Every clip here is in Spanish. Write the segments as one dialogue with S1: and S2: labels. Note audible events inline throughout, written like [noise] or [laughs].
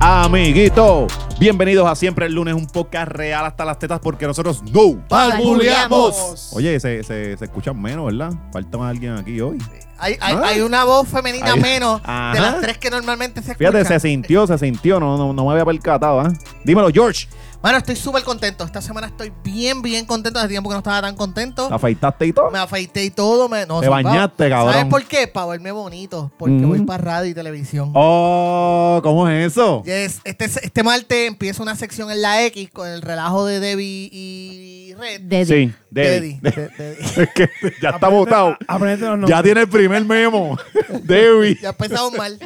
S1: amiguito. Bienvenidos a Siempre el Lunes, un podcast real hasta las tetas porque nosotros no
S2: ¡Palbuleamos!
S1: Oye, se, se, se escuchan menos, ¿verdad? Falta más alguien aquí hoy.
S2: Hay, hay-
S1: Ah.
S2: hay una voz femenina
S1: Ahí-
S2: menos
S1: Ajá.
S2: de las tres que normalmente se escuchan.
S1: Fíjate, se sintió, se sintió, no, no, no me había percatado, ¿ah? Dímelo, George.
S2: Bueno, estoy súper contento. Esta semana estoy bien, bien contento. Hace tiempo que no estaba tan contento.
S1: ¿Te afeitaste y todo?
S2: Me afeité y todo. Me, no,
S1: Te
S2: son-
S1: bañaste, cabrón.
S2: ¿Sabes por qué? Para verme bonito. Porque
S1: Ujú.
S2: voy para radio y televisión.
S1: Oh, ¿cómo es eso?
S2: Yes, Este, este martes empieza una sección en la X con el relajo de Debbie y Red.
S3: Debbie.
S1: Sí,
S2: Debbie.
S1: Debbie. [laughs]
S2: De- Debbie. [laughs]
S1: Es que ya está votado.
S2: Ah,
S4: Aprende los nombres.
S1: Ya tiene el primer memo.
S2: [laughs]
S1: Debbie.
S2: Ya empezamos
S1: [laughs]
S2: mal.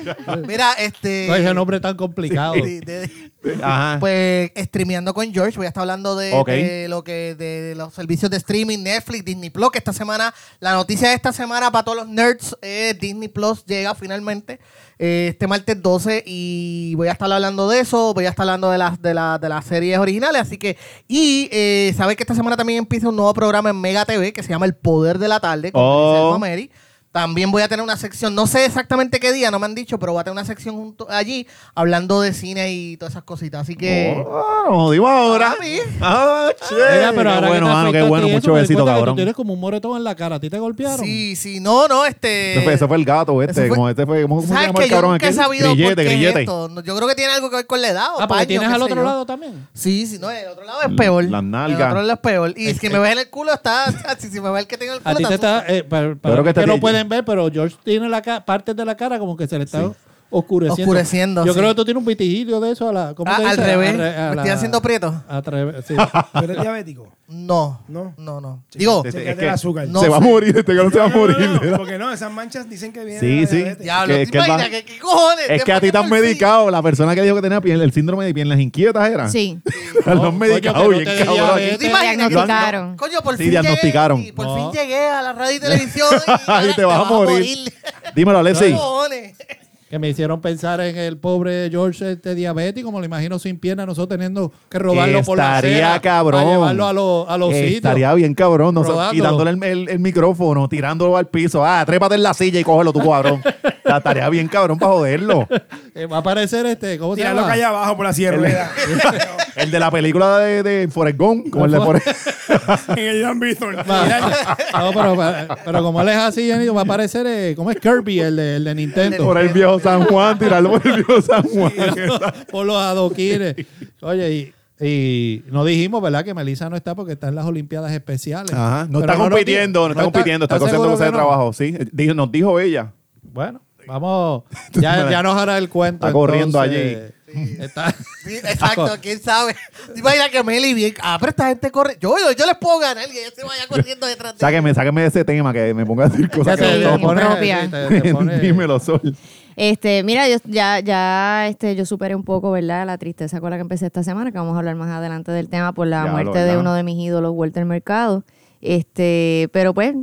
S2: Mira, este.
S4: No, ese nombre tan complicado.
S2: Sí, Debbie.
S1: Ajá.
S2: Pues streameando con George, voy a estar hablando de,
S1: Ah. Ok.
S2: de lo que de los servicios de streaming, Netflix, Disney Plus, que esta semana, la noticia de esta semana para todos los nerds, eh, Disney Plus llega finalmente eh, este martes 12 y voy a estar hablando de eso, voy a estar hablando de las de, la- de las series originales, así que y eh, sabes que esta semana también empieza un nuevo programa en Mega TV que se llama El Poder de la Tarde con
S1: Oh.
S2: Griselda Meri. También voy a tener una sección, no sé exactamente qué día, no me han dicho, pero voy a tener una sección junto allí hablando de cine y todas esas cositas. Así que
S1: Oh, nos jodimos ahora.
S2: eh, Papi.
S1: Ah, che.
S4: Mira,
S1: Qué
S4: pero ahora
S1: bueno,
S4: que te
S1: mano, qué
S4: afectaste
S1: bueno.
S4: y eso,
S1: Mucho
S4: me di
S1: besito,
S4: cuenta que
S1: cabrón.
S4: Tú tienes como un moretón en la cara. ¿A ti te golpearon?
S2: Sí, sí, no, no, este.
S1: Ese Oh. fue, ese fue el gato este,
S2: Ese fue-
S1: como este fue, ¿cómo, cómo se
S2: ¿Sabes
S1: llama
S2: que
S1: el
S2: yo
S1: cabrón
S2: nunca he
S1: aquí?
S2: sabido por
S1: grillete,
S2: qué es
S1: grillete.
S2: esto. No, Yo creo que tiene algo que ver con la edad o
S4: Ah, porque
S2: paño,
S4: tienes
S2: qué
S4: al
S2: sé
S4: otro
S2: yo.
S4: lado también.
S2: Sí, sí, no, el otro lado es peor.
S1: las nalgas.
S2: El otro lado es peor. Y si me ves en el culo, está. Si si me ves el que tengo en el
S4: A
S2: culo,
S4: ti te está. eh, para, para
S1: creo que
S4: que,
S1: te-
S4: no pueden ver, pero George tiene la ca- partes de la cara como que se le está oscureciendo.
S2: Oscureciendo,
S4: Yo
S2: sí.
S4: creo que tú tienes un vitigilio de eso. A la, ¿cómo
S2: Ah,
S4: te
S2: al
S4: dice?
S2: revés.
S4: A re- a
S2: ¿Me
S4: la-
S2: estoy haciendo prieto?
S4: Al revés,
S1: [laughs]
S4: sí.
S5: ¿Tú eres diabético?
S2: No, no, no,
S5: No.
S2: no. Digo,
S1: Este-
S5: Chécate
S1: es que-
S5: el azúcar.
S2: no
S1: se va a
S2: sé.
S1: morir, este cabrón se va a
S2: [laughs]
S1: morir.
S5: No, no, no,
S1: ¿verdad?
S5: porque no, esas manchas dicen que vienen
S1: Sí,
S5: de la
S1: sí.
S5: diabetes.
S2: diablo,
S1: que-
S2: ¿te
S1: que es
S2: imaginas?
S1: más-
S2: ¿Qué- qué cojones?
S1: Es que a
S2: ¿Por
S1: ti
S2: qué
S1: te han
S2: por fin?
S1: medicado. La persona que dijo que tenía piel, el síndrome de piernas inquietas era. [laughs]
S3: Sí.
S1: Lo han
S4: Coño,
S1: medicado
S4: que no
S1: bien,
S4: te dé
S1: cabrón.
S2: ¿Tú
S4: diabetes.
S2: te imaginas?
S3: diagnosticaron.
S2: Coño, por
S1: Sí,
S2: fin. llegué-
S1: diagnosticaron.
S2: y por
S4: No.
S2: fin llegué a
S1: [laughs]
S2: la radio y televisión. y ahora
S1: Ahí te vas a morir. Dímelo,
S2: ¿Qué
S1: Alexi.
S2: cojones?
S4: Que me hicieron pensar en el pobre George este diabético, me lo imagino sin pierna, nosotros teniendo que robarlo por la
S1: Estaría
S4: acera,
S1: cabrón.
S4: para llevarlo a, los- a los sitios.
S1: Estaría bien cabrón. No sé,
S4: Rodándolo.
S1: quitándole el, el- el micrófono, tirándolo al piso. Ah, trépate en la silla y cógelo tú, cabrón. La Estaría bien cabrón para joderlo.
S4: Eh, va a aparecer este, ¿cómo se
S5: Tirarlo
S4: llama?
S5: allá abajo por la sierra.
S1: [laughs] El de la película de, de Forrest Gump, como el de Forrest.
S5: [laughs] en el John Bithorn.
S1: Ah.
S4: Va. [laughs] No, pero, pero como él es así, Jenny, va a aparecer, eh, ¿cómo es Kirby, el de, el de Nintendo? [laughs]
S1: Por el viejo San Juan, tirarlo por el viejo San Juan.
S4: por los adoquines. Oye, y, y no dijimos, ¿verdad? Que Melissa no está porque está en las Olimpiadas Especiales.
S1: Ajá. No
S4: Pero
S1: está
S4: lo
S1: compitiendo, no,
S4: tiene.
S1: está, compitiendo, está,
S4: ¿estás
S1: haciendo
S4: seguro
S1: cosas de
S4: que no?
S1: trabajo, sí. Dijo- nos dijo ella.
S4: Bueno,
S1: [laughs]
S4: vamos, ya, ya nos hará el cuento.
S1: Está corriendo
S4: entonces. Está-
S2: Sí, exacto, quién sabe. Imagina que Meli bien. Ah, pero esta gente corre. Yo, yo, yo les puedo ganar que ellos se vaya corriendo detrás de
S1: Sáqueme, sáqueme de ese tema que me ponga a decir
S4: Ya
S1: cosas
S4: te-
S1: que
S4: te
S1: no
S3: digo.
S1: son.
S4: pone-
S3: propia.
S1: [laughs]
S4: sí, te- te pone-
S1: Dímelo, Sol.
S3: Este, mira, yo ya, ya este, yo superé un poco, ¿verdad? La tristeza con la que empecé esta semana, que vamos a hablar más adelante del tema por la
S1: Ya lo,
S3: muerte
S1: ¿verdad?
S3: de uno de mis ídolos, Walter Mercado. Este, pero pues,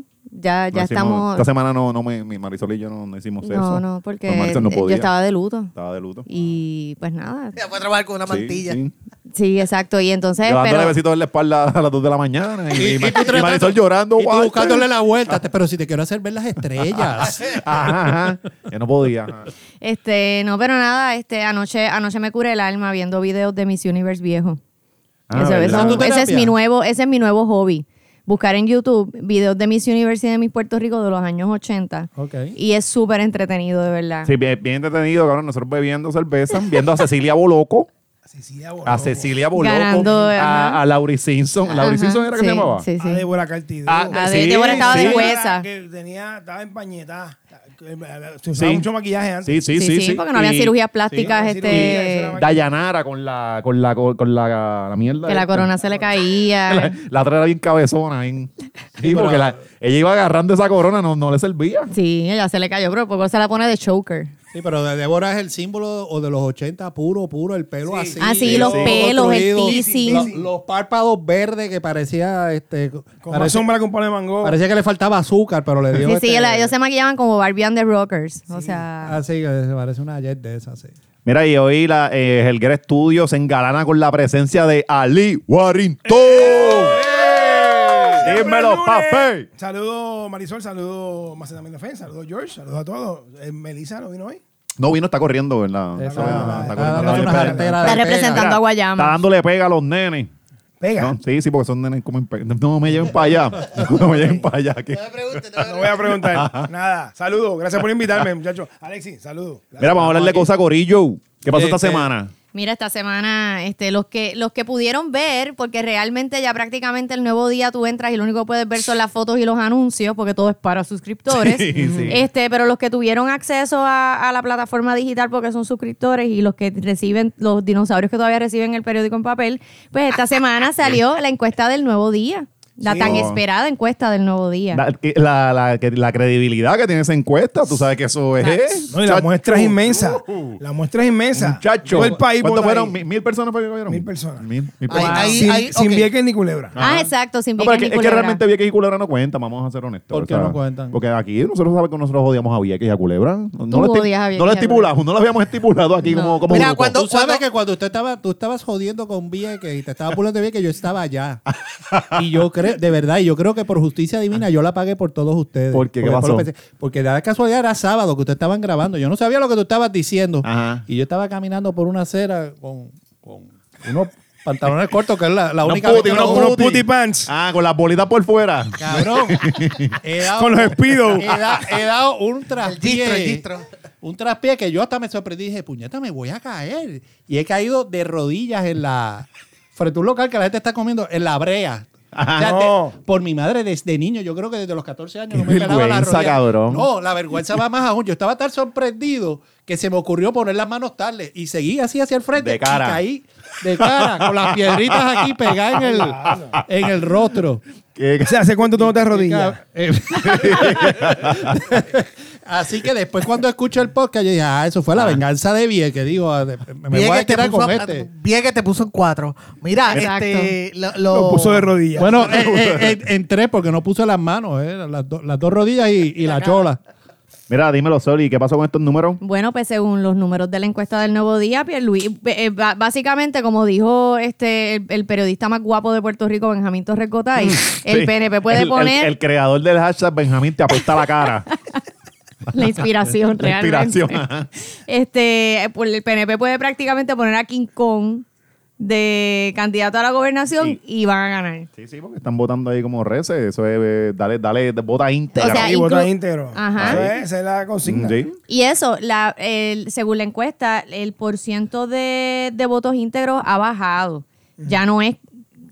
S1: No
S3: ya, ya
S1: hicimos-
S3: estamos.
S1: Esta semana no, no me, mi Marisol y yo no, no hicimos eso.
S3: no, no, porque
S1: Pues Marisol no
S3: eh, yo
S1: podía.
S3: estaba de luto.
S1: Estaba de luto.
S3: Y pues nada.
S2: Ya fue a trabajar con una mantilla.
S1: Sí, sí.
S3: Sí, exacto. Y entonces,
S1: Yo dándole
S3: Eh, pero,
S1: besitos en la espalda a las 2 de la mañana. Y,
S4: Y,
S1: y,
S4: y tú tratando-
S1: Marisol llorando.
S4: y tú
S1: "Walter".
S4: buscándole la vuelta. Te- Pero si te quiero hacer ver
S1: [laughs]
S4: las estrellas.
S1: Ajá, ajá. Yo no podía. ajá.
S3: este, no, pero nada, este, anoche, anoche me curé el alma viendo videos de Miss Universe viejo.
S1: Ah,
S3: Eso- eso-
S1: ¿verdad?
S4: ¿Tú te-
S3: ese es
S4: terapia?
S3: mi nuevo, ese es mi nuevo hobby. Buscar en YouTube videos de Miss Universe y de Miss Puerto Rico de los años 80.
S4: Ok.
S3: Y es súper entretenido, de verdad.
S1: Sí, bien, bien entretenido, cabrón. Nosotros bebiendo cerveza, viendo a Cecilia Boloco.
S5: Cecilia
S1: A Cecilia Boloco.
S3: Ganando,
S1: a,
S3: ajá.
S1: a Laurie Simpson. ¿Laurie
S3: Ajá,
S1: Simpson era que
S3: sí,
S1: se llamaba?
S3: Sí,
S5: A
S3: sí.
S5: Débora Cartido.
S1: Ah,
S3: A
S1: Sí,
S3: de Débora estaba
S1: sí.
S3: de jueza.
S5: Que tenía, estaba empañetada. Se
S1: Sí.
S5: usaba mucho maquillaje antes.
S1: Sí, sí, sí. sí,
S3: porque no había
S1: Y-
S3: cirugías
S5: no
S3: plásticas,
S5: había cirugía, eso
S3: este,
S5: era vac-
S1: Dayanara con la, con la, con la, la mierda.
S3: que la
S1: esta.
S3: corona se
S1: [laughs]
S3: le
S1: La,
S3: caía.
S1: la otra era bien cabezona. bien- Sí, porque la- ella iba agarrando esa corona, no, no le servía.
S3: Sí, ella se le cayó, pero poco se la pone de choker.
S4: Sí, pero de Débora es el símbolo o de los 80 puro, puro, el pelo así.
S3: Ah, sí,
S4: eh,
S3: los
S4: todo
S3: pelos, el
S4: construido,
S3: piercing.
S4: lo- Los, párpados verdes que parecía este
S5: Con
S4: parece-
S5: más sombra que un palo de mango.
S4: parecía que le faltaba azúcar, pero le
S3: Sí,
S4: dio
S3: sí,
S4: este-
S3: la- ellos se maquillaban como Barbie and the Rockers. O sea,
S4: así que se parece una jet de esas, sí.
S1: Mira, y hoy la eh, Helguera Studio se engalana con la presencia de Ali Warrington.
S5: ¡Eh! Siempre el
S1: Dímelo,
S5: lunes.
S1: papi.
S5: Saludos Marisol, saludos Macedamina Fe, saludos George, saludos a todos. Eh, Melissa no vino hoy.
S1: No, vino está corriendo, ¿verdad?
S4: Está-
S1: Ah,
S4: está
S1: está
S4: dando
S1: corriendo. Está-
S4: una jartera de
S3: Está
S4: pega.
S3: representando a
S1: Está
S3: Guayama.
S1: dándole pega a los nenes.
S5: Pega.
S1: No, sí, sí, porque son nenes como... impe- No me lleven para allá. No me lleven para allá. que-
S2: me preguntes,
S5: No voy
S1: [laughs]
S5: a preguntar. Nada. Saludos. Gracias por invitarme, muchachos. Alexi, saludos.
S1: Mira, vamos a hablarle cosas a Corillo. ¿Qué
S5: Eh,
S1: pasó esta
S4: Este-
S1: semana?
S3: Mira, esta semana, este, los que, los que pudieron ver, porque realmente ya prácticamente el nuevo día tú entras y lo único que puedes ver son las fotos y los anuncios, porque todo es para suscriptores.
S1: [laughs] Sí, sí.
S3: Este, pero los que tuvieron acceso a, a la plataforma digital porque son suscriptores y los que reciben, los dinosaurios que todavía reciben el periódico en papel, pues esta
S1: [laughs]
S3: semana salió la encuesta del nuevo día. La
S5: Sí.
S3: tan
S1: Oh.
S3: esperada encuesta del nuevo día.
S1: La, que- la, la, que- la credibilidad que tiene esa encuesta, tú sabes que eso es.
S5: No, y la
S1: Chacho,
S5: muestra es inmensa. La muestra es inmensa.
S1: Chacho,
S5: Todo el país
S1: ¿cuántos
S5: vota
S1: fueron?
S5: ahí.
S1: ¿Mil, mil personas fue que vieron?
S5: Mil personas.
S1: Mil, mil
S2: Ay,
S1: personas.
S2: ay,
S5: sin,
S2: ay,
S5: sin
S2: ok.
S5: Vieques ni Culebra.
S3: Ah, exacto, sin
S1: No,
S3: Vieques
S1: pero es, que,
S3: ni
S1: es que
S3: Culebra.
S1: realmente Vieques y Culebra no cuentan, vamos a ser honestos.
S4: ¿Por qué no cuentan?
S1: Porque aquí nosotros sabemos que nosotros odiamos a Vieques y a Culebra. No, no
S3: Tú
S1: lo esti-
S3: odias a
S1: no lo
S3: Vieques y a
S1: estipulamos, no lo habíamos estipulado aquí
S3: No.
S1: como, como
S2: Mira,
S1: grupo.
S2: cuando-
S4: Tú sabes
S2: cuando-
S4: que cuando usted estaba, tú estabas jodiendo con Vieques y te estaba poniendo de que yo estaba allá. Y yo creo, de verdad, y yo creo que por justicia divina yo la pagué por todos ustedes.
S1: ¿Por qué? ¿Qué
S4: Porque
S1: pasó?
S4: lo pensé- Porque de la casualidad era sábado que ustedes estaban grabando. Yo no sabía lo que tú estabas diciendo.
S1: Ajá.
S4: Y yo estaba caminando por una acera con, con unos pantalones cortos, que es la, la
S1: Unos
S4: única
S1: puti,
S4: vez que
S1: unos
S4: lo-
S5: unos
S1: puti.
S5: puti pants.
S1: Ah, con las bolitas por fuera. [laughs]
S4: Cabrón. He dado-
S5: Con los Speedo.
S4: He, da- he dado un traspié.
S2: distro, el distro.
S4: Un traspié que yo hasta me sorprendí y dije, puñeta, me voy a caer. Y he caído de rodillas en la. Frente a un local que la gente está comiendo, en la brea.
S1: Ajá.
S4: O sea,
S5: No.
S4: de- por mi madre desde niño, yo creo que desde los 14 años
S1: Qué
S4: no me pelaba la
S1: vergüenza,
S4: rodilla.
S1: cabrón.
S4: No, la vergüenza va más aún. Yo estaba tan sorprendido que se me ocurrió poner las manos tarde y seguí así hacia el frente.
S1: De cara.
S4: Y caí de cara, con las piedritas aquí pegadas en el, en el rostro.
S1: Que-
S5: O sea, ¿hace cuánto tú no te arrodillas?
S4: Eh, [laughs] Así que después cuando escucho el podcast, yo dije, ah, eso fue la venganza de Vieques, que digo, ah, de- me voy a
S2: Vieques te,
S4: quedar
S2: puso
S4: con
S2: a-
S4: este.
S2: Vieques te puso en cuatro. Mira,
S3: Exacto.
S2: este. Lo,
S5: Lo puso de
S2: [laughs]
S5: rodillas.
S4: Bueno, eh, eh, eh, entré porque no puse las manos, eh, las, do- las dos rodillas y, y la chola.
S1: Mira, dímelo, Soli, ¿qué pasó con estos números?
S3: Bueno, pues según los números de la encuesta del Nuevo Día, Pierluis, eh, ba- básicamente, como dijo este el, el periodista más guapo de Puerto Rico, Benjamín
S1: [laughs]
S3: Torres Gotay, el
S1: Sí.
S3: PNP
S1: El-
S3: puede
S1: el-
S3: poner
S1: El, creador del hashtag Benjamín te apesta la cara.
S3: [laughs] la inspiración
S1: [laughs] La
S3: [laughs] realmente.
S1: inspiración, ajá.
S3: Este, eh, pues, el PNP puede prácticamente poner a King Kong de candidato a la gobernación
S1: Sí.
S3: y van a ganar.
S1: [laughs] Sí, sí, porque están votando ahí como reces. Eso es, eh, dale, dale, vota íntegra.
S3: O sea,
S5: y votas
S3: inclu-
S5: íntegro.
S3: Ajá.
S5: Eso es, esa es la
S1: Mm,
S5: consigna.
S1: sí.
S3: Y eso, la, el- según la encuesta, el porciento de, de votos íntegros ha bajado. Ya no es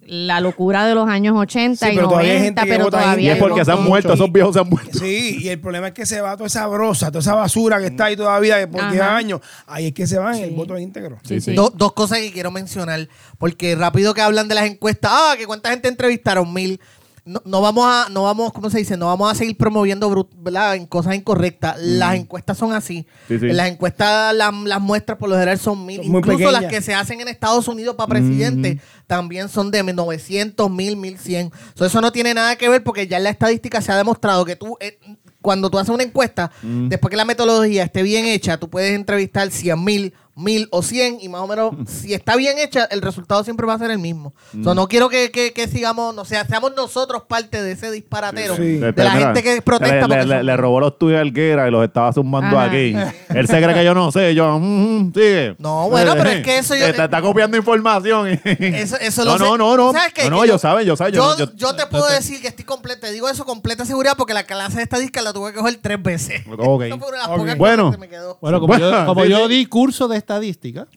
S3: la locura de los años 80
S5: Sí,
S3: y
S5: pero
S3: 90,
S5: todavía hay gente que
S3: pero
S5: vota
S3: todavía
S1: Y es
S3: hay
S1: porque se han
S3: votos.
S1: muerto, esos viejos se han muerto.
S5: Sí, y el problema es que se va toda esa brosa, toda esa basura que está ahí todavía de por
S3: Ajá.
S5: 10 años. Ahí es que se van el voto íntegro.
S3: Sí, sí.
S2: Do- dos cosas que quiero mencionar, porque rápido que hablan de las encuestas, ah, que cuánta gente entrevistaron, mil. No, no vamos a, no vamos, ¿cómo se dice? No vamos a seguir promoviendo brut- ¿verdad? en cosas incorrectas. Las encuestas son así.
S1: Sí, sí.
S2: Las encuestas, la- las muestras por lo general son mil.
S5: Son muy
S2: Incluso
S5: pequeñas.
S2: las que se hacen en Estados Unidos para presidente también son de 900, mil, 1100. So, eso no tiene nada que ver porque ya en la estadística se ha demostrado que tú, eh, cuando tú haces una encuesta,
S1: Mm.
S2: después que la metodología esté bien hecha, tú puedes entrevistar 100 mil, 1000 o 100 y más
S1: [laughs]
S2: o menos, si está bien hecha, el resultado siempre va a ser el mismo. So,
S1: Mm.
S2: no quiero que, que- que sigamos, no sea, seamos nosotros parte de ese disparatero.
S5: Sí.
S2: De
S1: Espera,
S2: la
S1: mira,
S2: gente que protesta.
S1: Le,
S2: porque
S1: le- le-
S2: son-
S1: le robó los tuyos a Alguera y los estaba zumbando
S2: [laughs]
S3: Ajá.
S1: aquí. Él se cree que yo no sé. Yo, mm, mm, sigue.
S2: No, bueno, pero es que eso yo-
S1: Está, está copiando información.
S2: Eso,
S1: [laughs]
S2: eso
S1: no,
S2: lo sé.
S1: no, no, no.
S2: ¿Sabes qué?
S1: No,
S2: Que
S1: no, yo saben, yo saben.
S2: Yo,
S1: Yo, yo-
S2: yo te puedo decir que estoy completa. Te digo eso con completa seguridad porque la clase de estadística la tuve que coger tres veces.
S1: Ok.
S2: [laughs] Eso fue una de las
S5: Ok.
S2: pocas cosas
S1: Bueno.
S2: que me quedó.
S4: Bueno, como,
S1: Bueno,
S4: yo, como
S1: sí,
S4: yo
S1: sí.
S4: di curso de estadística.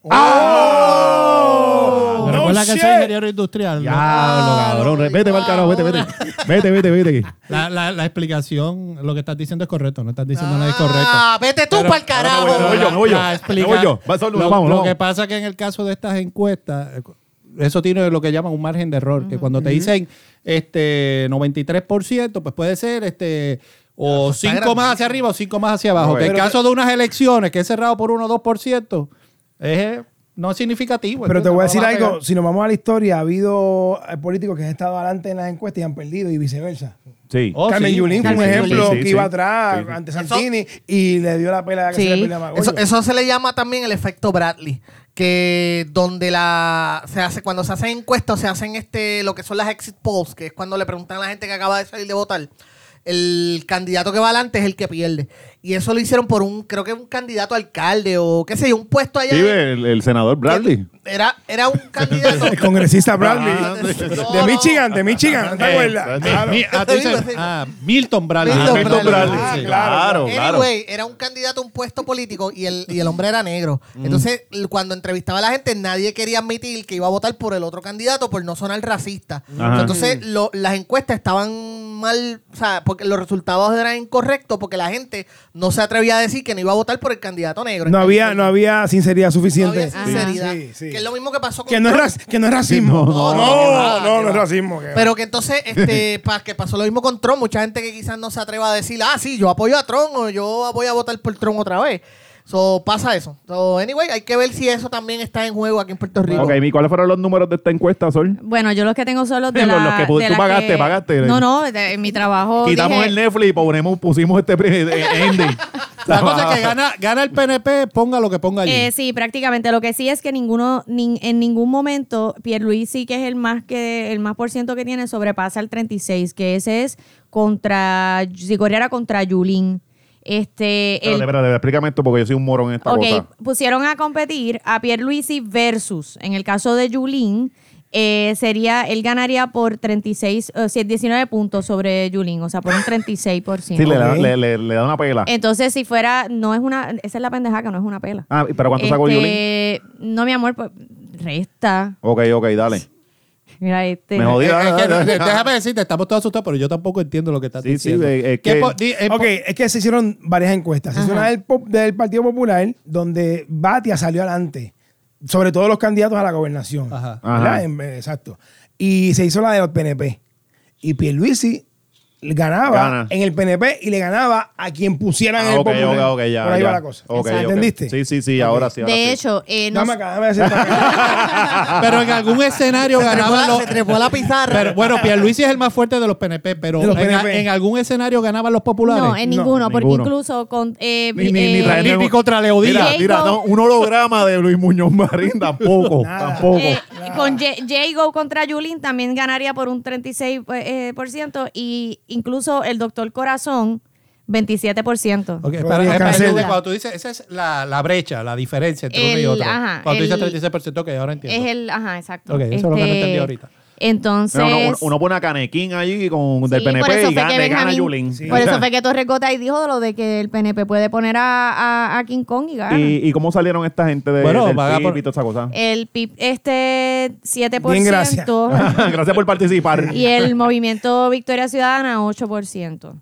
S5: ¡Oh!
S4: ¿Me
S5: No
S4: recuerdas que
S5: shit.
S4: soy ingeniero industrial? ¿no?
S1: Ya, lo cabrón. Vete para el carajo, vete, vete. Vete, vete, vete.
S4: La, la- la explicación, lo que estás diciendo es correcto, no estás diciendo nada
S2: Ah,
S4: incorrecto.
S2: vete tú
S4: Pero-
S2: para el
S4: pero
S2: carajo.
S1: voy, me voy yo, me voy yo.
S4: La explica-
S1: Me voy yo. Va, solo,
S4: Lo,
S1: vamos,
S4: lo
S1: vamos.
S4: que pasa es que en el caso de estas encuestas, eh, eso tiene lo que llaman un margen de error, que cuando te dicen este 93%, pues puede ser este o 5 más hacia arriba o 5 más hacia abajo.
S1: No,
S4: que el
S5: pero-
S4: caso de unas elecciones que es cerrado por 1 o 2%, es, eh, no es significativo.
S5: Pero te
S4: ¿entiendes?
S5: voy a
S4: No
S5: decir
S4: vas pegar.
S5: algo, si nos vamos a la historia, ha habido eh, políticos que han estado adelante en las encuestas y han perdido y viceversa.
S1: Sí.
S4: Oh,
S5: Carmen
S4: sí.
S5: Yulín fue un
S3: Carmen
S5: ejemplo
S1: Yulín. Sí,
S5: que
S1: sí,
S5: iba
S1: sí.
S5: atrás
S1: Sí, sí.
S5: ante
S2: Eso-
S5: Santini y le dio la pelea que
S3: Sí.
S5: se le pelea a Magollo.
S2: Eso, eso se le llama también el efecto Bradley, que donde la se hace cuando se hacen encuestas, se hacen este lo que son las exit polls, que es cuando le preguntan a la gente que acaba de salir de votar. el candidato que va adelante es el que pierde. Y eso lo hicieron por un, creo que un candidato a alcalde o qué sé yo, un puesto allá.
S1: Sí, el, el senador Bradley.
S2: Era, era un candidato.
S5: [laughs] El congresista Bradley.
S1: Ah,
S2: no, Ah,
S5: de
S2: no.
S5: Michigan, de Michigan, ¿no te acuerdas?
S4: Mi-
S5: Claro.
S4: mi- ah, tú dices-
S2: Milton
S4: ah, Milton Bradley.
S2: Milton
S4: Ah,
S2: Bradley.
S5: Ah,
S1: sí.
S5: claro.
S1: Claro, claro.
S2: Anyway, era un candidato a un puesto político y el, y el hombre era negro.
S1: Mm.
S2: Entonces, l- cuando entrevistaba a la gente, nadie quería admitir que iba a votar por el otro candidato por no sonar racista.
S1: Ajá. Mm.
S2: Entonces, lo- las encuestas estaban mal, o sea, porque los resultados eran incorrectos porque la gente no se atrevía a decir que no iba a votar por el candidato negro.
S5: No había, no había sinceridad
S2: ah, No
S5: suficiente.
S2: había sinceridad.
S5: Sí, sí.
S2: Que es lo mismo que pasó con
S5: Que no es,
S2: Trump.
S5: raci- que no es racismo.
S2: no,
S5: No,
S2: no,
S5: no,
S2: que va,
S5: no,
S2: que
S5: no es
S2: va.
S5: racismo. que va.
S2: Pero que entonces,
S1: [laughs]
S2: este, pa- que pasó lo mismo con Trump. Mucha gente que quizás no se atreva a decir, ah, sí, yo apoyo a Trump o yo voy a votar por Trump otra vez. So, pasa eso. So, anyway, hay que ver si eso también está en juego aquí en Puerto Rico.
S1: Ok, ¿y cuáles fueron los números de esta encuesta, Sol?
S3: Bueno, yo los que tengo son los de
S1: Los-
S3: la,
S1: los que pu-
S3: de
S1: tú
S3: la
S1: pagaste,
S3: que-
S1: pagaste.
S3: No, no, de- en mi trabajo
S6: Quitamos
S3: dije-
S6: el Netflix y ponemos, pusimos este pre-
S3: [laughs]
S6: eh, ending.
S4: La cosa es que gana, gana el PNP, ponga lo que ponga allí.
S3: Eh, sí, prácticamente. Lo que sí es que ninguno, nin- en ningún momento, Pierluisi, que es el más que el más por ciento que tiene, sobrepasa el 36, que ese es contra, si corriera contra Yulín. Este, el-
S1: Espérate, espérate, explícame esto porque yo soy un morón en esta
S3: ok,
S1: cosa.
S3: pusieron a competir a Pierluisi versus, en el caso de Yulín, eh, sería, él ganaría por 36, o sea, 19 eh, puntos sobre Yulín, o sea, por un 36%.
S1: Sí, le, da,
S5: Ok.
S1: le, le- le da una pela.
S3: Entonces, si fuera, no es una, esa es la pendeja que no es una pela.
S1: Ah, ¿pero cuánto sacó Yulín?
S3: Este, No, mi amor, pues resta.
S1: Ok, ok, dale.
S3: Mira este.
S1: Me jodí.
S4: Eh,
S1: dale,
S4: es que,
S1: dale, dale.
S4: eh, déjame decirte, estamos todos asustados, pero yo tampoco entiendo lo que estás
S1: Sí, sí,
S4: diciendo.
S1: eh, eh,
S4: ¿Qué
S1: que-
S4: po- di- eh, po-
S5: Ok, es que se hicieron varias encuestas. Se hizo una del, Pop- del Partido Popular, donde Batia salió adelante, sobre todo los candidatos a la gobernación.
S4: Ajá.
S5: ¿Verdad?
S1: Ajá.
S5: En- eh, Exacto. Y se hizo la de los PNP. Y Pierluisi le ganaba
S1: Gana.
S5: en el PNP y le ganaba a quien pusieran en
S1: Ah,
S5: el
S1: ok, ok,
S5: Popular.
S1: ok, ya.
S5: Por ahí
S1: ya.
S5: va la cosa.
S1: Ok, ok.
S5: ¿Entendiste?
S1: Sí, sí, sí, ahora sí. ahora sí.
S3: De hecho, eh, no
S5: Dame
S3: sé-
S5: acá, dame hacer esta acá.
S4: [laughs] pero en algún escenario
S2: [laughs] Se trepó
S4: ganaba
S2: la-
S4: los.
S2: se trepó la pizarra.
S4: Pero, bueno, Pierluisi es el más fuerte de los PNP, pero
S5: De los
S4: en,
S5: PNP.
S4: en algún escenario ganaban los populares.
S3: no, en
S5: No,
S3: ninguno, porque
S1: ninguno.
S3: incluso con. eh,
S6: Ni- ni- ni
S3: eh,
S6: traer-
S4: Ni- ni contra Leodía.
S6: Mira,
S3: Jacob-
S6: mira, no, un holograma de Luis Muñoz Marín
S3: [laughs]
S6: tampoco, tampoco.
S3: eh, con Ye- Jago contra Yulín también ganaría por un 36%, eh, por ciento, y incluso el doctor Corazón, 27%.
S4: Ok, para-
S5: Rodríguez
S4: eh, para-
S5: Cancel.
S4: cuando tú dices, esa es la, la brecha, la diferencia entre uno y
S3: El-
S4: otro.
S3: ajá,
S4: cuando tú
S3: el-
S4: dices 36%, que ahora entiendo.
S3: Es el. Ajá, exacto. Este,
S4: Ok, eso es lo que no entendí ahorita.
S3: Entonces.
S1: Pero uno, uno- uno pone a Canequín allí con, del
S3: Sí, por
S1: PNP
S3: eso
S1: y
S3: fue
S1: gana,
S3: que
S1: le gana a
S3: Benjamín-
S1: Yulín.
S3: Por eso fue que Torres Gotay dijo lo de que el PNP puede poner a, a- a King Kong y gana.
S1: ¿Y, y cómo salieron esta gente de,
S4: Bueno,
S1: del
S4: vaga
S1: PIB
S4: por-
S1: y toda esa cosa?
S3: [laughs] El PIB, este 7%.
S5: Bien, gracias.
S1: Gracias por participar.
S3: [laughs] Y el movimiento Victoria Ciudadana, 8%.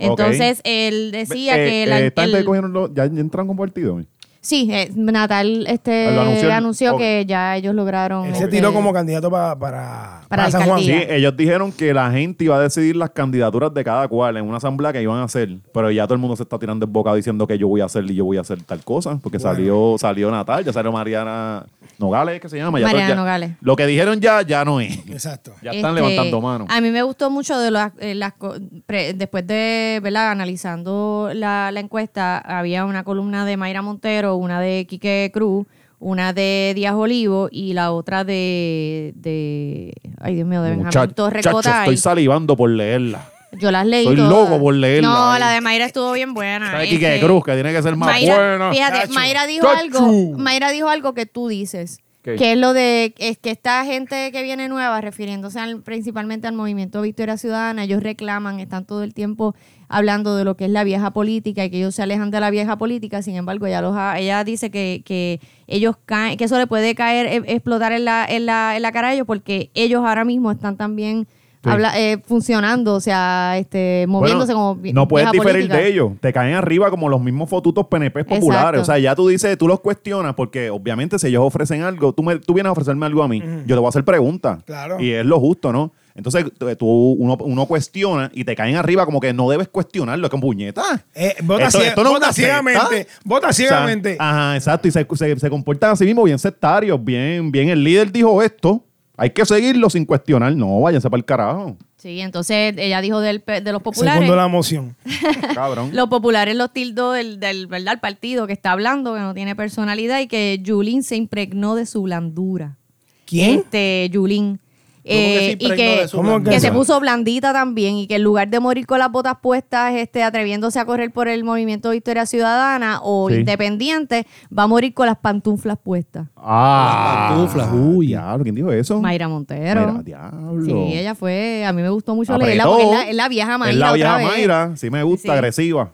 S3: Entonces, él decía
S1: Eh,
S3: que...
S1: eh,
S3: la-
S1: esta
S3: el-
S1: gente cogieron los- ya entran con partido.
S3: sí, eh, Natal este,
S1: Lo anunció
S3: anunció,
S1: el- ok.
S3: que ya ellos lograron...
S5: Él se
S3: este,
S5: tiró como candidato pa- para, para,
S3: Para
S5: San Juan.
S1: Sí,
S3: alcaldía.
S1: ellos dijeron que la gente iba a decidir las candidaturas de cada cual en una asamblea que iban a hacer, pero ya todo el mundo se está tirando en boca diciendo que yo voy a hacer y yo voy a hacer tal cosa, porque salió salió Natal, ya salió Mariana Nogales, que se llama. Ya
S3: Mariana
S1: todo- ya-
S3: Nogales.
S1: Lo que dijeron ya, ya no es.
S5: Exacto.
S1: Ya están
S3: Este,
S1: levantando manos.
S3: A mí me gustó mucho de las, eh, las co- pre- después de, ¿verdad? Analizando la, la encuesta, había una columna de Mayra Montero, una de Quique Cruz, una de Díaz Olivo y la otra de, de ay Dios mío, de Benjamín
S1: Muchacho,
S3: Torres
S1: chacho,
S3: Gotay.
S1: estoy salivando por leerla.
S3: Yo las leí
S1: Soy
S3: todas.
S1: loco por leerla.
S3: No, la de Mayra estuvo bien buena.
S1: Sabe
S3: Este,
S1: Quique Cruz, que tiene que ser más
S3: Mayra,
S1: buena.
S3: Fíjate, Mayra dijo
S1: Chacho.
S3: algo. Mayra dijo algo que tú dices.
S1: ¿Qué?
S3: Que es lo de es que esta gente que viene nueva, refiriéndose al- principalmente al movimiento Victoria Ciudadana, ellos reclaman, están todo el tiempo hablando de lo que es la vieja política y que ellos se alejan de la vieja política. Sin embargo, ella, los ha- ella dice que, que ellos caen, que eso le puede caer, eh, explotar en la, en, la, en la cara a ellos porque ellos ahora mismo están también habla- eh, funcionando, o sea, este, moviéndose
S1: Bueno,
S3: como vi-
S1: no puedes
S3: vieja
S1: diferir
S3: política.
S1: de ellos. Te caen arriba como los mismos fotutos PNP populares.
S3: Exacto.
S1: O sea, ya tú dices, tú los cuestionas porque obviamente si ellos ofrecen algo, tú, me- tú vienes a ofrecerme algo a mí, yo te voy a hacer preguntas.
S5: Claro.
S1: Y es lo justo, ¿no? Entonces tú- tú, uno, uno cuestiona y te caen arriba como que no debes cuestionarlo, es como puñeta.
S5: Eh, vota cie-
S1: es
S5: vota
S1: una secta.
S5: ciegamente, vota
S1: O sea, ah.
S5: ciegamente.
S1: ajá, exacto. Y se, se, se comportan así mismo, bien sectarios, bien, bien. El líder dijo esto, hay que seguirlo sin cuestionar. No, váyanse para el carajo,
S3: [laughs] Sí, entonces ella dijo del, pe- de los populares.
S5: Segundo la moción.
S1: cabrón.
S3: Los populares los tildó del, del ¿verdad? El partido que está hablando, que no tiene personalidad y que Yulín se impregnó de su blandura.
S5: ¿Quién?
S3: Este, Yulín. eh,
S4: que se
S3: y
S4: impregnó
S3: que,
S4: de su
S5: ¿Cómo que
S3: que se
S5: eso?
S3: puso blandita también y que en lugar de morir con las botas puestas, este, atreviéndose a correr por el movimiento Victoria Ciudadana o
S6: Sí.
S3: independiente, va a morir con las pantuflas puestas.
S6: Ah,
S4: Las pantuflas.
S6: Uy, diablo, ¿quién dijo eso?
S3: Mayra Montero.
S6: Mira, diablo.
S3: Sí, ella fue, a mí me gustó mucho leerla
S6: Apretó.
S3: porque es la, es la vieja Mayra.
S1: Es la
S3: otra
S1: vieja
S3: vez.
S1: Mayra, sí me gusta,
S3: Sí.
S1: agresiva.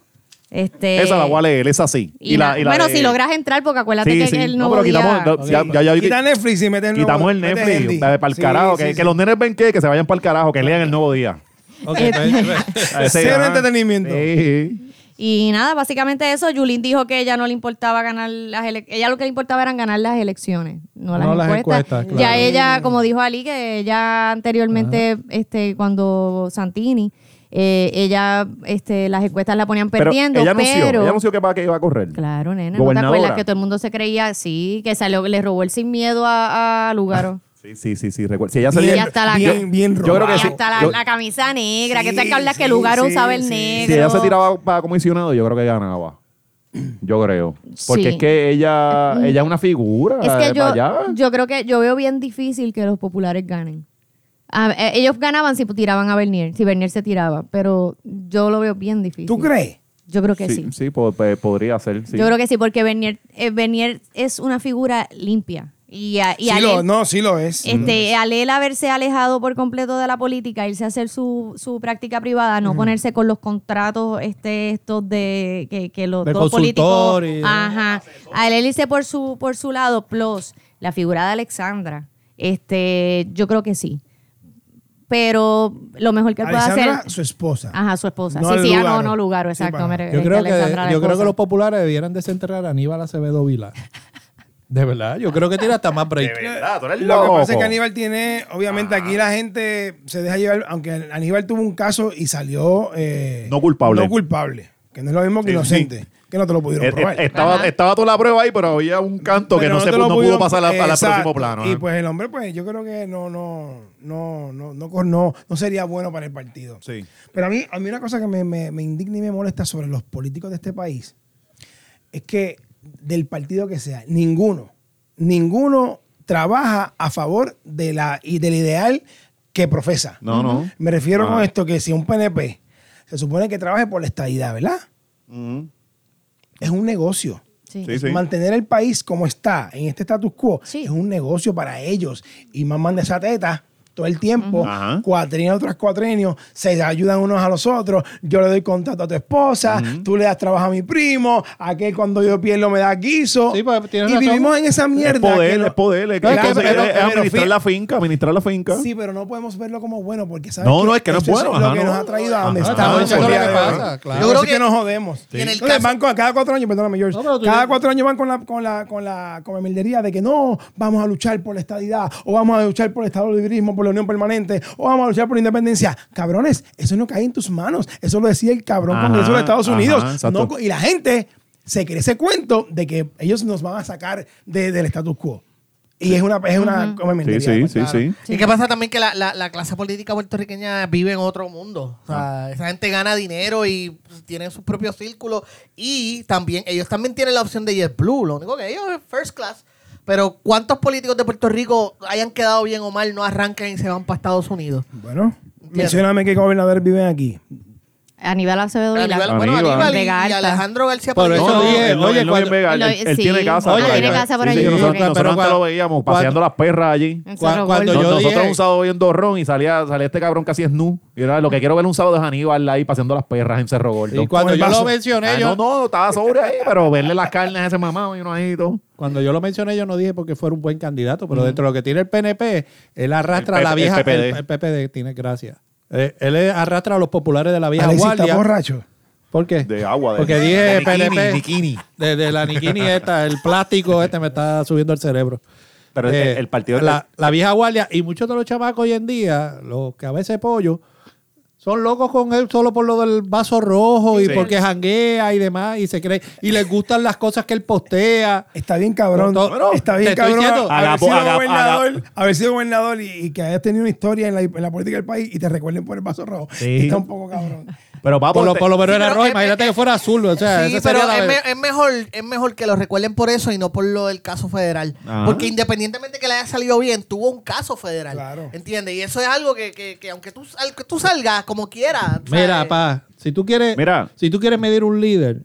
S3: Este,
S1: esa la voy a leer, esa sí.
S3: y na- bueno, si logras entrar, porque acuérdate
S1: Sí,
S3: que
S1: sí.
S3: el
S1: No,
S3: nuevo
S1: pero quitamos.
S3: día-
S1: no, ya- ya- ya-
S5: Quita Netflix y mete el nuevo-
S1: quitamos el
S5: mete Andy.
S1: Netflix, la de para el
S5: Sí,
S1: carajo.
S5: sí,
S1: que,
S5: sí.
S1: que los nenes ven que, que se vayan para el carajo, que lean el nuevo
S5: [laughs]
S1: día.
S4: Ok,
S3: [laughs]
S4: pues,
S1: A ese-
S5: Cero
S1: ah,
S5: entretenimiento.
S1: sí.
S3: Y nada, básicamente eso, Yulín dijo que ella no le importaba ganar las elecciones, ella lo que le importaba eran ganar las elecciones, no las
S4: No las
S3: encuestas.
S4: encuestas, claro.
S3: Ya ella, como dijo Ali, que ella anteriormente, este, cuando Santini, eh, ella, este, las encuestas la ponían
S1: Pero
S3: perdiendo,
S1: ella
S3: pero...
S1: anunció, ella anunció que, va, que iba a correr.
S3: Claro, nena, ¿no te
S1: Gobernadora.
S3: acuerdas que todo el mundo se creía así? Que salió, le robó el sin miedo a, a Lugaro.
S1: Sí, sí, sí, sí, recuerdo. Si ella se
S3: Y
S1: le-
S3: hasta la,
S5: bien, bien
S1: yo creo que
S3: y
S1: sí.
S3: hasta la,
S1: Yo-
S3: la camisa negra, que tú
S5: Sí,
S3: que hablas que
S5: sí,
S3: Lugaro
S5: sí,
S3: usaba el
S5: sí.
S3: negro.
S1: si ella se tiraba para comisionado, yo creo que ganaba. Yo creo. Porque
S3: Sí. Mm.
S1: es que ella, ella es una figura.
S3: Es
S1: eh,
S3: que yo,
S1: para allá.
S3: yo creo que yo veo bien difícil que los populares ganen. A- eh, ellos ganaban si tiraban a Bernier, si Bernier se tiraba, pero yo lo veo bien difícil.
S5: ¿Tú crees?
S3: Yo creo que sí.
S1: sí, po- pe- podría ser. Sí.
S3: Yo creo que sí, porque Bernier, eh, Bernier es una figura limpia. Y, a- y
S5: Sí
S3: al
S5: lo,
S3: él-
S5: no, sí lo es.
S3: este, al él haberse alejado por completo de la política, irse a hacer su, su práctica privada, no ponerse con los contratos este, estos de que, que los
S4: De
S3: todos los políticos.
S4: consultores.
S3: Ajá. Al él irse por su, por su lado, plus la figura de Alexandra, este, yo creo que sí. Pero lo mejor que él puede
S5: Alexandra,
S3: hacer.
S5: su esposa.
S3: Ajá, su esposa.
S5: No
S3: sí,
S5: al
S3: sí, ah, no,
S5: Lugaro.
S3: no, Lugaro,
S5: Sí,
S3: exacto.
S5: para-
S3: me
S4: yo
S3: referí a
S4: creo,
S3: Alexandra,
S4: que,
S3: la
S4: yo creo que
S3: esposa.
S4: los populares debieran desenterrar a Aníbal Acevedo Vila. De verdad, yo creo que tiene hasta
S1: [laughs]
S4: más break.
S1: Ah, tú eres
S5: Lo que pasa es
S1: loco.
S5: que Aníbal tiene, obviamente aquí la gente se deja llevar, aunque Aníbal tuvo un caso y salió... eh,
S1: No culpable.
S5: No culpable, que no es lo mismo que
S1: Sí,
S5: inocente, que no te lo pudieron
S1: Eh,
S5: probar.
S1: eh, estaba,
S3: Ajá.
S1: estaba toda la prueba ahí, pero había un canto que
S5: Pero
S1: no, se
S5: te
S1: pu-
S5: lo
S1: no pudo
S5: pudieron-
S1: pasar al- al
S5: Exacto.
S1: próximo plano.
S5: Y
S1: ¿eh?
S5: pues el hombre, pues yo creo que no, no, no, no, no, cor- no, no sería bueno para el partido.
S1: Sí.
S5: Pero a mí, a mí una cosa que me, me- me indigna y me molesta sobre los políticos de este país es que del partido que sea, ninguno, ninguno trabaja a favor de la, y del ideal que profesa.
S1: No, no.
S5: Me refiero con
S1: Ah.
S5: esto que si un PNP se supone que trabaje por la estadidad, ¿verdad?
S1: Mm.
S5: Es un negocio.
S3: Sí.
S1: Sí, sí.
S5: Mantener el país como está, en este status quo,
S3: Sí.
S5: es un negocio para ellos. Y maman de esa teta todo el tiempo,
S1: Ujú. Ajá.
S5: cuatrenio tras cuatrenio, se ayudan unos a los otros. Yo le doy contrato a tu esposa, tú le das trabajo a mi primo, aquel cuando yo pierdo me da guiso.
S4: Sí, pues,
S5: y
S4: tienes razón.
S5: vivimos en esa
S1: Es
S5: mierda. que
S1: poder,
S5: no-
S1: es poder. Es,
S5: No, es
S1: es-
S5: que-
S1: es-
S5: pero-
S1: es
S5: pero
S1: administrar
S5: fi-
S1: la finca, administrar la finca.
S5: Sí, pero no podemos verlo como bueno porque sabes
S1: No, no, es que no es
S5: eso
S1: bueno,
S5: lo
S1: ajá,
S5: que
S1: no.
S5: nos ha traído a donde
S1: Ajá,
S5: estamos.
S1: no, eso es lo
S5: el día
S1: que
S5: de hoy.
S4: pasa, claro.
S2: Yo
S5: Yo creo
S2: creo que-
S5: que, nos jodemos.
S2: en el
S5: Entonces,
S2: caso-
S5: van con- cada cuatro años, perdóname, George,
S4: No, pero tú-
S5: cada cuatro años van con la, con la, con la, con la mildería de que no, vamos a luchar por la estadidad, o vamos a luchar por el estado de liberalismo, por la unión permanente, o vamos a luchar por la independencia. Cabrones, eso no cae en tus manos. Eso lo decía el cabrón
S1: Ajá,
S5: Congreso de Estados
S1: ajá,
S5: Unidos.
S1: exacto.
S5: No co- y la gente se cree ese cuento de que ellos nos van a sacar de- del status quo. Y es una, es una come
S1: Sí,
S5: mildería,
S1: sí,
S5: pues,
S1: sí,
S5: claro.
S1: sí.
S2: ¿Y qué pasa también que la, la- la clase política puertorriqueña vive en otro mundo? O
S1: Ah.
S2: sea, esa gente gana dinero y pues, tienen sus propios círculos y también ellos también tienen la opción de JetBlue, lo único que ellos es first class. Pero ¿cuántos políticos de Puerto Rico hayan quedado bien o mal, no arrancan y se van para Estados Unidos?
S5: Bueno, mencioname qué gobernadores viven aquí.
S3: Aníbal Acevedo Vila.
S2: Aníbal- bueno,
S1: Aníbal.
S2: Aníbal y, y
S3: Vegalta.
S2: Alejandro García
S4: Por
S2: Padilla.
S4: eso
S1: No, no,
S4: dije,
S1: él no-
S4: oye,
S1: él no
S4: cuando-
S1: vive en Vega,
S3: Lo-
S1: él- él
S3: sí,
S1: tiene casa.
S3: oye,
S1: por
S3: tiene
S1: allá.
S3: casa por
S1: Sí, sí,
S3: allí,
S1: Nosotros,
S3: ok.
S1: nosotros
S4: Pero
S1: antes
S4: cuando-
S1: lo veíamos
S4: cuando-
S1: paseando las perras allí.
S3: En
S4: Cua-
S3: Cerro
S4: cuando
S3: Gordo.
S4: yo
S1: Nos- nosotros
S4: dije-
S1: un sábado viendo ron y salía, salía este cabrón casi es nu. Y era lo que quiero ver un sábado es Aníbal ahí paseando las perras en Cerro Gordo.
S4: Y cuando
S5: Con el
S4: yo
S5: vaso.
S4: lo mencioné,
S1: Ah,
S4: yo,
S1: no, no, estaba sobre ahí, pero verle las carnes a ese mamado y uno ahí y todo.
S4: Cuando yo lo mencioné, yo no dije porque fuera un buen candidato, pero dentro de lo que tiene el PNP, él arrastra
S1: El
S4: a la
S1: PP, el
S4: vieja. El
S1: PPD.
S4: el PPD, tiene gracia. Eh, él arrastra a los populares de la vieja
S5: Alexis, ¿estás
S4: guardia.
S5: borracho?
S4: ¿Por qué?
S1: De agua, de-
S4: Porque dije
S1: de nikini,
S4: PNP.
S1: nikini.
S4: De, de la nikini esta, el plástico este me está subiendo el cerebro. Eh,
S1: Pero el- el partido-
S4: La, la vieja guardia y muchos de los chamacos hoy en día, los que a veces pollo, son locos con él solo por lo del vaso rojo y
S1: Sí.
S4: porque janguea y demás y se cree. Y les gustan las cosas que él postea.
S5: Está bien cabrón.
S4: No, no, no,
S5: está
S4: te
S5: bien
S4: estoy
S5: cabrón.
S4: diciendo.
S5: haber,
S1: Haga-
S5: sido
S1: haga-
S5: gobernador, haber sido gobernador y, y que hayas tenido una historia en la, en la política del país y te recuerden por el vaso rojo.
S1: Sí. [laughs]
S5: Está un poco cabrón.
S1: Pero eh, papo,
S4: por lo,
S1: te-
S4: por lo menos
S2: Sí,
S4: era
S2: pero
S4: rojo,
S2: es-
S4: imagínate que fuera azul. O sea,
S2: sí,
S4: esa
S2: pero
S4: sería la
S2: es,
S4: vez.
S2: me- es mejor, es mejor que lo recuerden por eso y no por lo del caso federal.
S4: Ah.
S1: Ajá.
S2: Porque independientemente que le haya salido bien, tuvo un caso federal.
S5: Claro.
S2: ¿Entiendes? Y eso es algo que, que- que aunque tú, al que tú salgas como quieras.
S4: Mira,
S2: ¿sabes?
S4: pa, si tú quieres,
S1: Mira.
S4: si tú quieres medir un líder,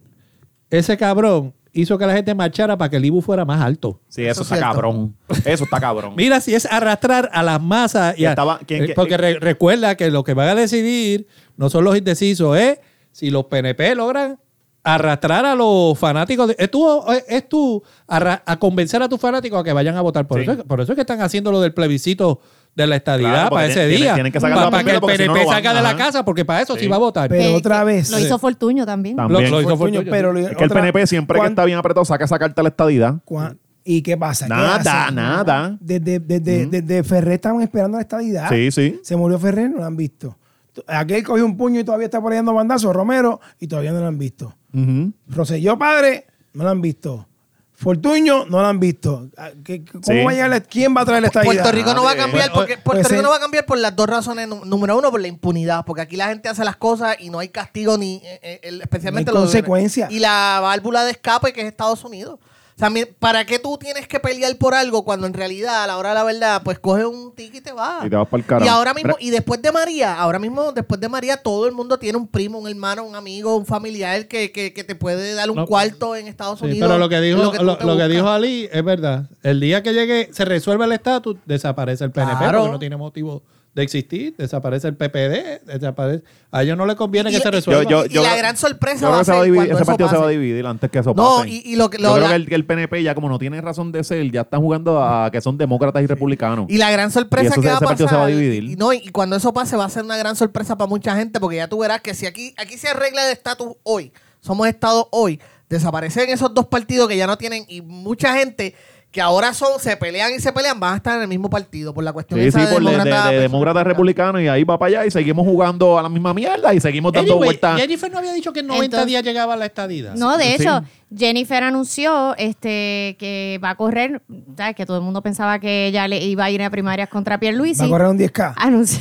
S4: ese cabrón hizo que la gente marchara para que el Ibu fuera más alto.
S1: Sí, eso,
S2: Eso es
S1: está
S2: cierto.
S1: cabrón. Eso está cabrón.
S4: Mira, si es arrastrar a las masas y a-
S1: Estaba- ¿quién-
S4: eh,
S1: quién-
S4: porque re- recuerda que lo que van a decidir no son los indecisos, es si los PNP logran arrastrar a los fanáticos. de- es tú, es tú arra- a convencer a tus fanáticos a que vayan a votar. Por,
S1: Sí.
S4: eso, es que- por eso es que están haciendo lo del plebiscito de la estadidad
S1: Claro, porque
S4: para ese
S1: tienen-
S4: día.
S1: tienen que sacar
S4: Pa-
S1: la
S4: para que
S1: papeleta,
S4: el
S1: porque si no,
S4: PNP
S1: no van.
S4: salga de la
S1: Ajá.
S4: casa, porque para eso sí,
S1: Sí.
S4: va a votar.
S5: Pero otra vez.
S3: Lo hizo Fortuño también.
S1: Tam-
S4: Lo-
S1: Bien.
S4: lo hizo
S5: Fortuño,
S4: Fortuño,
S5: pero
S4: sí.
S5: lo-
S1: es que el
S5: otra-
S1: PNP siempre que
S5: cuan-
S1: está bien apretado saca esa carta a la estadidad.
S5: cuan- ¿Y qué pasa? ¿Qué
S1: Nada,
S5: hacen?
S1: nada.
S5: Desde, desde, desde Ferrer estaban esperando la estadidad.
S1: Sí, sí.
S5: Se murió Ferrer, no lo han visto. Aquel cogió un puño y todavía está por ahí dando bandazos. Romero, y todavía no lo han visto.
S1: Ujú.
S5: Roselló Padre, no lo han visto. Fortuño, no lo han visto. Ah, ¿qué- qué- ¿Cómo
S1: Sí.
S5: va a llegar la- ¿Quién va a traer la estadidad?
S2: Puerto Rico no va a
S1: Madre.
S2: cambiar porque Puerto
S5: Pues,
S2: Rico
S5: eh.
S2: no va a cambiar por las dos razones. Nú- Número uno, por la impunidad, porque aquí la gente hace las cosas y no hay castigo ni eh, eh, el- especialmente
S5: No hay
S2: los-
S5: consecuencia.
S2: Y la válvula de escape que es Estados Unidos. O sea, mi- ¿para qué tú tienes que pelear por algo cuando en realidad a la hora de la verdad, pues coge un ticket y te vas?
S1: Y te vas pa'l carajo.
S2: Y ahora mismo,
S1: Mira.
S2: y después de María, ahora mismo, después de María, todo el mundo tiene un primo, un hermano, un amigo, un familiar que, que- que te puede dar un
S4: No.
S2: cuarto en Estados
S4: Sí,
S2: Unidos.
S4: pero lo que dijo,
S2: tú
S4: lo,
S2: te
S4: lo que
S2: buscas.
S4: dijo Ali es verdad. El día que llegue, se resuelve el estatus, desaparece el PNP,
S2: Claro.
S4: porque no tiene motivo de existir, desaparece el PPD, desaparece. A ellos no les conviene que
S2: Y-
S4: se
S2: y-
S4: resuelva.
S2: yo- y la gran sorpresa
S1: yo creo
S2: va
S1: que
S2: a
S1: se
S2: ser
S1: dividir-
S2: cuando
S1: ese
S2: eso
S1: partido se va a
S2: pase.
S1: dividir antes que eso
S2: No,
S1: pase.
S2: y- y lo que- lo-
S1: yo creo
S2: la-
S1: que el, que el PNP ya como no tiene razón de ser, ya están jugando a que son demócratas y republicanos.
S2: Y la gran
S1: Y
S2: sorpresa
S1: eso se-
S2: que va a
S1: ese
S2: pasar.
S1: partido se va a dividir.
S2: Y, no, y cuando eso pase va a ser una gran sorpresa para mucha gente porque ya tú verás que si aquí, aquí se arregla el estatus hoy, somos estados hoy, desaparecen esos dos partidos que ya no tienen y mucha gente que ahora son, se pelean y se pelean, van a estar en el mismo partido por la cuestión
S1: Sí, sí,
S2: esa
S1: por de, de,
S2: demócrata- pues.
S1: de demócrata republicano y ahí va para allá y seguimos jugando a la misma mierda y seguimos dando
S4: Anyway,
S1: vueltas. [laughs]
S4: Jennifer no había dicho que en 90
S3: Entonces-
S4: días llegaba la estadidad.
S3: No, de
S1: Sí.
S3: hecho, Jennifer anunció este que va a correr, ¿sabes? Que todo el mundo pensaba que ella le iba a ir a primarias contra
S5: Va a
S3: Pierluisi.
S5: correr un 10K. [laughs]
S3: Anunció.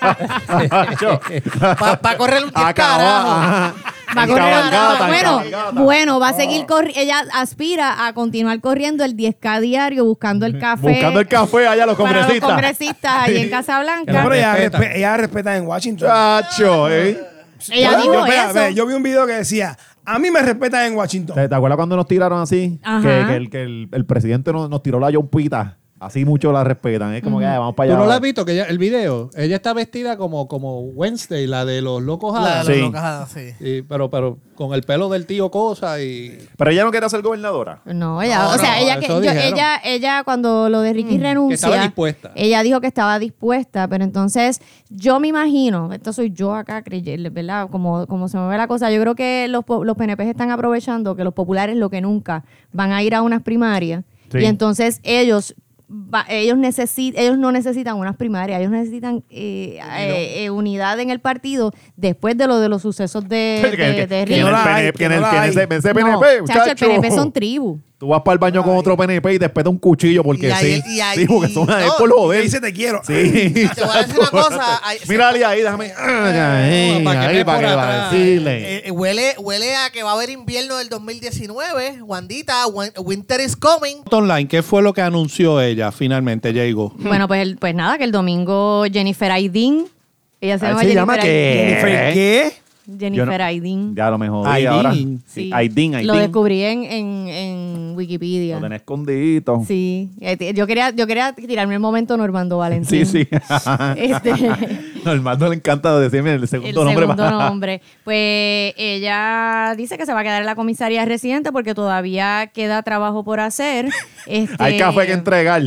S1: Ah, Yo-
S2: Pa- pa' correr un
S1: Acabó,
S2: carajo.
S1: ajá.
S3: Va a correr a-
S1: Cabalgata,
S3: bueno,
S1: cabalgata.
S3: bueno,
S5: Oh.
S3: va a seguir corriendo. Ella aspira a continuar corriendo el 10K diario, buscando el café.
S1: Buscando el café allá los
S3: para los
S1: congresistas.
S3: congresistas allí
S1: [laughs]
S5: No,
S3: en
S5: pero
S3: Casablanca.
S5: ella
S4: respetan.
S5: respe- ella respeta en Washington.
S1: Chacho, ¿eh?
S3: Ah, Ella
S5: Yo- yo,
S3: dijo
S5: espera, espera,
S3: eso.
S5: yo vi un video que decía, a mí me respetan en Washington.
S1: ¿Te, te acuerdas cuando nos tiraron así?
S3: Ajá.
S1: Que, que el, que el, el presidente nos, nos tiró la yompita. Así mucho la respetan. Es como que "Ay, vamos para
S4: Tú
S1: allá.
S4: no la has visto, que ella- el video. Ella está vestida como, como Wednesday, la de los locos
S2: Ah, La- la-
S4: Adams.
S1: Sí.
S2: la cajada, sí.
S4: Y- pero, pero con el pelo del tío Cosa y.
S1: Pero ella no quería ser gobernadora.
S3: No, ella,
S4: No,
S3: o sea,
S4: no,
S3: ella, que,
S4: eso
S3: yo-
S4: dijeron. Mm,
S3: ella, ella cuando lo de Ricky
S4: que
S3: renuncia,
S4: estaba dispuesta.
S3: ella dijo que estaba dispuesta, pero entonces yo me imagino, esto soy yo acá, creyendo, ¿verdad? Como, como se me ve la cosa, yo creo que los, po- los PNP están aprovechando que los populares lo que nunca van a ir a unas primarias
S1: Sí.
S3: y entonces ellos... va- ellos, necesi- ellos no necesitan unas primarias, ellos necesitan eh, eh, eh, unidad en el partido después de lo de los sucesos de,
S1: [laughs] Que- que-
S3: de- de
S1: que en
S3: Ricky.
S5: no
S1: el
S5: la
S1: PNP,
S5: hay, que
S1: que en
S5: no
S1: el-
S5: la
S1: que en
S5: hay.
S1: ese- en ese
S3: No,
S1: PNP,
S3: chacho, el
S1: chacho.
S3: PNP son tribus.
S1: Tú vas para el baño con otro PNP y te espeta un cuchillo porque
S2: Y ahí-
S1: sí.
S2: y ahí-
S1: sí, porque son
S2: no,
S1: es por
S5: Te
S1: joder.
S5: dice te quiero.
S1: Sí.
S2: Te
S1: [laughs]
S2: voy a decir una cosa, hay-
S1: Mira Ali ahí,
S2: [laughs]
S1: déjame. Ay,
S4: para que
S1: ahí,
S4: vea
S1: para
S4: por
S1: que va a
S4: atrás.
S1: decirle.
S2: Eh, eh, huele, huele a que va a haber invierno del 2019, Juandita, win- winter is coming.
S4: Online, ¿qué fue lo que anunció ella finalmente, Diego?
S3: [laughs] Bueno, pues, el- pues nada, que el domingo Jennifer Aydin. Ella se
S1: Ahí
S3: llama
S1: Ah, se
S3: Jennifer
S1: llama
S3: Aydin.
S1: Eh.
S5: Jennifer, ¿qué?
S3: Jennifer
S1: Yo no-
S2: eh,
S3: Aydin.
S1: Ya lo mejor.
S4: Aidín.
S1: ahora.
S3: Sí.
S1: Aidín,
S3: Lo
S1: Aidín.
S3: descubrí en, en, en Wikipedia.
S1: Lo tenés escondidito.
S3: Sí. Eh, Yo quería, yo quería tirarme el momento Normando
S1: Sí,
S3: Valentín.
S1: sí.
S3: [laughs] Este,
S1: No, el mando le encanta decirme [laughs] el
S3: el
S1: segundo nombre.
S3: segundo
S1: más.
S3: nombre. Pues ella dice que se va a quedar en la comisaría residente porque todavía queda trabajo por
S1: [laughs]
S3: hacer. Este,
S1: [laughs] Hay café que entregar.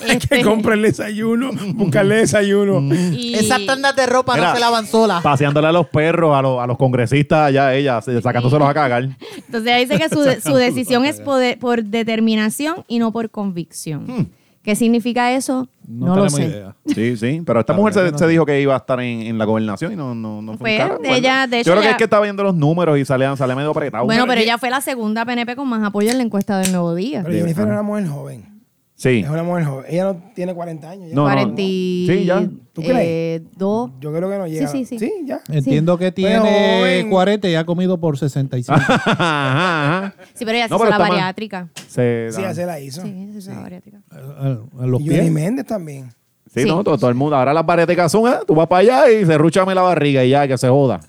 S5: Hay que
S3: este,
S5: comprarle desayuno, buscarle desayuno.
S3: y-
S2: Esas tandas de ropa
S1: Mira,
S2: no se lavan
S3: Ah.
S2: solas.
S1: Paseándole a los perros, a, los- a los congresistas allá, ella, se- sacándoselos a cagar.
S3: Entonces ella dice que su, de- su decisión es poder- por determinación y no por convicción.
S1: Hmm.
S3: ¿Qué significa eso? No, lo
S4: tenemos
S3: sé.
S4: idea.
S1: Sí, sí. Pero esta
S4: La
S1: mujer
S4: verdad
S1: se,
S4: que no.
S1: se dijo que iba a estar en, en la gobernación y no, no, no fue
S3: Pues,
S1: un carajo, ¿verdad?
S3: ella, de hecho,
S1: Yo creo que
S3: ya-
S1: es que estaba viendo los números y sale, sale medio apretado.
S3: Bueno, pero ella fue la segunda PNP con más apoyo en la encuesta del Nuevo Día.
S5: Pero Jennifer era una mujer joven.
S1: Mm. Sí.
S5: Es una mujer joven. Ella no tiene 40 años. ya.
S1: No, no.
S3: 40 y-
S1: Sí, ya.
S5: ¿Tú crees?
S3: eh, dos.
S5: Yo creo que no llega.
S3: Sí, sí, sí.
S5: ya.
S4: Entiendo que tiene
S5: joven.
S4: 40 y ha comido por 65.
S1: [laughs]
S5: Ah.
S1: Ajá, ajá.
S3: Sí, pero ella se
S1: No,
S3: hizo
S1: pero
S3: la
S1: está mal.
S3: bariátrica.
S1: Se,
S5: Sí, ya se la hizo.
S3: Sí, ella se hizo la bariátrica.
S4: A- a- a los
S5: Y Johnny
S4: pies.
S5: Méndez también.
S1: Sí,
S3: Sí.
S1: no, todo, todo el mundo. Ahora las baretecas son, ah, tú vas para allá y cerrúchame la barriga y ya, que se joda.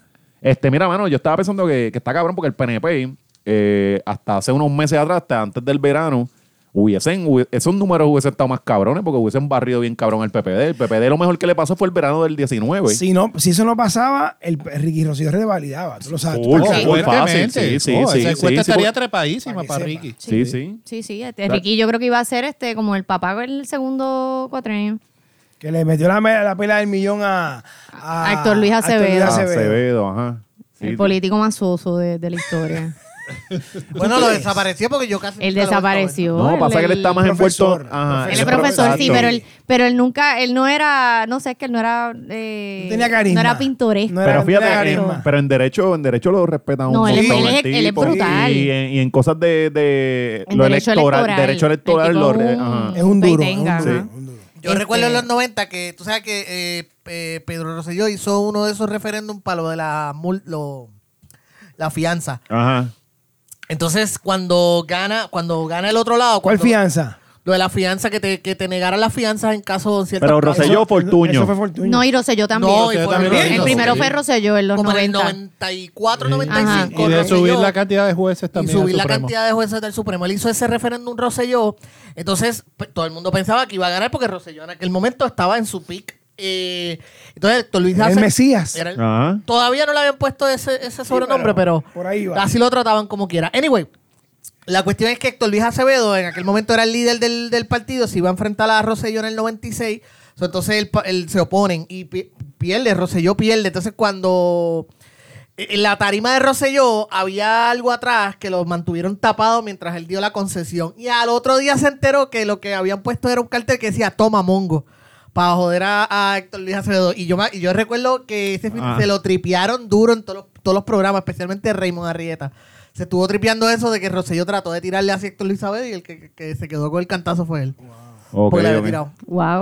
S1: Este, mira, mano, yo estaba pensando que, que está cabrón porque el PNP, eh, hasta hace unos meses atrás, hasta antes del verano, hubiesen, hubi- esos números hubiesen estado más cabrones porque hubiesen barrido bien cabrón el PPD. El PPD lo mejor que le pasó fue el verano del 19.
S5: Si, no, si eso no pasaba, el Ricky Rosselló revalidaba. Tú lo sabes. tú
S1: Full,
S5: lo
S1: full.
S5: sabes.
S1: muy fácil, sí, sí,
S4: Oh,
S1: sí,
S4: esa
S1: sí,
S4: encuesta
S1: sí,
S4: estaría
S1: por-
S4: trepadísima
S5: para que
S4: para
S5: sepa.
S4: Ricky.
S1: Sí, sí.
S3: Sí, sí. Este, Ricky yo creo que iba a ser este, como el papá el segundo cuatrenio.
S5: Que le metió la, me- la pela del millón a,
S3: A Héctor Luis Acevedo.
S1: Ah,
S5: Acevedo.
S1: Acevedo, ajá. Sí,
S3: el político más soso de, de la historia.
S2: Pues Bueno, lo desapareció porque yo casi. nunca
S3: él
S2: lo pues, veo
S3: desapareció.
S1: No,
S3: el-
S1: pasa que él
S3: el-
S1: está más
S5: profesor.
S1: envuelto. Ajá,
S3: Él
S5: Él
S3: es
S5: es
S3: profesor, sí,
S5: profesor.
S3: pero él, pero él nunca, él no era, no sé, es que él no era, eh,
S5: No tenía carisma.
S3: no era pintoresco.
S5: No era-
S1: Pero fíjate,
S5: era
S1: en-
S5: carisma.
S1: pero en derecho, en derecho lo respetan
S3: No,
S1: un
S3: él
S5: es-
S1: montón,
S5: él
S3: es-
S1: el
S3: él es
S1: tipo.
S3: brutal.
S1: Y en, y en cosas de, de
S3: En
S1: lo
S3: derecho
S1: electoral,
S3: electoral,
S1: derecho electoral
S3: el
S1: lo
S3: tipo
S1: re-
S3: un-
S1: ajá.
S5: Es un
S3: Tú y
S5: duro. es un
S3: tenga,
S5: duro,
S3: ajá.
S5: es un duro.
S2: Yo
S3: Este-
S2: recuerdo en los 90 que tú sabes que eh, eh, Pedro Rosselló hizo uno de esos referéndum para lo de la, mul- lo- la fianza.
S1: Ajá.
S2: Entonces, cuando gana, cuando gana el otro lado,
S5: ¿Cuál
S2: cuando-
S5: fianza?
S2: Lo de la fianza, que te, que te negaran las fianzas en caso de ciertas
S1: Pero
S2: causas.
S1: Rosselló
S5: Eso-
S1: Fortuño.
S5: Eso fue Fortuño.
S3: No, y Rosselló también.
S2: No, y
S4: Rosselló
S2: por-
S4: también.
S3: el
S4: no,
S3: primero
S4: sí.
S3: fue Rosselló en los
S2: como en el
S3: 90.
S2: 94,
S3: Ajá.
S2: 95.
S4: Y de subir
S2: Rosselló-
S4: la cantidad de jueces
S2: y
S4: también. al
S2: subir la
S4: Supremo.
S2: cantidad de jueces del Supremo. Él hizo ese referéndum Rosselló. Entonces, pe- todo el mundo pensaba que iba a ganar porque Rosselló en aquel momento estaba en su pick. Eh, entonces, Héctor Luis
S5: Era el
S2: Ace-
S5: Mesías.
S2: era el-
S1: Ajá.
S2: Todavía no le habían puesto ese, ese sobrenombre, pero,
S5: pero por ahí va.
S2: así lo trataban como quiera. Anyway, la cuestión es que Héctor Luis Acevedo en aquel momento era el líder del, del partido, se iba a enfrentar a Rosselló en el 96, so, entonces el pa- el- se oponen y pi- pierde, Rosselló pierde. Entonces cuando en la tarima de Rosselló había algo atrás que lo mantuvieron tapado mientras él dio la concesión y al otro día se enteró que lo que habían puesto era un cartel que decía toma mongo. Para joder a, a Héctor Luis Acevedo. Y yo, me- y yo recuerdo que ese fin
S1: Ah.
S2: se lo tripearon duro en todos los, todos los programas, especialmente Raymond Arrieta. Se estuvo tripeando eso de que Rosselló trató de tirarle a Héctor Luis Acevedo y el que, que se quedó con el cantazo fue él.
S1: Ok,
S2: Porque le había
S1: ok.
S2: tirado.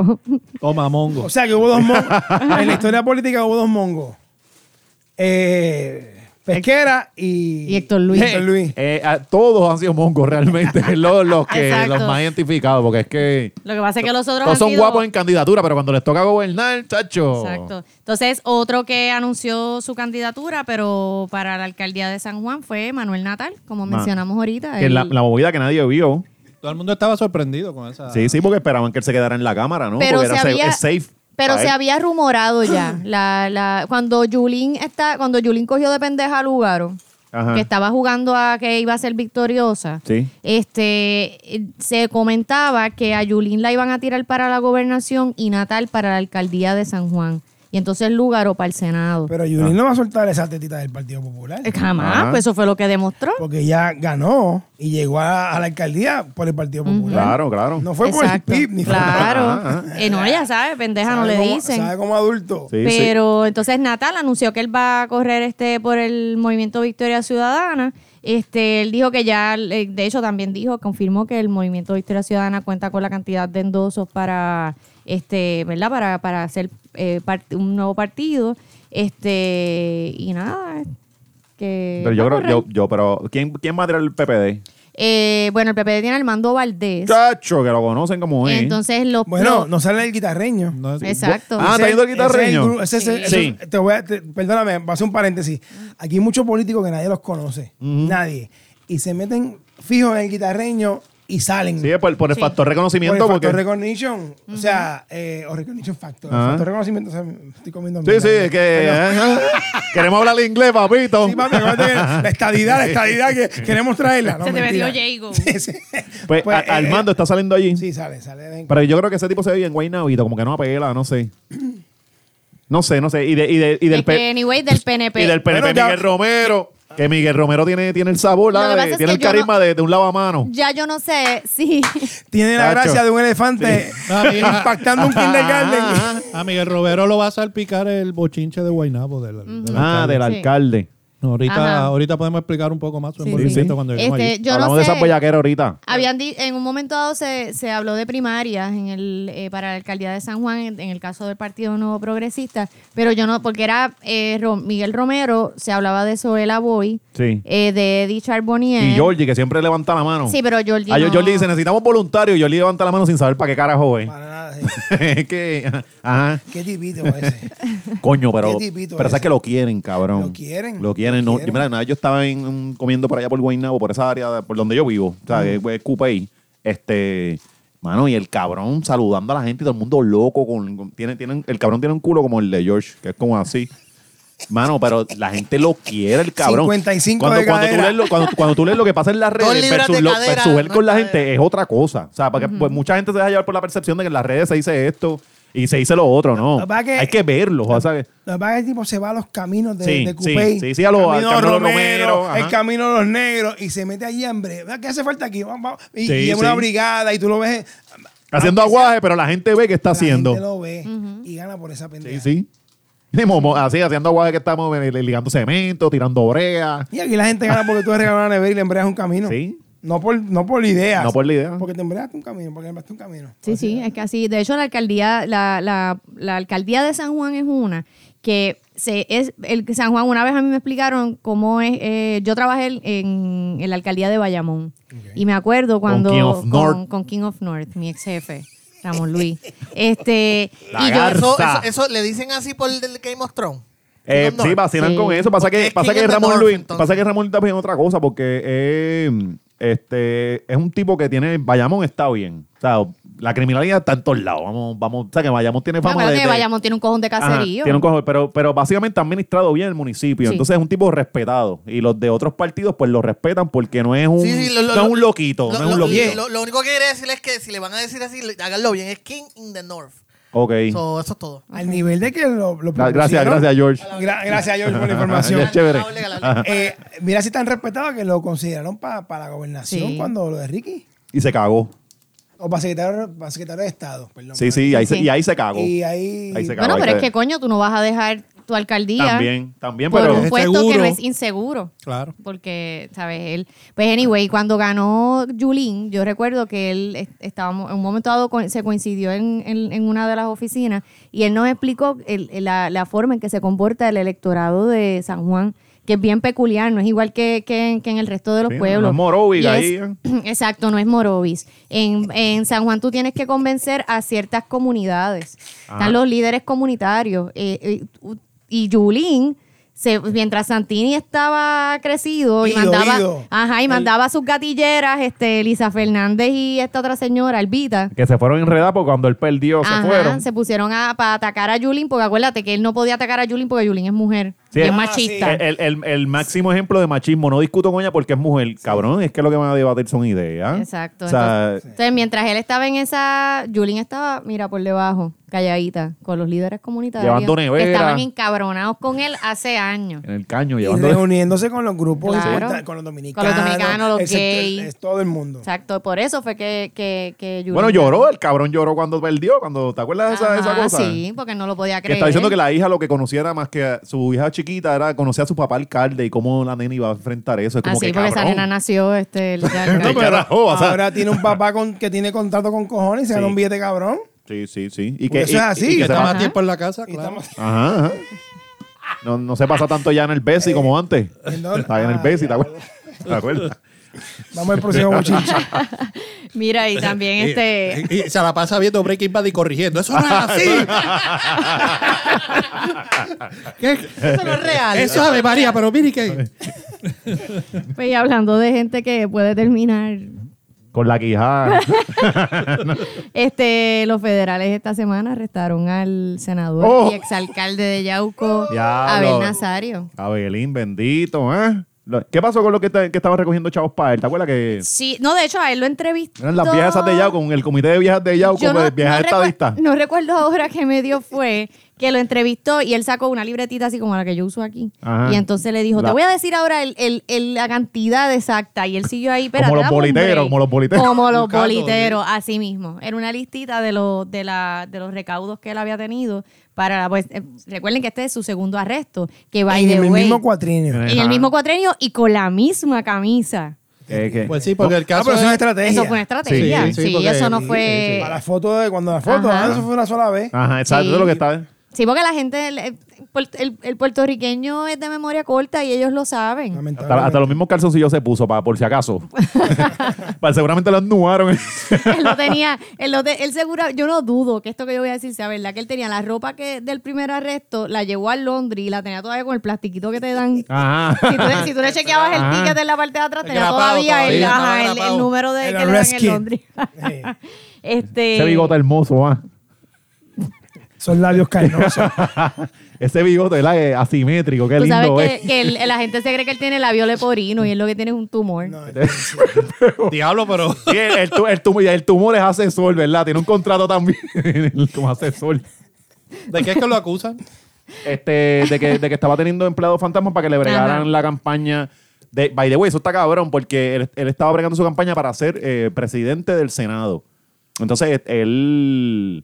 S3: Wow.
S4: Toma, mongo.
S5: O sea que hubo dos
S3: [laughs]
S5: mongos. en la historia política hubo dos mongos. Eh, Pesquera y,
S3: Y Héctor Luis.
S5: Héctor Luis.
S1: Eh, a- todos han sido mongos realmente, [laughs] los, los que,
S3: Exacto.
S1: los más identificados, porque es que
S3: Lo que pasa es que los otros
S1: todos
S3: han
S1: son
S3: sido-
S1: guapos en candidatura, pero cuando les toca gobernar, chacho.
S3: Exacto. Entonces, otro que anunció su candidatura, pero para la alcaldía de San Juan fue Manuel Natal, como
S1: Ma-
S3: mencionamos ahorita.
S1: Ah. Que
S3: él-
S1: la, la movida que nadie vio.
S4: Todo el mundo estaba sorprendido con esa.
S1: Sí, sí, porque esperaban que él se quedara en la cámara, ¿no?
S3: pero
S1: porque
S3: se
S1: era safe-
S3: había,
S1: es safe.
S3: pero
S1: para
S3: se
S1: él.
S3: había rumorado ya.
S1: [clears throat]
S3: La, la, cuando Yulín está, cuando Yulín cogió de pendeja a Lugaro,
S1: Ajá.
S3: que estaba jugando a que iba a ser
S1: Ah.
S3: victoriosa,
S1: Sí.
S3: este eh, se comentaba que a Yulín la iban a tirar para la gobernación y Natal para la alcaldía de San Juan. Y entonces Lugaro para el Senado.
S5: Pero Junín no va a soltar esa tetita del Partido Popular.
S3: Eh, Jamás,
S1: Ajá.
S3: pues eso fue lo que demostró.
S5: Porque ya ganó y llegó a, a la alcaldía por el Partido Popular.
S1: Claro, claro.
S5: No fue por el
S3: Exacto.
S5: PIB ni fue-
S3: Claro. Eh, no, ella sabe, pendeja, no
S5: Sabe
S3: le
S5: como-
S3: dicen.
S5: Sabe como adulto.
S1: Sí, sí.
S3: Pero entonces Natal anunció que él va a correr este por el movimiento Victoria Ciudadana. Este, él dijo que ya, eh, de hecho también dijo, confirmó que el movimiento Victoria Ciudadana cuenta con la cantidad de endosos para, este, ¿verdad? Para, para hacer eh, part- un nuevo partido. Este, y nada, eh, que
S1: Pero yo
S3: va a
S1: creo, yo,
S3: correr.
S1: yo, pero ¿quién, quién va a tirar el PPD?
S3: Eh, bueno, el PP tiene al mando Valdés.
S1: Chacho, que lo conocen como es.
S3: Entonces los
S5: Bueno,
S3: los-
S5: no sale el guitarreño.
S4: No,
S3: Exacto.
S1: Ah, está yendo el guitarreño.
S5: gru- ese- ese-
S1: Sí.
S5: eso- te voy a- te- perdóname, voy a hacer un paréntesis. Aquí hay muchos políticos que nadie los conoce. Nadie. Y se meten fijos en el guitarreño y salen.
S1: Sí, es por, por el
S3: Sí.
S1: factor
S5: Por el
S1: reconocimiento.
S5: factor
S1: porque...
S5: recognition. O sea, eh, o recognition factor.
S1: Ajá.
S5: Factor reconocimiento. O sea, me estoy comiendo
S1: Sí,
S5: mierda.
S1: sí, es que ajá. queremos hablar inglés, papito.
S5: Sí, mami, acuérdate que la estadidad, la estadidad que queremos traerla. No,
S3: Se te
S5: mentira.
S3: metió Jago.
S5: [laughs] Sí, sí.
S1: [laughs] pues
S5: Pues,
S1: a-
S5: eh,
S1: Armando está saliendo allí.
S5: Sí, sale, sale.
S1: Pero yo creo que ese tipo se ve bien guaynabito, como que no apela, no sé. No sé, no sé. Y, de- y de- y del,
S3: es que,
S1: P-
S3: anyway, del PNP.
S1: y del PNP
S5: Bueno, ya-
S1: Miguel Romero. Que Miguel Romero tiene, tiene el sabor,
S3: Lo que
S1: ¿sabes?
S3: pasa es
S1: tiene
S3: que
S1: el
S3: yo
S1: carisma
S3: no-
S1: de, de un lavamano.
S3: Ya yo no sé [laughs] si
S5: Tiene la
S1: Tacho.
S5: gracia de un elefante [laughs]
S4: Ah, mira.
S5: impactando un kindergarten.
S4: Ah, A Miguel Romero lo va a salpicar el bochinche de Guaynabo. del- del
S1: Ah,
S4: alcalde.
S1: del
S3: Sí.
S1: alcalde.
S4: No, ahorita,
S3: Ajá.
S4: ahorita podemos explicar un poco más su
S3: Sí,
S4: envolvimiento
S1: sí.
S4: cuando lleguemos
S3: Este,
S4: allí.
S3: yo
S1: Hablamos
S3: no
S1: de
S3: sé.
S1: esas bellaqueras ahorita.
S3: Habían di- en un momento dado se, se habló de primarias en el, eh, para la alcaldía de San Juan, en, en el caso del Partido Nuevo Progresista, pero yo no, porque era eh, Ro- Miguel Romero, se hablaba de Soela Boy,
S1: Sí.
S3: eh, de Eddie Charbonnier.
S1: Y Georgie, que siempre levanta la mano.
S3: Eh. Sí, pero Georgie.
S1: Ah, yo-
S3: no-
S1: Georgie dice, necesitamos voluntarios. Y Georgie levanta la mano sin saber para qué carajo es. [laughs]
S5: [laughs] Para nada. sí.
S1: es que, ajá,
S5: Qué tipito ese.
S1: [laughs] coño, pero,
S5: Qué tipito
S1: pero
S5: ese.
S1: sabes que lo quieren, cabrón.
S5: Lo quieren,
S1: Lo quieren.
S5: lo
S1: no,
S5: quieren.
S1: mira, una vez yo estaba en, un- comiendo por allá por Guaynabo, por esa área, de- por donde yo vivo, o sea, que es- es Cupey. Este, mano, y el cabrón saludando a la gente y todo el mundo loco. Con, con- tiene, tienen, el cabrón tiene un culo como el de George, que es como así. Mano, pero la gente lo quiere, el
S5: [laughs]
S1: cabrón.
S5: 55
S1: cuando,
S5: de
S1: cuando tú
S5: cadera.
S1: lees lo, cuando, cuando tú lees lo que pasa en las
S2: Dos
S1: redes
S2: libras
S1: versus,
S2: de
S1: lo-
S2: cadera,
S1: versus ver
S2: no
S1: con la
S2: cadera.
S1: gente es otra cosa. O sea, porque pues, mucha gente se deja llevar por la percepción de que en las redes se dice esto y se dice lo otro, ¿no?
S5: Lo que pasa que-
S1: Hay que verlo. O sea, que-
S5: Lo que pasa es que el tipo se va a los caminos de,
S1: Sí,
S5: de Coupey.
S1: sí, sí, sí, a los- al
S5: camino
S1: Camino
S5: Romero,
S1: Romero, ajá.
S5: el camino de los negros, y se mete allí, hambre. ¿Qué hace falta aquí? Vamos, vamos. Y,
S1: Sí,
S5: y es una
S1: sí.
S5: brigada, y tú lo ves.
S1: haciendo aguaje, pero la gente ve que está
S5: la
S1: haciendo.
S5: gente lo ve y gana por esa
S1: Sí,
S5: pendeja.
S1: sí. Y momo- Así, haciendo aguaje que estamos eh, ligando cemento, tirando brea.
S5: Y aquí la gente gana porque tú le regalas una nevera y le embreas un camino.
S1: Sí.
S5: No por, no por ideas.
S1: No por la idea.
S5: Porque te embreaste un camino, porque embreaste un camino.
S3: Sí, sí, es que así. De hecho, la alcaldía, la, la, la alcaldía de San Juan es una que se es el que San Juan. Una vez a mí me explicaron cómo es. eh, yo trabajé en- en, en la alcaldía de Bayamón y me acuerdo cuando
S1: King of North.
S3: con- con King of North, mi ex jefe. Ramón [laughs] Luis. Este,
S1: La
S3: y yo-
S1: garza.
S2: Eso, eso, eso le dicen así por el del Game of Thrones.
S1: Eh,
S2: King of
S1: sí,
S2: North.
S1: vacilan
S3: Sí.
S1: con eso. Pasa
S2: Porque
S1: que,
S2: es
S1: pasa
S2: King
S1: que
S2: of the
S1: Ramón
S2: North,
S1: Luis,
S2: entonces.
S1: pasa que Ramón también es otra cosa, porque eh, este, es un tipo que tiene, Bayamón está bien. O sea, la criminalidad está en todos lados. Vamos, vamos, o sea que Bayamón tiene fama
S3: acuérdate
S1: de,
S3: que
S1: de-
S3: Bayamón tiene un cojón de
S1: Ajá,
S3: caserío.
S1: tiene un cojón, pero, pero básicamente ha administrado bien el municipio.
S3: Sí.
S1: Entonces es un tipo respetado. Y los de otros partidos, pues lo respetan porque no es un,
S2: Sí, sí, lo- lo-
S1: no es
S2: lo-
S1: un loquito.
S2: Lo,
S1: no es un
S2: lo-
S1: loquito.
S2: lo- lo único que quería decir es que si le van a decir así, le- háganlo bien. Es King in the North.
S1: ok.
S2: So, eso es todo.
S5: Al nivel de que lo, lo
S1: Gra- gracias,
S5: propusieron.
S1: gracias, George.
S5: Gra- gracias, George, por
S1: [laughs]
S5: la
S1: Ya
S5: información.
S1: es chévere.
S2: Ganable, ganable.
S1: Ajá.
S5: Eh, mira si tan respetado que lo consideraron para la gobernación
S3: Sí.
S5: cuando lo de Ricky.
S1: Y se cagó.
S5: O para secretario, para secretario de Estado, perdón.
S1: Sí, sí, ahí se-
S3: Sí.
S1: y ahí se cagó.
S5: Y ahí.
S1: Ahí se cagó.
S3: bueno, pero
S1: hay
S3: es que coño, tú no vas a dejar tu alcaldía
S1: También, también,
S3: por
S1: pero.
S3: un puesto que
S4: Seguro.
S3: no es inseguro.
S4: Claro.
S3: porque, ¿sabes? Él, pues anyway, cuando ganó Julín, yo recuerdo que él es- estábamos, en un momento dado co- se coincidió en, en- en una de las oficinas y él nos explicó el- el- la, la forma en que se comporta el electorado de San Juan, que es bien peculiar, no es igual que, que en- que en el resto de los
S1: Sí, no
S3: pueblos.
S1: es Morovis
S3: Y es-
S1: ahí, ¿eh?
S3: [clears throat] Exacto, no es Morovis. En, en San Juan tú tienes que convencer a ciertas comunidades.
S1: Ah.
S3: Están los líderes comunitarios. eh, eh, u- y Yulín, se, mientras Santini estaba crecido y
S5: Ido,
S3: mandaba,
S5: ido.
S3: Ajá, y mandaba sus gatilleras, este, Elisa Fernández y esta otra señora, Albita.
S1: Que se fueron enredados porque cuando él perdió se
S3: Ajá,
S1: fueron.
S3: se pusieron a, para atacar a Yulín, porque acuérdate que él no podía atacar a Yulín porque Yulín es mujer.
S1: Sí,
S3: y es
S1: ah,
S3: machista.
S1: El, el- el máximo ejemplo de machismo, no discuto con ella porque es mujer, cabrón, es que lo que van a debatir son ideas.
S3: Exacto.
S1: ¿Ah? O sea,
S3: entonces, entonces, mientras él estaba en esa, Julín estaba, mira, por debajo, calladita, con los líderes comunitarios.
S1: Llevando nevera.
S3: Que estaban encabronados con él hace años.
S1: en el caño
S5: Y
S1: llevando.
S5: reuniéndose con los grupos,
S3: Claro.
S5: importantes, con los dominicanos.
S3: Con los dominicanos, los
S5: el sector-
S3: gays.
S5: es todo el mundo.
S3: Exacto, por eso fue que, que, que Yulín-
S1: Bueno, lloró, el cabrón lloró cuando perdió, cuando ¿te acuerdas de esa, de esa
S3: Ajá,
S1: cosa?
S3: Sí, porque no lo podía
S1: Que
S3: creer.
S1: está diciendo que la hija lo que conocía era más que a- su hija chiquita era conocer a su papá alcalde y cómo la nena iba a enfrentar eso. Es como
S3: Así,
S1: que,
S3: porque esa
S1: cabrón.
S3: nena
S1: [laughs]
S3: nació, este, el- ya-
S1: No, pero- carajo, o sea.
S5: ahora tiene un papá con, que tiene contrato con cojones y se gana
S1: Sí.
S5: un billete cabrón.
S1: Sí, sí, sí. Y
S5: Porque eso es así.
S1: y
S4: Y
S1: que
S4: que
S1: se
S4: está
S1: va-
S4: más tiempo en la casa,
S5: Y
S4: claro.
S5: estamos-
S1: Ajá, ajá. No, no se pasa tanto ya en el Bessie como antes.
S5: ¿En dónde?
S1: Está en el
S5: Ah,
S1: Bessie, ¿te acuerdas? [laughs] ¿Te acuerdas?
S5: Vamos
S1: [laughs]
S5: al próximo bochinche.
S2: [laughs]
S3: Mira, y también este.
S4: Y, y se la pasa viendo Breaking Bad y corrigiendo. Eso no [laughs] es así. ¿Qué?
S2: Eso no es real.
S3: [laughs]
S4: Eso es Ave María, pero mire que.
S3: pues, y hablando de gente que puede terminar.
S1: Con la quijada.
S3: Este, los federales esta semana arrestaron al senador
S1: Oh.
S3: y exalcalde de Yauco,
S1: Diablo.
S3: Abel Nazario.
S1: Abelín, bendito, ¿eh? Lo- ¿Qué pasó con lo que, estaban recogiendo chavos para él? ¿Te acuerdas que
S3: Sí, no, de hecho, a él lo entrevistó.
S1: eran las viejas esas de Yauco, con el comité de viejas de Yauco,
S3: Yo
S1: con
S3: no-
S1: viejas
S3: no recu-
S1: estadistas?
S3: No recuerdo ahora qué medio fue que lo entrevistó y él sacó una libretita así como la que yo uso aquí.
S1: Ajá.
S3: Y entonces le dijo,
S1: La-
S3: te voy a decir ahora el, el- el- la cantidad exacta. Y él siguió ahí, pero...
S1: los boliteros, como los boliteros.
S3: Como los
S4: Buscando,
S3: boliteros, así mismo. Era una listita de, los de, la, de los recaudos que él había tenido para... Pues, eh, recuerden que este es su segundo arresto, que va
S5: en el mismo
S1: Eh.
S5: cuatrienio.
S3: en el mismo cuatrenio y con la misma camisa.
S1: Es Eh, que-
S4: Pues sí, porque el
S5: Ah,
S4: caso
S5: pero eso es una
S4: es...
S5: estrategia.
S3: Eso fue una estrategia.
S4: Sí,
S3: Sí,
S4: sí, porque-
S3: eso no
S4: sí,
S3: fue.
S5: Para la foto de cuando la foto,
S3: Ajá.
S5: ah, eso fue una sola vez.
S1: Ajá, exacto,
S3: Sí.
S1: eso es lo que está.
S3: Sí, porque la gente, el, el- el- el puertorriqueño es de memoria corta y ellos lo [laughs] saben.
S5: Lamentablemente.
S1: Hasta, hasta los mismos calzoncillos se puso, para, por si acaso. Para- seguramente lo anuaron.
S3: él lo tenía, él, lo te- él segura, yo no dudo que esto que yo voy a decir sea verdad, que él tenía la ropa que del primer arresto, la llevó a Londres y la tenía todavía con el plastiquito que te
S5: [laughs]
S3: dan.
S1: Ajá.
S3: Si tú, le- si tú le chequeabas el ticket en la parte de atrás,
S4: El
S3: tenía
S4: grapado
S3: todavía, el,
S4: todavía,
S3: ajá,
S4: estaba
S3: el- el
S4: grapado.
S3: número de
S5: El
S3: que le dan
S5: arrest
S3: en
S5: kit.
S3: Londres.
S5: Sí.
S3: [laughs] este,
S1: [laughs] Ese bigote hermoso, ah.
S5: Son labios carnosos.
S1: Ese bigote, ¿verdad? Es asimétrico, qué
S3: Tú sabes
S1: lindo
S3: que,
S1: es.
S3: que el- la gente se cree que él tiene labio leporino y él lo que tiene es un tumor.
S4: Diablo, pero... [laughs]
S1: Sí, el, el tu- el tum- y el tumor es asesor, ¿verdad? Tiene un contrato también [laughs] como asesor.
S4: ¿De qué es que lo acusan?
S1: Este, de, que, de que estaba teniendo empleados fantasmas para que le bregaran
S3: Ajá.
S1: la campaña. De, by the way, eso está cabrón, porque él, él estaba bregando su campaña para ser eh, presidente del Senado. Entonces, él,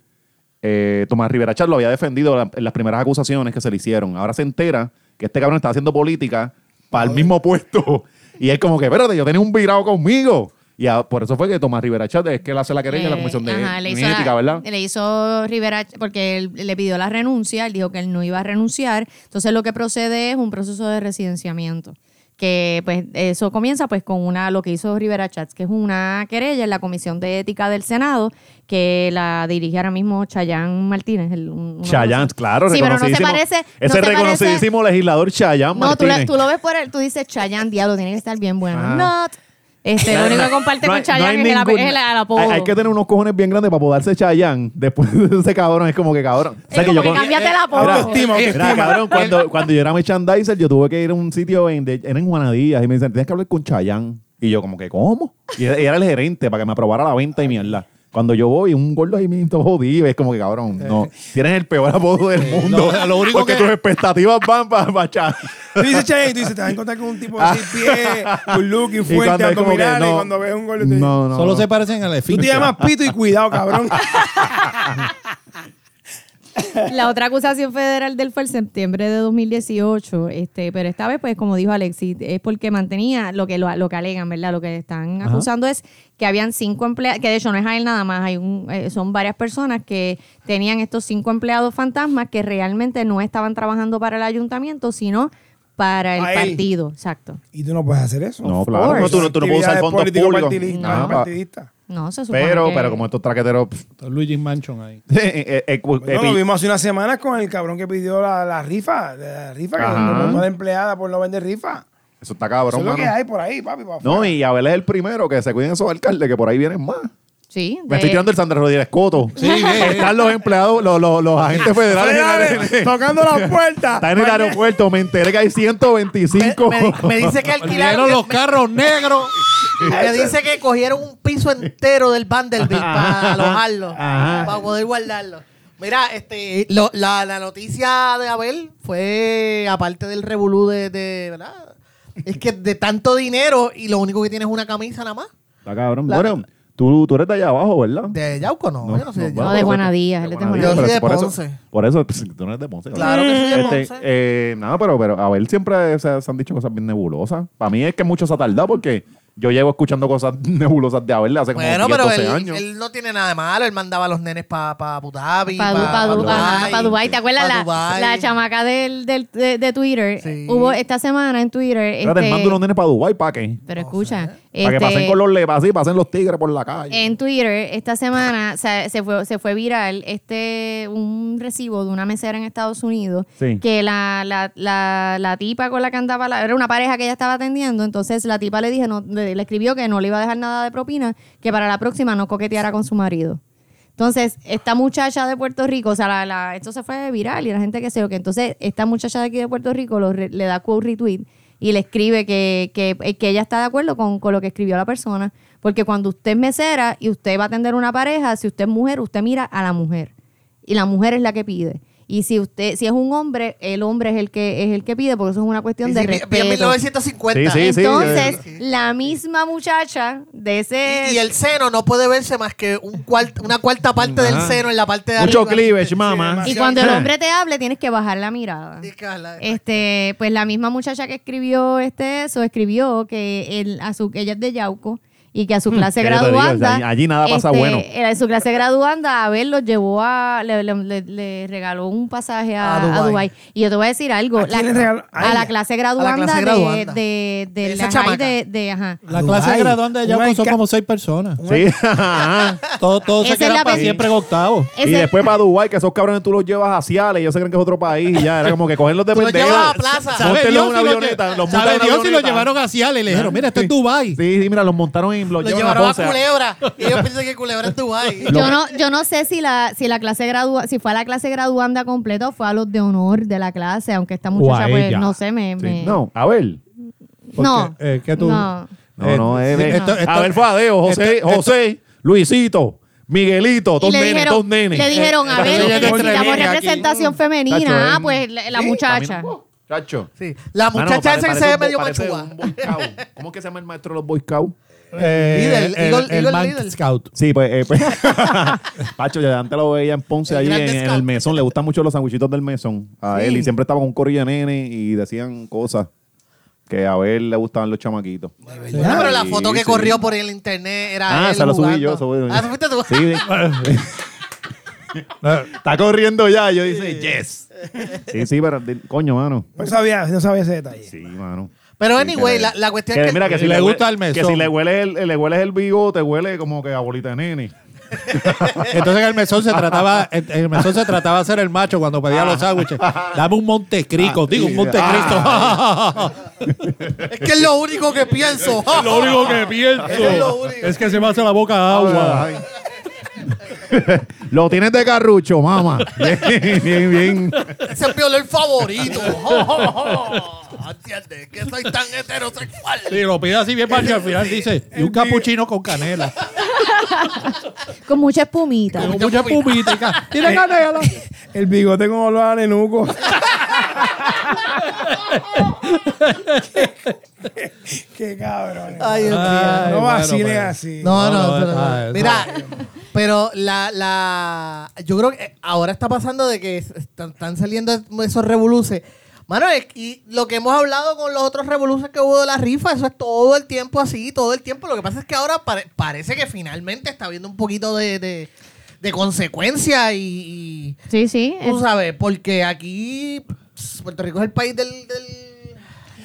S1: eh, Tomás Rivera Char lo había defendido la- en las primeras acusaciones que se le hicieron. Ahora se entera que este cabrón está haciendo política para el mismo puesto. Y él como que, espérate, yo tenía un virado conmigo. Y ah, por eso fue que Tomás Rivera Char es que él hace la querella en la
S3: Eh,
S1: comisión de,
S3: ajá, le
S1: de
S3: hizo la-
S1: ética, ¿verdad?
S3: Le hizo Rivera, porque él le pidió la renuncia, él dijo que él no iba a renunciar. Entonces lo que procede es un proceso de residenciamiento. Que pues eso comienza pues con una, lo que hizo Rivera Chats, que es una querella en la Comisión de Ética del Senado, que la dirige ahora mismo Chayán Martínez. el- un- uno de los-
S1: Chayán, claro,
S3: Sí, pero no se
S1: reconocidísimo.
S3: parece. no
S1: Ese
S3: se parece-
S1: reconocidísimo legislador Chayán
S3: No, tú,
S1: Martínez.
S3: la- tú lo ves por él, tú dices Chayán, diablo, tiene que estar bien bueno.
S1: Ah.
S3: Not. Este, lo único que comparte
S1: No hay-
S3: con Chayán
S1: no hay
S3: es, el ape-
S1: ningún-
S3: es el, el apodo.
S1: Hay, hay que tener unos cojones bien grandes para apodarse Chayanne. Después de ese cabrón, es como que cabrón. O
S3: Es como que cámbiate el apodo.
S5: Autoestima,
S1: Mira,
S5: autoestima.
S1: cabrón, cuando, cuando yo era merchandiser, yo tuve que ir a un sitio en, de- era en Juanadías y me dicen, tienes que hablar con Chayanne. Y yo como que, ¿cómo? Y era, y era el gerente para que me aprobara la venta y mierda. Cuando yo voy, un gordo ahí mismo jodido, es como que, cabrón,
S3: Eh.
S1: no, tienes el peor apodo del mundo.
S4: lo- lo único
S1: porque
S4: que-
S1: tus expectativas van para Chayanne.
S5: [laughs] Tú dices, che, y tú dices, te vas a encontrar con un tipo de seis pies, good [laughs]
S1: [laughs]
S5: looking,
S1: Y
S5: fuerte,
S1: es como que,
S5: abdominal, y
S1: no,
S5: cuando ves un gol, tú dices,
S1: no, no,
S4: Solo
S1: no.
S4: se parecen al
S5: tú
S4: esfínter.
S5: te llamas Pito y cuidado, cabrón.
S3: La otra acusación federal del fue el septiembre de 2018, este, pero esta vez, pues, como dijo Alexis, es porque mantenía lo que lo, lo que alegan, ¿verdad? Lo que están acusando es que habían cinco empleados, que de hecho no es a él nada más, hay un, eh, son varias personas que tenían estos cinco empleados fantasmas que realmente no estaban trabajando para el ayuntamiento, sino para el
S5: A él.
S3: partido. Exacto.
S5: [laughs] Y tú no puedes hacer eso.
S1: No, claro,
S3: course.
S1: no, tú, no- tú no puedes usar
S5: Actividades
S1: fondos
S5: político
S1: públicos.
S5: partidista,
S1: Ajá, pa-
S5: partidista.
S3: No, se supone
S1: Pero,
S3: que-
S1: pero como estos traqueteros... pff,
S4: Luigi Manchon ahí.
S1: [laughs] eh, eh, eh, cu- eh,
S5: Bueno,
S1: pi-
S5: Pues lo vimos hace unas semanas con el cabrón que pidió la, la rifa, la rifa, que
S1: Ajá.
S5: no mandó a la empleada por no vender rifa.
S1: Eso está
S5: Eso
S1: cabrón,
S5: es lo que
S1: mano.
S5: hay pues, por ahí, papi. pa' afuera.
S1: No, y Abel es el primero que se cuiden esos alcaldes, que por ahí vienen más.
S3: Sí,
S1: Me
S3: de-
S1: estoy tirando el Sandra Rodríguez Coto.
S4: Eh.
S1: [laughs]
S4: Sí, sí, sí.
S1: Están los empleados, los, los, los
S5: [laughs]
S1: agentes federales. en el-
S5: Dale, tocando
S1: [laughs]
S5: la puerta.
S1: Está en el aeropuerto. Me enteré que hay 125.
S2: Me, me dice que alquilaron.
S4: Olvidaron los carros negros.
S2: Me dice que cogieron un piso entero del Vanderbilt para alojarlo,
S1: Ajá.
S2: para poder guardarlo. Mira, este, lo- la, la noticia de Abel fue, aparte del revolú de, de- ¿verdad? Es que de tanto dinero y lo único que tiene es una camisa nada más.
S1: [laughs] Está cabrón.
S2: La-
S1: Bueno, tú, tú eres de allá abajo, ¿verdad?
S2: ¿De Yauco no? yo no soy de
S3: no,
S2: Yauco.
S3: de Juanadías, él es de
S1: Juanadías,
S2: Juanadías. Yo soy
S1: pero
S2: de
S1: por eso-
S2: Ponce.
S1: Por eso, pues, tú no eres de Ponce. cabrón.
S2: Claro que soy de
S1: Este,
S2: Ponce.
S1: eh, nada, pero, pero a ver, siempre se, se han dicho cosas bien nebulosas. Para mí es que mucho se ha tardado porque yo llevo escuchando cosas [laughs] nebulosas de Abel hace como
S2: Pues Bueno,
S1: 10,
S2: pero
S1: 12
S2: él,
S1: años.
S2: él no tiene nada de malo. Él mandaba a los nenes para pa Abu Dhabi,
S3: para
S2: pa- pa
S1: Dubái.
S3: Dubái.
S1: pa' Dubái.
S3: ¿Te acuerdas
S2: Pa'
S3: la,
S2: Dubái.
S3: la chamaca del, del- de, de Twitter?
S2: Sí.
S3: Hubo esta semana en Twitter.
S1: Espérate,
S3: este,
S1: mando unos nenes para Dubái, ¿para qué?
S3: pero escucha,
S1: Para que
S3: este,
S1: pasen con los lepas y pasen los tigres por la calle.
S3: en Twitter esta semana [laughs] se, se fue, se fue viral este un recibo de una mesera en Estados Unidos
S1: Sí.
S3: que la, la, la, la tipa con la que andaba, la- era una pareja que ella estaba atendiendo, entonces la tipa le dije, no, le, le escribió que no le iba a dejar nada de propina, que para la próxima no coqueteara con su marido. Entonces, esta muchacha de Puerto Rico, o sea, la, la- esto se fue viral y la gente que se lo que. Entonces, esta muchacha de aquí de Puerto Rico lo re- le da quote retweet y le escribe que, que, eh, que ella está de acuerdo con, con lo que escribió la persona. Porque cuando usted es mesera y usted va a atender una pareja, si usted es mujer, usted mira a la mujer. Y la mujer es la que pide. Y si usted, si es un hombre, el hombre es el que es el que pide, porque eso es una cuestión
S2: Y
S3: de
S2: si- vi- vi en
S3: respeto.
S2: 1950.
S1: Sí, sí.
S3: Entonces,
S2: sí.
S3: la misma muchacha de ese
S2: Y, y el seno no puede verse más que un cuart- una cuarta parte del seno en la parte de
S1: Mucho
S2: arriba.
S1: cleavage,
S2: Sí,
S1: mama.
S2: demasiado.
S3: Y cuando el hombre te hable, tienes que bajar la mirada.
S2: Sí, Carla,
S3: Este, pues la misma muchacha que escribió este eso, escribió que el, a su, ella es de Yauco y que a su clase
S1: que Hmm, yo te digo,
S3: graduanda.
S1: allí- allí nada pasa bueno.
S3: eh, A su clase graduanda, a ver, los llevó a. Le, le- le- le regaló un pasaje a,
S2: A
S3: a
S2: Dubái.
S3: Dubái. Y yo te voy a decir algo.
S5: ¿A quién le regaló? A
S3: a
S5: ella.
S3: la clase graduanda,
S2: clase
S3: de-
S2: graduanda.
S3: de, de,
S2: De esa
S3: la high
S2: chamaca.
S3: de- de- ajá.
S4: La
S5: Dubái.
S4: clase de graduanda de Yauco
S5: Una
S4: son
S5: ca-
S4: como seis personas.
S3: [laughs]
S1: Sí. [laughs]
S4: Todos todos se
S3: Esa es
S4: quedan
S3: la
S4: para
S3: pe-
S4: siempre en octavo.
S1: y
S3: Ese-
S1: después para Dubái, que esos cabrones tú los llevas a Ciales, ellos se creen que es otro país y ya. Era como que
S4: [laughs]
S1: cogerlos de
S2: Tú los
S1: pendejo.
S2: llevas a la plaza.
S4: Sabe
S1: Móntenlos
S4: Dios
S1: en una
S4: si lo
S1: avioneta,
S4: lle-
S1: los
S4: sabe
S1: montan en una
S4: Dios si lo
S1: avioneta.
S4: llevaron a Ciales. Le dijeron, mira, esto es Dubai.
S1: Sí, sí, mira, los montaron en los,
S2: Lo
S1: llevan
S2: llevaron a
S1: Ponce. [laughs]
S2: Culebra. Y ellos piensan que Culebra es Dubái.
S3: Yo no, yo no sé si la, si la clase gradua, si fue a la clase graduanda completa o fue a los de honor de la clase, aunque esta muchacha,
S4: a
S3: pues,
S4: ella.
S3: no sé, me,
S1: Sí.
S3: me-
S1: No, a ver.
S3: no,
S4: eh, ¿qué tú-
S3: no.
S1: No, no,
S4: Eh,
S1: es,
S4: sí,
S1: es-
S4: esto- esto-
S1: A ver, fue Adeo, José,
S4: esto-
S1: José, Luisito, Miguelito,
S3: Y
S1: todos
S3: le
S1: nenes,
S3: dijeron,
S1: todos nenes.
S3: le dijeron, a
S4: Eh,
S3: ver,
S4: pero ella es de
S3: necesitamos
S4: Treveria aquí.
S3: representación femenina.
S1: Tacho,
S3: ah,
S1: eh.
S3: pues la, la muchacha.
S1: Chacho.
S2: Sí. La
S1: Mano,
S2: muchacha
S1: pare-
S2: esa que
S1: parece
S2: se ve
S1: un bo-
S2: medio
S1: parece
S2: machuga.
S1: un boy scout. ¿Cómo es que se llama el maestro de los Boy Scouts?
S4: Eh,
S2: Líder,
S4: El
S2: Eagle-
S4: el
S2: Eagle
S4: man
S2: Leader.
S4: Scout.
S1: Sí, pues, eh, pues. [laughs] Pacho, ya antes lo veía en Ponce,
S2: El
S1: ahí en,
S2: grande
S1: en
S2: scout.
S1: el mesón. Le gustan mucho los sanguichitos del mesón a él. Y siempre estaba con un corillo de nene y decían cosas que a él le gustaban los chamaquitos.
S2: Bueno, pero la
S1: Sí,
S2: foto que
S1: sí.
S2: corrió por el internet era
S1: Ah,
S2: él
S1: esa la subí
S2: jugando.
S1: yo. esa fue-
S2: Ah, ¿esa fuiste tú?
S1: Sí, sí. Está corriendo ya. Yo dice, yes. Sí, sí, pero di- coño, mano.
S5: No sabía, no sabía ese detalle.
S1: Sí, mano.
S2: Pero
S1: Sí,
S2: anyway,
S1: que le-
S2: la, la cuestión
S1: que
S2: es
S1: le-
S2: que...
S1: mira, que si
S4: Le
S1: le
S4: gusta el
S1: hue- Que
S4: mesón.
S1: si le hueles el, le hueles el bigote, huele como que a bolita de nene.
S4: [laughs] Entonces en el mesón se
S1: [laughs]
S4: trataba, en en el mesón se trataba de ser el macho cuando pedía los sándwiches. Dame un Montecristo, digo un Montecristo.
S2: Es que es lo único que
S4: [laughs]
S2: pienso.
S4: Ah, Lo único que pienso
S2: Es lo único.
S4: es Ah. que se me hace la boca agua.
S1: Ay. Lo tienes de carrucho, [laughs] mamá. Bien, bien, bien.
S2: [laughs] Ese es mi olor favorito. [laughs] ¿Entiendes? Que soy tan heterosexual.
S4: Sí, lo pide así bien macho al final dice, y un capuchino con [laughs] canela.
S3: Con mucha espumita.
S4: Con mucha pumita. y ca- Tiene
S1: eh,
S4: canela.
S5: [laughs] El bigote con olor a nenuco. Qué cabrón.
S2: Ay, Dios mío.
S4: Ay,
S5: no
S4: bueno,
S5: vacilen
S4: pero-
S5: así.
S2: No, no,
S4: No, no,
S2: pero-
S4: está-
S2: mira, pero la, la, yo creo que ahora está pasando de que es- están, están saliendo esos revoluces. Mano, es- y lo que hemos hablado con los otros revoluces que hubo de la rifa, eso es todo el tiempo así, todo el tiempo. Lo que pasa es que ahora pare- parece que finalmente está habiendo un poquito de, de, de consecuencia y,
S3: Sí, sí.
S2: y tú
S3: es-
S2: sabes, porque aquí pss, Puerto Rico es el país del... del-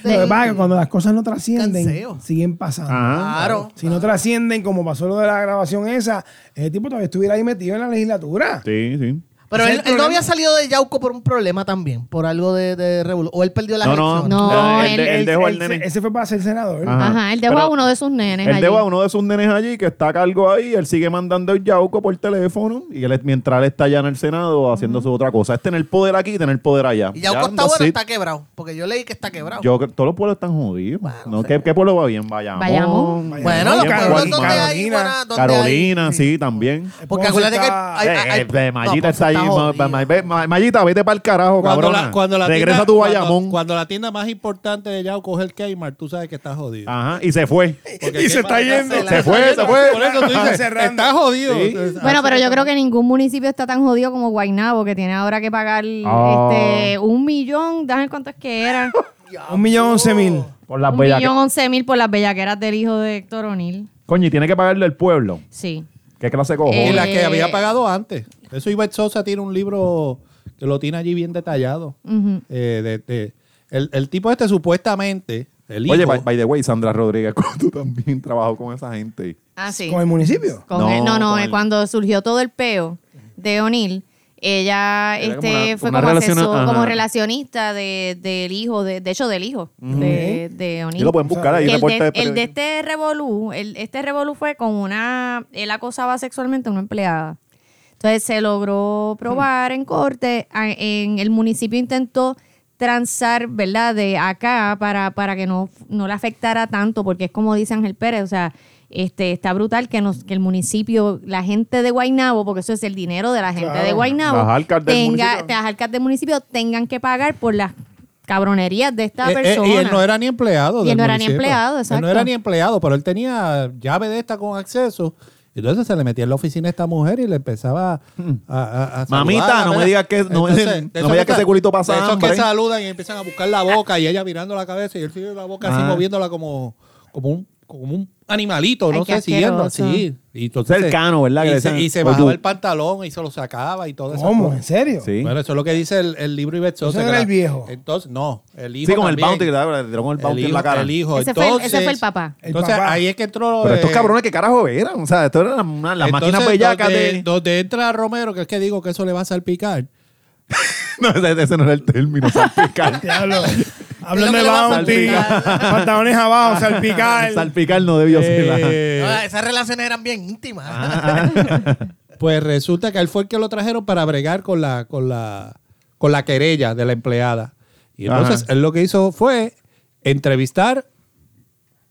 S5: Lo que pasa es que cuando las cosas no trascienden,
S2: Canseo.
S5: siguen pasando.
S1: Ajá.
S2: Claro.
S5: Si no trascienden, como pasó lo de la grabación esa, ese tipo todavía estuviera ahí metido en la legislatura.
S1: Sí, sí.
S2: Pero
S5: Ese
S2: él,
S5: es el
S2: él no
S5: problema.
S2: había salido de Yauco por un problema también, por algo de, de revolu- O él perdió la
S1: No, no.
S2: elección.
S3: No,
S1: él,
S3: él-
S1: él dejó al
S5: Él se-
S1: nene.
S5: Ese fue para ser senador.
S1: Ajá.
S3: Ajá, él dejó a
S1: Pero-
S3: uno de sus nenes.
S1: Él
S3: allí.
S1: dejó a uno de sus nenes allí que está a cargo ahí. Él sigue mandando el yauco por teléfono y él, mientras él está allá en el Senado haciendo su otra cosa. Es tener poder aquí y tener poder allá.
S2: Y
S1: Ya,
S2: Yauco está
S1: that's
S2: bueno,
S1: it.
S2: está quebrado. Porque yo leí que está quebrado.
S1: Yo creo que todos los pueblos están jodidos. no, ¿qué, qué pueblo va bien? Vayamos.
S3: Bayamón.
S2: bueno, los
S5: Bien,
S2: pueblos
S5: Juan-
S2: donde hay
S5: Carolina,
S2: buena- donde
S1: Carolina, sí, también.
S2: hay- Porque acuérdate que hay-
S1: Eh,
S2: hay- hay-
S1: eh, eh, Mayita
S2: no,
S3: pues,
S1: está ahí. ma-
S2: jodido.
S1: ma- ma- ve- ma- Mayita, vete para el carajo,
S4: Cuando
S1: cabrona.
S4: la, cuando la
S1: Regresa
S4: tienda,
S1: a tu
S4: cuando-
S1: Bayamón.
S4: Cuando, la tienda más importante de Yao coge el Kmart, tú sabes que está jodido.
S1: Ajá, y se fue.
S4: Porque
S5: Y se
S4: Kmart
S5: está yendo.
S1: Se fue, se fue.
S4: Por eso tú dices,
S5: Cerrando.
S4: está jodido.
S1: Sí.
S3: Bueno, pero yo creo que ningún municipio está tan jodido como Guaynabo, que tiene ahora que pagar
S1: Ah.
S3: este, un millón, déjame ver cuánto es que era,
S5: Un millón
S2: Oh.
S5: once mil.
S1: Con [laughs] las
S3: un
S1: bellaque-
S3: millón once mil por las bellaqueras del hijo de Héctor O'Neill.
S1: Coño, y tiene que pagarle el pueblo.
S3: Sí.
S1: ¿Qué clase de cojones?
S4: Y la que
S3: Eh.
S4: había pagado antes. Eso Ivette Sosa tiene un libro que lo tiene allí bien detallado.
S3: Ujú.
S4: Eh, de- de- el, el tipo este supuestamente, el hijo,
S1: Oye, by, by the way, Sandra Rodríguez, [laughs] tú también trabajó con esa gente.
S3: Ah, sí.
S5: Con el municipio.
S3: Con
S1: No,
S3: el- no, no,
S1: con
S3: eh,
S1: el-
S3: cuando surgió todo el peo de O'Neill, ella
S1: Era como
S3: este,
S1: una-
S3: fue
S1: una
S3: como,
S1: relaciona-
S3: asesor-
S1: ajá.
S3: como relacionista de- del hijo, de, de hecho del hijo de, de
S1: Y
S3: O'Neill.
S1: lo pueden buscar ahí.
S3: Que el,
S1: reporte
S3: de,
S1: periódico.
S3: el de este revolú, el, este revolú fue con una, él acosaba sexualmente a una empleada. Entonces se logró probar en corte, a- en el municipio intentó transar, ¿verdad? De acá para, para que no, no le afectara tanto, porque es como dice Ángel Pérez, o sea, Este, está brutal que, nos, que el municipio, la gente de Guaynabo, porque eso es el dinero de la gente de Guaynabo,
S1: Las alcas del
S3: tenga,
S1: municipio.
S3: las alcas del municipio tengan que pagar por las cabronerías de esta
S4: Eh, eh,
S3: persona.
S4: y él no era ni empleado.
S3: Y
S4: del
S3: él no era ni
S4: municipio.
S3: empleado,
S4: Él
S3: exacto.
S4: no era ni empleado, pero él tenía llave de esta con acceso. Entonces se le metía en la oficina a esta mujer y le empezaba a. a- a
S1: Mamita,
S4: saludarla,
S1: no me
S4: mira.
S1: digas que- no me-
S4: Entonces, de
S1: no
S4: esos
S1: me digas que ese culito pasa
S4: de esos
S1: hambre.
S4: que saludan y empiezan a buscar la boca y ella mirando la cabeza y él sigue la boca así
S1: Ah.
S4: moviéndola como, como, un, como un animalito,
S3: Ay,
S4: no
S3: qué
S4: sé, siguiendo
S3: asqueroso.
S4: así. Y entonces,
S1: Cercano, ¿verdad? Que
S4: Y
S1: le
S4: se,
S1: decían,
S4: y se
S1: "Oh,
S4: bajaba
S1: dude".
S4: el pantalón y se lo sacaba y todo eso.
S5: ¿Cómo? ¿En serio?
S1: Sí.
S4: Bueno, eso es lo que dice el, el libro Ibet Sosa,
S5: Ese era
S4: que la-
S5: el viejo.
S4: Entonces, no, el hijo.
S1: Sí, con el
S4: también.
S1: bounty, ¿verdad? Le tiró con el bounty
S4: hijo,
S1: en la cara.
S4: el hijo.
S3: Ese fue el-
S4: entonces,
S3: ese fue el papá.
S5: El
S4: Entonces,
S5: papá.
S4: ahí es que entró.
S1: Pero estos
S4: eh,
S1: cabrones, ¿qué carajo eran? O sea, esto eran una- las
S4: entonces,
S1: máquinas bellacas
S4: donde,
S1: de...
S4: donde entra Romero, que es que digo que eso le va
S1: [laughs]
S4: a salpicar.
S1: No, ese, ese no era el término, salpicar.
S5: Diablo.
S2: Eso
S5: Háblame de
S2: me lo va a
S1: [laughs]
S5: bounty.
S2: salpicar.
S5: Pantalones abajo, salpicar.
S1: salpicar no debió ser la... [laughs]
S4: Eh,
S2: Ah, esas relaciones eran bien íntimas.
S1: Ah,
S4: pues resulta que él fue el que lo trajeron para bregar con la, con la, con la querella de la empleada. Y entonces
S1: Ajá.
S4: él lo que hizo fue entrevistar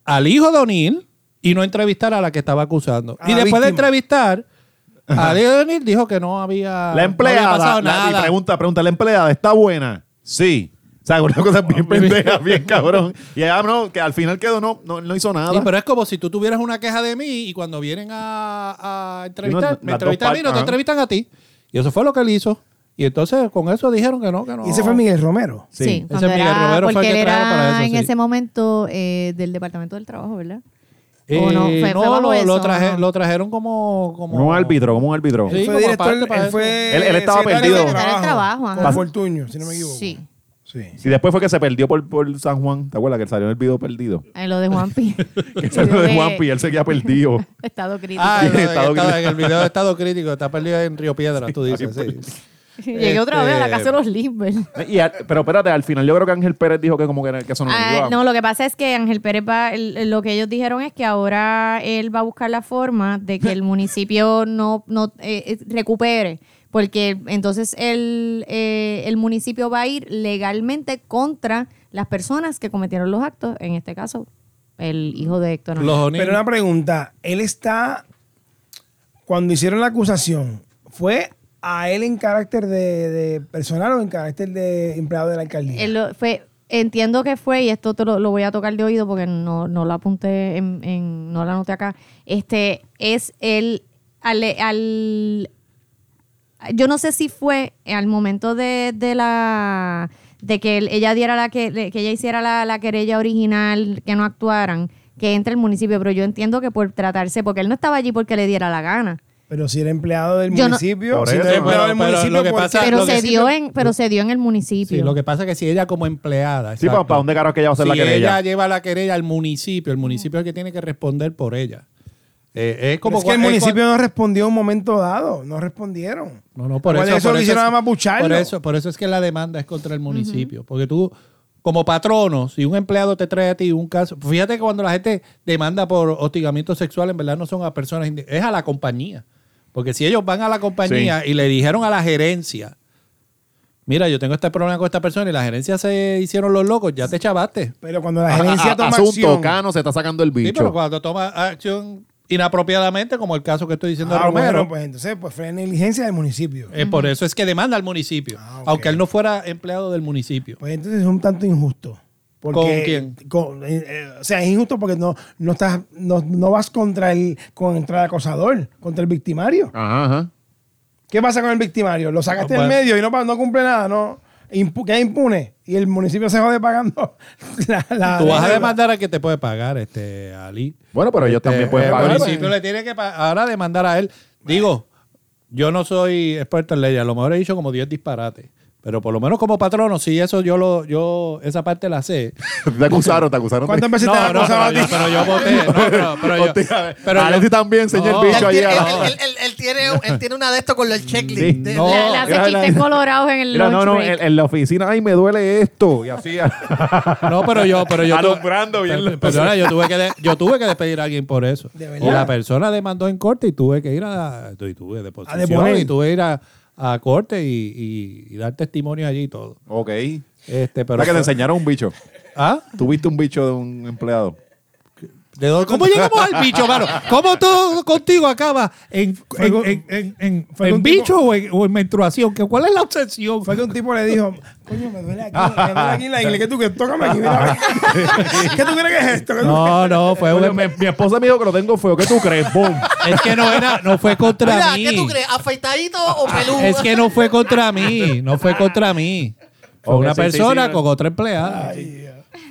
S4: al hijo de O'Neill y no entrevistar a la que estaba acusando.
S5: A
S4: y
S5: la
S4: después de
S5: víctima.
S4: entrevistar, al hijo de O'Neill dijo que no había,
S1: La
S4: no había
S1: empleada,
S4: pasado
S1: la, y
S4: nada.
S1: pregunta, pregunta, la empleada, ¿está buena? Sí. O sea, una cosa bien pendeja, bien cabrón. Y ella, no, que al final quedó, no, no, no hizo nada.
S4: Sí, pero es como si tú tuvieras una queja de mí y cuando vienen a, a
S1: Yo
S4: entrevistar,
S1: no-
S4: me
S1: las
S4: entrevistan a
S1: dos
S4: mí, no te
S1: partes,
S4: entrevistan a ti. Y eso fue lo que él hizo. Y entonces con eso dijeron que no, que no.
S5: Y ese fue Miguel Romero.
S3: Sí,
S4: Sí,
S3: cuando
S4: ese Miguel
S3: era-
S4: Romero fue el
S3: porque
S4: que
S3: él era
S4: trajo para eso,
S3: en
S4: sí.
S3: ese momento eh, del Departamento del Trabajo, ¿verdad?
S4: Eh,
S3: ¿O no? Fue- fue
S4: no,
S3: bajo
S4: lo,
S3: eso,
S4: lo traje-
S3: ¿no?
S4: lo trajeron como... como
S1: Como un árbitro, como un árbitro.
S4: Sí.
S5: Él fue
S4: como
S5: director,
S4: aparte para
S5: él
S4: eso.
S5: fue
S1: Él- él estaba
S5: secretario
S1: perdido.
S5: de
S3: Secretario de trabajo,
S5: Con
S3: ajá.
S5: Fortuño, si no me equivoco.
S3: Sí,
S5: Sí.
S1: Y después fue que se perdió por, por San Juan. ¿Te acuerdas que salió en el video perdido?
S3: eh, lo de
S4: [laughs]
S3: Juanpi.
S1: Que [laughs] salió de Juanpi y él seguía perdido.
S3: Estado crítico.
S1: [laughs]
S4: [laughs] Ah, no,
S1: Estado
S4: en el estado-
S1: crítico.
S4: en el video de estado crítico, está perdido en Río Piedras, tú dices. sí.
S3: [laughs] Llegué otra vez a
S4: este,
S3: la casa de los Limber.
S1: Y al- pero espérate, al final yo creo que Ángel Pérez dijo que como que, era- que eso no
S3: Ah,
S1: iba.
S3: no, lo que pasa es que Ángel Pérez va, el- lo que ellos dijeron es que ahora él va a buscar la forma de que el municipio no, no eh, eh, recupere, porque entonces el, eh, el municipio va a ir legalmente contra las personas que cometieron los actos, en este caso el hijo de Héctor.
S4: Los O'Neal.
S5: Pero una pregunta, él está, cuando hicieron la acusación, ¿fue a él en carácter de, de personal o en carácter de empleado de la alcaldía?
S3: Él lo- fue, entiendo que fue, y esto te lo, lo voy a tocar de oído porque no, no lo apunté, en, en- no la anoté acá. Este es el. Al, al- yo no sé si fue al momento de, de la de que él- ella diera la que, de que ella hiciera la, la querella original que no actuaran que entre el municipio pero yo entiendo que por tratarse porque él no estaba allí porque le diera la gana
S5: pero si era empleado del
S3: Yo no-
S5: municipio,
S1: Por
S5: si no
S1: eso,
S5: era empleado
S4: pero-
S5: del
S4: pero
S5: municipio,
S4: lo que
S5: ¿por
S4: pasa-
S5: qué?
S3: pero
S4: lo que
S3: se
S4: sí
S3: dio
S4: me-
S3: en pero se dio en el municipio
S4: Sí, lo que pasa es que si ella como empleada...
S1: Sí,
S4: exacto.
S1: papá, ¿dónde carajo que ella va a hacer
S4: si
S1: la querella?
S4: ella lleva la querella al municipio, el municipio es el que tiene que responder por ella. Eh, es
S5: Pero
S4: como
S5: es que el
S4: cua- es cua-
S5: municipio no respondió en un momento dado, no respondieron.
S4: No, no, por
S5: Igual
S4: eso.
S5: eso
S4: por
S5: lo hicieron
S4: es-
S5: nada más bucharlo.
S4: Por eso, por eso es que la demanda es contra el municipio. Porque tú, como patrono, si un empleado te trae a ti un caso, fíjate que cuando la gente demanda por hostigamiento sexual, en verdad no son a personas, indi- es a la compañía. Porque si ellos van a la compañía y le dijeron a la gerencia, mira, yo tengo este problema con esta persona y la gerencia se hicieron los locos, ya te chavaste.
S5: Pero cuando la
S1: A-
S5: gerencia
S1: a-
S5: toma
S1: asunto,
S5: acción, ah,
S1: Cano se está sacando el bicho.
S4: Sí, pero cuando toma acción inapropiadamente, como el caso que estoy diciendo de
S5: ah,
S4: Romero,
S5: bueno, pues entonces pues fue negligencia del municipio.
S4: eh, por eso es que demanda al municipio,
S5: Ah, ok.
S4: aunque él no fuera empleado del municipio.
S5: Pues entonces es un tanto injusto. Porque,
S4: ¿Con quién?
S5: con- eh, eh, o sea, es injusto porque no, no, estás, no, no vas contra el, contra el acosador, contra el victimario.
S1: Ajá,
S4: Ah.
S1: ajá.
S5: ¿Qué pasa con el victimario? Lo sacaste
S4: Bueno.
S5: del medio y no, pa- no cumple nada, ¿no? Impu- queda impune. Y el municipio se jode pagando [laughs] la... la-
S1: Ah,
S4: Tú vas
S5: la-
S4: a demandar a que te puede pagar, este Ali.
S1: Bueno, pero ellos también
S4: Este,
S1: pueden
S4: el
S1: pagar.
S4: municipio le tiene que pa- ahora demandar a él. Digo, yo no soy experto en ley, a lo mejor he dicho como 10 disparates. Pero por lo menos como patrono, sí, eso yo lo, yo, esa parte
S1: [laughs]
S4: la sé.
S1: Te acusaron, te acusaron.
S5: ¿Cuántas
S1: de-
S5: veces te han acosado a ti?
S4: yo- pero yo voté. no, pero,
S1: [laughs]
S4: pero
S1: Pues,
S4: yo,
S1: Hostia,
S4: pero
S1: Alexis
S4: yo-
S1: también, señor
S4: No.
S1: bicho,
S2: él,
S1: ahí
S2: tiene,
S1: a
S2: él,
S1: la-
S2: él- él- él tiene, él tiene una de estas con los checklists.
S1: Sí.
S2: de-
S4: No.
S2: de-
S3: Le- le hace
S1: Oh, Mira,
S3: chistes
S1: la-
S3: colorados en el
S1: Mira, no, eh,
S3: lunch
S1: no,
S3: break.
S1: en, en la oficina, ay, me duele esto. Y así. [laughs] a-
S4: [laughs] No, pero yo, pero yo. tuve-
S1: Alumbrando bien
S4: per-
S1: la-
S4: perdona, yo tuve que de- yo tuve que despedir a alguien por eso.
S5: ¿De verdad?
S4: y la persona demandó en corte y tuve que ir a y tuve deposición,
S5: A deponer.
S4: y tuve que ir a, a corte y, y- y dar testimonio allí y todo.
S1: ok.
S4: Este,
S1: Pero
S4: pero
S1: que te enseñaron un bicho.
S4: ¿Ah?
S1: Tuviste un bicho de un empleado.
S4: ¿De dónde- ¿Cómo llegamos al bicho, mano? ¿Cómo todo contigo acaba? ¿En,
S5: Fue
S4: en,
S5: con-
S4: en- en- en-
S5: fue
S4: en
S5: con tipo-
S4: bicho o, en, o en menstruación? ¿Qué- ¿Cuál es la obsesión?
S5: Fue que un tipo le dijo, coño, me duele aquí, me duele aquí en la iglesia. ¿Qué tú que Tócame aquí, mira.
S4: [laughs]
S5: ¿Qué tú crees que es esto? ¿Qué tú-
S4: No, no, fue
S1: Oye,
S4: un-
S1: mi, mi esposa me dijo que lo tengo feo. ¿Qué tú crees, [laughs] Boom?
S4: Es que no era, no fue contra
S2: Mira,
S4: mí.
S2: ¿qué tú crees? ¿Afeitadito o peludo?
S4: Es que no fue contra mí, no fue contra mí. Fue
S1: Ok,
S4: una
S1: sí, sí,
S4: persona
S1: sí.
S4: con otra empleada.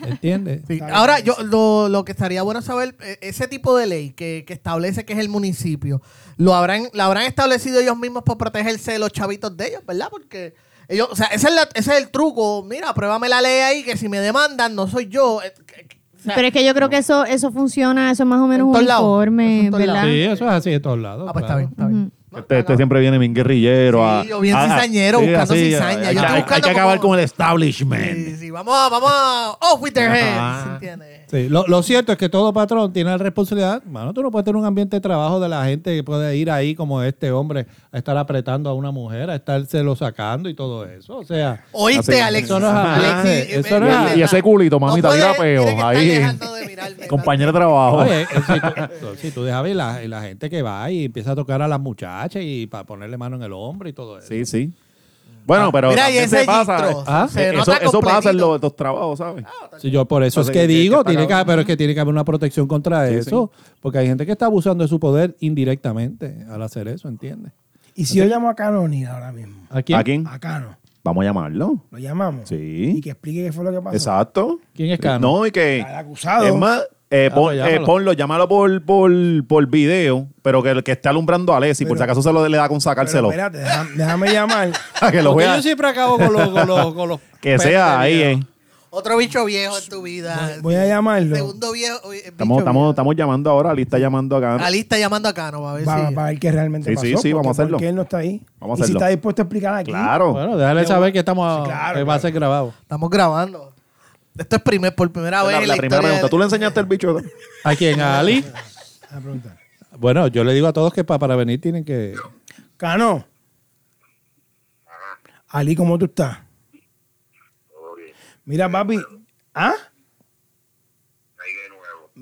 S4: ¿Entiendes?
S2: Sí. Ahora, yo lo, lo que estaría bueno saber, eh, ese tipo de ley que, que establece que es el municipio, lo habrán, la habrán establecido ellos mismos por protegerse de los chavitos de ellos, ¿verdad? Porque ellos, o sea, ese es, la- ese es el truco. Mira, pruébame la ley ahí, que si me demandan, no soy yo. Eh, que- que- o sea,
S3: Pero es que yo creo que eso, eso funciona, eso es más o menos
S2: En todos lados. Eso
S3: uniforme,
S2: en todos
S3: ¿verdad?
S4: Sí, eso es así de todos lados.
S2: ah, pues está
S4: claro.
S2: bien, está bien.
S1: Este, este siempre viene bien guerrillero. a-
S2: Sí, yo bien
S1: a- a-
S2: cizañero, buscando
S1: así,
S2: cizaña.
S1: Hay,
S2: Yo
S1: que-
S2: estoy
S1: hay
S2: buscando
S1: que acabar
S2: como-
S1: con el establishment.
S2: Sí, sí, vamos a, vamos a, off with their heads,
S1: Ajá.
S2: ¿entiendes?
S4: Sí, Lo, lo cierto es que todo patrón tiene la responsabilidad. Mano, tú no puedes tener un ambiente de trabajo de la gente que puede ir ahí como este hombre a estar apretando a una mujer, a estárselo sacando y todo eso. O sea,
S2: Oíste,
S1: Así.
S2: Alexis.
S4: Eso no es-
S2: Alexis,
S4: eso
S2: eh,
S4: no es-
S2: eh,
S1: Y ese culito, mamita,
S2: puedes-
S1: mira peo.
S2: tienes que estar
S1: Ahí,
S2: dejando de mirarme,
S1: [laughs] compañero de
S2: Oh.
S1: trabajo.
S4: Oye, eh, si tú, [laughs] si tú dejas ver la, la gente que va y empieza a tocar a las muchachas y para ponerle mano en el hombro y todo eso.
S1: Sí, sí. Bueno, pero
S2: Mira, y
S1: también
S2: ese
S1: se pasa. eh,
S2: gistro,
S4: Ah,
S2: se
S1: eso,
S2: nota
S1: eso pasa en
S2: completito.
S1: los, los trabajos, ¿sabes?
S4: Sí, yo por eso
S1: O
S4: es
S1: sea,
S4: que
S1: que- que
S4: digo,
S1: está
S4: tiene que,
S1: cabrón.
S4: pero es que tiene que haber una protección contra
S1: Sí,
S4: eso, porque hay gente que está abusando de su poder indirectamente al hacer eso, ¿entiendes?
S5: Y si yo llamo a Cano O'Neill ahora mismo,
S4: ¿A
S1: ¿A quién?
S5: a Cano,
S1: Vamos a llamarlo.
S5: lo llamamos.
S1: Sí.
S5: Y que explique qué fue lo que pasó.
S1: Exacto. Eh,
S4: ¿Quién es Cano?
S1: No, y que.
S5: Al acusado.
S1: Es más, eh,
S4: Ah,
S1: pon-
S4: pues
S1: eh,
S4: llámalo.
S1: ponlo, llámalo por, por, por video, pero que el que esté alumbrando a Alessi, por
S5: Pero-
S1: si acaso se lo le da con
S5: Pero
S1: sacárselo.
S5: espérate, déjame, déjame llamar.
S1: [laughs] que lo
S4: Porque
S1: vea.
S4: yo Pues, siempre acabo con los... Con los, con los
S1: [laughs] Que
S4: perros
S1: sea
S4: de
S1: ahí,
S4: video.
S1: eh.
S2: Otro bicho viejo en tu vida.
S5: Voy a llamarlo.
S2: Segundo viejo. eh, bicho
S1: Estamos, estamos,
S2: viejo.
S1: estamos llamando ahora, Ali está llamando acá.
S2: Ali está llamando a Cano para ver
S5: Para,
S2: si.
S5: ver qué realmente
S1: Sí,
S5: pasó.
S1: sí, sí, vamos a
S5: porque-
S1: hacerlo.
S5: Porque él no está ahí.
S1: Vamos a
S5: y si
S1: hacerlo.
S5: está dispuesto a explicar aquí.
S1: Claro.
S4: Bueno, déjale saber que estamos
S5: Sí, claro,
S4: que va a
S5: claro.
S4: ser grabado.
S2: Estamos grabando. Esto es primer, por primera vez.
S1: la,
S2: en
S1: la
S2: la
S1: primera
S2: historia
S1: pregunta.
S2: de-
S1: ¿Tú le enseñaste el bicho?
S4: ¿A quién? ¿A
S1: [laughs]
S4: Ali?
S5: A preguntar.
S4: Bueno, yo le digo a todos que pa- para venir tienen que...
S5: Cano. Ali, ¿cómo tú estás? Mira, papi. ¿Ah?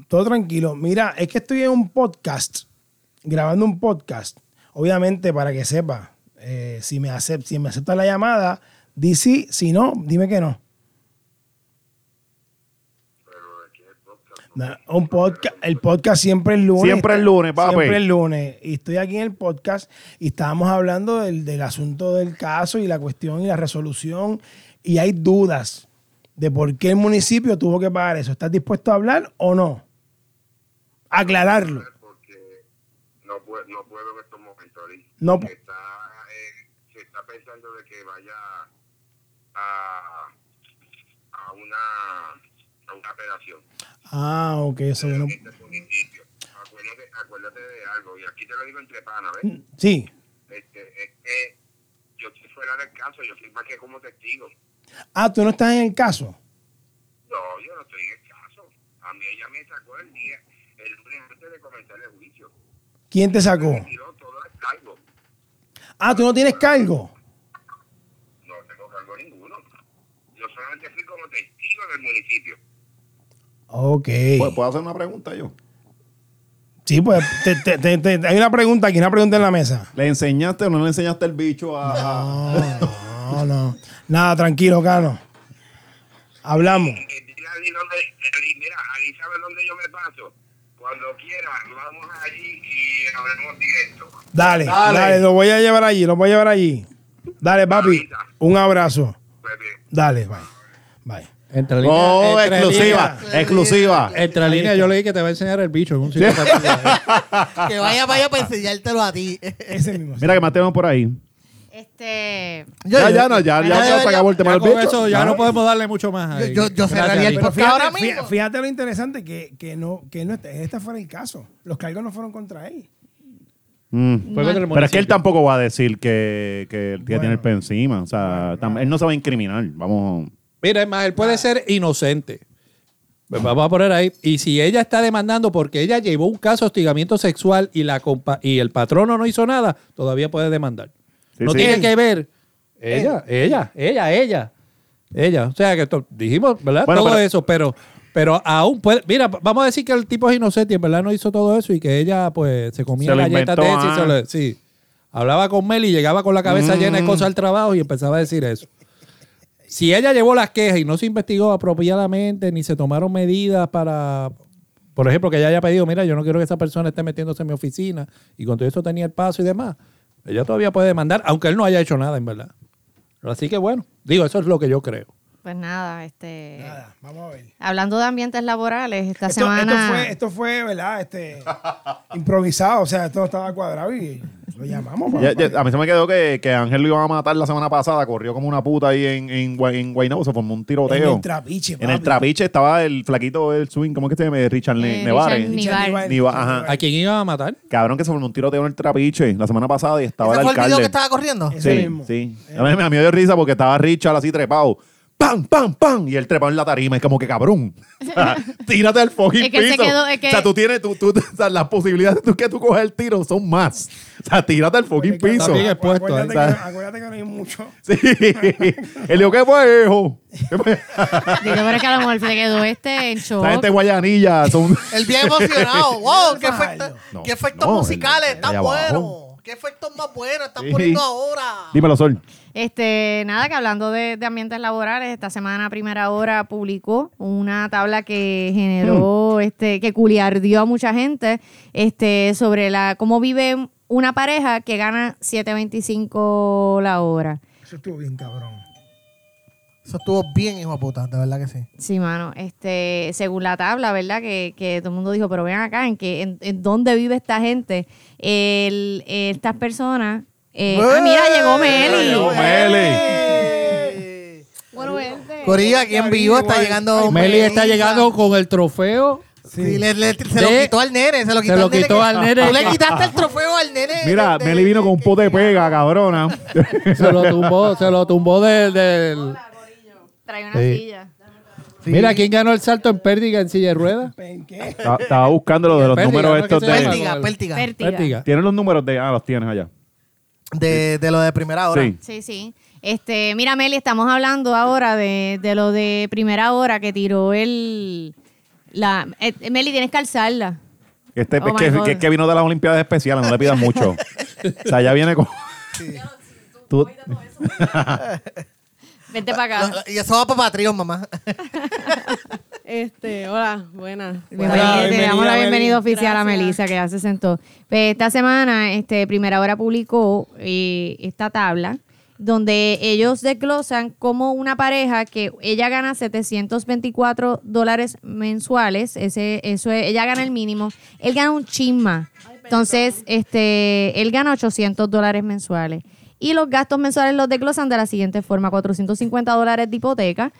S5: Todo tranquilo. Mira, es que estoy en un podcast, grabando un podcast. Obviamente, para que sepa, eh, si, me acep- si me aceptas la llamada, di sí, si no, dime que no. Na- Un podcast, el podcast siempre el lunes.
S1: Siempre el lunes, papi.
S5: Siempre el lunes. Y estoy aquí en el podcast y estábamos hablando del, del asunto del caso y la cuestión y la resolución. Y hay dudas de por qué el municipio tuvo que pagar eso. ¿Estás dispuesto a hablar o no? Aclararlo.
S7: porque no puedo, no puedo en estos momentos. Ari.
S5: No.
S7: Se está, eh, se está pensando de que vaya a, a una a una apelación.
S5: Ah, ok, eso que no-
S7: Este es un municipio. Acuérdate, acuérdate de algo, y aquí te lo digo entre panas,
S5: Mm.
S7: ¿ves?
S5: Sí.
S7: Este, es que yo estoy fuera del caso, yo soy más que como testigo.
S5: Ah, tú no estás en el caso.
S7: No, yo no estoy en el caso. A mí ella me sacó el día, el lunes antes de comenzar el juicio.
S5: ¿Quién te sacó?
S7: Tiró todo el cargo.
S5: Ah, tú no tienes cargo.
S7: No tengo cargo ninguno. Yo solamente fui como testigo del municipio.
S5: Ok.
S1: ¿Puedo, Pues, puedo hacer una pregunta yo?
S5: Sí, pues te- te- te- te- hay una pregunta aquí, una pregunta en la mesa.
S1: ¿Le enseñaste o no le enseñaste el bicho a.? a-
S5: No, no. Nada, tranquilo, Cano. Hablamos.
S7: Eh, Dile a Ali dónde, eh, Ali, mira, Ali sabe dónde yo me paso. Cuando quiera, vamos allí y hablemos directo.
S5: Dale, dale,
S1: Dale.
S5: lo voy a llevar allí, lo voy a llevar allí. Dale, papi. Un abrazo.
S7: Pues bien.
S5: Dale, bye. Bye.
S4: Entre líneas-
S1: Oh,
S4: entre
S1: exclusiva,
S4: líneas- Eh,
S1: exclusiva.
S4: Entre líneas yo le dije que te va a enseñar el bicho en
S1: [laughs]
S4: un sitio. particular.
S2: Que vaya para allá para enseñártelo a ti.
S5: Ese mismo.
S1: Mira que más tenemos por ahí.
S3: Este,
S1: [laughs] Ya, ya, no, ya, ya,
S2: yo-
S1: se
S2: yo-
S1: acabó el tema
S4: Ya
S1: del
S4: con
S1: bicho. ¿Ah?
S4: eso ya no podemos darle mucho más. ahí.
S2: Yo- yo- yo
S4: Gracias,
S2: cerraría el
S4: Ali.
S5: Pero
S2: Porque ahora
S5: fíjate,
S2: mismo-
S5: fíjate, fíjate lo interesante que, que no, que él no está, él está fuera del caso. Los cargos no fueron contra él.
S1: Mm.
S4: Fue contra
S1: Pero
S4: el
S1: es que él
S4: municipio.
S1: tampoco va a decir que, que el tía tiene el pelo encima. O sea, tam- él no se va a incriminar. Vamos.
S4: Mira, es más, él puede ser inocente. Pues Vamos a poner ahí. Y si ella está demandando porque ella llevó un caso de hostigamiento sexual y, la compa- y el patrono no hizo nada, todavía puede demandar.
S1: Sí,
S4: no
S1: sí.
S4: tiene
S1: Él.
S4: que ver. Eh, Ella, ella, ella, ella. Ella. O sea, que to- dijimos, ¿verdad?
S1: Bueno,
S4: Todo
S1: pero-
S4: eso, pero, Pero aún puede. Mira, vamos a decir que el tipo es inocente y en verdad no hizo todo eso y que ella, pues, se comía
S1: Se lo
S4: galletas
S1: inventó,
S4: de ese y se
S1: ah.
S4: lo- Sí. Hablaba con Mel y llegaba con la
S1: Mm.
S4: cabeza llena de cosas al trabajo y empezaba a decir eso. Si ella llevó las quejas y no se investigó apropiadamente ni se tomaron medidas para. Por ejemplo, que ella haya pedido, mira, yo no quiero que esa persona esté metiéndose en mi oficina y con todo eso tenía el paso y demás. Ella todavía puede demandar, aunque él no haya hecho nada, en verdad. Así que bueno, digo, eso es lo que yo creo.
S3: Pues nada, este.
S5: Nada, vamos a ver.
S3: Hablando de ambientes laborales, esta
S5: Esto,
S3: semana.
S5: esto fue, esto fue, ¿verdad? Este, improvisado, o sea, esto no estaba cuadrado y lo llamamos. para-
S1: Ya- ya- a mí se me quedó que, que Ángel lo iban a matar la semana pasada, corrió como una puta ahí en, en, Gua- en Guaynabo, se formó un tiroteo.
S5: En el trapiche,
S1: En el
S5: papi.
S1: trapiche estaba el flaquito del swing, ¿cómo es que se llama? Richard Ne-
S3: Eh,
S1: Nevares.
S3: Richard
S5: Richard Nivar.
S3: Nivar.
S1: Nivar, ajá.
S4: ¿A quién iba a matar?
S1: Cabrón que se formó un tiroteo en el trapiche la semana pasada y estaba
S2: ¿Ese
S1: el
S2: fue el video
S1: alcalde.
S2: que
S1: [laughs]
S2: estaba corriendo?
S5: Ese
S1: Sí,
S5: mismo.
S1: sí.
S3: Eh.
S1: A mí, a mí me dio risa porque estaba Richard así trepado. ¡Pam, pam, pam! Y él trepado en la tarima. Es como que cabrón.
S3: [laughs]
S1: Tírate al fucking
S3: Es que él se
S1: piso.
S3: quedó- es que-
S1: O sea, tú tienes. Tú, tú- o sea, las posibilidades de que tú coges el tiro son más. O sea, tírate al fucking
S5: Porque
S1: piso.
S4: también es- expuesto,
S5: Acuérdate,
S4: ¿eh?
S5: que, no- acuérdate que no hay mucho.
S1: Sí. [laughs] él dijo, ¿qué fue, hijo? ¿Qué
S3: [laughs]
S1: fue?
S3: Digo, pero es que a lo mejor se quedó este en shock.
S1: Esta gente guayanilla
S3: [laughs]
S1: son.
S2: El bien
S1: [laughs]
S2: emocionado. ¡Wow! ¡Qué, efecto-
S1: No,
S2: qué efectos
S1: no,
S2: musicales
S1: el-
S2: tan
S1: allá
S2: buenos!
S1: abajo.
S2: ¡Qué efectos más buenos están
S1: Sí.
S2: poniendo ahora!
S1: Dímelo, Sol.
S3: Este, nada, que hablando de, de ambientes laborales, esta semana a primera hora publicó una tabla que
S5: Hmm.
S3: generó, este, que culiardió a mucha gente, este, sobre la cómo vive una pareja que gana 7.25 la hora.
S5: Eso estuvo bien, cabrón.
S2: Eso estuvo bien, hijo de puta, de verdad que sí.
S3: Sí, mano, este, según la tabla, ¿verdad? Que, que todo el mundo dijo, pero ven acá, ¿en, qué, en, en dónde vive esta gente? El- estas personas... eh, ah, mira, llegó Meli.
S1: Llegó
S2: Meli.
S3: Bueno, vente.
S2: Corilla, aquí en vivo está llegando.
S4: Meli está llegando con el trofeo.
S2: Sí, le- le- se lo
S4: De-
S2: quitó al nene. Se lo quitó,
S4: se lo
S2: al, nene
S4: quitó
S2: que-
S4: al nene.
S2: Tú le quitaste el trofeo al nene.
S1: Mira,
S2: de- de-
S1: Meli vino con un pote de pega,
S3: [laughs]
S1: cabrona.
S4: Se lo tumbó, se lo tumbó del. del-
S3: Trae una
S4: Sí.
S3: silla.
S4: Mira, ¿quién ganó el salto en pérdida en silla de ruedas?
S5: ¿Qué?
S1: Estaba- Estaba buscando lo de los
S4: Pérdida,
S1: números
S4: ¿no?
S1: estos
S4: Que se llama.
S1: de.
S2: Pértiga, pértiga.
S3: Pértiga.
S4: Pérdida.
S1: ¿Tienes los números de.? Ah, los tienes allá.
S2: De, de lo de primera hora.
S1: Sí.
S3: Sí, sí. Este, mira, Meli, estamos hablando ahora de, de lo de primera hora que tiró el. La, eh, Meli, tienes que alzarla.
S1: Este,
S3: Oh
S1: es
S3: my
S1: que,
S3: God.
S1: que es que vino de las Olimpiadas Especiales, no le pidas mucho. o sea, ya viene con. Tú-
S3: Vente para
S2: Lo-
S3: acá.
S2: lo- Y eso va para Patreon, mamá. [laughs]
S8: Este, hola, buenas.
S3: Bienvenida, te
S5: bienvenida,
S3: damos la bienvenida
S5: Meli.
S3: oficial a
S8: Gracias.
S3: Melissa, que ya se sentó. Pues, esta semana, este, Primera Hora publicó eh, esta tabla donde ellos desglosan como una pareja que ella gana 724 dólares mensuales, ese, eso es- ella gana el mínimo, él gana un chisma, entonces este, él gana 800 dólares mensuales. Y los gastos mensuales los desglosan de la siguiente forma, 450 dólares de hipoteca,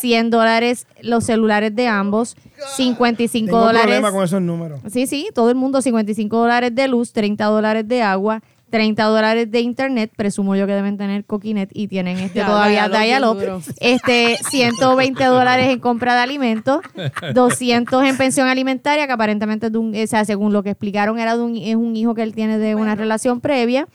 S3: 100 dólares los celulares de ambos, 55
S5: Tengo
S3: dólares...
S5: problema con esos números.
S3: Sí, sí, todo el mundo, 55 dólares de luz, 30 dólares de agua, 30 dólares de internet, presumo yo que deben tener coquinet y tienen este
S8: Ya,
S3: todavía
S8: dial-up,
S3: dial-up,
S8: bien duro.
S3: este 120 dólares en compra de alimentos, 200 en pensión alimentaria, que aparentemente es de un- o sea, según lo que explicaron era de un, es un hijo que él tiene de una relación previa,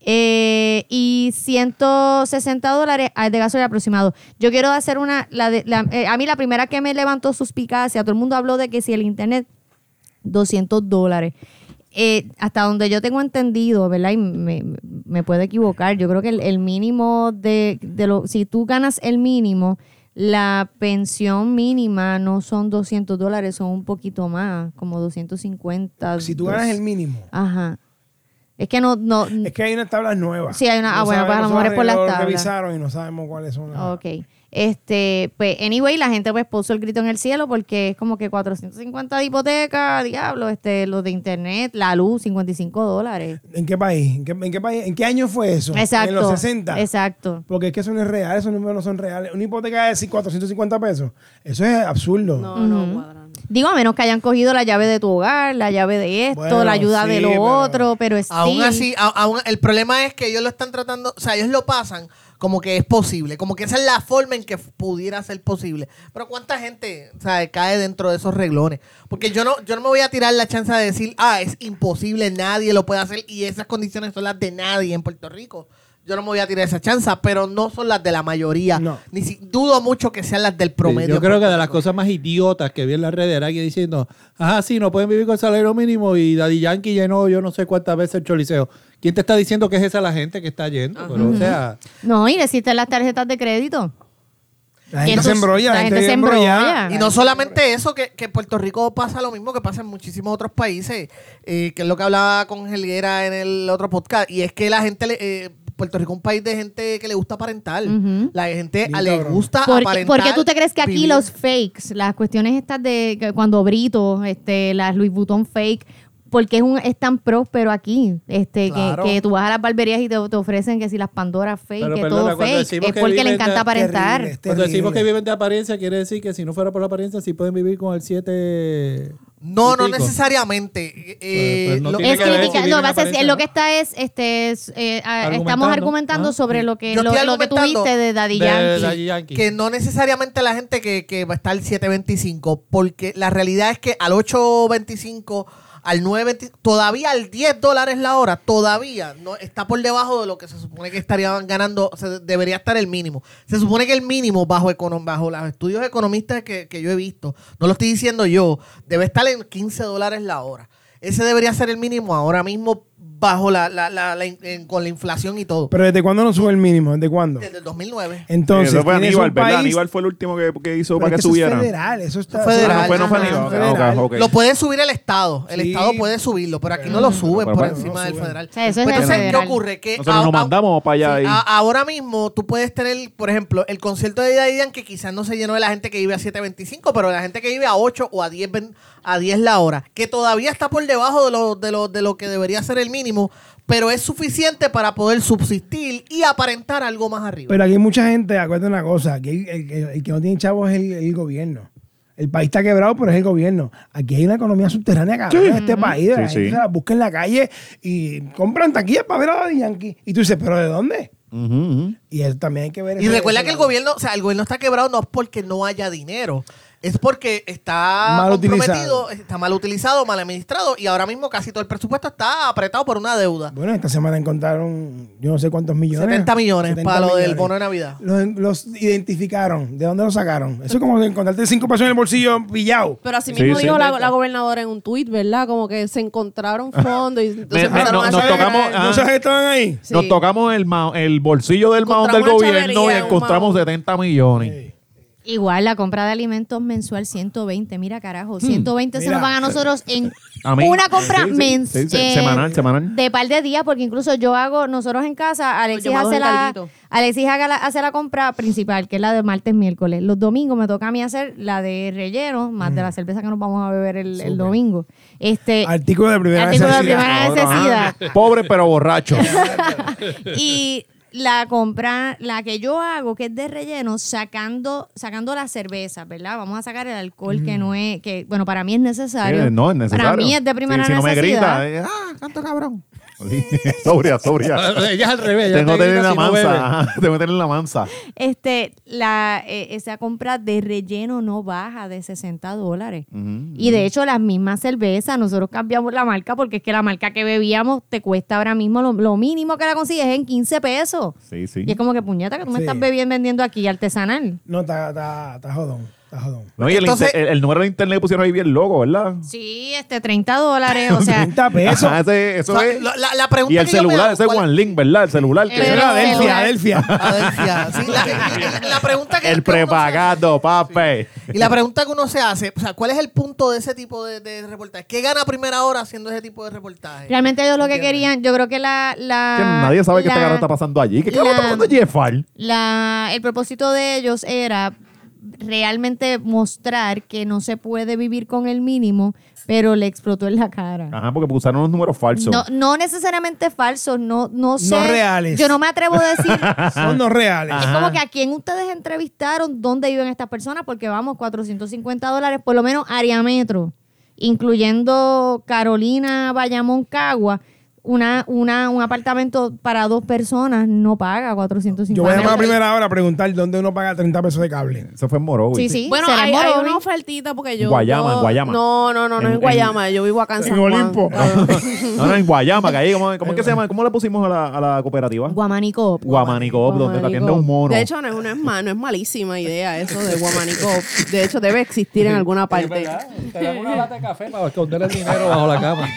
S3: eh, y 160 dólares ah, de gasoil aproximado. Yo quiero hacer una, la de- la- eh, a mí la primera que me levantó suspicacia, todo el mundo habló de que si el internet 200 dólares. Eh, hasta donde yo tengo entendido, ¿verdad? Y me, me puedo equivocar. Yo creo que el, el mínimo de, de lo, si tú ganas el mínimo, la pensión mínima no son 200 dólares, son un poquito más, como 250.
S5: Si tú ganas
S3: dos-
S5: el mínimo,
S3: Ajá. Es que no, no.
S5: es que hay unas tablas nuevas.
S3: Sí, hay una- ah, bueno, pues a lo
S5: nosotros
S3: mejor es por las
S5: lo
S3: tablas.
S5: revisaron y no sabemos cuáles son. las-
S3: Ok. Este, pues, anyway, la gente pues puso el grito en el cielo porque es como que 450 de hipoteca, diablo, este, los de internet, la luz, 55 dólares.
S5: ¿En qué país? ¿En qué, en qué país? ¿En qué año fue eso?
S3: Exacto.
S5: En los 60.
S3: Exacto.
S5: Porque es que eso no es real, esos números no son reales. Una hipoteca de 450 pesos, eso es absurdo.
S8: No, no, cuadran.
S3: Digo, a menos que hayan cogido la llave de tu hogar, la llave de esto,
S5: Bueno,
S3: la ayuda de
S5: sí,
S3: lo
S5: pero-
S3: otro, pero es
S2: Aún
S3: sí.
S2: así, a- aún- el problema es que ellos lo están tratando, o sea, ellos lo pasan como que es posible, como que esa es la forma en que pudiera ser posible. Pero ¿cuánta gente o sea, cae dentro de esos reglones? Porque yo no, yo no me voy a tirar la chance de decir, ah, es imposible, nadie lo puede hacer y esas condiciones son las de nadie en Puerto Rico. yo no me voy a tirar esa chanza, pero no son las de la mayoría.
S5: No.
S2: Ni si- dudo mucho que sean las del promedio.
S4: yo creo que de las cosas más idiotas que vi en la red era alguien diciendo, ajá, sí, no pueden vivir con salario mínimo y Daddy Yankee llenó yo no sé cuántas veces el choliseo. ¿Quién te está diciendo que es esa la gente que está yendo? Pero, o sea,
S3: No, y decirte las tarjetas de crédito.
S5: La
S3: Y
S5: gente
S3: eso-
S5: se embrolla, la gente se embrolla.
S2: Y no solamente eso, que, que en Puerto Rico pasa lo mismo que pasa en muchísimos otros países, eh, que es lo que hablaba con Helguera en el otro podcast, y es que la gente, le- eh, Puerto Rico es un país de gente que le gusta aparentar,
S3: Ujú.
S2: la gente
S5: Bien
S2: a- le
S5: cabrón.
S2: gusta
S3: ¿Por, qué-
S2: aparentar.
S3: por qué tú te crees que aquí
S2: vivir-
S3: los fakes, las cuestiones estas de que cuando Brito, este, las Louis Vuitton fake, porque es, un, es tan próspero aquí, este, que-
S5: Claro.
S3: que, tú vas a las barberías y te, te ofrecen que si las Pandoras fake,
S4: Pero
S3: que
S4: perdona,
S3: todo
S4: cuando
S3: fake, es
S4: decimos que
S3: porque le
S4: viven
S3: encanta
S4: tan
S3: aparentar.
S5: terribles.
S4: cuando decimos
S5: Terrible.
S4: que viven de apariencia, quiere decir que si no fuera por la apariencia, sí pueden vivir con el 7.
S2: No, no necesariamente. Eh,
S4: Pues- pues no
S2: lo-
S4: tiene
S3: Es
S4: que ver
S3: criticar-
S4: si
S3: no,
S4: viven
S3: vas a-
S4: apariencia,
S3: lo
S4: ¿no?
S3: que está es, este, es, eh, ah,
S4: Argumentando.
S3: estamos argumentando
S4: Ah.
S3: sobre lo que,
S2: Yo
S3: lo,
S2: estoy
S3: lo que
S2: argumentando
S3: tuviste de Daddy
S4: de
S3: Yankee.
S4: Daddy Yankee.
S2: que no necesariamente la gente que, que va a estar al 725, porque la realidad es que al 825, al 925, todavía al 10 dólares la hora, todavía no está por debajo de lo que se supone que estarían ganando, o sea, debería estar el mínimo. Se supone que el mínimo bajo, econo- bajo los estudios economistas que, que yo he visto, no lo estoy diciendo yo, debe estar en 15 dólares la hora. Ese debería ser el mínimo ahora mismo bajo la, la- la- la in- en- con la inflación y todo.
S5: Pero ¿desde cuándo no sube el mínimo? ¿Desde cuándo?
S2: Desde el 2009.
S5: [laughs] Entonces,
S1: Eso fue
S5: tienes
S1: Aníbal,
S5: un
S1: ¿verdad?
S5: país-
S1: Aníbal fue el último que, que hizo
S5: Pero
S1: para que,
S5: es eso es
S1: subiera.
S5: federal, eso está
S2: Federal.
S1: Ah, no fue, no fue
S2: Ajá.
S1: Aníbal. Ah,
S5: Federal.
S1: ok, ok.
S2: Lo puede subir el Estado. El
S5: Sí.
S2: Estado puede subirlo, pero aquí no lo suben
S1: Pero
S2: por
S1: bueno,
S2: encima
S5: no
S2: del
S5: suben.
S2: federal.
S3: O sea, eso es
S2: Pues
S3: el
S2: entonces, ¿qué
S3: federal.
S2: ocurre? Que
S1: Nosotros nos
S2: a- a-
S1: mandamos para allá
S2: sí,
S1: y-
S2: a- ahora mismo tú puedes tener, por ejemplo, el concierto de Daddy Yankee que quizás no se llenó de la gente que vive a 7.25, pero de la gente que vive a 8 o a 10, ven- a 10 la hora, que todavía está por debajo de lo, de, lo, de lo que debería ser el mínimo, pero es suficiente para poder subsistir y aparentar algo más arriba.
S5: Pero aquí hay mucha gente, acuérdate una cosa, que el, el- el que no tiene chavos es el, el gobierno. El país está quebrado, pero es el gobierno. Aquí hay una economía subterránea cabrón en este país. La
S1: Sí,
S5: gente
S1: sí.
S5: se la busca en la calle y compran taquillas para ver a Daddy Yankee. Y tú dices, ¿pero de dónde?
S1: Ujú, ujú.
S5: Y eso también hay que ver.
S2: Y
S5: ese-
S2: recuerda
S5: ese
S2: que el
S5: lado.
S2: gobierno, o sea, el gobierno está quebrado no es porque no haya dinero, es porque está
S5: Mal
S2: comprometido,
S5: utilizado.
S2: está mal utilizado, mal administrado y ahora mismo casi todo el presupuesto está apretado por una deuda.
S5: Bueno, esta semana encontraron yo no sé cuántos millones.
S2: 70 millones para lo del bono de Navidad.
S5: Los, los identificaron. ¿De dónde los sacaron? Eso es como encontrarte cinco pesos en el bolsillo pillado.
S8: Pero así
S1: Sí,
S8: mismo
S1: sí.
S8: dijo la, la gobernadora en un tuit, ¿verdad? Como que
S1: [laughs]
S8: se encontraron fondos y entonces
S1: Me- me-
S8: empezaron
S1: no-
S8: a
S1: nos
S8: sacar-
S1: tocamos- ah.
S5: ¿No sabes que estaban ahí?
S8: Sí.
S1: Nos tocamos el, ma- el bolsillo del maón del
S8: Encontramos una
S1: gobierno y
S8: chavería, un
S1: encontramos
S8: maón.
S1: 70 millones.
S3: Igual la compra de alimentos mensual 120, mira carajo, 120 se
S5: mira.
S3: nos van a nosotros en
S1: A mí.
S3: una compra
S1: Sí, sí,
S3: mens-
S1: sí, sí,
S3: eh,
S1: semanal, semanal.
S3: De par de días, porque incluso yo hago, nosotros en casa, Alexis,
S8: llamados
S3: hace la,
S8: encarguitos.
S3: Alexis haga la- hace la compra principal, que es la de martes, miércoles. Los domingos me toca a mí hacer la de relleno, más de la cerveza que nos vamos a beber el, el domingo. Este,
S5: Artículo de primera
S3: artículo de
S5: necesidad.
S3: primera
S1: Cabrón,
S3: necesidad.
S1: ah. Pobre pero
S3: [laughs]
S1: borracho.
S3: y la compra, la que yo hago, que es de relleno, sacando, sacando la cerveza, ¿verdad? Vamos a sacar el alcohol que no es, que bueno, para mí es necesario.
S1: Mm. Sí, no, es necesario.
S3: Para mí es de primera
S1: Sí, si, no
S3: necesidad.
S1: me grita, eh, ah, canto cabrón. Sí, [laughs] sobria,
S4: [laughs]
S1: sobria.
S4: Ah, Ella es al revés. ella
S1: Tengo que
S4: te
S1: tener
S4: grita
S1: la
S4: si no bebe.
S1: mansa. ajá, [laughs] Tengo que tener la mansa.
S3: Este, la, eh, esa compra de relleno no baja de 60 dólares.
S1: Ujú.
S3: Y de hecho, las mismas cervezas, nosotros cambiamos la marca porque es que la marca que bebíamos te cuesta ahora mismo lo, lo mínimo que la consigues en 15 pesos.
S1: Sí, sí.
S3: Y es como que puñeta que tú me
S5: Sí.
S3: estás bebiendo vendiendo aquí artesanal.
S5: No, está, está, está jodón. Está jodón.
S1: No, y el,
S2: Entonces-
S1: inter- el, el número de internet que pusieron ahí bien loco, ¿verdad?
S3: Sí, este 30 dólares, o sea,
S5: 30 pesos.
S1: Ajá, ese- eso
S2: O sea,
S1: es.
S2: la- la- la pregunta
S1: y el
S2: que yo me
S1: celular,
S2: hago,
S1: ese es
S2: ¿cuál-
S1: One Link, ¿verdad? El celular. que-
S3: Pero-
S8: Eh,
S5: Eso era Adelfia,
S3: celular.
S5: Adelfia.
S2: A ver, ya, sí,
S8: [laughs]
S2: la, la- la pregunta que
S1: el
S2: que uno se-
S1: prepagado, papi.
S2: Y la pregunta que uno se hace, o sea, ¿cuál es el punto de ese tipo de, de reportaje? ¿Qué gana a primera hora haciendo ese tipo de reportaje?
S3: Realmente ellos lo que querían, yo creo que la... la
S1: Que
S8: Ah,
S1: nadie sabe qué
S3: la-
S1: este cabrón está pasando allí. ¿Qué cabrón está
S3: la-
S1: pasando allí, Efal?
S3: la- el propósito de ellos era realmente mostrar que no se puede vivir con el mínimo, pero le explotó en la cara.
S1: Ajá, porque usaron unos números falsos.
S3: No, no necesariamente falsos, no, no sé.
S5: reales.
S3: Yo no me atrevo a decir.
S1: [laughs]
S5: Son los reales.
S3: Es como que a quién ustedes entrevistaron, dónde viven estas personas, porque vamos, 450 dólares, por lo menos área metro, incluyendo Carolina, Bayamón, Cagua. una, una, un apartamento para dos personas no paga 450
S5: Yo voy a llamar a primera hora a preguntar dónde uno paga 30 pesos de cable.
S1: Eso fue en Morovis.
S3: Sí, sí.
S8: Bueno,
S3: será
S8: hay,
S3: en
S8: hay
S3: Morovis.
S8: una ofertita porque yo.
S1: Guayama,
S8: yo-
S1: en Guayama.
S8: No, no, no, no
S1: En-
S8: es en Guayama. Yo vivo acá en
S5: en
S8: San Juan.
S5: Olimpo.
S1: [laughs]
S8: Claro.
S1: No, no, en Guayama, que ahí, ¿cómo, cómo es que se llama? ¿Cómo le pusimos a la, a la cooperativa?
S3: Guamanico.
S1: Guamanico, donde te atiende
S8: Guamanico.
S1: un mono.
S8: De hecho, no es, no es ma- no es malísima idea eso de Guamanico. De hecho, debe existir en alguna parte.
S4: Te dan una lata de café para esconder el dinero bajo la cama.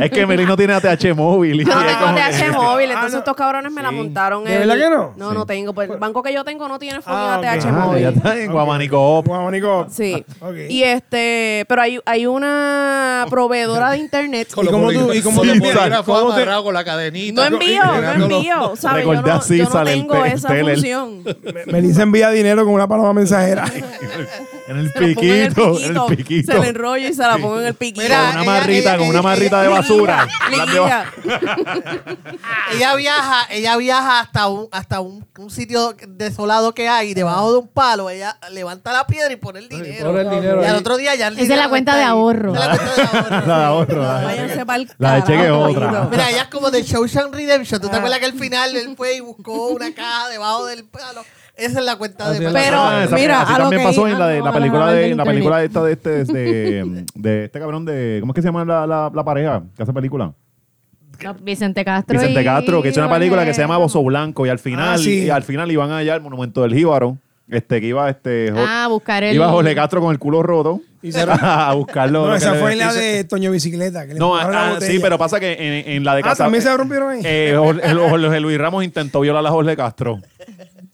S1: [laughs] es que Meli no tiene ATH móvil. y
S8: No
S1: es
S8: tengo
S1: como que- Ah,
S8: TH móvil, entonces estos cabrones me la montaron.
S5: ¿De
S8: el-
S5: verdad que no?
S8: No, no tengo. Pues el banco que yo tengo no tiene
S5: Ah,
S8: ah,
S5: ok.
S8: TH
S1: Ah, ya
S8: móvil.
S1: está en Guamanico.
S5: Bueno, Nico,
S8: Sí.
S5: Ok.
S8: Y este, pero hay,
S1: [laughs]
S8: hay una proveedora de internet.
S5: ¿Y cómo tú- y cómo
S4: Sí,
S5: te-
S4: bolígrafo
S5: cómo te-
S4: amarrado con la cadenita.
S8: No envío, no
S4: Mirándolo.
S8: envío, ¿sabes? Yo
S1: Recordé a
S8: no, yo no
S1: César, el
S8: tengo
S1: te-
S8: esa
S1: el teler. [laughs]
S8: función.
S5: Me- Melissa envía dinero con una paloma mensajera.
S1: En el
S8: Se lo pongo en el
S1: piquito. En el
S8: piquito,
S1: piquito.
S8: Se la enrollo y se la pongo en el piquito.
S2: Mira,
S1: Con una marrita, con una marrita de basura. Las de ba-
S8: Liguilla.
S2: Ella viaja, ella viaja hasta un, hasta un, un sitio desolado que hay, debajo de un palo, ella levanta la piedra y pone el dinero.
S4: pone el dinero
S2: y al
S4: ahí.
S2: otro día ya el
S3: Esa es
S2: dinero
S3: la cuenta
S2: está
S3: de
S2: ahí.
S3: ahorro.
S2: Esa es la cuenta de ahorro.
S1: La de ahorro, la de
S8: Váyanse pa'l
S1: La de Cheque es
S8: carajo,
S1: otra.
S8: seguro.
S2: Mira, ella es como de Shawshank Redemption. ¿Tú te acuerdas que al final él fue y buscó una caja debajo del palo? Esa es la cuenta de
S4: Así es la
S8: Pero,
S1: Ah, esa-
S8: mira,
S1: así
S8: a lo
S1: también
S8: que
S1: pasó
S8: i-
S1: en la, de-
S8: ah,
S1: la
S8: no,
S1: película
S8: vamos a
S1: de,
S8: hablar
S1: en la
S8: del
S1: película esta de este, de, de este cabrón de, ¿cómo es que se llama la, la, la pareja que hace película?
S3: Vicente Castro.
S1: Vicente
S3: y-
S1: Castro, que hizo una película que se llama Bozo Blanco y al final,
S5: Ah, sí.
S1: y al final iban allá al monumento del Jíbaro, este que iba este Jo-
S3: Ah, buscar el.
S1: iba Jorge Castro con el culo roto [laughs] a buscarlo.
S5: No,
S1: lo que
S5: esa
S1: le-
S5: fue en la de Toño Bicicleta. que le
S1: No,
S5: empujaron la
S1: ah,
S5: botella.
S1: sí, pero pasa que en, en la de
S5: Ah, también se rompieron ahí.
S1: eh, Jorge, el- Jorge Luis Ramos intentó violar a Jorge
S2: [laughs]
S1: Castro.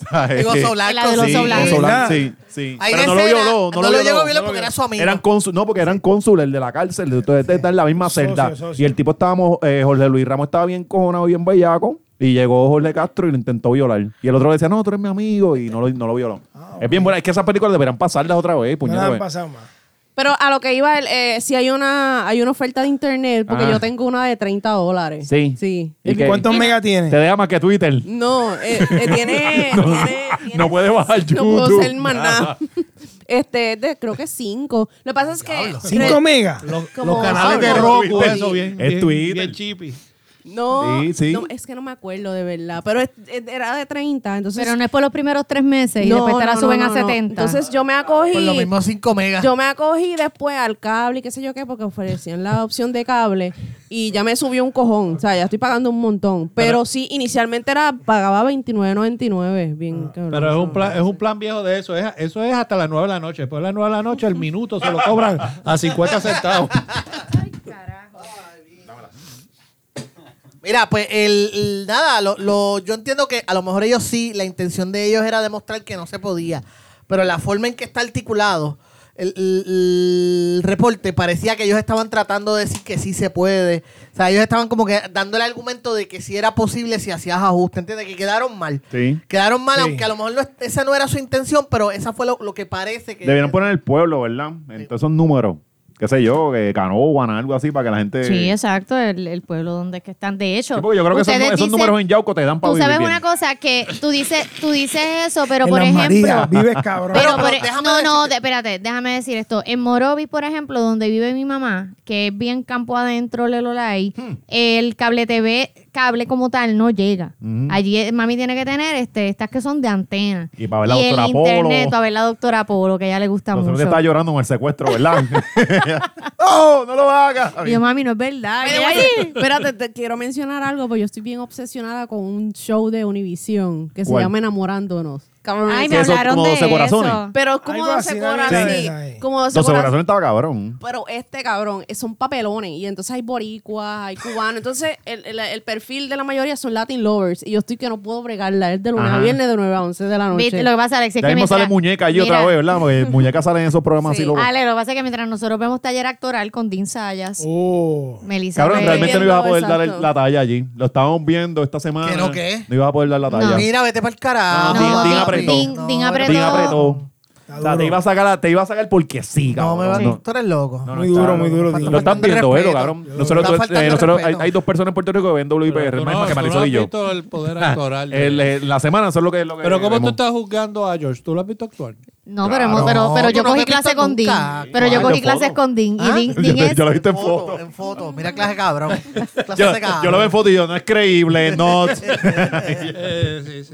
S2: Y Gozo Blanco.
S3: La de los
S1: Sí,
S3: Oso Blanco.
S1: Oso Blanco,
S5: ¿Verdad?
S1: sí, sí.
S2: Ahí
S1: Pero
S2: en
S1: no lo
S2: escena,
S1: violó. No,
S2: no lo llegó a
S1: violó
S2: violar
S1: no lo
S2: porque
S1: violó.
S2: era su amigo.
S1: Eran cónsul, no, porque eran cónsules de la cárcel. Ustedes están en la misma
S5: Socio,
S1: celda.
S5: socio.
S1: Y el tipo estábamos, eh, Jorge Luis Ramos estaba bien cojonado, bien bellaco. Y llegó Jorge Castro y lo intentó violar. Y el otro le decía, no, tú eres mi amigo. Y no lo, no lo violó.
S5: Ah,
S1: Es bien buena. Es que esas películas deberán pasarlas otra vez, pues.
S5: No la
S1: puñetas.
S5: han pasado más.
S8: Pero a lo que iba, el, eh, si hay una hay una oferta de internet, porque
S1: Ah.
S8: yo tengo una de 30 dólares.
S1: Sí.
S8: Sí.
S1: ¿Y qué?
S5: ¿Cuántos mega
S1: Te
S5: tiene?
S1: deja más que Twitter.
S8: No, eh, eh, tiene,
S1: No,
S8: tiene- tiene-
S1: no puede bajar
S8: No puedo
S1: YouTube,
S8: ser más nada. Este, de, creo que cinco. Lo que pasa es que.
S5: ¿Cinco
S8: re-
S5: mega?
S8: como-
S4: Los canales de
S8: Ah,
S4: Roku,
S1: Twitter.
S4: eso bien.
S1: Es
S4: bien-
S1: Twitter.
S4: Bien chippy.
S8: No,
S1: Sí, sí.
S8: no, es que no me acuerdo de verdad. Pero es- es- era de 30, entonces.
S3: Pero no es por los primeros tres meses y
S8: No,
S3: después te la
S8: no,
S3: suben
S8: no,
S3: a
S8: no, no.
S3: 70.
S8: Entonces yo me acogí.
S2: Por lo mismo 5 megas.
S8: Yo me acogí después al cable y qué sé yo qué, porque ofrecían la opción de cable y ya me subió un cojón. O sea, ya estoy pagando un montón. Pero sí, inicialmente era pagaba 29.99. Bien, cabrón.
S4: Pero es un, plan, es un plan viejo de eso. Es- eso es hasta las 9 de la noche. Después de las 9 de la noche, el minuto se lo cobran a 50 centavos.
S2: Mira, pues el, el- nada, lo, lo- yo entiendo que a lo mejor ellos sí, la intención de ellos era demostrar que no se podía, pero la forma en que está articulado el, el- el reporte parecía que ellos estaban tratando de decir que sí se puede, o sea, ellos estaban como que dando el argumento de que sí era posible si hacías ajuste, ¿entiendes? Que quedaron mal.
S1: Sí.
S2: Quedaron mal,
S5: Sí.
S2: aunque a lo mejor no es- esa no era su intención, pero esa fue lo, lo que parece que...
S1: Debieron poner el pueblo, ¿verdad? En todos esos números. Qué sé yo, que Canovan, algo así, para que la gente.
S3: Sí, exacto, el, el pueblo donde es que están. De hecho,
S1: Sí, porque yo creo que esos,
S3: ustedes
S1: nu- esos
S3: dicen-
S1: números en Yauco te dan para
S3: Tú
S1: vivir
S3: sabes
S1: bien.
S3: una cosa que tú dices, tú dices eso, pero
S5: En
S3: por
S5: las
S3: ejemplo,
S5: Marías, vives cabrón.
S3: Pero,
S2: Pero,
S3: por- e-
S2: pero déjame
S3: no, no,
S2: decirte-
S3: de- espérate, déjame decir esto. En Morovis, por ejemplo, donde vive mi mamá, que es bien campo adentro, Lelolay,
S1: Hmm.
S3: el cable TV, cable como tal, no llega. Allí eh, mami tiene que tener este, estas que son de antena.
S1: Mm-hmm. Y para ver la doctora
S3: el
S1: Polo.
S3: internet, para ver la doctora Polo, que a ella le gusta
S1: Nosotros te
S3: mucho.
S1: está llorando con el secuestro,
S3: [laughs]
S1: ¿verdad? [laughs] no, no lo hagas.
S3: Y yo, mami, no es verdad.
S8: Ay,
S3: que
S8: ay,
S3: ella-
S8: Espérate, te quiero mencionar algo, porque yo estoy bien obsesionada con un show de Univision que
S1: ¿Cuál?
S8: se llama Enamorándonos. Cabrón,
S3: [laughs] Ay,
S8: es-
S3: me
S1: eso,
S3: hablaron
S1: como
S3: de
S1: 12 corazones.
S3: eso.
S8: Pero es como
S5: Algo
S8: 12
S5: así,
S8: corazones.
S5: algo así.
S8: sí,
S5: Sí.
S8: Como 12
S1: Los
S8: corazones.
S1: corazones estaba cabrón.
S8: Pero este cabrón, eh, son papelones. Y entonces hay boricuas, hay cubanos. Entonces, el, el- el perfil de la mayoría son Latin lovers. Y yo estoy que no puedo bregarla. Es de lunes
S1: Ajá.
S8: a viernes de 9 a 11 de la noche.
S3: Viste, Lo que pasa, Alex, es
S1: Ya
S3: que
S1: mismo sale
S3: mientras-
S1: muñeca allí
S3: Mira,
S1: otra vez, ¿verdad?
S3: [laughs]
S1: Porque muñeca sale en esos programas
S8: Sí.
S1: así locos.
S3: Ale, lo que pasa es que mientras nosotros vemos taller actoral con Dean Sayas,
S5: [laughs]
S4: Uh.
S5: Oh.
S3: Melissa
S1: Cabrón,
S3: Reyes-
S1: realmente no ibas a poder
S8: Exacto.
S1: dar el- la talla allí. Lo estábamos viendo esta semana.
S2: ¿Que no qué?
S1: No ibas a poder dar la talla.
S2: Mira, vete para el carajo.
S1: No, Dean- Dean
S2: papi.
S1: apretó.
S3: Dean- Dean
S2: No,
S3: apretó.
S1: Te apretó.
S5: Está
S1: O sea, te
S5: duro.
S1: iba a sacar, la- te iba a sacar porque sí,
S2: No,
S1: cabrón.
S2: me va,
S1: No.
S2: tú eres loco.
S1: No, no,
S5: Muy
S1: está-
S5: duro, muy duro.
S2: Está
S5: tío.
S1: Lo están
S2: faltando el
S1: viendo, ¿eh,
S2: respeto.
S1: cabrón?
S2: Está
S1: Nosotros,
S2: faltando
S1: eh,
S2: el
S1: nosotros- hay,
S2: respeto.
S1: hay dos personas en Puerto Rico que ven WIPR, el
S4: Tú no-
S1: más que
S4: tú no
S1: Marisol
S4: has
S1: y yo. Ah,
S4: visto el poder actoral. de-
S1: El- eh, la semana, eso es lo que. lo que
S4: Pero ¿cómo tú
S1: vemos.
S5: [laughs]
S4: estás juzgando a George? ¿Tú lo has visto actuar?
S3: No, pero, hemos-
S2: No,
S3: pero, pero
S2: tú
S3: yo
S2: no
S3: cogí
S2: me has
S3: clase
S2: visto
S3: con Dean.
S2: nunca.
S3: Pero
S1: Ah,
S3: yo cogí
S1: de
S3: clases
S1: foto.
S3: con Dean. Y
S2: Ah.
S1: [laughs]
S3: Dean,
S1: Yo,
S3: Dean
S1: yo-
S3: es.
S1: yo lo he visto en
S2: foto,
S1: foto.
S2: En foto. Mira clase de cabrón. Clase
S1: Yo,
S2: de cabrón.
S1: yo lo veo en foto y yo, no es creíble,
S4: [laughs]
S1: no.
S5: Eh,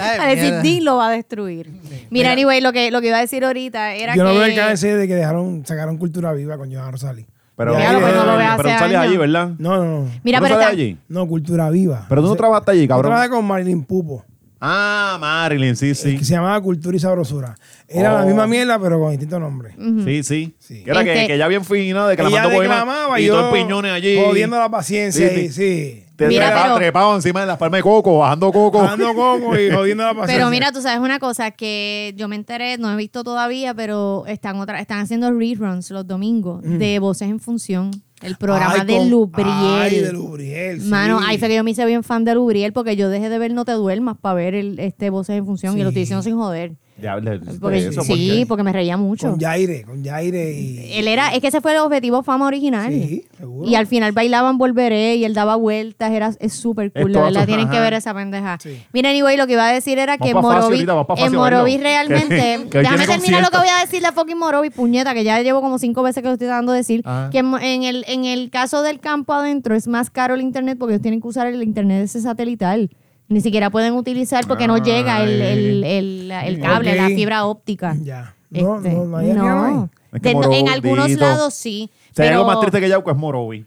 S2: Ay,
S3: A decir,
S2: mierda.
S3: Dean lo va a destruir. Mira, anyway, lo que, lo que iba a decir ahorita era
S5: Yo
S3: que.
S5: no veo el KBC de que dejaron, sacaron cultura viva con Johan Rosali.
S1: Pero,
S3: Claro, pues no lo veo hace
S1: pero tú sales
S3: años.
S1: allí, ¿verdad?
S5: No, no, no.
S3: Mira,
S1: ¿Tú no sales
S3: pero está-
S1: allí?
S5: No, cultura viva.
S1: Pero tú no
S5: Ese-
S1: trabajaste allí,
S5: yo
S1: cabrón.
S5: trabajé con Marilyn Pupo,
S1: Ah, Marilyn, sí, sí.
S5: que se llamaba Cultura y Sabrosura. Era la
S1: Oh.
S5: misma mierda, pero con distinto nombre.
S1: Sí, sí.
S5: Sí.
S1: Que Era que,
S3: Este-
S1: que ella bien fina,
S5: Ella
S1: declamando poemas.
S5: declamaba
S1: y
S5: yo
S1: todo en piñones allí.
S5: Jodiendo la paciencia
S1: Sí,
S5: ahí, sí.
S1: Te
S3: Mira,
S1: trepa-
S3: pero-
S1: trepado encima de las palmas de coco, bajando coco.
S5: Dando coco y jodiendo la paciencia.
S3: Pero mira, tú sabes una cosa que yo me enteré, no he visto todavía, pero están otra, están haciendo reruns los domingos de Voces en Función, el programa
S5: Ay,
S3: de
S5: con-
S3: Lubriel.
S5: Ay, de Lubriel. sí.
S3: Mano, ahí fue que yo me hice bien fan de Lubriel porque yo dejé de ver No te duermas para ver el, este Voces en Función y lo estoy diciendo sin joder.
S1: [laughs] Ya, le-
S3: Porque,
S1: eso,
S3: sí,
S1: porque-
S3: porque me reía mucho.
S5: Con Yaire, con Yaire y.
S3: Él era, es que ese fue el objetivo fama original.
S5: Sí, seguro.
S3: Y al final bailaban Volveré y él daba vueltas, era es súper
S1: Es
S3: cool, de
S1: todo
S3: verdad,
S1: su-
S3: tienen que
S1: ajá.
S3: ver esa pendeja.
S5: Sí.
S3: Mira, anyway, lo que iba a decir era
S1: Vamos
S3: que
S1: pa'
S3: en
S1: fácil
S3: Morovi,
S1: ahorita, vamos pa'
S3: en
S1: fácil,
S3: Morovi
S1: bailón.
S3: realmente,
S1: [laughs] Que- que hoy
S3: déjame
S1: tiene
S3: terminar
S1: concierto.
S3: lo que voy a decir de fucking Morovi, puñeta, que ya llevo como cinco veces que lo estoy dando de decir,
S1: Ajá.
S3: que en, mo- en el, en el caso del campo adentro es más caro el internet porque ellos tienen que usar el internet ese satelital. Ni siquiera pueden utilizar porque no llega el, el, el- el cable,
S5: Ok.
S3: la fibra óptica.
S5: Ya. No,
S3: Este,
S5: no, no hay- aquí no hay.
S1: Es que
S3: De-
S1: Morovi,
S3: en algunos
S1: bendito.
S3: lados sí.
S1: Si hay
S3: pero-
S1: algo más triste que Yauco es Morovi.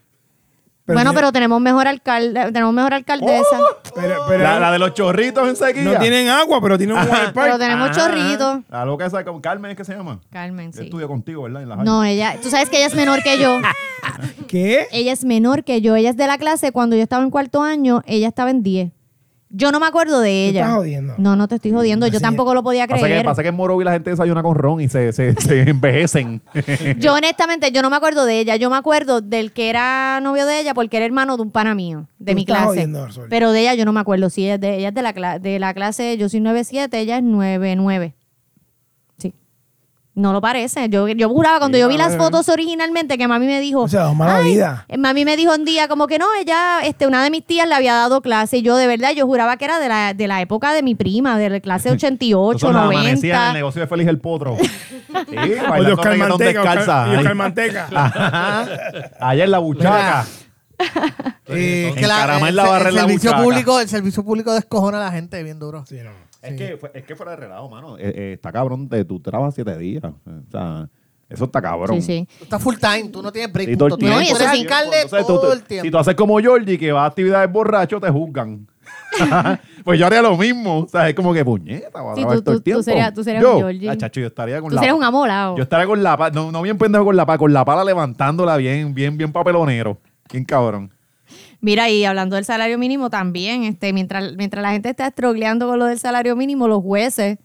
S3: bueno,
S5: mira, Oh,
S3: pero tenemos mejor alcalde, tenemos mejor alcaldesa,
S5: pero- pero-
S1: La, la de los chorritos en sequía.
S5: no tienen agua, pero tienen un water
S3: pero
S5: park.
S3: tenemos chorritos.
S1: La loca esa, con Carmen es que se llama.
S3: Carmen,
S1: Yo
S3: sí.
S1: Estudió contigo, ¿verdad? En la high.
S3: No, ella, tú sabes que ella es menor que yo.
S5: ¿Qué?
S3: Ella es menor que yo. Ella es de la clase cuando yo estaba en cuarto año, ella estaba en 10. Yo no me acuerdo de ella.
S5: estás jodiendo.
S3: No, no te estoy jodiendo. Yo tampoco lo podía
S1: Pasa que,
S3: creer.
S1: pasa que en Morovi la gente desayuna con ron y se, se, [laughs] se envejecen.
S3: Yo honestamente, yo no me acuerdo de ella. Yo me acuerdo del que era novio de ella porque era hermano de un pana mío, de
S5: Tú
S3: mi
S5: estás
S3: clase.
S5: jodiendo, Sol.
S3: Pero de ella yo no me acuerdo. Si es de, ella es de la, cla- de la clase, yo soy 9'7", ella es 9'9". Sí. No lo parece. Yo, yo juraba cuando yo vi las fotos originalmente que mami me dijo...
S5: O sea, mala
S3: "Ay", eh,
S5: vida.
S3: Mami me dijo un día como que no, ella, este, una de mis tías le había dado clase y yo de verdad, yo juraba que era de la, de la época de mi prima, de la
S5: [laughs]
S3: clase 88,
S1: Nosotros nos amanecían en el
S3: 90.
S1: negocio de Félix el
S3: [laughs]
S1: Potro. Sí,
S5: O de
S1: bailando
S5: Oscar
S1: reggaetón
S5: Manteca.
S1: descalza. Ah,
S5: Oscar, y Oscar
S1: Ay.
S5: Manteca.
S1: Ajá. Allá en la buchaca.
S2: Eh, que
S1: Encaramar
S2: el-
S1: la barra en
S2: el,
S1: la
S2: servicio
S1: buchaca.
S2: público, el servicio público descojona a la gente bien duro.
S5: Sí, no.
S1: Es, que, fue- es que fuera de relajo, mano. Eh, eh, está cabrón, de, tú trabajas siete días. O sea, eso está cabrón.
S3: Sí, sí.
S2: Tú estás full time, tú no tienes break.
S1: Y todo
S2: punto. Tú
S1: el tiempo.
S2: eres
S1: Todo el
S2: alcalde
S1: tiempo. Entonces, tú-
S2: todo
S1: tú-
S2: el tiempo.
S1: Si tú haces como Georgie, que va a actividades borracho, te
S3: [laughs]
S1: juzgan. [laughs] pues yo haría lo mismo. O sea, es como que puñeta, va a
S3: Sí,
S1: grabar
S3: tú-
S1: todo el
S3: tú- tú
S1: tiempo.
S3: serías- tú serías
S1: yo,
S3: un Georgie.
S1: ah, chacho, yo estaría con
S3: Tú
S1: la
S3: serías un amolado.
S1: Yo estaría con la pala, no, no bien pendejo con la pala, con la pala levantándola bien, bien, bien papelonero. Bien cabrón.
S3: Mira, y hablando del salario mínimo también, este, mientras, mientras la gente está estroleando con lo del salario mínimo, los jueces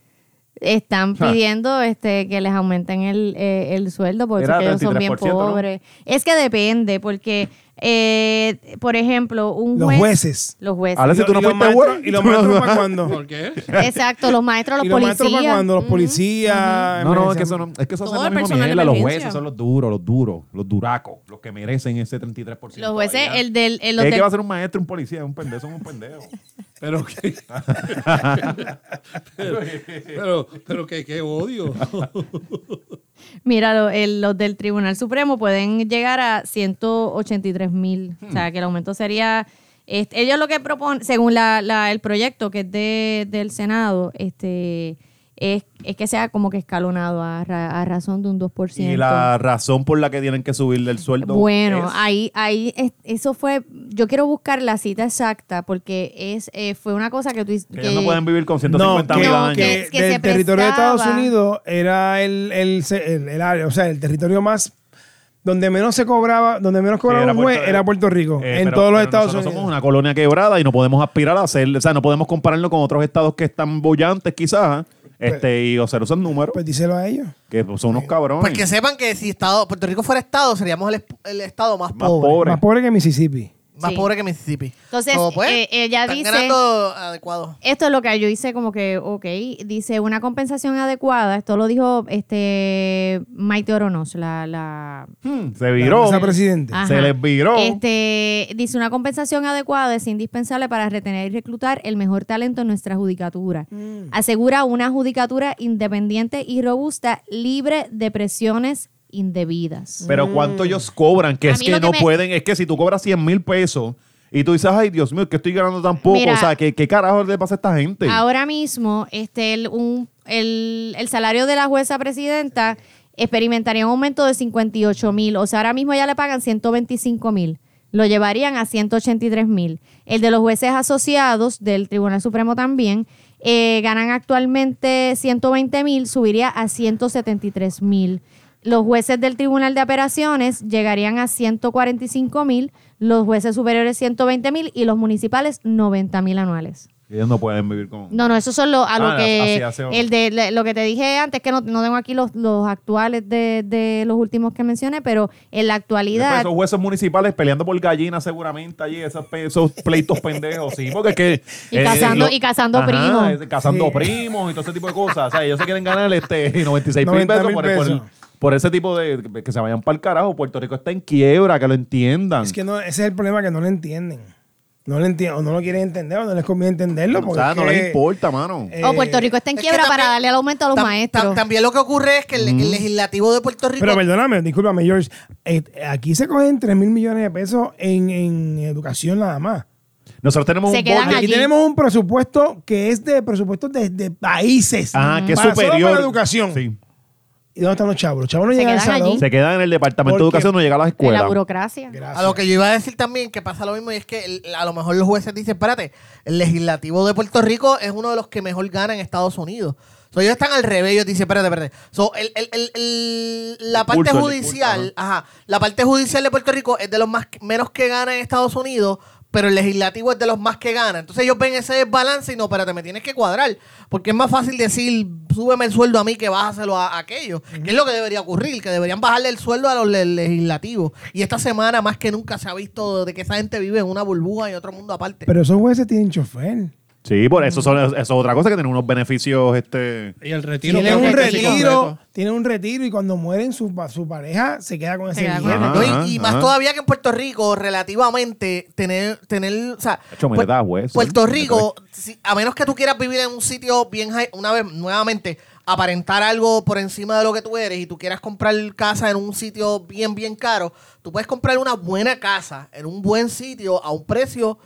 S3: están
S1: Ah.
S3: pidiendo este, que les aumenten el, eh, el sueldo porque
S1: Era
S3: ellos son bien
S1: 33%, ¿no?
S3: pobres. Es que depende, porque, eh, por ejemplo, un
S5: Los
S3: juez...
S5: jueces.
S3: Los jueces.
S1: Ahora si tú no
S5: Y los
S1: fuiste
S5: maestros-
S1: bueno.
S5: ¿Y
S1: [laughs]
S5: los maestros para cuándo?
S4: ¿Por qué?
S3: Exacto, los
S5: [laughs]
S3: maestros, los
S5: ¿Y los maestros para
S3: policías.
S5: cuándo? Los policías.
S1: No, no,
S5: emergencia-
S1: es que eso no, es que eso
S8: Todo
S1: hacen la
S8: el
S1: misma
S8: personal de
S1: mierda. Los
S8: emergencia.
S1: jueces son los duros, los duros, los duracos, los que merecen ese 33%.
S3: Los jueces,
S1: allá.
S3: el del... el- los
S1: ¿Qué,
S3: del-
S1: que va a ser un maestro, un policía, un pendejo, son un pendejo.
S4: Pero qué. pero, pero qué, qué odio.
S3: Mira, lo- el- los del Tribunal Supremo pueden llegar a 183 mil. O
S1: Hmm.
S3: sea, que el aumento sería... este, ellos lo que proponen, según la, la- el proyecto que es de, del Senado, este es, es que sea como que escalonado a, ra- a razón de un 2%.
S1: Y la razón por la que tienen que subirle el sueldo.
S3: Bueno,
S1: es-
S3: ahí, ahí, es- eso fue, yo quiero buscar la cita exacta porque es, eh, fue una cosa que tú his-
S1: que ellos no pueden vivir con 150
S5: que,
S1: mil
S3: no,
S1: al año.
S5: que
S3: Es que
S5: del
S3: se
S5: territorio de
S3: prestaba.
S5: Estados Unidos era el, el, el- el área, o sea, el territorio más donde menos se cobraba, donde menos
S1: Que
S5: cobraba
S1: era
S5: un juez era Puerto Rico,
S1: Eh,
S5: en
S1: pero-
S5: todos los
S1: pero
S5: Estados
S1: nosotros
S5: Unidos.
S1: Somos una colonia quebrada y no podemos aspirar a ser, o sea, no podemos compararlo con otros estados que están bollantes quizás, este, y hacer esos números,
S5: Pues eh, díselo a ellos.
S1: que son unos cabrones.
S2: Pues que sepan que si estado, Puerto Rico fuera estado, seríamos el, el estado más,
S1: más
S2: pobre.
S1: pobres.
S5: Más pobre que Mississippi.
S2: Más
S3: Sí.
S2: pobre que Mississippi.
S3: Entonces,
S2: So,
S3: eh, ella
S2: están
S3: dice-
S2: ganando adecuado.
S3: Esto es lo que yo hice como que, ok, dice una compensación adecuada. Esto lo dijo este Maite Oronos, la, la,
S1: Hmm, Se viró.
S5: Esa presidente.
S3: Ajá.
S1: Se les viró.
S3: Este, dice una compensación adecuada es indispensable para retener y reclutar el mejor talento en nuestra judicatura. Asegura una judicatura independiente y robusta, libre de presiones indebidas.
S1: Pero ¿cuánto ellos cobran? Que
S3: Mm. A
S1: es
S3: mí
S1: que
S3: lo que
S1: no
S3: me-
S1: pueden. Es que si tú cobras 100 mil pesos y tú dices, ay, Dios mío, que estoy ganando tan poco.
S3: Mira.
S1: o sea, ¿qué, ¿qué carajo le pasa a esta gente?
S3: Ahora mismo, este, el, un- el- el salario de la jueza presidenta experimentaría un aumento de 58 mil. O sea, ahora mismo ya le pagan 125 mil. Lo llevarían a 183 mil. El de los jueces asociados del Tribunal Supremo también eh, ganan actualmente 120 mil, subiría a 173 mil. Los jueces del Tribunal de Apelaciones llegarían a 145 mil, los jueces superiores 120 mil y los municipales 90 mil anuales.
S1: Ellos no pueden vivir con...
S3: No, no, eso son los a lo
S1: Ah,
S3: que
S1: así hace uno.
S3: el de le- lo que te dije antes que no, no tengo aquí los, los actuales de, de los últimos que mencioné, pero en la
S1: Después
S3: actualidad
S1: Esos jueces municipales peleando por gallinas seguramente allí, esos, pe- esos pleitos pendejos, sí, porque es que... eh,
S3: Y cazando- y cazando primos.
S1: es- Cazando
S5: Sí.
S1: primos y todo ese tipo de cosas. O sea, ellos se quieren ganar este [laughs] 96 mil
S5: 90
S1: pesos,
S5: mil
S1: por, el- por el-
S5: pesos.
S1: por ese tipo de... Que se vayan para el carajo. Puerto Rico está en quiebra, que lo entiendan.
S5: Es que no, ese es el problema que no lo entienden. No lo entienden, o no lo quieren entender, o no les conviene entenderlo.
S1: o
S5: Porque
S1: sea,
S5: es
S1: no
S5: que-
S1: les importa, mano.
S5: eh,
S3: o oh, Puerto Rico está en
S2: es que
S3: quiebra para
S2: también-
S3: darle el aumento a los
S2: Tam-
S3: maestros.
S2: tam- también lo que ocurre es que el,
S1: Mm.
S2: el legislativo de Puerto Rico.
S5: Pero perdóname, discúlpame, George. eh, aquí se cogen 3 mil millones de pesos en, en educación nada más.
S1: Nosotros tenemos
S3: Se
S1: un
S3: quedan
S1: budget-
S5: Aquí
S3: allí.
S5: tenemos un presupuesto que es de presupuestos de, de países.
S1: Ah, que es
S5: Mm. Para- solo para
S1: superior.
S5: educación.
S1: Sí.
S5: ¿Y dónde están los chavos? Los chavos no
S3: Se
S5: llegan al
S3: quedan
S5: salón.
S3: allí.
S1: Se quedan en el departamento de
S5: Porque-
S1: educación, no llega a la
S3: en la
S1: escuela.
S3: burocracia.
S5: Gracias.
S2: a lo que yo iba a decir también, que pasa lo mismo, y es que el- a lo mejor los jueces dicen, espérate, el legislativo de Puerto Rico es uno de los que mejor gana en Estados Unidos. So, ellos están al revés, ellos dicen, espérate, espérate. So, el- el- el- el- la parte
S1: Discurso, el
S2: judicial, ajá, la parte judicial de Puerto Rico es de los más menos que gana en Estados Unidos, pero el legislativo es de los más que gana. Entonces ellos ven ese desbalance y no, espérate, me tienes que cuadrar, porque es más fácil decir, súbeme el sueldo a mí que bájaselo a, a aquellos. Que es lo que debería ocurrir, que deberían bajarle el sueldo a los le- legislativos. Y esta semana más que nunca se ha visto de que esa gente vive en una burbuja y otro mundo aparte.
S5: Pero esos jueces tienen chofer.
S1: Sí, por eso, son, eso es otra cosa que tienen unos beneficios este,
S4: Y el retiro.
S5: Tienen un
S4: creo que sí,
S5: retiro.
S4: completo.
S5: Tienen un retiro y cuando mueren su, pa- su pareja se queda con ese
S3: queda con
S5: dinero.
S1: Ajá,
S2: ¿no? Y-
S1: ajá,
S2: y, más
S1: ajá.
S2: todavía que en Puerto Rico, relativamente, tener, tener, o sea,
S1: Hacho, me
S2: Puer-
S1: da hueso.
S2: Puerto
S1: Me
S2: Rico, si- a menos que tú quieras vivir en un sitio bien, high- una vez nuevamente, aparentar algo por encima de lo que tú eres y tú quieras comprar casa en un sitio bien, bien caro, tú puedes comprar una buena casa en un buen sitio a un precio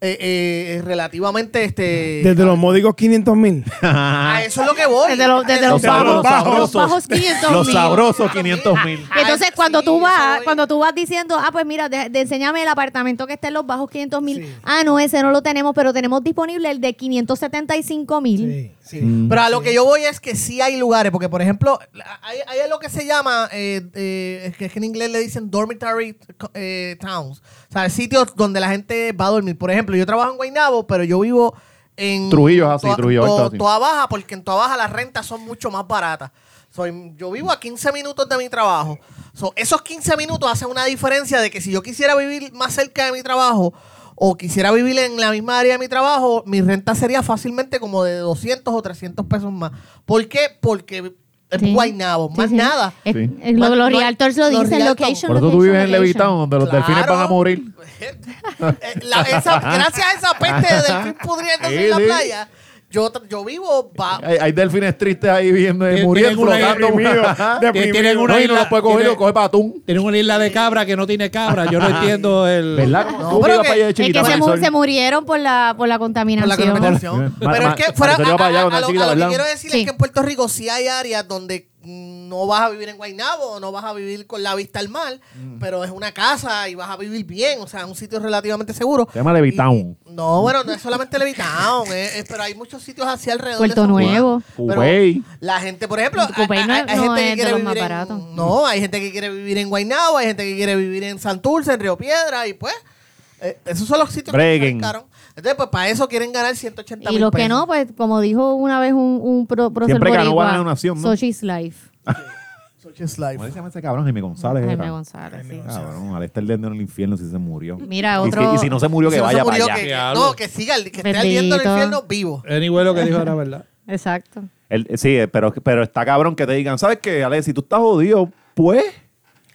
S2: eh, eh, relativamente, este,
S5: Desde los módicos 500 mil.
S2: a eso es lo que voy.
S3: Desde los- desde
S2: A
S3: los
S2: eso es lo que
S3: bajos,
S2: voy.
S3: los bajos 500
S1: Los
S3: mil.
S1: sabrosos 500 mil.
S3: Y Entonces,
S2: Ay,
S3: cuando
S2: Ah, sí,
S3: tú vas,
S2: eso es.
S3: cuando tú vas diciendo, ah, pues mira, de, de- enséñame el apartamento que está en los bajos 500 mil. Ah, no, ese no lo tenemos, pero tenemos disponible el de 575 mil.
S5: Sí, sí.
S2: Pero a lo que yo voy es que sí hay lugares, porque por ejemplo, hay, hay lo que se llama, eh, eh, es que es que en inglés le dicen dormitory eh, towns, o sea, sitios donde la gente va a dormir. Por ejemplo, yo trabajo en Guaynabo, pero yo vivo en...
S1: Trujillo es así,
S2: Toa-
S1: Trujillo es
S2: Toa-
S1: así.
S2: Toa Baja, porque en Toa Baja las rentas son mucho más baratas. So, yo vivo a 15 minutos de mi trabajo. So, esos 15 minutos hacen una diferencia de que si yo quisiera vivir más cerca de mi trabajo o quisiera vivir en la misma área de mi trabajo, mi renta sería fácilmente como de 200 o 300 pesos más. ¿Por qué? Porque es
S3: Sí.
S2: Guaynabo,
S3: Sí,
S2: más
S3: sí.
S2: nada.
S3: Es-
S1: Sí.
S3: es lo-
S2: Más-
S3: los
S2: no hay-
S3: realtors lo
S2: los
S3: dicen,
S2: realtors.
S3: location,
S1: Por eso tú
S3: location,
S1: vives en
S3: location.
S1: Levitown, donde los delfines
S2: Claro.
S1: van a morir.
S2: [laughs] Eh, la- esa- gracias a esa peste de delfín pudriéndose
S1: Sí,
S2: en la
S1: sí.
S2: playa, yo, tra- yo vivo... ba-
S1: Hay, hay delfines tristes ahí viviendo,
S4: Eh, Tienen
S1: muriendo,
S4: una
S1: flotando. [laughs]
S4: deprimido,
S1: Ajá.
S4: deprimido. Tienen una
S1: no, y no
S4: isla-
S1: los puede coger,
S4: tiene-
S1: lo coge para atún.
S4: Tienen una isla de cabra que no tiene cabra.
S1: [laughs]
S4: Yo no entiendo el.
S1: ¿Verdad?
S2: No,
S1: Tú que
S2: pero
S1: ibas
S2: que-
S1: para allá de
S2: es
S3: Es
S1: chiquita,
S3: que se, mu-
S1: Marisol.
S3: se murieron por la, por la
S2: Por la
S3: contaminación.
S2: contaminación.
S1: Ma-
S2: Pero
S1: ma-
S2: es que
S1: ma-
S2: fuera, a,
S1: se iba para allá
S2: a-
S1: cuando
S2: a lo,
S1: chiquita,
S2: a lo que
S1: ¿verdad?
S2: quiero decir
S3: Sí.
S2: es que en Puerto Rico sí hay áreas donde mm, no vas a vivir en Guaynabo, o no vas a vivir con la vista al mar,
S1: Mm.
S2: pero es una casa y vas a vivir bien, o sea, es un sitio relativamente seguro.
S1: Se llama Levitown.
S2: Y- no, bueno, no es solamente Levitown, eh, eh, pero hay muchos sitios así alrededor.
S3: Puerto
S2: de esos lugares.
S3: Nuevo.
S2: Pero
S1: Cubey.
S2: La gente, por ejemplo,
S3: Cubey no- no es de los más
S2: vivir en-
S3: baratos.
S2: No, hay gente que quiere vivir en Guaynabo, hay gente que quiere vivir en Santurce, en Río Piedra, y pues, eh, esos son los sitios
S1: Breguen.
S2: que se acercaron. Entonces, pues para eso quieren ganar 180
S3: Y
S2: mil
S3: los que
S8: pues.
S2: pesos.
S3: no, pues como dijo una vez un, un pro, prócer
S1: Siempre ganó
S3: boricua,
S1: Guarana Nación, ¿no?
S3: Sochi's Life.
S2: Church's Life.
S1: ¿Cómo se llama ese cabrón? Jaime González.
S3: Jaime
S1: era.
S3: González, sí.
S1: Cabrón, al estar dentro en el infierno si se murió.
S3: Mira,
S1: Y si-
S3: otro-
S1: Y si no se murió,
S2: Si
S1: que
S2: no se
S1: vaya
S2: murió,
S1: para allá.
S2: que-
S4: Que algo.
S2: no, que siga, que esté ardiendo en el
S3: Bendito.
S2: infierno vivo.
S1: Eh,
S4: Anyway, lo que dijo era
S1: Ah.
S4: verdad.
S3: Exacto.
S1: Él- sí, pero, pero está cabrón que te digan, ¿sabes qué, Ale? Si tú estás jodido, pues.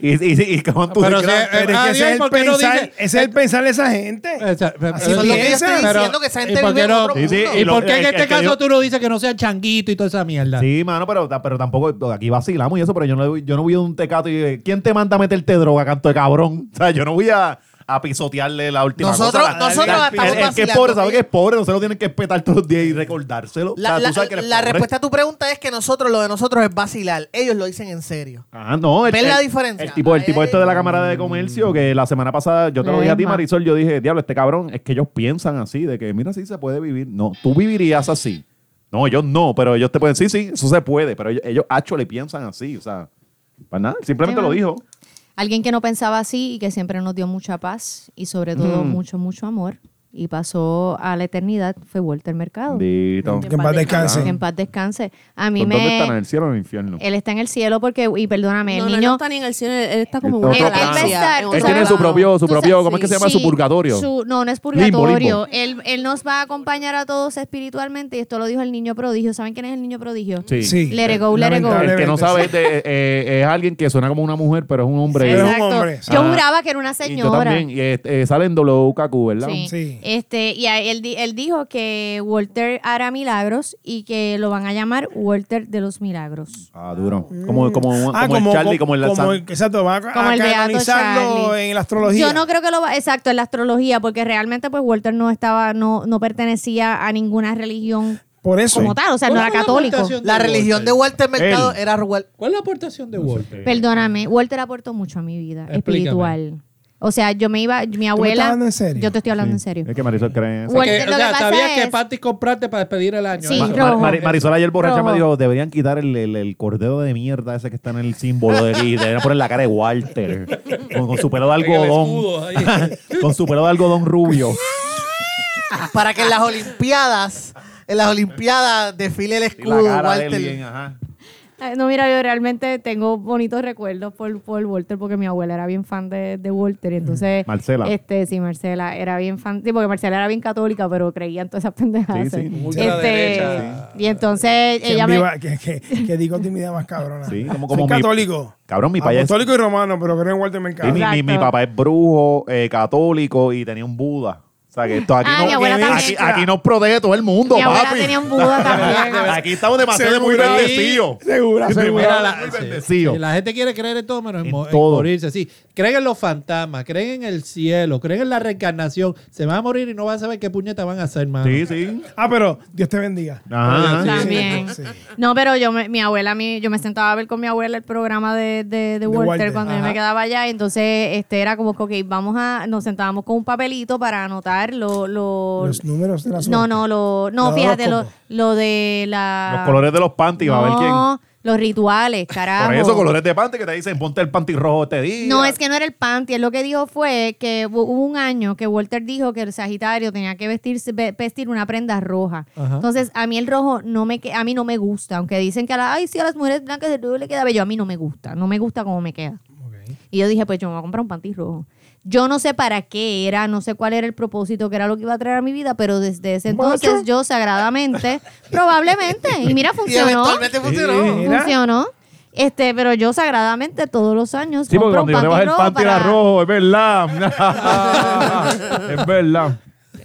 S1: Y, y, y, y cabrón, tú
S4: Pero
S1: te
S4: si-
S1: quedas-
S4: eh,
S5: Pero es que ese
S4: adiós,
S5: es el
S4: ¿por qué no
S5: pensar,
S4: dice-
S5: ese es el pensar de esa gente.
S2: Así son
S5: lo que yo
S4: piensa.
S5: estoy
S2: diciendo, que esa gente
S4: ¿y por
S2: vive
S4: qué
S2: en
S4: no-
S2: otro
S1: Sí, sí, mundo.
S4: ¿Y
S1: y lo-
S4: por qué en
S1: el-
S4: este
S1: el que
S4: caso
S1: yo-
S4: tú no dices que no sea changuito y toda esa mierda?
S1: Sí, mano, pero, pero tampoco aquí vacilamos y eso, pero yo no, yo no voy a un tecato y eh, ¿quién te manda a meterte droga, canto de cabrón? O sea, yo no voy a, a pisotearle la última
S2: Nosotros-
S1: cosa. La-
S2: nosotros
S1: la-
S2: estamos
S1: el, el que es
S2: vacilando,
S1: pobre, ¿sabes
S2: oye.
S1: que es pobre? No se lo tienen que espetar todos los días y recordárselo. O sea,
S2: La,
S1: tú
S2: la-
S1: sabes que eres
S2: la
S1: pobre.
S2: respuesta a tu pregunta es que nosotros, lo de nosotros es vacilar. Ellos lo dicen en serio.
S1: Ah, no.
S2: ¿Ves la diferencia?
S1: El tipo, el tipo
S2: Ahí-
S1: este de la Cámara de Comercio, que la semana pasada, yo te lo
S3: Le
S1: dije a
S3: ves
S1: ti,
S3: más.
S1: Marisol, yo dije, diablo, este cabrón, es que ellos piensan así, de que mira, sí se puede vivir. No, tú vivirías así. No, ellos no, pero ellos te pueden, sí, sí, eso se puede, pero ellos, ellos actually piensan así, o sea, para nada, simplemente
S3: Sí,
S1: lo
S3: man.
S1: dijo.
S3: Alguien que no pensaba así y que siempre nos dio mucha paz y sobre todo
S1: Mm.
S3: mucho, mucho amor y pasó a la eternidad fue Walter Mercado.
S1: Bendito.
S5: Que en paz descanse.
S3: Que en paz descanse. A mí
S1: ¿Dónde están? ¿En
S3: me...
S1: el cielo o en el infierno?
S3: Él está en el cielo porque, y perdóname,
S8: No,
S3: el
S8: no, él
S3: niño...
S8: no está ni en el cine, él está como en
S1: Está en
S8: una
S1: otro
S8: galaxia,
S3: plano.
S8: en
S3: Él
S8: otro
S3: tiene su
S8: plano.
S1: propio- su
S3: Tú
S1: propio-
S3: sabes-
S1: ¿cómo es que se llama? Su purgatorio.
S3: su- no, no es
S1: Limbo,
S3: purgatorio.
S1: limbo.
S3: Él, él nos va a acompañar a todos espiritualmente y esto lo dijo el niño prodigio. ¿Saben quién es el niño prodigio?
S1: Sí.
S5: Sí.
S3: Let it go, let it go.
S1: El que no
S5: Lamentablemente,
S1: sabe es, de- eh, es alguien que suena como una mujer, pero es un hombre.
S5: Pero es un
S3: Exacto.
S5: hombre.
S3: Yo
S1: Ah.
S3: juraba que era una
S1: Y yo
S3: señora.
S1: también. Y, este, eh, sale en WKQ, ¿verdad?
S3: Sí.
S5: Sí.
S3: Este, y a- él, di- él dijo que Walter hará milagros y que lo van a llamar Walter de los milagros.
S1: Ah, duro. Como, como, un-
S5: Ah,
S1: como el Charlie, como el
S5: como
S1: San-
S5: el- Exacto, van a,
S3: Como
S5: a
S3: el Beato
S5: canonizarlo
S3: Charlie.
S5: en la astrología.
S3: Yo no creo que lo va, exacto, en la astrología, porque realmente pues Walter no estaba, no, no pertenecía a ninguna religión
S5: Por eso.
S3: como tal, o sea, no
S4: ¿Cuál
S3: era
S4: fue la
S3: católico.
S4: aportación
S2: La religión de Walter Mercado
S1: Él.
S2: era Ruel-
S4: ¿Cuál es la aportación de Walter?
S3: Perdóname, Walter aportó mucho a mi vida
S4: Explícame.
S3: espiritual. O sea, yo me iba, mi
S5: estás
S3: abuela.
S5: hablando en serio?
S3: Yo te estoy hablando en
S1: Sí. Eh.
S3: serio.
S1: Es que Marisol cree. en eso.
S3: Walter-
S4: Que,
S3: lo
S4: o
S3: que
S4: sea,
S3: pasa
S4: sabías que
S3: es-
S4: Patty compraste para despedir el año.
S3: Sí,
S4: ¿no?
S1: Ma-
S3: rojo.
S1: Ma- Mari- Marisol ayer borracha
S3: Rojo.
S1: me dijo, deberían quitar el, el, el cordero de mierda ese que está en el símbolo de y deberían poner la cara de Walter. Con, con su pelo de
S4: Porque el
S1: algodón.
S4: escudo ahí.
S1: [laughs] con su pelo de algodón rubio.
S2: para que en las Olimpiadas, en las Olimpiadas desfile el
S1: Y la
S2: escudo
S1: cara de él bien,
S2: Walter.
S1: ajá.
S3: Ay, Eh, No, mira, yo realmente tengo bonitos recuerdos por, por Walter, porque mi abuela era bien fan de, de Walter. y Entonces,
S1: Mm. Marcela.
S3: Este, sí, Marcela era bien fan. Sí, porque Marcela era bien católica, pero creía en todas esas pendejadas.
S1: Sí, sí.
S4: Mucho la
S3: Este,
S4: derecha.
S3: Y entonces
S5: Que
S3: ella me.
S5: viva- que, que, que digo timidez más cabrona.
S1: Sí, como- como
S5: Soy
S1: mi-
S5: católico.
S1: Cabrón, mi país.
S5: Apostólico y romano, pero creo en Walter
S1: Sí,
S5: Mercado.
S1: mi, mi- mi
S3: Exacto.
S1: papá es brujo, eh, católico y tenía un Buda. O sea que esto aquí,
S3: Ah, mi
S1: no,
S3: abuela
S1: aquí,
S3: también.
S1: aquí nos protege todo el mundo,
S3: mi abuela
S1: papi.
S3: tenía un Buda
S1: [laughs]
S3: también.
S1: Aquí estamos demasiado de muy
S5: Segura.
S1: bendecidos.
S5: Segura,
S1: Sí,
S5: segura.
S4: Mira,
S1: Mira,
S4: la,
S1: muy
S4: sí,
S1: bendecido.
S4: sí, la gente quiere creer en todo menos en,
S1: En
S4: mo- en
S1: todo.
S4: morirse. Sí, creen en los fantasmas, creen en el cielo, creen en la reencarnación. Se van a morir y no van a saber qué puñeta van a hacer, mano.
S1: Sí, sí.
S5: Ah, pero Dios te bendiga.
S1: Ajá.
S3: También.
S5: [laughs] Sí, sí.
S3: No, pero yo, me- mi abuela, mi, yo me sentaba a ver con mi abuela el programa de, de, de Walter,
S5: Walter,
S3: cuando yo
S5: ajá.
S3: me quedaba allá. Entonces, este era como que, ok, vamos a, nos sentábamos con un papelito para anotar lo, lo-
S5: Los números de la
S3: No,
S5: suerte.
S3: no, lo, no,
S5: Los
S3: fíjate, lo,
S5: horóscopos.
S3: lo de la...
S1: Los colores de los panties, va a ver quién.
S3: No, los rituales,
S1: [laughs]
S3: carajo.
S1: Por eso, colores de panty que te dicen, ponte el panty rojo este día.
S3: No, es que no era el panty. Él lo que dijo fue que hu- hubo un año que Walter dijo que el Sagitario tenía que vestirse, ve- vestir una prenda roja.
S4: Ajá.
S3: Entonces, a mí el rojo no me que- a mí no me gusta, aunque dicen que a la- ay, sí, a las mujeres blancas el rojo le queda bello, a mí no me gusta, no me gusta cómo me queda. Y yo dije, pues yo me voy a comprar un panty rojo. Yo no sé para qué era, no sé cuál era el propósito, que era lo que iba a traer a mi vida, pero desde ese entonces yo sagradamente, [laughs] probablemente, y mira,
S2: Y
S3: funcionó.
S2: eventualmente funcionó.
S3: Oh, Funcionó. Este, pero yo sagradamente todos los años
S1: Sí, porque
S3: compro
S1: cuando yo le
S3: un
S1: bajé
S3: panty
S1: el panty
S3: rojo
S1: era
S3: para-
S1: rojo, es verdad. es verdad.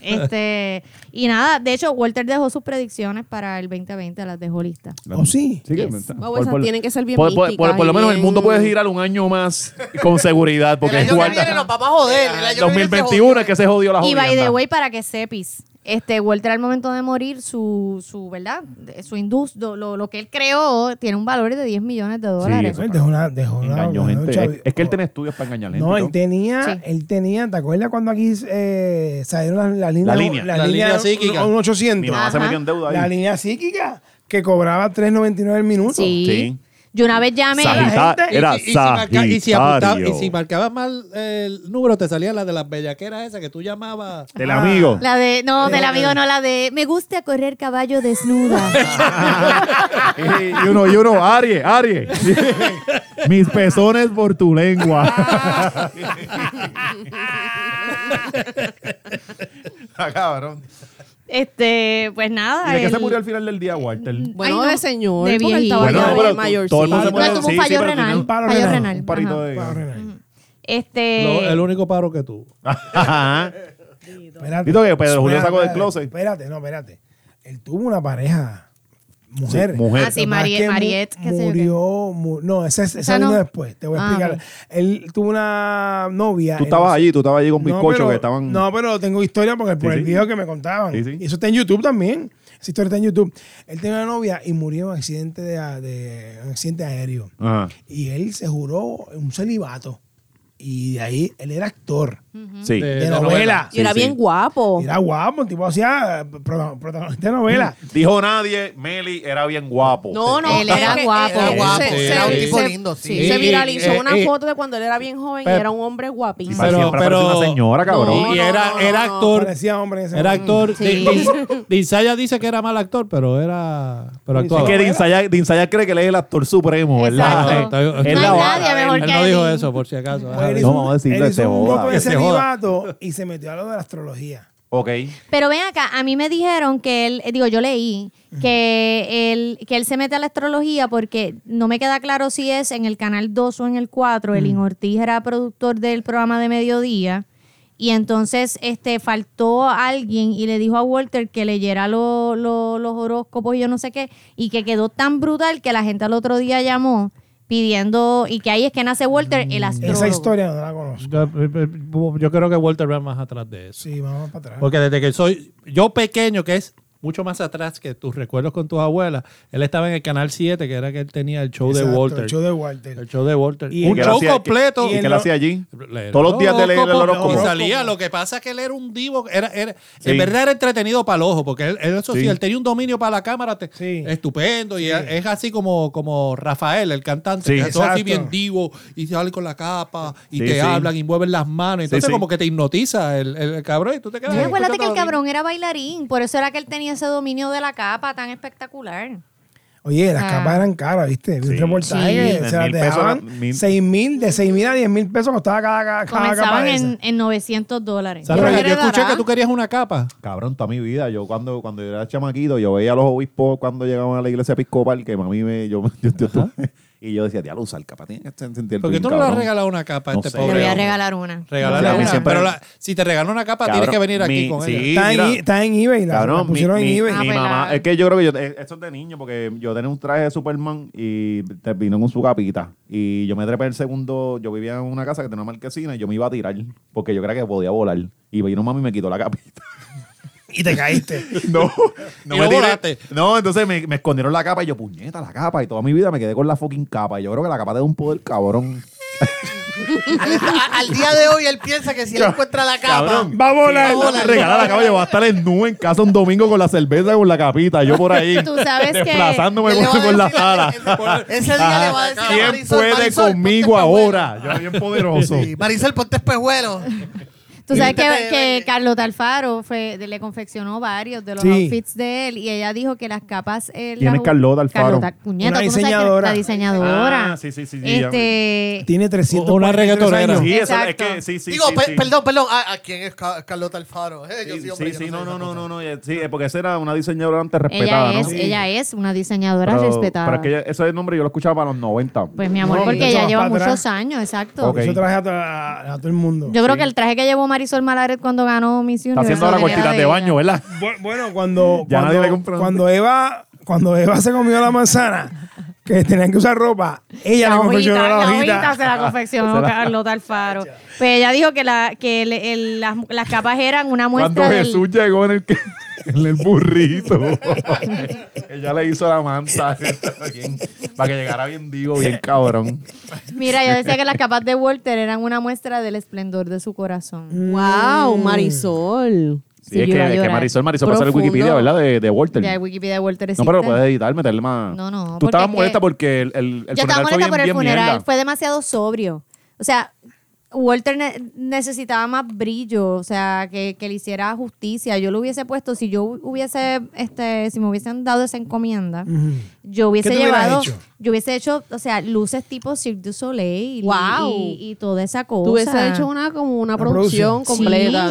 S3: Este,
S1: [laughs]
S3: y nada, de hecho, Walter dejó sus predicciones para el 2020, las dejó listas.
S5: Oh, sí.
S1: que-
S3: Yes.
S8: Wow, esas tienen que ser bien
S1: por, por-
S8: místicas
S1: por- por lo
S8: y
S1: menos el
S8: bien-
S1: mundo puede girar un año más con seguridad.
S2: El
S1: Porque
S2: año que
S1: igual-
S2: viene nos vamos a joder. El año que viene se
S1: 2021 es que se jodió la
S3: Y
S1: jodienda.
S3: by the way, para que sepis, este, Walter al momento de morir, su, su ¿verdad? De- Su indus, lo, lo- lo que él creó, tiene un valor de 10 millones de dólares.
S1: eso.
S5: Él dejó una, dejó una-
S1: Engañó
S5: una
S1: gente.
S5: chavi-
S1: Es, es que él tiene estudios para engañar gente.
S5: Oh. No, él tenía,
S3: Sí.
S5: él tenía, ¿te acuerdas cuando aquí eh, salieron las las líneas?
S1: línea.
S5: las
S4: La
S5: líneas
S4: línea psíquica.
S5: Un, un
S1: Mi
S5: 800.
S1: mamá se
S3: Ajá.
S1: metió en deuda ahí.
S5: La línea psíquica que cobraba 3.99 el minuto.
S3: Sí.
S1: Sí.
S3: Yo una vez llamé.
S1: Sagita- era
S4: y, si- y si marca- y si apuntaba- y
S1: Sagitario.
S4: si marcabas mal el número, te salía la de las bellaqueras esa que tú llamabas.
S1: El amigo.
S3: [laughs] La de, no, del amigo no, la de me gusta correr caballo
S1: [laughs]
S3: desnuda.
S6: y uno, y uno, Aries,
S1: [laughs]
S6: Aries. Mis pezones por tu lengua. Ah, cabrón.
S3: este, pues nada.
S1: ¿Y de qué se
S3: el-
S1: murió al final del día, Walter?
S8: Bueno,
S3: Ay, no.
S8: de señor.
S3: De
S8: porque él
S3: viejito.
S8: estaba
S3: Bueno,
S8: ya
S3: no,
S8: de
S3: pero
S1: todo-
S8: mayorcito.
S1: todo el mundo se
S3: Pero
S1: muere-
S3: tuvo
S1: Sí,
S3: fallo
S1: sí, pero
S3: renal.
S1: tenía
S5: un paro
S3: fallo
S5: renal,
S3: renal.
S1: Un parito
S3: ajá.
S1: de.
S5: Paro renal.
S3: Este.
S4: Lo- el único paro que tuvo.
S1: Ajá.
S5: Espérate.
S1: Dito que Pedro Julio
S5: Espérate,
S1: sacó del
S5: espérate,
S1: closet.
S5: Espérate, no, espérate. Él tuvo una pareja. Mujer.
S1: Sí, mujer.
S3: Ah, sí,
S5: Lo que pasa es
S3: Mariet-
S5: que mu-
S3: Mariet, qué sé yo qué.
S5: Murió. mu- no, esa, es- esa
S3: Esa
S5: vino
S3: no.
S5: después. Te voy a
S3: Ah,
S5: explicar.
S3: ok.
S5: Él tuvo una novia.
S1: Tú
S5: en-
S1: estabas allí, tú estabas allí con
S5: No,
S1: bizcocho
S5: pero-
S1: que estaban.
S5: No, pero tengo historia porque por
S1: Sí,
S5: el
S1: sí.
S5: video que me contaban.
S1: Sí, sí.
S5: Y eso está en YouTube también. Esa historia está en YouTube. Él tenía una novia y murió en un accidente, de, de- un accidente aéreo.
S1: Ajá.
S5: Y él se juró un celibato. Y de ahí él era actor.
S3: Mm.
S1: Sí.
S5: De,
S4: De- de
S5: novela.
S4: novela.
S8: Y era
S1: Sí,
S8: bien
S1: sí.
S8: guapo.
S5: Era guapo, el tipo hacía eh, pro- protagonista de
S3: Mm.
S5: novela.
S1: Dijo nadie, Meli era bien guapo.
S8: No, no,
S3: Él era
S8: es que-
S3: guapo.
S8: era
S4: Sí,
S8: guapo.
S4: sí,
S8: Se-
S4: era un
S8: se-
S4: tipo
S8: se-
S2: lindo, sí.
S8: Se
S4: Y-
S8: viralizó
S4: eh,
S8: una
S4: eh,
S8: foto de cuando él era bien joven y
S4: Pe-
S8: era un hombre
S1: Y
S8: guapísimo.
S1: para siempre parece una señora, cabrón.
S8: No,
S4: y, y era,
S8: no,
S4: era
S8: no,
S4: actor.
S5: Parecía hombre en ese
S4: Era
S5: momento.
S4: actor.
S3: Sí.
S4: Di- Di- Dinsaya dice que era mal actor, pero era. Pero
S5: Sí, sí.
S1: Es
S4: actuaba.
S1: que Dinsaya, Dinsaya cree que él es el actor supremo, ¿verdad?
S3: Exacto. No
S1: Es
S3: hay
S1: la vara.
S3: nadie mejor
S4: Él
S3: que
S4: no
S3: él.
S4: dijo eso, por si acaso.
S5: Pues él
S4: Ajá.
S5: hizo
S1: No, vamos a
S5: un-
S1: decirle,
S5: él hizo
S1: se
S5: un
S1: joda.
S5: voto de
S4: Que se joda.
S5: celibato y se metió a lo de la astrología.
S1: Ok.
S3: Pero ven acá, a mí me dijeron que él, eh, digo, yo leí que él, que él se mete a la astrología porque no me queda claro si es en el canal 2 o en el 4.
S1: Mm.
S3: Elin Ortiz era productor del programa de mediodía. Y entonces este faltó alguien y le dijo a Walter que leyera lo- lo- los horóscopos y yo no sé qué. Y que quedó tan brutal que la gente al otro día llamó pidiendo. Y que ahí es que nace Walter,
S1: Mm.
S3: el astrólogo.
S5: Esa historia no la conozco.
S4: eh, Yo, yo creo que Walter va más atrás de eso.
S5: Sí, vamos para atrás.
S4: Porque desde que soy yo pequeño, que es mucho más atrás que tus recuerdos con tus abuelas, él estaba en el Canal 7, que era que él tenía el show
S5: Exacto,
S4: de Walter.
S5: El show de Walter.
S4: El show de Walter.
S5: Y-
S4: un
S5: que
S1: él
S4: show
S1: hacía-
S4: completo.
S1: ¿Y
S5: él
S1: qué le
S5: no-
S1: hacía allí?
S4: Leer
S1: Todos los días de leer el
S4: horóscopo,
S1: horóscopo.
S4: Y salía. Lo que pasa es que él era un divo. Era, era, En
S1: Sí.
S4: verdad era entretenido para el ojo, porque él, él, eso sí,
S1: Sí.
S4: él tenía un dominio para la cámara te-
S5: Sí.
S4: estupendo. Y es así como, como Rafael, el cantante,
S1: Sí.
S4: que es todo así
S5: Exacto.
S4: bien divo y sale con la capa y
S1: Sí,
S4: te
S1: sí.
S4: hablan y mueven las manos. Entonces,
S1: sí.
S4: como que te hipnotiza el, el cabrón y tú te quedas.
S3: Y
S4: ahí
S3: acuérdate que el
S4: escuchando a-
S3: cabrón era bailarín, por eso era que él tenía ese dominio de la capa tan espectacular.
S5: Oye, las
S3: Ah.
S5: capas eran caras, ¿viste? Vi
S1: Sí.
S5: un reportaje.
S3: Sí.
S5: O sea,
S1: Mil pesos,
S5: dejaban
S1: mil-
S5: 6 mil, de 6 mil a 10 mil pesos costaba cada, cada, cada
S3: Comenzaban
S5: capa de
S3: en,
S5: esas.
S3: en 900 dólares.
S4: Sandra,
S8: Pero
S4: yo
S8: heredará.
S4: escuché que tú querías una capa.
S1: Cabrón, toda mi vida. Yo cuando, cuando yo era chamaquito, yo veía a los obispos cuando llegaban a la iglesia episcopal, que mami me... Yo, [laughs] yo- yo- y yo decía, diablo, usar capa, tiene que sentir
S4: Porque tú no le has regalado una capa a
S1: No
S4: este
S1: sé.
S3: Te voy
S4: pobre.
S3: a
S4: hombre.
S3: regalar una.
S1: Sí,
S4: Regalarle
S1: a mí
S4: una.
S1: siempre-
S4: Pero la- si te regalan una capa, tienes que venir aquí con ella.
S5: Está, en, i- está en eBay, la, la
S1: Cabrón, mi-
S5: pusieron
S1: mi,
S5: en eBay.
S1: mi
S3: Ah,
S1: mamá,
S3: pelado.
S1: es que yo creo que yo, eh, esto es de niño, porque yo tenía un traje de Superman y te- vino con su capita. Y yo me trepé el segundo, yo vivía en una casa que tenía una marquesina y yo me iba a tirar, porque yo creía que podía volar. Y vino mami y me quitó la
S5: [laughs]
S1: capita.
S5: Y
S1: [laughs]
S5: te caíste.
S1: No, no
S4: Y
S1: me
S4: no
S1: tiré.
S4: volaste.
S1: No, entonces me, me escondieron la capa y yo, puñeta, la capa. Y toda mi vida me quedé con la fucking capa. Y yo creo que la capa te da un poder cabrón.
S2: A- al día de hoy él piensa que si él encuentra la capa.
S1: Cabrón.
S5: Va a volar.
S1: Regala la capa, yo voy a estar en nube en casa un domingo con la cerveza, con la capita, yo por ahí.
S3: Tú sabes que-
S1: desplazándome
S2: él le va
S1: por,
S2: a
S1: por la
S2: decir-
S1: sala. [laughs]
S2: Ese, ese día le va a decir a
S1: ¿Quién
S2: Marisol,
S1: puede
S2: Marisol,
S1: conmigo
S2: ponte
S1: ahora? Yo bien poderoso.
S2: espejuelo. Sí, Marisol, ponte espejuelo.
S3: Tú sabes que,
S2: Vístete de-
S3: que Carlos Alfaro fue- le confeccionó varios de los
S5: Sí.
S3: outfits de él y ella dijo que las capas. eh,
S1: ¿Quién
S3: las-
S1: es Carlota Alfaro?
S3: Carlota, puñeta,
S5: Una
S3: ¿tú no sabes quién es?
S5: diseñadora.
S3: La diseñadora.
S1: Ah, sí, sí, sí, sí, ya
S3: Este,
S5: Tiene 300.
S4: Una reggaetonera.
S5: años.
S1: Sí, eso es
S3: Exacto.
S1: que sí, sí.
S2: Digo,
S1: sí,
S2: pe-
S1: sí.
S2: perdón, perdón. ¿A, a quién es Ca- Carlota Alfaro? Eh, yo
S1: Sí,
S2: soy hombre,
S1: sí,
S2: yo
S1: sí, no,
S2: soy
S1: no,
S2: esa
S1: no,
S2: cosa.
S1: no, no, eh, sí, eh, porque esa era una diseñadora antes respetada,
S3: ella, es,
S1: ¿no?
S3: ella es una diseñadora
S1: Pero-
S3: respetada.
S1: Pero es que ella- ese nombre yo lo escuchaba para los 90.
S3: Pues mi amor,
S5: No,
S3: porque
S5: mucho
S3: ella
S5: más
S3: lleva
S5: para atrás.
S3: muchos años, exacto.
S1: Ok.
S5: Eso traje a, to- a- a todo el mundo.
S3: Yo creo que el traje que llevó Marisol Malaret cuando ganó Miss
S1: Está
S3: Universe
S1: haciendo ahora
S3: era
S1: cortitas de
S3: ella.
S1: baño, ¿verdad?
S5: Bu-
S4: [laughs]
S5: Bueno, cuando,
S1: Ya nadie le
S5: cuando,
S1: compra.
S5: cuando Eva cuando Eva se comió la manzana, que tenían que usar ropa, ella
S3: La
S5: le confeccionó
S3: hojita,
S5: la
S3: la
S5: hojita.
S3: hojita se la
S1: [laughs]
S3: confeccionó Carlota Alfaro. Pues ella dijo que, la, que le- el- las, las capas eran una
S1: Cuando
S3: muestra del-
S1: Jesús llegó en el, que- [laughs] en el burrito, ella le hizo la manta bien- para que llegara bien digo, bien cabrón.
S3: [laughs] Mira, yo decía
S1: [laughs]
S3: que las capas
S8: Mm.
S3: de Walter eran una muestra del esplendor de su corazón.
S8: Wow, Marisol.
S1: Sí, es, que, es que Marisol, Marisol va a hacer el Wikipedia, ¿verdad? De, de Walter.
S3: Ya, el Wikipedia de
S1: Mm.
S3: Walter
S1: no,
S3: existe.
S1: pero puedes editar, meterle más.
S3: No, no,
S1: Tú
S3: porque
S1: estabas
S3: es que-
S1: molesta porque el, el, el
S3: Yo
S1: funeral
S3: estaba
S1: fue
S3: molesta
S1: bien,
S3: por el
S1: bien
S3: funeral.
S1: mierda.
S3: Fue demasiado sobrio. O sea, Walter ne- necesitaba más brillo, o sea, que, que le hiciera justicia. Yo lo hubiese puesto, si yo hubiese, este, si me hubiesen dado esa encomienda, yo hubiese
S5: ¿Qué te hubieras
S3: llevado,
S5: hecho?
S3: yo hubiese hecho, o sea, luces tipo Cirque du Soleil y-
S8: Wow.
S3: y, y toda esa cosa.
S8: Tú hubieses hecho una como una producción
S3: Sí,
S8: completa.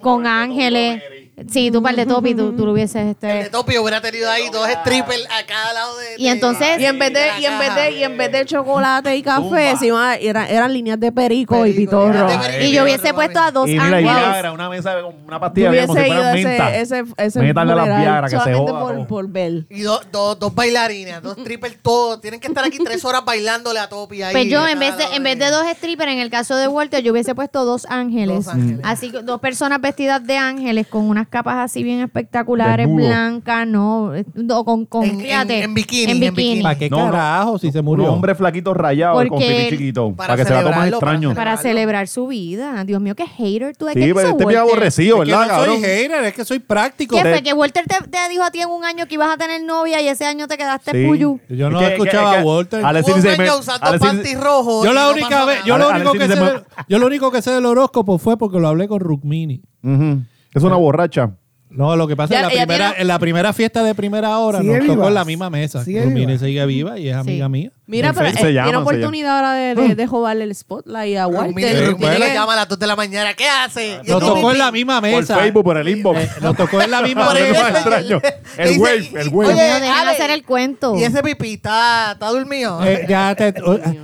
S3: con ángeles. Sí, tú par de topi, tú, tú lo hubieses este.
S2: El de Topi hubiera tenido ahí dos strippers a cada lado de.
S3: Y entonces-
S8: Y en vez de, y en vez de, y en vez de chocolate y café, se iban a- era- eran líneas de perico, y
S2: Perico,
S8: pitorro.
S2: líneas de perico.
S3: Y yo hubiese puesto a dos
S1: Y mira, y
S3: ángeles.
S1: Viagra, una mesa con una
S8: Yo
S1: pastilla bien, como
S8: hubiese
S1: si
S8: ido
S1: fueran menta.
S8: ese, ese, ese
S1: Métanle a las
S8: funeral
S1: Viagra, que se
S8: solamente
S1: joda,
S8: por,
S1: po.
S8: por ver.
S2: Y do- do- dos bailarinas, dos strippers, todo. Tienen que estar aquí tres horas bailándole a Topi ahí.
S3: Pues yo,
S2: a
S3: en
S2: cada
S3: vez de,
S2: lado
S3: en vez de dos strippers, en el caso de Walter, yo hubiese puesto dos ángeles.
S2: Dos ángeles.
S3: Así que dos personas vestidas de ángeles con unas capas así bien espectaculares,
S1: Desnudo.
S3: blancas, no, eh, no, con, con
S2: En- en-
S3: fíjate,
S2: en bikini,
S3: En
S2: en
S3: bikini.
S2: bikini.
S4: ¿Para qué
S1: No, no.
S4: carajo si se
S1: Un
S4: murió?
S1: hombre flaquito rayado con
S3: Porque
S1: pipí
S3: él-
S1: chiquito.
S2: para
S1: Para, que se la tome
S2: celebrarlo, para
S1: extraño.
S3: Para
S2: Claro.
S3: celebrar su vida. Dios mío, qué hater tú. ¿de qué
S1: Sí, pero
S3: hizo
S1: este es bien
S3: Walter?
S1: aborrecido, este.
S4: Es que
S1: ¿verdad,
S4: no soy
S1: cabrón?
S4: hater, es que soy práctico.
S3: ¿Qué fue? Que Walter te, te dijo a ti en un año que ibas a tener novia y ese año te quedaste
S1: Sí.
S3: puyú.
S4: Yo no
S1: Es que-
S4: escuchaba
S1: es que-
S4: a Walter.
S1: Alex
S2: Hubo un
S1: dice,
S2: año
S1: me-
S2: usando
S1: Alex dice-
S2: panties rojos.
S4: Yo
S2: y
S4: la
S2: no
S4: única
S2: pasó
S4: vez,
S2: nada.
S4: yo lo
S1: Ale-
S4: único que
S1: Alexis
S4: sé,
S1: se
S4: de- yo lo único que sé del horóscopo fue porque lo hablé con Rukmini.
S1: Ujú. Es una borracha.
S4: No, lo que pasa
S8: Ya,
S4: es que
S8: ella
S4: la primera,
S8: tiene-
S4: en la primera fiesta de primera hora
S5: ¿Sigue
S4: nos tocó
S5: viva?
S4: en la misma mesa.
S5: ¿Sigue
S4: Rukmini
S5: viva?
S4: sigue viva y es amiga mía.
S8: Mira, pero
S1: se
S8: eh, tiene
S1: llaman, se
S8: oportunidad ahora de, de, de robarle el spotlight
S1: Ah,
S8: a
S2: Rumini-
S8: Walter.
S2: Rumini
S4: bueno.
S2: le llama a las dos de la mañana. ¿Qué hace? Y
S4: Nos
S2: tú,
S4: tocó en la
S2: "Pipi".
S4: misma
S1: Por
S4: mesa.
S1: Facebook, por el inbox.
S4: Eh, Nos tocó
S1: [laughs]
S4: en la misma
S2: Por el-
S4: mesa.
S1: extraño.
S2: [laughs] Le
S1: El
S2: dice,
S1: wave, el wave.
S3: Oye,
S2: Oye,
S3: no, déjame
S2: Ale,
S3: hacer el cuento.
S2: Y ese pipí está, está dormido.
S4: Eh, ya te- o- eh,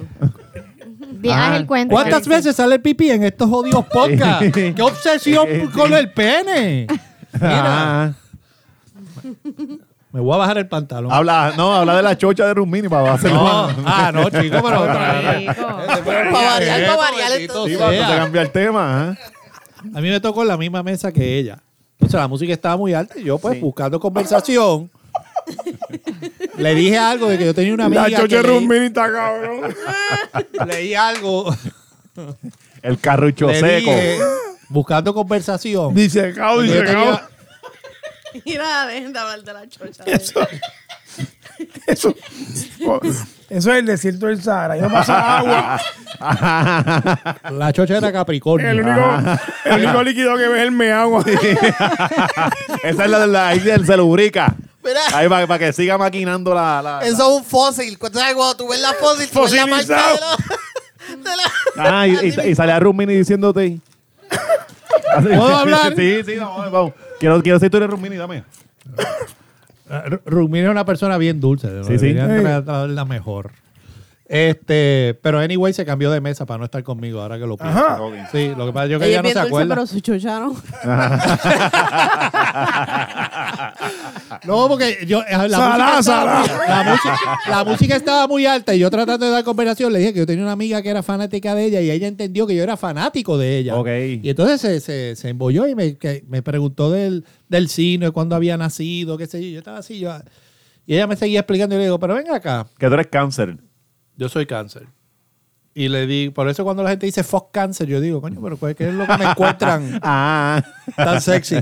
S3: Deja
S1: Ah.
S3: el cuento.
S4: ¿Cuántas
S3: Alexis.
S4: veces sale el pipí en estos jodidos
S1: [laughs]
S4: podcasts? ¡Qué obsesión con el pene! [laughs] Mira,
S1: Ah.
S4: me voy a bajar el pantalón.
S1: Habla, no, habla de la chocha de Rumini para hacerlo.
S4: No, ah, no, chico, pero.
S3: Chico.
S2: Para variar, para variar.
S4: Bendito
S2: entonces.
S1: Sí, para
S4: sea.
S1: te cambiar el tema. ¿eh?
S4: A mí me tocó en la misma mesa que ella. O sea, la música estaba muy alta y yo, pues, buscando conversación. le dije algo de que yo tenía una amiga.
S1: La
S4: que
S1: chocha de
S4: le-
S1: Rumini está cabrón.
S4: leí algo.
S1: El carrucho
S4: le
S1: seco.
S4: dije, buscando conversación.
S1: Dice cao,
S4: Yo tenía-
S8: Mira, dejen de hablar de la chocha.
S5: Eso, eso es el desierto del Sahara. Ahí no pasa agua.
S4: la chocha era Capricornio.
S5: El único, el único líquido que ves es el meagua.
S1: Esa es la de la ahí del- se lubrica.
S2: Mira.
S1: Ahí para que siga maquinando la, la- la-
S2: Eso es un fósil. Cuando sabes, cuando tú ves la fósil, tú ves la marca de
S5: Fosilizado.
S2: la- de la-
S1: Ah, y, y- y sale a Rumini diciéndote.
S4: ¿Puedo hablar?
S1: [laughs] Sí, sí, vamos, vamos. Quiero, quiero ser tú eres Rumini,
S4: [laughs]
S1: dame.
S4: Ah, Ru- Rumini es una persona bien dulce. ¿no?
S1: Sí, sí.
S4: Deberían
S5: Sí.
S4: tratarla mejor. Este, pero anyway se cambió de mesa para no estar conmigo ahora que lo pienso.
S5: Ajá.
S4: Sí, lo que pasa es que
S8: Ella
S4: ella no
S8: es bien
S4: se
S8: dulce,
S4: acuerda.
S8: pero su chocha no.
S4: No, porque yo eh, la,
S5: Salá,
S4: música estaba
S5: salá.
S4: muy- la música- la música estaba muy alta y yo tratando de dar conversación le dije que yo tenía una amiga que era fanática de ella y ella entendió que yo era fanático de ella.
S1: Ok.
S4: Y entonces se, se, se embolló y me, que- me preguntó del, del cine, cuándo había nacido, qué sé yo. Yo estaba así, yo, y ella me seguía explicando y le digo, pero ven acá,
S1: Que tú eres cáncer.
S4: yo soy cáncer. Y le di, por eso cuando la gente dice fuck cáncer, yo digo, coño, pero ¿qué es lo que me
S1: [laughs]
S4: encuentran
S1: Ah.
S4: tan sexy?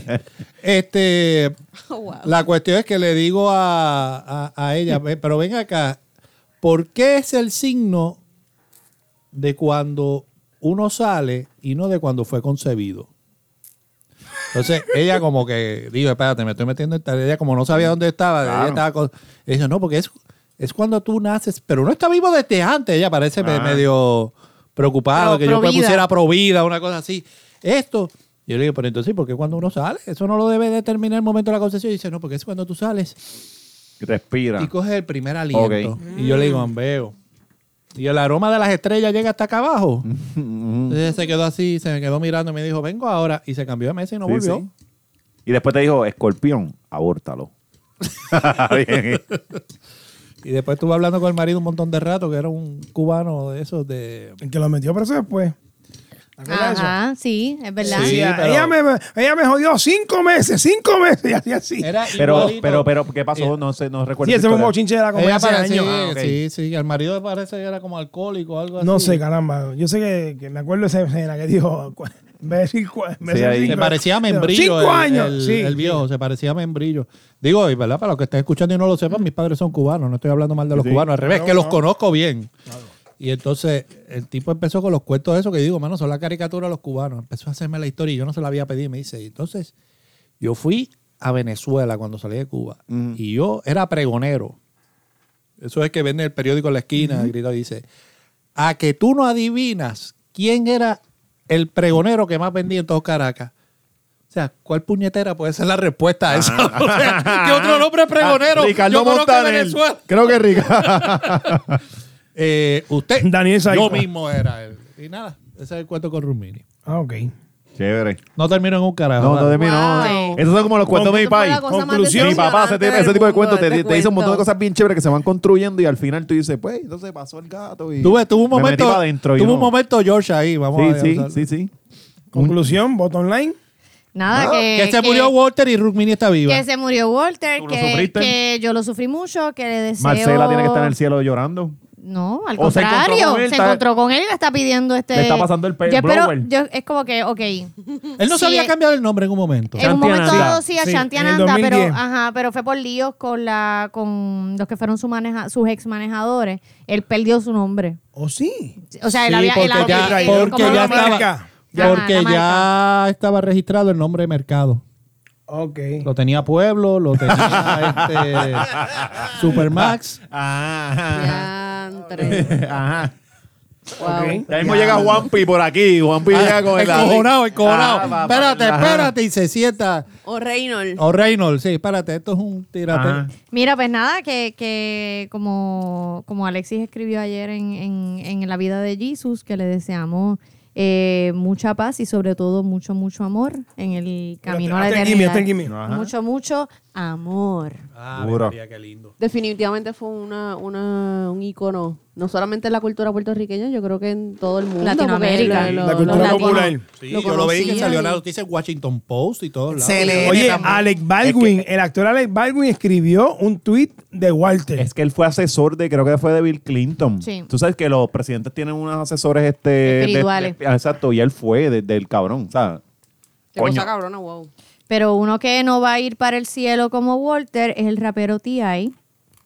S4: Este,
S8: [laughs] Oh, wow.
S4: la cuestión es que le digo a, a- a ella, "Ve, pero ven acá, ¿por qué es el signo de cuando uno sale y no de cuando fue concebido? Entonces ella como que, digo, espérate, me estoy metiendo en tal, ella como no sabía dónde estaba, ella estaba con, ella dice, no, porque es, es cuando tú naces, pero no está vivo desde antes, ella parece me- medio preocupada,
S3: Pro-
S4: Ah, que yo me
S3: provida.
S4: pusiera provida, una cosa así. Esto, yo le digo, pero entonces, ¿por qué cuando uno sale? Eso no lo debe determinar el momento de la concepción. Y dice, no, porque es cuando tú sales
S1: Respira.
S4: y coges el primer aliento. Y yo le
S3: Mm.
S4: digo, ambeo. Y el aroma de las estrellas llega hasta
S1: [laughs]
S4: acá abajo.
S1: Mm.
S4: Entonces se quedó así, se me quedó mirando y me dijo, vengo ahora. Y se cambió de mesa y no
S1: Sí,
S4: volvió.
S1: sí. Y después te dijo, escorpión, abórtalo. [laughs] Bien.
S4: Y después estuve hablando con el marido un montón de rato, que era un cubano de esos de...
S5: El que lo metió preso después. ¿Te acuerdas de eso?
S3: Ajá, sí, es verdad.
S4: Sí,
S5: Ella,
S4: pero-
S5: ella me, ella me jodió cinco meses, cinco meses y hacía así.
S4: Era
S1: Pero,
S4: igualito. Eh,
S1: pero, pero, ¿qué pasó? No sé, no recuerdo.
S5: Sí, ese
S1: la
S5: fue un
S1: historia.
S5: bochinche
S3: Ah,
S5: de la
S4: Ella ah,
S5: comedia hace
S4: parece-
S5: años.
S1: ok.
S4: Sí, sí. El marido parece que era como alcohólico o algo así.
S5: No sé, caramba. Yo sé que, que me acuerdo de esa escena que dijo, [laughs] En vez de decir cua- en vez de
S1: Sí,
S5: decir
S1: ahí.
S5: cinco-
S4: Se parecía a Membrillo.
S5: Cinco
S4: el-
S5: años.
S4: El,
S5: sí.
S4: el viejo, se parecía a Membrillo. Digo, y verdad, para los que estén escuchando y no lo sepan, mis padres son cubanos. No estoy hablando mal de los
S1: Sí.
S4: cubanos. Al revés,
S5: No,
S4: que los
S5: no.
S4: conozco bien. Y entonces el tipo empezó con los cuentos de eso que yo digo, mano, son la caricatura de los cubanos. Empezó a hacerme la historia y yo no se la había pedido. Y me dice, y entonces yo fui a Venezuela cuando salí de Cuba y yo era pregonero. Eso es que vende el periódico en la esquina, grita y dice, a que tú no adivinas quién era el pregonero que más vendía en todo Caracas. O sea, ¿cuál puñetera puede ser la respuesta a eso? [laughs] O sea, ¿Qué otro nombre pregonero?
S1: Ah, Ricardo
S4: Yo conozco a
S1: Montaner.
S4: Venezuela.
S1: Creo que
S4: [laughs]
S1: Ricardo.
S4: Eh, usted,
S5: Daniel
S4: yo
S5: Saico.
S4: mismo era él. Y nada, ese es el cuento con Rumini.
S5: Ah, ok.
S1: Chévere.
S4: No terminó en un carajo.
S1: No, no
S4: dale.
S1: de mí no.
S3: Wow.
S1: Esos son como los cuentos de mi
S3: Eso fue
S1: país.
S3: la cosa más
S5: Conclusión.
S1: Mi papá hace
S3: decepcionante
S1: ese
S3: del
S1: tipo de
S3: mundo,
S1: cuentos, te,
S3: este
S1: te dice un montón de
S3: cuento.
S1: cosas bien chéveres que se van construyendo y al final tú dices, pues, entonces pasó el gato y
S4: Tuve, tuvo un
S1: me metí
S4: momento,
S1: para adentro. y
S4: tuvo
S1: no.
S4: un momento George ahí, vamos a ver.
S1: Sí,
S4: o sea,
S1: sí, sí, sí.
S5: Conclusión, voto online.
S3: Nada, Eh, que,
S4: Que se murió Walter y Rukmini está viva.
S3: que se murió Walter,
S1: ¿Tú lo
S3: que,
S1: sufriste?
S3: que yo lo sufrí mucho, que le deseo...
S1: Marcela tiene que estar en el cielo llorando.
S3: [laughs] No, al
S1: O se encontró
S3: contrario. Se encontró
S1: con
S3: con
S1: él,
S3: él,
S1: está-
S3: y le está pidiendo este...
S1: Le está pasando el pe-
S3: Yo espero-
S1: blower.
S3: yo- es como que, ok.
S4: Él no se
S3: Sí,
S4: había
S3: eh,
S4: cambiado el nombre en un momento.
S3: En un momento
S1: Shantiananda.
S3: dado sí a
S5: Sí,
S3: Shantiananda,
S5: en el
S3: pero,
S5: 2010.
S3: ajá, pero fue por líos con la con los que fueron su maneja- sus ex manejadores. Él perdió su nombre.
S5: ¿O sí?
S3: O sea, él
S4: Sí,
S3: había... él
S4: porque
S3: había-
S4: ya,
S3: él-
S5: como
S4: porque
S5: la
S4: ya
S5: marca.
S4: estaba,
S3: Ajá,
S4: porque
S3: la marca.
S4: ya estaba registrado el nombre de mercado.
S5: Ok.
S4: Lo tenía Pueblo, lo tenía este, Supermax.
S8: Ah, Diantre.
S1: [laughs]
S4: [laughs]
S1: Ajá.
S8: Wow.
S5: Ok.
S1: Ya mismo llega Juanpi por aquí. Juanpi
S4: Pues,
S1: llega con el.
S4: Ah, Encojonado, encojonado.
S1: Ah, va, va,
S4: espérate,
S1: ajá.
S4: espérate. Y se sienta.
S8: O Reynolds.
S1: Oh.
S4: O Reynolds, sí, espérate. Esto es un
S1: Ajá.
S4: tirate.
S3: Mira, pues nada, que, que como, como Alexis escribió ayer en, en- en La vida de Jesus, que le deseamos eh, mucha paz y sobre todo mucho, mucho amor en el camino a la
S5: Hasta el Jimmy,
S3: eternidad.
S5: hasta el Jimmy.
S1: Ajá.
S3: Mucho, mucho amor.
S1: Duro.
S8: Definitivamente fue una, una, un icono, no solamente en la cultura puertorriqueña, yo creo que en todo el mundo.
S3: Latinoamérica.
S8: porque
S5: La cultura
S8: los latinos
S5: popular.
S4: Sí,
S8: lo
S4: yo lo veía que
S8: conocían
S4: salió
S8: y-
S4: la noticia en Washington Post y todos lados.
S2: Se le-
S5: Oye,
S2: también.
S5: Alec Baldwin, el actor Alec Baldwin escribió un tweet de Walter.
S1: Es que él fue asesor de, creo que fue de Bill Clinton.
S3: Sí.
S1: Tú sabes que los presidentes tienen unos asesores este, de-
S3: Espirituales.
S1: de- exacto, y él fue de- del cabrón, ¿sabes?
S8: Qué cosa
S1: Coño.
S8: cabrona, wow.
S3: Pero uno que no va a ir para el cielo como Walter es el rapero T.I.,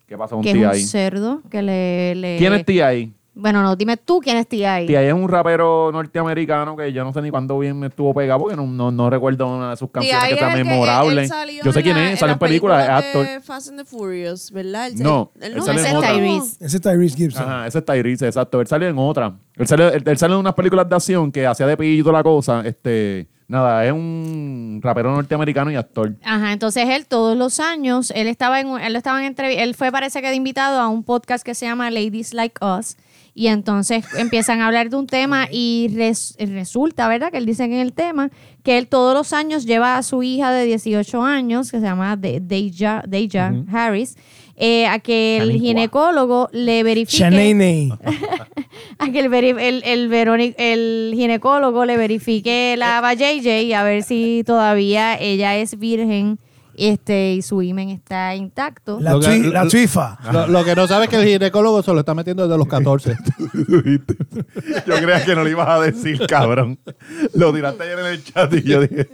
S1: ¿Qué pasa con
S3: que es
S1: T.I.?
S3: un cerdo que le... le-
S1: ¿Quién es T.I.?
S3: Bueno, no, dime tú quién es T.I.
S1: T.I. es un rapero norteamericano que yo no sé ni cuándo bien me estuvo pegado porque no, no, no recuerdo una de sus canciones que sea memorable. Yo sé quién es, sale en películas, es actor.
S8: Fast and the Furious, ¿verdad?
S1: Él- No, él- él él no- sale en
S3: Ese es
S1: otra.
S3: Tyrese.
S5: Ese es Tyrese Gibson.
S1: Ajá, ese es Tyrese, exacto. Él salió en otra. Él salió, él, él salió en unas películas de acción que hacía de pillito la cosa. Este, nada, es un rapero norteamericano y [laughs] actor.
S3: Ajá, entonces él todos los años, él estaba en, un- él lo estaba en entrevi- él fue parece que de invitado a un podcast que se llama Ladies Like Us y entonces empiezan a hablar de un tema y res- resulta, ¿verdad? Que él dice en el tema que él todos los años lleva a su hija de 18 años que se llama De- Deja, Deja Harris eh, a que el
S1: Janicua.
S3: ginecólogo le verifique
S5: Shanane.
S3: a Ah, que el, veri- el, el, veroni- el ginecólogo le verifique
S1: Eh.
S3: la vajayjay y a ver si todavía ella es virgen este y su imen está intacto.
S5: La,
S4: Lo que-
S5: tui- la
S4: lo-
S5: tuifa.
S4: Lo, lo que no sabe es que el ginecólogo se lo está metiendo desde los 14.
S1: Yo creía que no le ibas a decir, cabrón. Lo tiraste ayer en el chat y yo dije,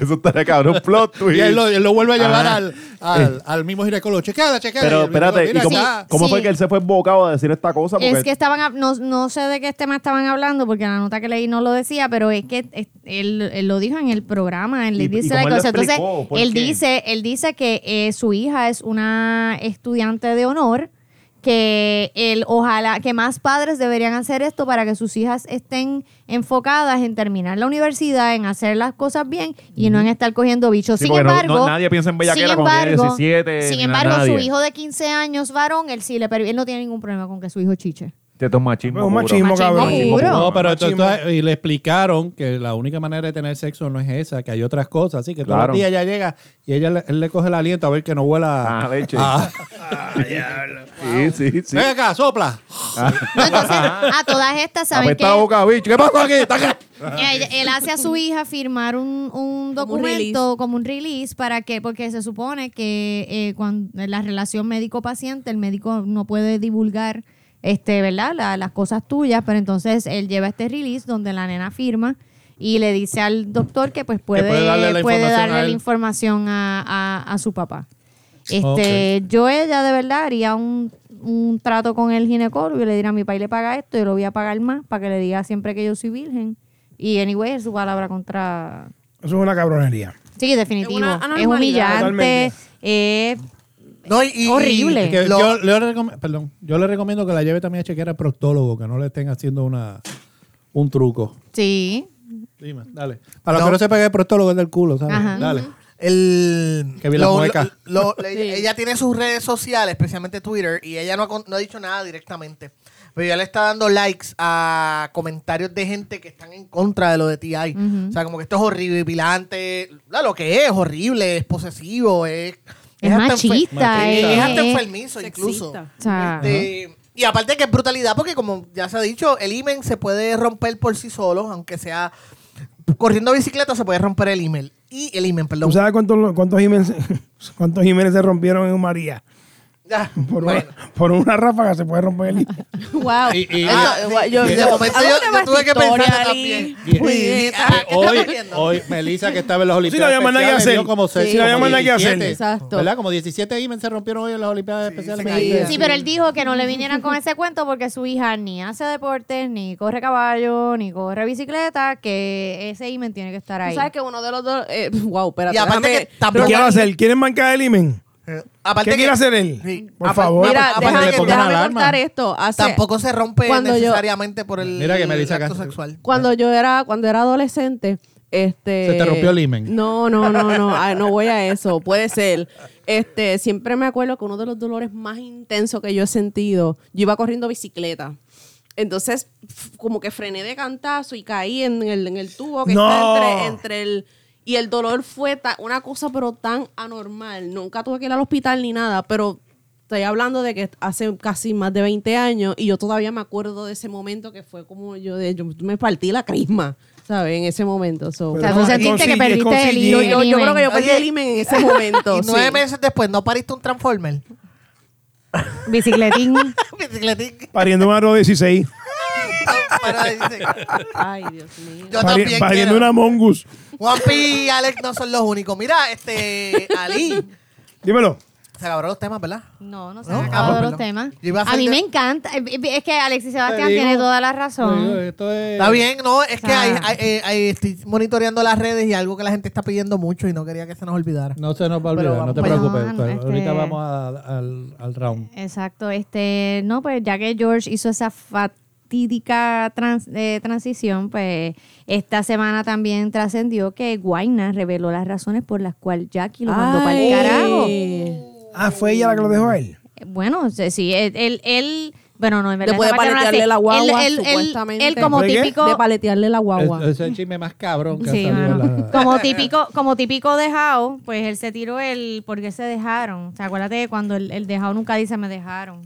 S1: eso estaría cabrón, plot twist.
S4: y él lo, él lo vuelve a llevar
S1: Ajá.
S4: al, al, al mismo ginecólogo. Chequeala, chequeala. Y
S1: Pero
S4: el
S1: espérate, ¿y
S4: ginecólogo,
S1: cómo,
S4: mira,
S3: Sí,
S1: cómo fue
S3: sí.
S1: que él se fue embocado a decir esta cosa? Porque
S3: Es que estaban, hab- no, no sé de qué tema estaban hablando, porque la nota que leí no lo decía, pero es que es- él, él lo dijo en el programa, en
S1: ¿Y- y
S3: Ladies
S1: cómo
S3: Like
S1: él lo
S3: Us. Entonces,
S1: explicó? ¿Por
S3: él
S1: qué?
S3: dice, él dice que eh, su hija es una estudiante de honor, que él, ojalá, que más padres deberían hacer esto para que sus hijas estén enfocadas en terminar la universidad, en hacer las cosas bien y no en estar cogiendo bichos.
S1: Sí,
S3: sin
S1: porque no-
S3: embargo,
S1: no- nadie piensa en bellaquera cuando tiene 17,
S3: Sin
S1: ni
S3: embargo,
S1: nada,
S3: su
S1: nadie.
S3: hijo de 15 años varón, él sí le permite, él no tiene ningún problema con que su hijo chiche.
S1: Te toma machismo.
S5: Es un
S1: puro.
S5: machismo,
S3: Machismo
S5: cabrón.
S3: puro.
S4: No, pero
S5: Machismo.
S4: entonces- y le explicaron que la única manera de tener sexo no es esa, que hay otras cosas. Así que todos
S1: Claro.
S4: los días ella llega y ella le, él le coge el aliento a ver que no vuela.
S1: Ah, leche.
S4: Ah.
S1: Sí, sí, sí. Ah.
S4: Ven acá, sopla.
S3: No, entonces, a todas estas, ¿saben
S1: Apesta
S3: que
S1: la boca, bicho. ¿Qué pasó aquí? Está acá.
S4: Ah,
S3: Él, él hace a su hija firmar un, un documento como un release para que, porque se supone que eh, cuando en la relación médico-paciente, el médico no puede divulgar este, ¿verdad? La- las cosas tuyas, pero entonces él lleva este release donde la nena firma y le dice al doctor que pues puede,
S4: puede darle la
S3: puede
S4: información a
S3: darle
S4: él.
S3: la información a, a- a su papá. Este,
S4: Ok.
S3: yo ella de verdad haría un, un trato con el ginecólogo y le dirá, mi país le paga esto, yo lo voy a pagar más para que le diga siempre que yo soy virgen. Y anyway, es su palabra contra...
S5: Eso es una cabronería.
S3: Sí, definitivo.
S8: una
S3: Es
S8: anormalidad.
S3: humillante.
S5: Totalmente.
S3: Es
S2: No, y- y-
S3: horrible.
S2: y-
S4: Que
S2: Lo-
S4: yo, yo le recom- perdón, yo le recomiendo que la lleve también a chequear al proctólogo, que no le estén haciendo una, un truco.
S3: Sí.
S4: Dime, dale. Para los que no sepan que el proctólogo es del culo, ¿sabes?
S3: Ajá.
S4: Dale.
S2: El,
S4: Que vi la mueca.
S2: lo-
S3: [laughs]
S2: lo- Ella tiene sus redes sociales, especialmente Twitter, y ella no ha, con- no ha dicho nada directamente. Pero ella le está dando likes a comentarios de gente que están en contra de lo de TI. O sea, como que esto es horrible, pilante. Lo que es, horrible, es posesivo, es.
S3: Es
S2: hasta enfer-
S3: machista,
S2: Es,
S3: es-
S2: hasta enfermizo, incluso.
S8: Sexista.
S3: O sea,
S2: Este, y aparte que es brutalidad, porque como ya se ha dicho, el imen se puede romper por sí solo, aunque sea corriendo bicicleta, se puede romper el imen. Y el imen, perdón.
S5: ¿Tú sabes cuántos, cuántos, Jiménez, [laughs] cuántos Jiménez se rompieron en María?
S2: Ah,
S5: Por,
S2: bueno.
S5: una, por una ráfaga se puede romper
S4: Ah,
S5: el
S8: Wow.
S4: Y- y-
S2: Ah,
S8: Eso, guau, yo,
S2: de
S8: yo-
S2: momento
S8: ¿algo
S2: yo-
S8: te
S2: yo
S8: va
S2: tuve que
S8: esta historia,
S2: pensarlo
S8: Ali?
S2: también.
S4: Y-
S2: Juidita,
S4: Eh,
S2: ¿qué
S4: hoy,
S2: estás viendo?
S4: hoy, Melissa, que estaba en las
S5: no
S4: Olimpiadas.
S5: había más nada que
S4: especiales,
S5: hacer.
S4: vio Como seis,
S8: Sí, no había
S4: como
S5: más nada que hacer.
S4: 17,
S8: Exacto.
S4: ¿Verdad? Como 17 Imen se rompieron hoy en las Olimpiadas especiales.
S2: sí,
S3: Sí,
S2: sí.
S3: pero él dijo que no le vinieran con ese cuento porque su hija ni hace deportes, ni corre caballo, ni corre bicicleta, que ese imen tiene que estar
S8: Tú
S3: ahí.
S8: sabes que uno de los dos. eh, [laughs] wow, espérate.
S2: Y aparte
S8: déjame-
S2: que tampoco-
S5: ¿Qué va a hacer? ¿Quieren bancar el Imen?
S2: Eh,
S5: ¿Qué
S2: aparte
S5: quiere
S2: que-
S5: hacer él?
S2: Sí.
S5: Por
S2: Apa-
S5: favor.
S8: Mira,
S2: Aparte
S8: déjame,
S4: que le pongan
S8: déjame
S4: alarma.
S8: contar esto. Hace-
S2: Tampoco se rompe
S8: Cuando yo-
S2: necesariamente por el,
S4: Mira que Melissa
S2: acto
S4: Castro-
S2: sexual.
S8: Cuando yo era, cuando era adolescente, este.
S4: Se te rompió el himen.
S8: No, no, no, no. ah, no voy a eso. Puede ser. Este, siempre me acuerdo que uno de los dolores más intensos que yo he sentido, yo iba corriendo bicicleta. Entonces, f- como que frené de cantazo y caí en el, en el tubo que
S5: No.
S8: está entre, entre el. Y el dolor fue ta- una cosa, pero tan anormal. Nunca tuve que ir al hospital ni nada, pero estoy hablando de que hace casi más de 20 años y yo todavía me acuerdo de ese momento que fue como yo, de, yo me partí la crisma, ¿sabes? En ese momento. so.
S3: O sea, tú
S5: Pero
S3: sentiste que
S5: consigues,
S3: perdiste el,
S5: consigues.
S3: hilo
S8: yo, yo- yo creo que yo perdí
S2: Oye,
S8: el imen en ese momento.
S2: [laughs] Y nueve
S8: sí.
S2: meses después, ¿no pariste un Transformer? [laughs]
S3: Bicicletín.
S2: Bicicletín.
S5: Pariendo un aro 16.
S2: [laughs] Para, dice,
S8: Ay, Dios mío.
S2: yo
S5: Pari-
S2: también
S5: pariendo
S2: quiero.
S5: una mongus.
S2: Juan P y Alex no son los únicos. Mira, este, Ali,
S5: Dímelo.
S2: se acabaron los temas, ¿verdad?
S3: No, no se
S2: No,
S3: han acabado
S2: ah,
S3: los
S2: perdón.
S3: temas.
S2: Yo iba a
S3: A, mí
S2: hacer-
S3: me encanta. Es que Alexis Sebastián
S4: Te digo, eh.
S3: tiene toda la razón.
S4: Esto es-
S2: Está bien, no, es que
S3: Ah.
S2: hay, hay- eh, hay- estoy monitoreando las redes y algo que la gente está pidiendo mucho y no quería que se nos olvidara.
S4: No se nos va a
S2: Pero
S4: olvidar, no
S2: vamos
S4: te
S2: pa-
S4: preocupes.
S3: No,
S4: Pues,
S3: este-
S4: Ahorita vamos a- al, al round.
S3: Exacto. Este, no, pues ya que George hizo esa fatídica trans- eh, transición, pues esta semana también trascendió que Guayna reveló las razones por las cuales Jackie lo mandó para el
S8: Ay.
S3: carajo.
S5: Ah, fue ella la que lo dejó a él.
S3: Bueno, se- sí, él, él, él- bueno, no, en verdad.
S8: Después de
S3: esa parte no
S8: paletearle
S3: sé.
S8: la guagua,
S3: él, él- él-
S8: supuestamente.
S3: él como
S5: ¿De qué?
S3: típico...
S8: De paletearle la guagua.
S4: Es, es el chisme más cabrón que
S3: Sí,
S4: ha salido.
S3: mano.
S4: en la-
S3: Como típico, como típico dejado, pues él se tiró el porque se dejaron. O sea, acuérdate que cuando el, el dejado nunca dice me dejaron.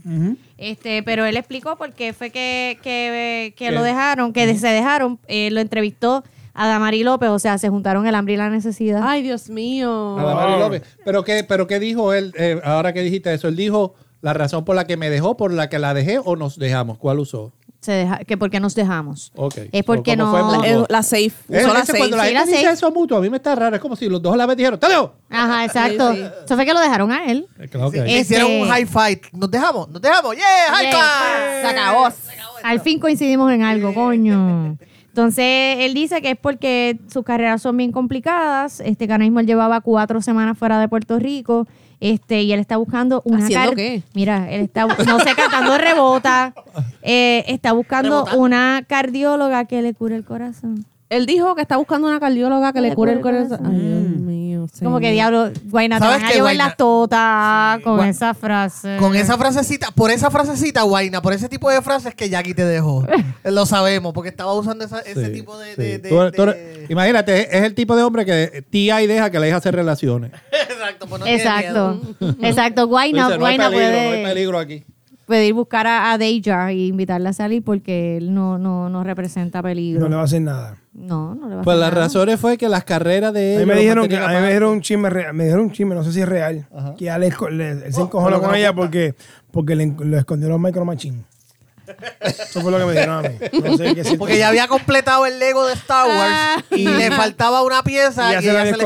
S3: Este, pero él explicó por qué fue que, que, que lo dejaron, que se dejaron, Eh, lo entrevistó a Damari López, o sea, se juntaron el hambre y la necesidad.
S8: Ay, Dios mío.
S4: Adamari López. Pero qué, pero qué dijo él, eh, ahora que dijiste eso, él dijo la razón por la que me dejó, por la que la dejé o nos dejamos. ¿Cuál usó?
S3: Se deja- que por qué nos dejamos.
S4: Ok.
S3: Es porque
S4: ¿Cómo
S3: no-
S4: fue
S8: La,
S4: mutuo?
S8: eh, la safe.
S4: Eh,
S8: Usó la
S4: eso
S8: safe.
S4: cuando la
S3: Sí,
S4: gente
S3: la
S4: dice
S3: seis.
S4: eso mutuo, a mí me está raro. Es como si los dos a la vez dijeron, ¡Te dejo!
S3: Ajá, exacto.
S8: Sí, sí.
S3: Eso fue que lo dejaron a él.
S4: Eh, claro que-
S3: Sí. Este-
S2: Hicieron un high fight. Nos dejamos, nos dejamos. Yeah, high
S3: Yeah,
S2: five.
S3: pa, se acabó. Al fin coincidimos en algo, coño. Entonces, él dice que es porque sus carreras son bien complicadas. Este, que ahora mismo él llevaba cuatro semanas fuera de Puerto Rico. Este, y él está buscando una
S8: ¿Haciendo
S3: car-
S8: qué?
S3: Mira, él está, bu- no sé, cantando rebota. Eh, está buscando una cardióloga que le cure el corazón.
S8: Él dijo que está buscando una cardióloga que le cure el corazón. Ay, Dios mío.
S3: Como que
S8: señor.
S3: diablo, Guayna, te
S2: ¿Sabes
S3: van a
S2: qué,
S3: llevar
S2: Guayna?
S3: las totas con
S2: Gua-
S3: esa frase.
S2: Con esa frasecita, por esa frasecita, Guaina, por ese tipo de frases que Jackie te
S3: [laughs]
S2: dejó. Lo sabemos, porque estaba usando esa- ese
S4: Sí,
S2: tipo de.
S4: sí.
S2: de- de-
S4: Tú- tú eres-
S2: de-
S4: Imagínate, es- es el tipo de hombre que tía y deja que la hija hacer relaciones.
S2: [laughs] Exacto, pues no tiene
S3: Exacto,
S2: miedo.
S3: exacto. Guayna,
S4: Dice, no hay
S3: Guayna
S4: peligro,
S3: puede...
S4: no hay peligro aquí.
S3: puede ir buscar a, a Deja y invitarla a salir porque él no, no, no representa peligro.
S5: No le va a hacer nada.
S3: No, no le va a
S4: Pues
S3: hacer
S4: las
S3: nada.
S4: razones fue que las carreras de
S5: A
S4: ellos
S5: mí me
S4: los
S5: dijeron, que,
S4: mantenían
S5: a mí me
S4: aparte.
S5: dijeron un chisme, real- me dijeron un chisme, no sé si es real,
S2: Oh,
S5: que Alex co- le- él se encojonó con ella porque, porque le, en- lo escondió los Micro Machines. Eso fue lo que me dijeron a mí. No sé qué es
S2: Porque ya había completado el Lego de Star Wars y le faltaba una pieza y,
S5: Y ya se
S2: ella
S5: la había
S2: se la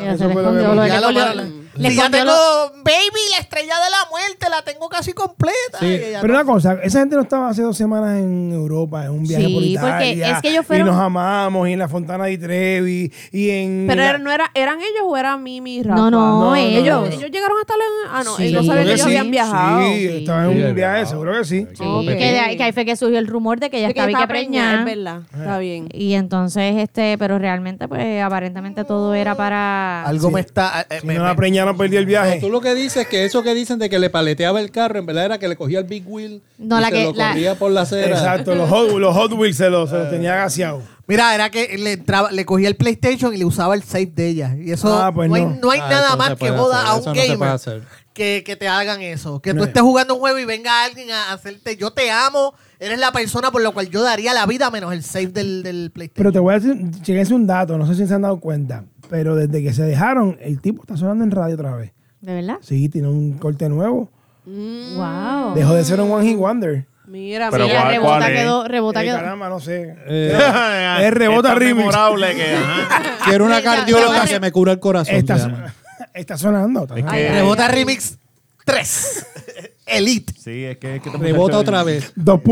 S2: escondió.
S3: Ah. Ya
S5: Eso
S3: se le
S5: fue lo que
S3: escondió
S5: me-
S3: lo-
S2: Ya lo
S3: le
S2: para-
S3: escondió- le
S2: Si ya
S3: escondió
S2: tengo
S3: lo-
S2: Baby, la estrella de la muerte, la tengo casi completa.
S4: Sí,
S2: Y ella,
S5: Pero una cosa, esa gente no estaba hace dos semanas en Europa, en un viaje
S3: Sí,
S5: por
S3: porque
S5: Italia,
S3: es que ellos fueron-
S5: Y nos amamos, y en la Fontana di Trevi, y en...
S8: Pero
S5: la-
S8: era- no era, ¿eran ellos o era Mimi y Rafa?
S3: No, no,
S5: no,
S3: ellos.
S8: Ellos llegaron hasta la... Ah, no,
S3: Sí.
S8: ellos saben
S5: Seguro
S8: que
S5: que
S8: ellos
S5: sí.
S8: habían viajado.
S5: Sí, estaba en
S4: Sí,
S5: un
S4: de
S5: viaje,
S4: verdad.
S5: seguro que sí.
S4: Sí.
S8: Ok.
S3: Que, de ahí, que ahí fue que surgió el rumor de que ella
S8: De que
S3: estaba, y
S8: estaba
S3: que preñada.
S8: preñada, es verdad. Está bien.
S3: Y entonces, este, pero realmente, pues, aparentemente todo era para.
S2: Algo me está. eh, eh,
S5: Si
S2: me-
S5: no la
S2: me-
S5: preñaron, perdí el
S4: Pero
S5: viaje.
S4: Tú lo que dices es que eso que dicen de que le paleteaba el carro, en verdad era que le cogía el Big Wheel
S3: No,
S4: y
S3: la
S4: se
S3: que-
S4: lo
S3: la-
S4: corría por la acera.
S5: Exacto, los Hot, los Hot Wheels se los, se los tenía gaseado.
S2: Mira, era que le entraba, le cogía el PlayStation y le usaba el save de ella. Y eso
S5: Ah, pues
S2: no hay,
S5: no.
S2: no hay
S4: Ah,
S2: nada
S4: eso no
S2: más
S4: se
S2: que
S4: puede
S2: joda
S4: hacer,
S2: a un
S4: eso no se puede
S2: gamer [laughs]
S4: hacer.
S2: que, que te hagan eso. Que tú
S5: No.
S2: estés jugando un juego y venga alguien a hacerte yo te amo, eres la persona por la cual yo daría la vida menos el save del, del PlayStation.
S5: Pero te voy a decir, chéquense un dato, no sé si se han dado cuenta, pero desde que se dejaron, el tipo está sonando en radio otra vez.
S3: ¿De verdad?
S5: Sí, tiene un corte nuevo.
S2: Mm.
S3: Wow.
S5: Dejó de ser un One Hit Wonder.
S8: Mira,
S1: Pero
S3: Mira,
S8: mira.
S1: ¿cuál-
S3: rebota
S1: cuál es?
S3: quedó, rebota
S5: Eh,
S3: quedó.
S5: caramba, no sé.
S1: Eh,
S5: [laughs] es rebota
S1: tan
S5: remix.
S1: memorable que, ajá.
S4: Quiero una
S3: Mira,
S4: cardióloga
S3: pero-
S4: que me cura el corazón.
S5: Está,
S4: se
S5: so-
S4: llama.
S5: [laughs] está sonando. está
S1: Es
S5: sonando.
S1: que-
S2: Rebota Remix 3. [laughs] Elite.
S1: Sí, es que, es que este
S4: Rebota
S1: muchacho-
S4: otra vez.
S5: 2.0.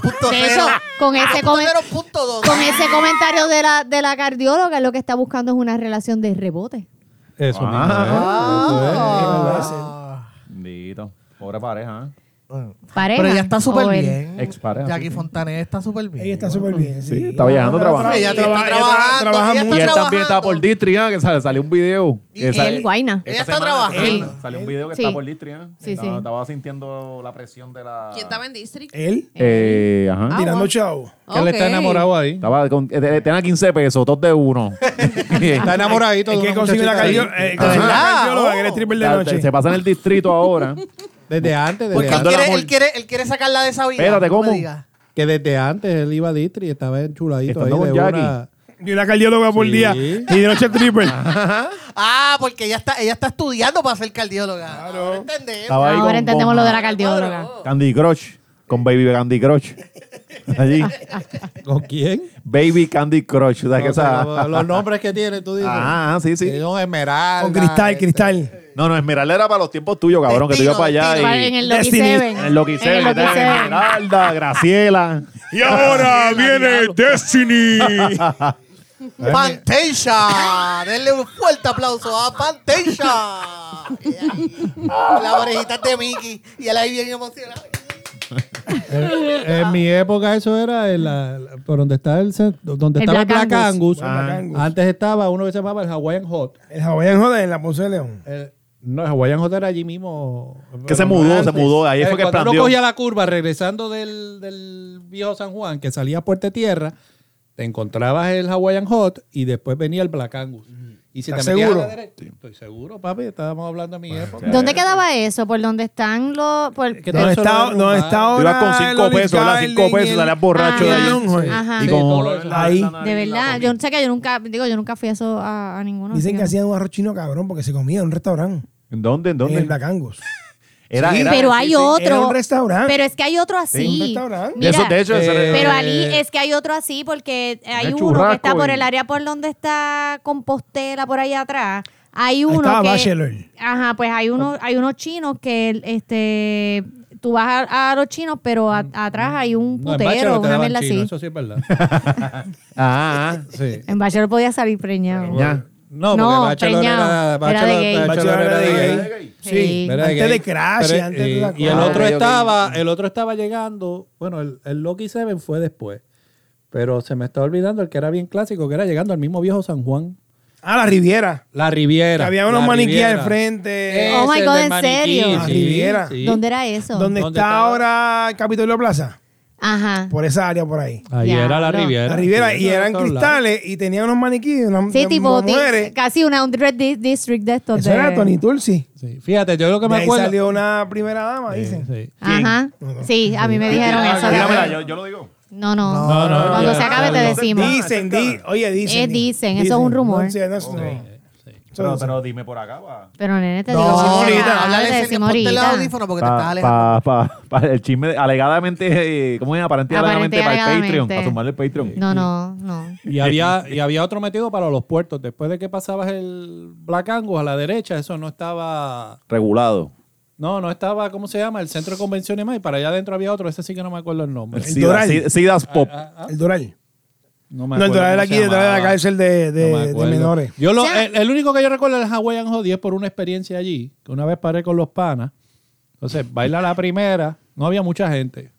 S2: Punto
S3: De
S2: cero.
S3: eso, con ese,
S2: Punto
S3: comen-
S2: cero, punto dos.
S3: con ese comentario de la, de la cardióloga, lo que está buscando es una relación de rebote.
S4: Eso
S5: Ah.
S4: ¿eh?
S1: Bendito. Pobre pareja, ¿eh?
S3: Pareja.
S2: Pero ella está súper
S3: o él.
S2: bien.
S1: Expareja,
S2: Jackie
S1: sí.
S2: Fontanet está súper bien.
S5: Ella está súper bien. Sí,
S1: está viajando,
S5: Pero
S1: trabajando.
S2: Ella está
S5: traba-
S2: trabajando,
S5: trabaja
S2: ella
S1: Y él
S5: mucho.
S2: está-
S1: también está por Distri, ¿ah? que sale, salió un video.
S2: Y
S1: Que
S2: él,
S1: sale-
S3: guayna.
S1: esta
S2: Ella está
S1: semana que
S2: trabajando.
S1: sale- Salió un video que
S3: Sí.
S1: está por Distri, ¿ah?
S3: Sí,
S1: estaba,
S3: sí.
S1: estaba sintiendo la presión de la...
S8: ¿Quién estaba en District?
S5: Él,
S1: Eh, ajá.
S5: tirando chavo.
S4: Que él está
S8: Ok.
S4: enamorado ahí.
S1: Estaba con... eh, eh, tenía 15 pesos, dos de uno.
S4: Está enamoradito.
S5: Es
S4: de
S5: que
S4: una
S5: consigue la
S4: muchachita ahí.
S5: cardióloga. Eh,
S1: Ajá.
S5: consigue la
S2: Ah,
S5: cardióloga, que
S2: oh.
S5: eres triple de
S1: Ya,
S5: noche.
S1: se pasa en el distrito ahora.
S4: Desde antes. Desde
S2: Porque él
S1: Buscando
S4: antes.
S1: el
S2: quiere,
S1: amor.
S2: él, quiere, él quiere sacarla de esa vida.
S1: Espérate,
S2: no me
S1: ¿cómo?
S2: digas.
S4: Que desde antes él iba a Distri y estaba enchuladito ahí
S1: Estando
S4: de
S1: con Jackie.
S4: una...
S5: Y una cardióloga por
S4: Sí.
S5: día. Y de noche triple.
S2: Ah, porque ella está, ella está estudiando para ser cardióloga. Ahora entendemos.
S1: Estaba ahí
S3: Ahora
S1: con-
S3: entendemos
S1: con
S3: lo de la cardióloga.
S1: Candy Crush. Con Baby Candy Crush. Allí.
S4: ¿Con quién?
S1: Baby Candy Crush. O sea, que
S4: O sea, los,
S1: esa... [laughs]
S4: los nombres que tiene, tú dices.
S1: Ah, sí, sí.
S4: Que son Esmeralda.
S5: Con cristal,
S4: este.
S5: cristal.
S1: No, no, Esmeralda era para los tiempos tuyos, cabrón, que tú ibas para allá
S3: Para- En
S1: y...
S3: el Lucky
S5: Destiny.
S3: Seven.
S1: En lo que hice,
S3: En el Lucky Seven.
S1: Esmeralda, Graciela.
S5: Y ahora viene Destiny.
S2: Panteisha. Denle un fuerte aplauso a
S1: [laughs]
S2: Panteisha. La orejita de Mickey. Y él ahí bien emocionado.
S4: En, eh, en mi época eso era en la- la- por donde está el cen- donde
S3: El
S4: estaba el
S3: Black
S4: Black Angus.
S5: Black Angus.
S4: Antes estaba uno que se llamaba el Hawaiian Hot.
S5: El Hawaiian Joder en la Ponce de León.
S4: El- Eh, no, el Hawaiian Hot era allí mismo.
S1: Que se mudó, se mudó, ahí
S4: Eh,
S1: fue que
S4: cuando
S1: expandió.
S4: uno cogía la curva regresando del, del viejo San Juan, que salía a Puerta Tierra, te encontrabas el Hawaiian Hot y después venía el Black Angus. Y si te
S5: ¿Estás
S4: metías a la
S5: seguro?
S4: derecha- estoy seguro, papi, estábamos hablando de mi época.
S3: ¿Dónde quedaba eso? ¿Por dónde están los...? por-
S4: Que
S5: ¿Dónde
S4: eso
S5: está,
S4: no es
S5: dónde
S4: lugar.
S5: está
S1: Tú
S5: ahora?
S1: ibas con
S5: el
S1: cinco
S5: Olive
S1: pesos, era cinco
S5: Garden,
S1: pesos,
S5: el-
S1: salías borracho de
S3: Ajá.
S1: ahí.
S3: Ajá.
S1: Y
S4: Sí,
S1: con
S4: todo eso.
S5: Ahí.
S3: De verdad, yo no sé que yo nunca, digo, yo nunca fui a eso a, a ninguno.
S5: Dicen que
S3: así
S5: hacían un arroz chino cabrón porque se comía en un restaurante.
S1: ¿En dónde? ¿En
S5: En el
S1: dónde?
S5: Black Angus.
S1: Era,
S3: que no.
S1: era.
S3: Pero hay otro.
S5: Era un restaurante.
S3: Pero es que hay otro así.
S5: un restaurante.
S1: De
S3: Mira,
S1: eso, de hecho, ese era-
S3: Pero
S4: Eh,
S3: Ali, es que hay otro así porque hay
S1: el
S3: uno que está
S1: churrasco
S3: por
S1: y-
S3: el área por donde está Compostela, por ahí atrás. Hay uno
S5: estaba
S3: que,
S5: Bachelor. Ah.
S3: Ajá, pues hay uno, hay unos chinos que este tú vas a, a los chinos, pero a-
S5: Mm.
S3: atrás hay un
S4: No, en Bachelor
S3: putero,
S4: te
S3: una
S4: daban
S3: mierda
S4: chino,
S3: así.
S4: Eso sí es verdad.
S5: [laughs]
S1: Ah, ah.
S4: Sí.
S3: En Bachelor podía salir preñado.
S1: Ya.
S4: No,
S3: No,
S4: porque Bachelor
S3: preñado.
S4: era,
S3: Era
S4: Bachelor,
S3: de gay.
S4: Bachelor era de
S5: Bachelor era de
S4: gay.
S3: Sí.
S4: Era
S5: Antes
S4: gay.
S5: de Crash,
S4: Pero,
S5: antes de
S4: eh,
S5: la
S4: y el
S5: cosa.
S4: otro
S1: Ah, ok, ok.
S4: estaba, el otro estaba llegando, bueno, el, el Loki Seven fue después. Pero se me está olvidando el que era bien clásico, que era llegando al mismo viejo San Juan.
S5: Ah, la Riviera.
S4: La Riviera.
S5: Que había unos
S4: La
S5: maniquíes
S4: Riviera.
S5: al frente.
S4: Ese,
S3: Oh my
S4: el
S3: God,
S4: del
S3: ¿en
S4: maniquí,
S3: serio?
S5: La Riviera.
S3: ¿Dónde era eso?
S5: Donde
S4: ¿Dónde
S5: está
S4: estaba?
S5: ahora el Capitolio Plaza.
S3: Ajá.
S5: Por esa área por ahí.
S4: Ahí
S3: Ya,
S4: Ah, era la
S3: no.
S4: Riviera.
S5: La Riviera. Y
S4: Sí, de
S5: eran
S4: todos lados.
S5: cristales y tenían unos maniquíes. Unas,
S3: Sí,
S5: unas
S3: tipo di-
S5: mujeres.
S3: casi una un red di- district de estos.
S5: Pues, Eso
S3: de-
S5: era Tony Tulsi.
S4: Sí. Fíjate, yo lo que
S5: De
S4: me
S5: ahí
S4: acuerdo.
S5: salió una primera dama, dicen.
S4: Sí.
S3: Ajá. Sí, a mí me dijeron
S4: Ah,
S3: eso.
S1: Tíramela, yo, yo lo digo.
S3: No, no.
S5: No, no,
S3: Cuando
S5: ya,
S3: se acabe
S5: ya,
S3: te
S5: ya.
S3: decimos.
S5: Dicen, di- oye, dicen.
S3: Eh, dicen, eso es un rumor.
S5: No, sí, no, eso no.
S1: Pero, pero dime por acá, va.
S3: Pero nene, te
S2: No,
S1: Ah.
S3: digo.
S2: ahorita. Háblale,
S3: Te
S2: Silvia,
S3: decimos
S2: ponte el
S3: ahorita.
S2: audífono porque te
S1: Pa-
S2: estás
S1: pa-
S2: alejando.
S1: pa- pa- el chisme, de- alegadamente, eh, ¿cómo es? Aparente y
S3: Aparente
S1: alegadamente,
S3: y
S1: para el Patreon,
S3: alegadamente.
S1: para sumarle el Patreon.
S3: No, no, no.
S4: Y había, y había otro metido para los puertos. Después de que pasabas el Black Angus a la derecha, eso no estaba.
S1: Regulado.
S4: No, no estaba, ¿cómo se llama? El centro de convenciones y más. Y para allá adentro había otro. Ese sí que no me acuerdo el nombre.
S1: El Sida-
S5: Doral.
S1: Sida- Sidas Pop.
S5: Ah. El Doral.
S4: No, me
S5: No, el
S4: acuerdo
S5: Doral
S4: cómo
S5: era
S4: se
S5: aquí detrás de la
S4: llamaba.
S5: cárcel de, de-
S4: No me
S5: de
S4: acuerdo.
S5: menores.
S4: Yo lo-
S3: O sea-
S4: el, el único que yo recuerdo es el Hawaiian Jodie es por una experiencia allí, que una vez paré con los panas. Entonces, baila la primera, no había mucha gente.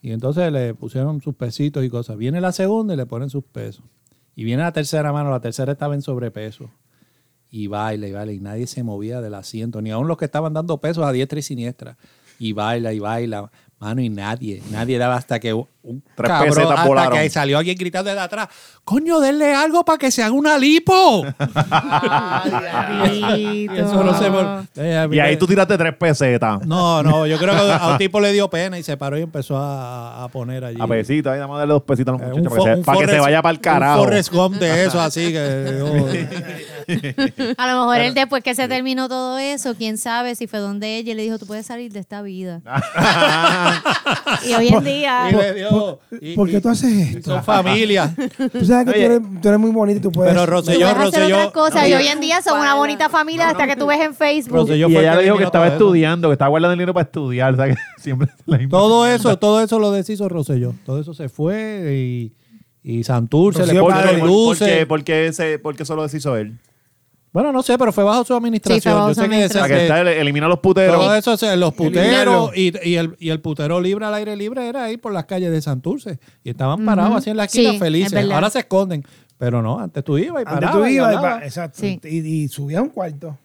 S4: Y entonces le pusieron sus pesitos y cosas. Viene la segunda y le ponen sus pesos. Y viene la tercera mano, la tercera estaba en sobrepeso. Y baila y baila, y nadie se movía del asiento, ni aun los que estaban dando pesos a diestra y siniestra. Y baila y baila, mano, y nadie, nadie daba hasta que un
S1: Tres
S4: cabrón,
S1: pesetas
S4: hasta
S1: volaron.
S4: que salió alguien gritando desde atrás, coño, denle algo para que se haga una lipo.
S1: ah,
S4: Eso no se vol- Eh, a
S1: [laughs]
S4: mí
S1: Y ahí
S4: me-
S1: tú tiraste tres pesetas.
S4: No, no, yo creo que a un tipo le dio pena y se paró y empezó a, a poner allí.
S1: A pesito, ahí nada más darle dos pesitos a los
S4: Eh,
S1: muchachos
S4: fo-
S1: para que se- para que se
S4: Forrest-
S1: vaya para el carajo. [laughs]
S4: Un Forrest Gump de eso, así que... oh.
S3: A lo mejor él después que se terminó todo eso, quién sabe si fue donde ella y le dijo, tú puedes salir de esta vida.
S1: Ah,
S3: y hoy en día...
S4: Y le dio- y-
S5: ¿Por qué
S4: y-
S5: tú haces
S4: y
S5: esto?
S4: Son familia.
S5: Tú sabes que tú
S1: Oye.
S5: eres, tú eres muy bonito y tú puedes.
S4: Pero
S3: Tú
S4: Rosselló,
S3: puedes hacer
S4: Rosselló...
S3: otras cosas y hoy en día son una bonita familia hasta que tú ves en Facebook.
S4: Rosselló
S1: y
S4: fue el
S1: ella le dijo
S4: eliminó
S1: que estaba
S4: todo eso.
S1: estudiando, que estaba guardando el dinero para estudiar. O sea, que [laughs] siempre la misma-
S4: Todo eso, todo eso lo deshizo Rosselló. Todo eso se fue y, y Santurce le
S5: Rosselló
S4: puso
S5: padre.
S4: las luces.
S1: porque, porque, se, porque solo deshizo él.
S4: Bueno, no sé, pero fue bajo su administración.
S3: Sí, fue bajo
S4: Yo
S3: su
S4: sé que ese-
S1: Para que
S4: ese-
S1: está, elimina los puteros.
S4: todo eso, se- los
S5: Eliminarlo.
S4: puteros y, y el, y el putero libre al aire libre era ahí por las calles de Santurce. Y estaban parados así en la esquina
S3: Sí, es
S4: felices.
S3: verdad.
S4: Ahora se esconden. Pero no, antes tú ibas y
S5: Antes
S4: parabas.
S5: tú
S4: y
S5: ibas y,
S4: hablabas.
S5: pa- exacto,
S3: Sí.
S5: y, y subías a un cuarto.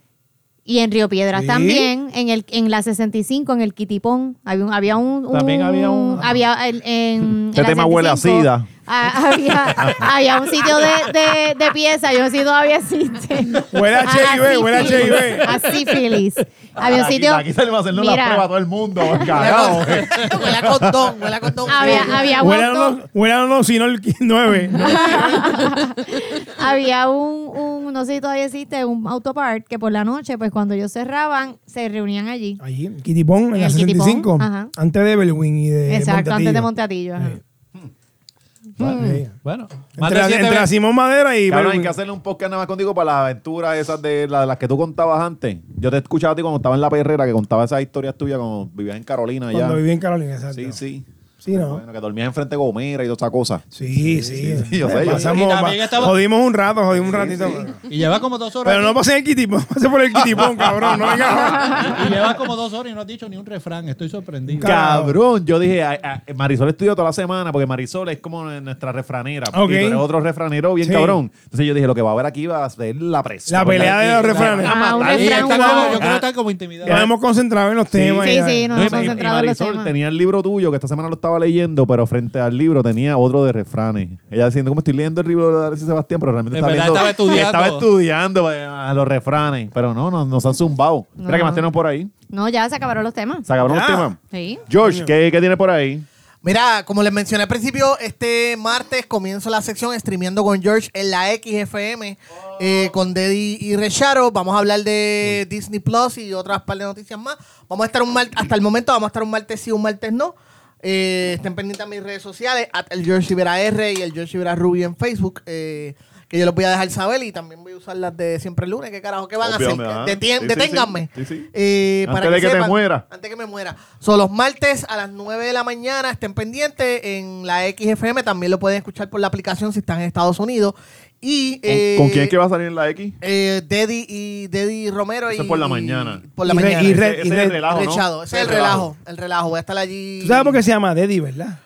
S3: Y en Río Piedras
S5: Sí.
S3: también, en el en la 65, en el Quitipón, había un... Había un, un-
S4: También había un-
S3: Había el- en,
S1: Este
S3: en la
S1: tema huele a
S3: 65,
S1: sida.
S3: ah,
S1: [laughs]
S3: había, había un sitio de, de, de pieza, yo no sé si todavía existe. Ah,
S5: Huele a HIV, huele a
S3: sífilis,
S5: HIV.
S3: A sífilis. Había un
S1: Aquí-
S3: sitio...
S1: Aquí salimos a hacernos la
S3: [laughs] Mira,
S1: prueba a todo el mundo. carajo.
S2: Huele a condón, huele a condón.
S3: Había, había un
S5: Huelan
S3: montón-
S5: los, huelan los sino el 9.
S3: [laughs] había un, un, no sé si todavía existe, un autopart que por la noche, pues cuando ellos cerraban, se reunían allí.
S5: Allí, en Kitipón, en
S3: En
S5: la
S3: el
S5: 65.
S3: Kitipón, ajá.
S5: Antes de Belwin y
S1: Eh,
S5: de.
S3: Exacto, antes de
S5: Monteatillo.
S3: Monteatillo. ajá.
S5: Sí.
S4: Bueno, más
S5: Entre,
S4: de
S5: la,
S4: siete
S5: entre la
S4: veces-
S5: Simón Madera y
S1: Cabrón,
S5: Belwin.
S1: hay que hacerle un podcast nada más contigo para las aventuras esas de la- las que tú contabas antes. Yo te escuchaba a ti cuando estaba en la perrera que contaba esas historias tuyas cuando vivías en Carolina allá.
S5: Cuando viví en Carolina, exacto.
S1: Sí, sí.
S5: Sí, no.
S1: Bueno, que dormías enfrente de Gomera y toda esa cosa.
S5: Sí, sí.
S1: sí, yo sé, yo
S5: Pasamos-
S4: sé. Y también estaba-
S5: Jodimos un rato, jodimos un ratito. pero-
S4: y lleva como dos horas.
S5: Pero no pasé el Kitipón, [laughs] pasé por el Kitipón, cabrón. No venga.
S4: [laughs] Y llevas como dos horas y no has dicho ni un refrán. Estoy sorprendido.
S1: Cabrón, yo dije, a- a- Marisol estudió toda la semana porque Marisol es como nuestra refranera.
S5: Ok.
S1: Y tú eres otro refranero bien
S5: Sí.
S1: cabrón. Entonces yo dije, lo que va a haber aquí va a ser la presión.
S5: La pelea de los refranes.
S3: Ah, un
S4: Y
S3: refrán,
S4: está como-
S3: wow.
S4: yo creo que está como intimidado.
S5: Ya nos hemos concentrado en los temas.
S3: Sí,
S5: ya.
S3: sí, nos
S1: No, y-
S3: hemos
S1: y- y
S3: centrado en los
S1: Marisol
S3: temas.
S1: tenía el libro tuyo, que esta semana lo estaba leyendo, pero frente al libro tenía otro de refranes. Ella diciendo, como estoy leyendo el libro de Alexis Sebastián, pero realmente
S4: En
S1: estaba,
S4: verdad
S1: leyendo-
S4: estaba
S1: [laughs]
S4: estudiando.
S1: estaba estudiando, eh, a los refranes. Pero no, no- nos han zumbado. Mira
S3: No.
S1: que más tenemos por ahí.
S3: No, ya se acabaron los temas.
S1: Se acabaron los
S5: Ya.
S1: temas.
S3: Sí.
S1: George, ¿qué, qué tiene por ahí?
S2: Mira, como les mencioné al principio, este martes comienzo la sección streameando con George en la XFM eh,
S1: Oh.
S2: con Deddy y Recharo. Vamos a hablar de Disney Plus y otras par de noticias más. Vamos a estar un martes, hasta el momento vamos a estar un martes sí, un martes no. Eh, estén pendientes a mis redes sociales, at el George Ibera R y el George Ibera Ruby en Facebook. eh, que yo los voy a dejar saber y también voy a usar las de siempre el lunes. ¿Qué carajo? ¿Qué van
S1: Obvio,
S2: a
S1: ajá.
S2: hacer?
S1: Sí,
S2: Detien-
S1: sí,
S2: deténganme.
S1: sí, sí, sí.
S2: Eh,
S1: Antes de que te muera.
S2: antes que me muera. Son los martes a las 9 de la mañana. Estén pendientes en la XFM. También lo pueden escuchar por la aplicación si están en Estados Unidos. Y, eh,
S1: ¿Con quién es que va a salir en la X?
S2: eh, Deddy y Deddy Romero.
S1: Eso
S2: y,
S1: es por la mañana.
S2: por la
S5: Y re-
S2: mañana.
S5: y re-
S1: Ese- ese es el relajo, ¿no?
S2: Rechado. Ese es el relajo. El relajo. Voy a estar allí.
S5: ¿Tú sabes por qué se llama Deddy, verdad?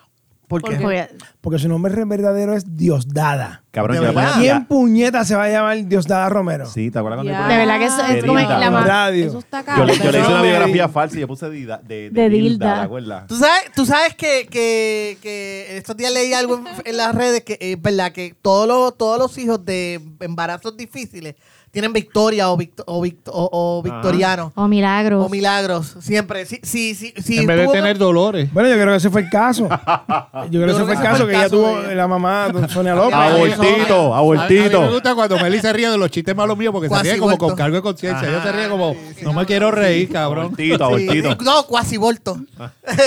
S2: ¿Por qué?
S3: Porque-
S5: Porque su nombre verdadero es Diosdada.
S1: Cabrón,
S2: ¿De
S1: yo le
S2: verdad?
S1: ponía-
S5: ¿Quién puñeta se va a llamar Diosdada Romero?
S1: Sí, ¿te acuerdas cuando
S8: Ya.
S1: yo
S3: De
S1: ponía-
S3: verdad que eso es
S1: Querida.
S3: como la más...
S5: Radio.
S8: Eso está
S1: Yo,
S8: cabrón.
S1: le, yo le hice una
S5: Cabrón.
S1: biografía falsa y yo puse Dida- de, de, Dilda,
S3: De Dilda.
S1: ¿te acuerdas?
S2: Tú sabes, tú sabes que, que, que estos días leí algo en, en las redes que es verdad que todos los, todos los hijos de embarazos difíciles tienen victoria o, vict- o, vict- o- o victoriano.
S3: O Oh, milagros.
S2: O Oh, milagros, siempre. Sí, sí, sí, sí,
S4: en vez de
S2: tuvo-
S4: tener dolores.
S5: Bueno, yo creo que ese fue
S1: [laughs]
S5: el caso. Yo creo que ese fue el caso que ella tuvo
S2: de ella.
S5: la mamá Sonia López.
S1: Abortito,
S4: A, a mí me
S1: abortito.
S4: gusta cuando Meli se ríe de los chistes malos míos porque
S2: Cuasi
S4: se ríe como
S2: vuelto.
S4: con cargo de conciencia. Ella se ríe como, no me quiero reír, cabrón.
S1: Abortito,
S2: Sí,
S1: abortito.
S2: [laughs] No, cuasi volto.
S4: Ah.
S2: [laughs]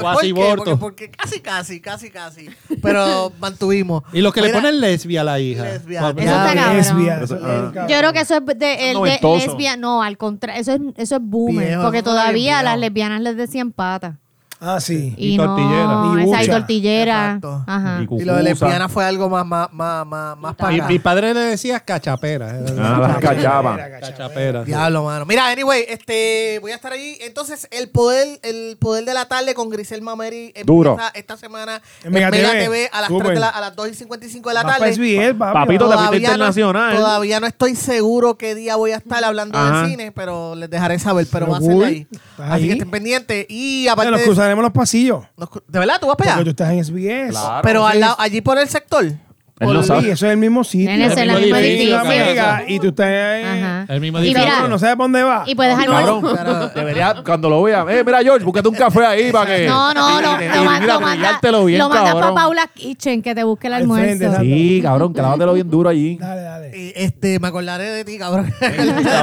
S4: Cuasi volto.
S2: Porque, porque casi, casi, casi, casi. Pero mantuvimos.
S4: Y los que le
S2: Mira,
S4: ponen lesbia a la hija. Ah,
S2: Lesbia.
S4: Papi,
S3: Eso está cabrón.
S5: lesbia.
S1: Eso-
S5: Eso-
S3: Yo creo que eso es de, el de
S1: noventoso.
S3: lesbia. No, al contrario. Eso es, eso es boomer.
S2: Viejo,
S3: porque
S2: eso no era bien
S3: todavía a
S2: viejo.
S3: las lesbianas les decían pata.
S5: Ah, sí.
S3: Y,
S4: Y tortillera.
S3: No,
S5: Y
S3: esa, y
S5: bucha.
S3: tortillera.
S2: Exacto.
S3: Ajá.
S1: cu-
S2: Y lo de
S1: Cucusa.
S2: lesbiana fue algo más, más, más, más, más para
S4: Mi,
S2: acá.
S4: mi padre le decía cachapera.
S1: Ah, las cachapas.
S4: Cachapera. sí.
S2: Diablo, mano. Mira, anyway, este, voy a estar ahí. Entonces, el poder, el poder de la tarde con Grisel Mameri empieza
S1: Duro.
S2: esta semana en
S5: En
S2: Mega
S5: Mega
S2: TV,
S5: TV.
S2: a las,
S5: Súper.
S2: 3 de la- a las 2 y 55 de la
S5: Vas
S2: tarde.
S5: pa' SBL, papi.
S1: Papito, te fuiste
S2: no-
S1: internacional.
S2: todavía no estoy seguro qué día voy a estar hablando
S1: Ajá.
S2: de cine, pero les dejaré saber, pero
S5: Pero
S2: va a ser
S5: cool.
S2: ahí. Así
S5: Está ahí.
S2: que estén pendientes. Y
S5: Ya
S2: aparte
S5: Nos
S2: de-
S5: cruzaremos los pasillos.
S2: nos cru- ¿De verdad tú vas para
S5: Porque tú
S2: allá?
S5: estás en SBS.
S2: Pero al lado- allí por el sector.
S1: Él no
S5: Sí,
S1: sabe.
S5: eso es el mismo sitio.
S3: Nene, ese es el
S4: mismo
S3: mismo
S4: edificio,
S3: edificio.
S5: amiga, y tú estás ahí.
S3: Ajá.
S4: El mismo
S3: y
S4: edificio.
S3: mira,
S5: No sabes para dónde va.
S3: y puedes almorzar.
S1: Cabrón, debería, cuando lo vea, eh, mira, George, búscate un café ahí para que.
S3: No, no,
S1: y-
S3: lo,
S1: y-
S3: lo,
S1: y
S3: man-
S1: mira,
S3: lo manda,
S1: brillártelo bien,
S3: lo manda para
S1: cabrón.
S3: Paula Kitchen que te busque el
S5: Al frente,
S3: almuerzo.
S5: exacto.
S1: Sí, cabrón, clávatelo bien duro allí.
S5: Dale, dale.
S2: Eh, Este, me acordaré de ti, cabrón.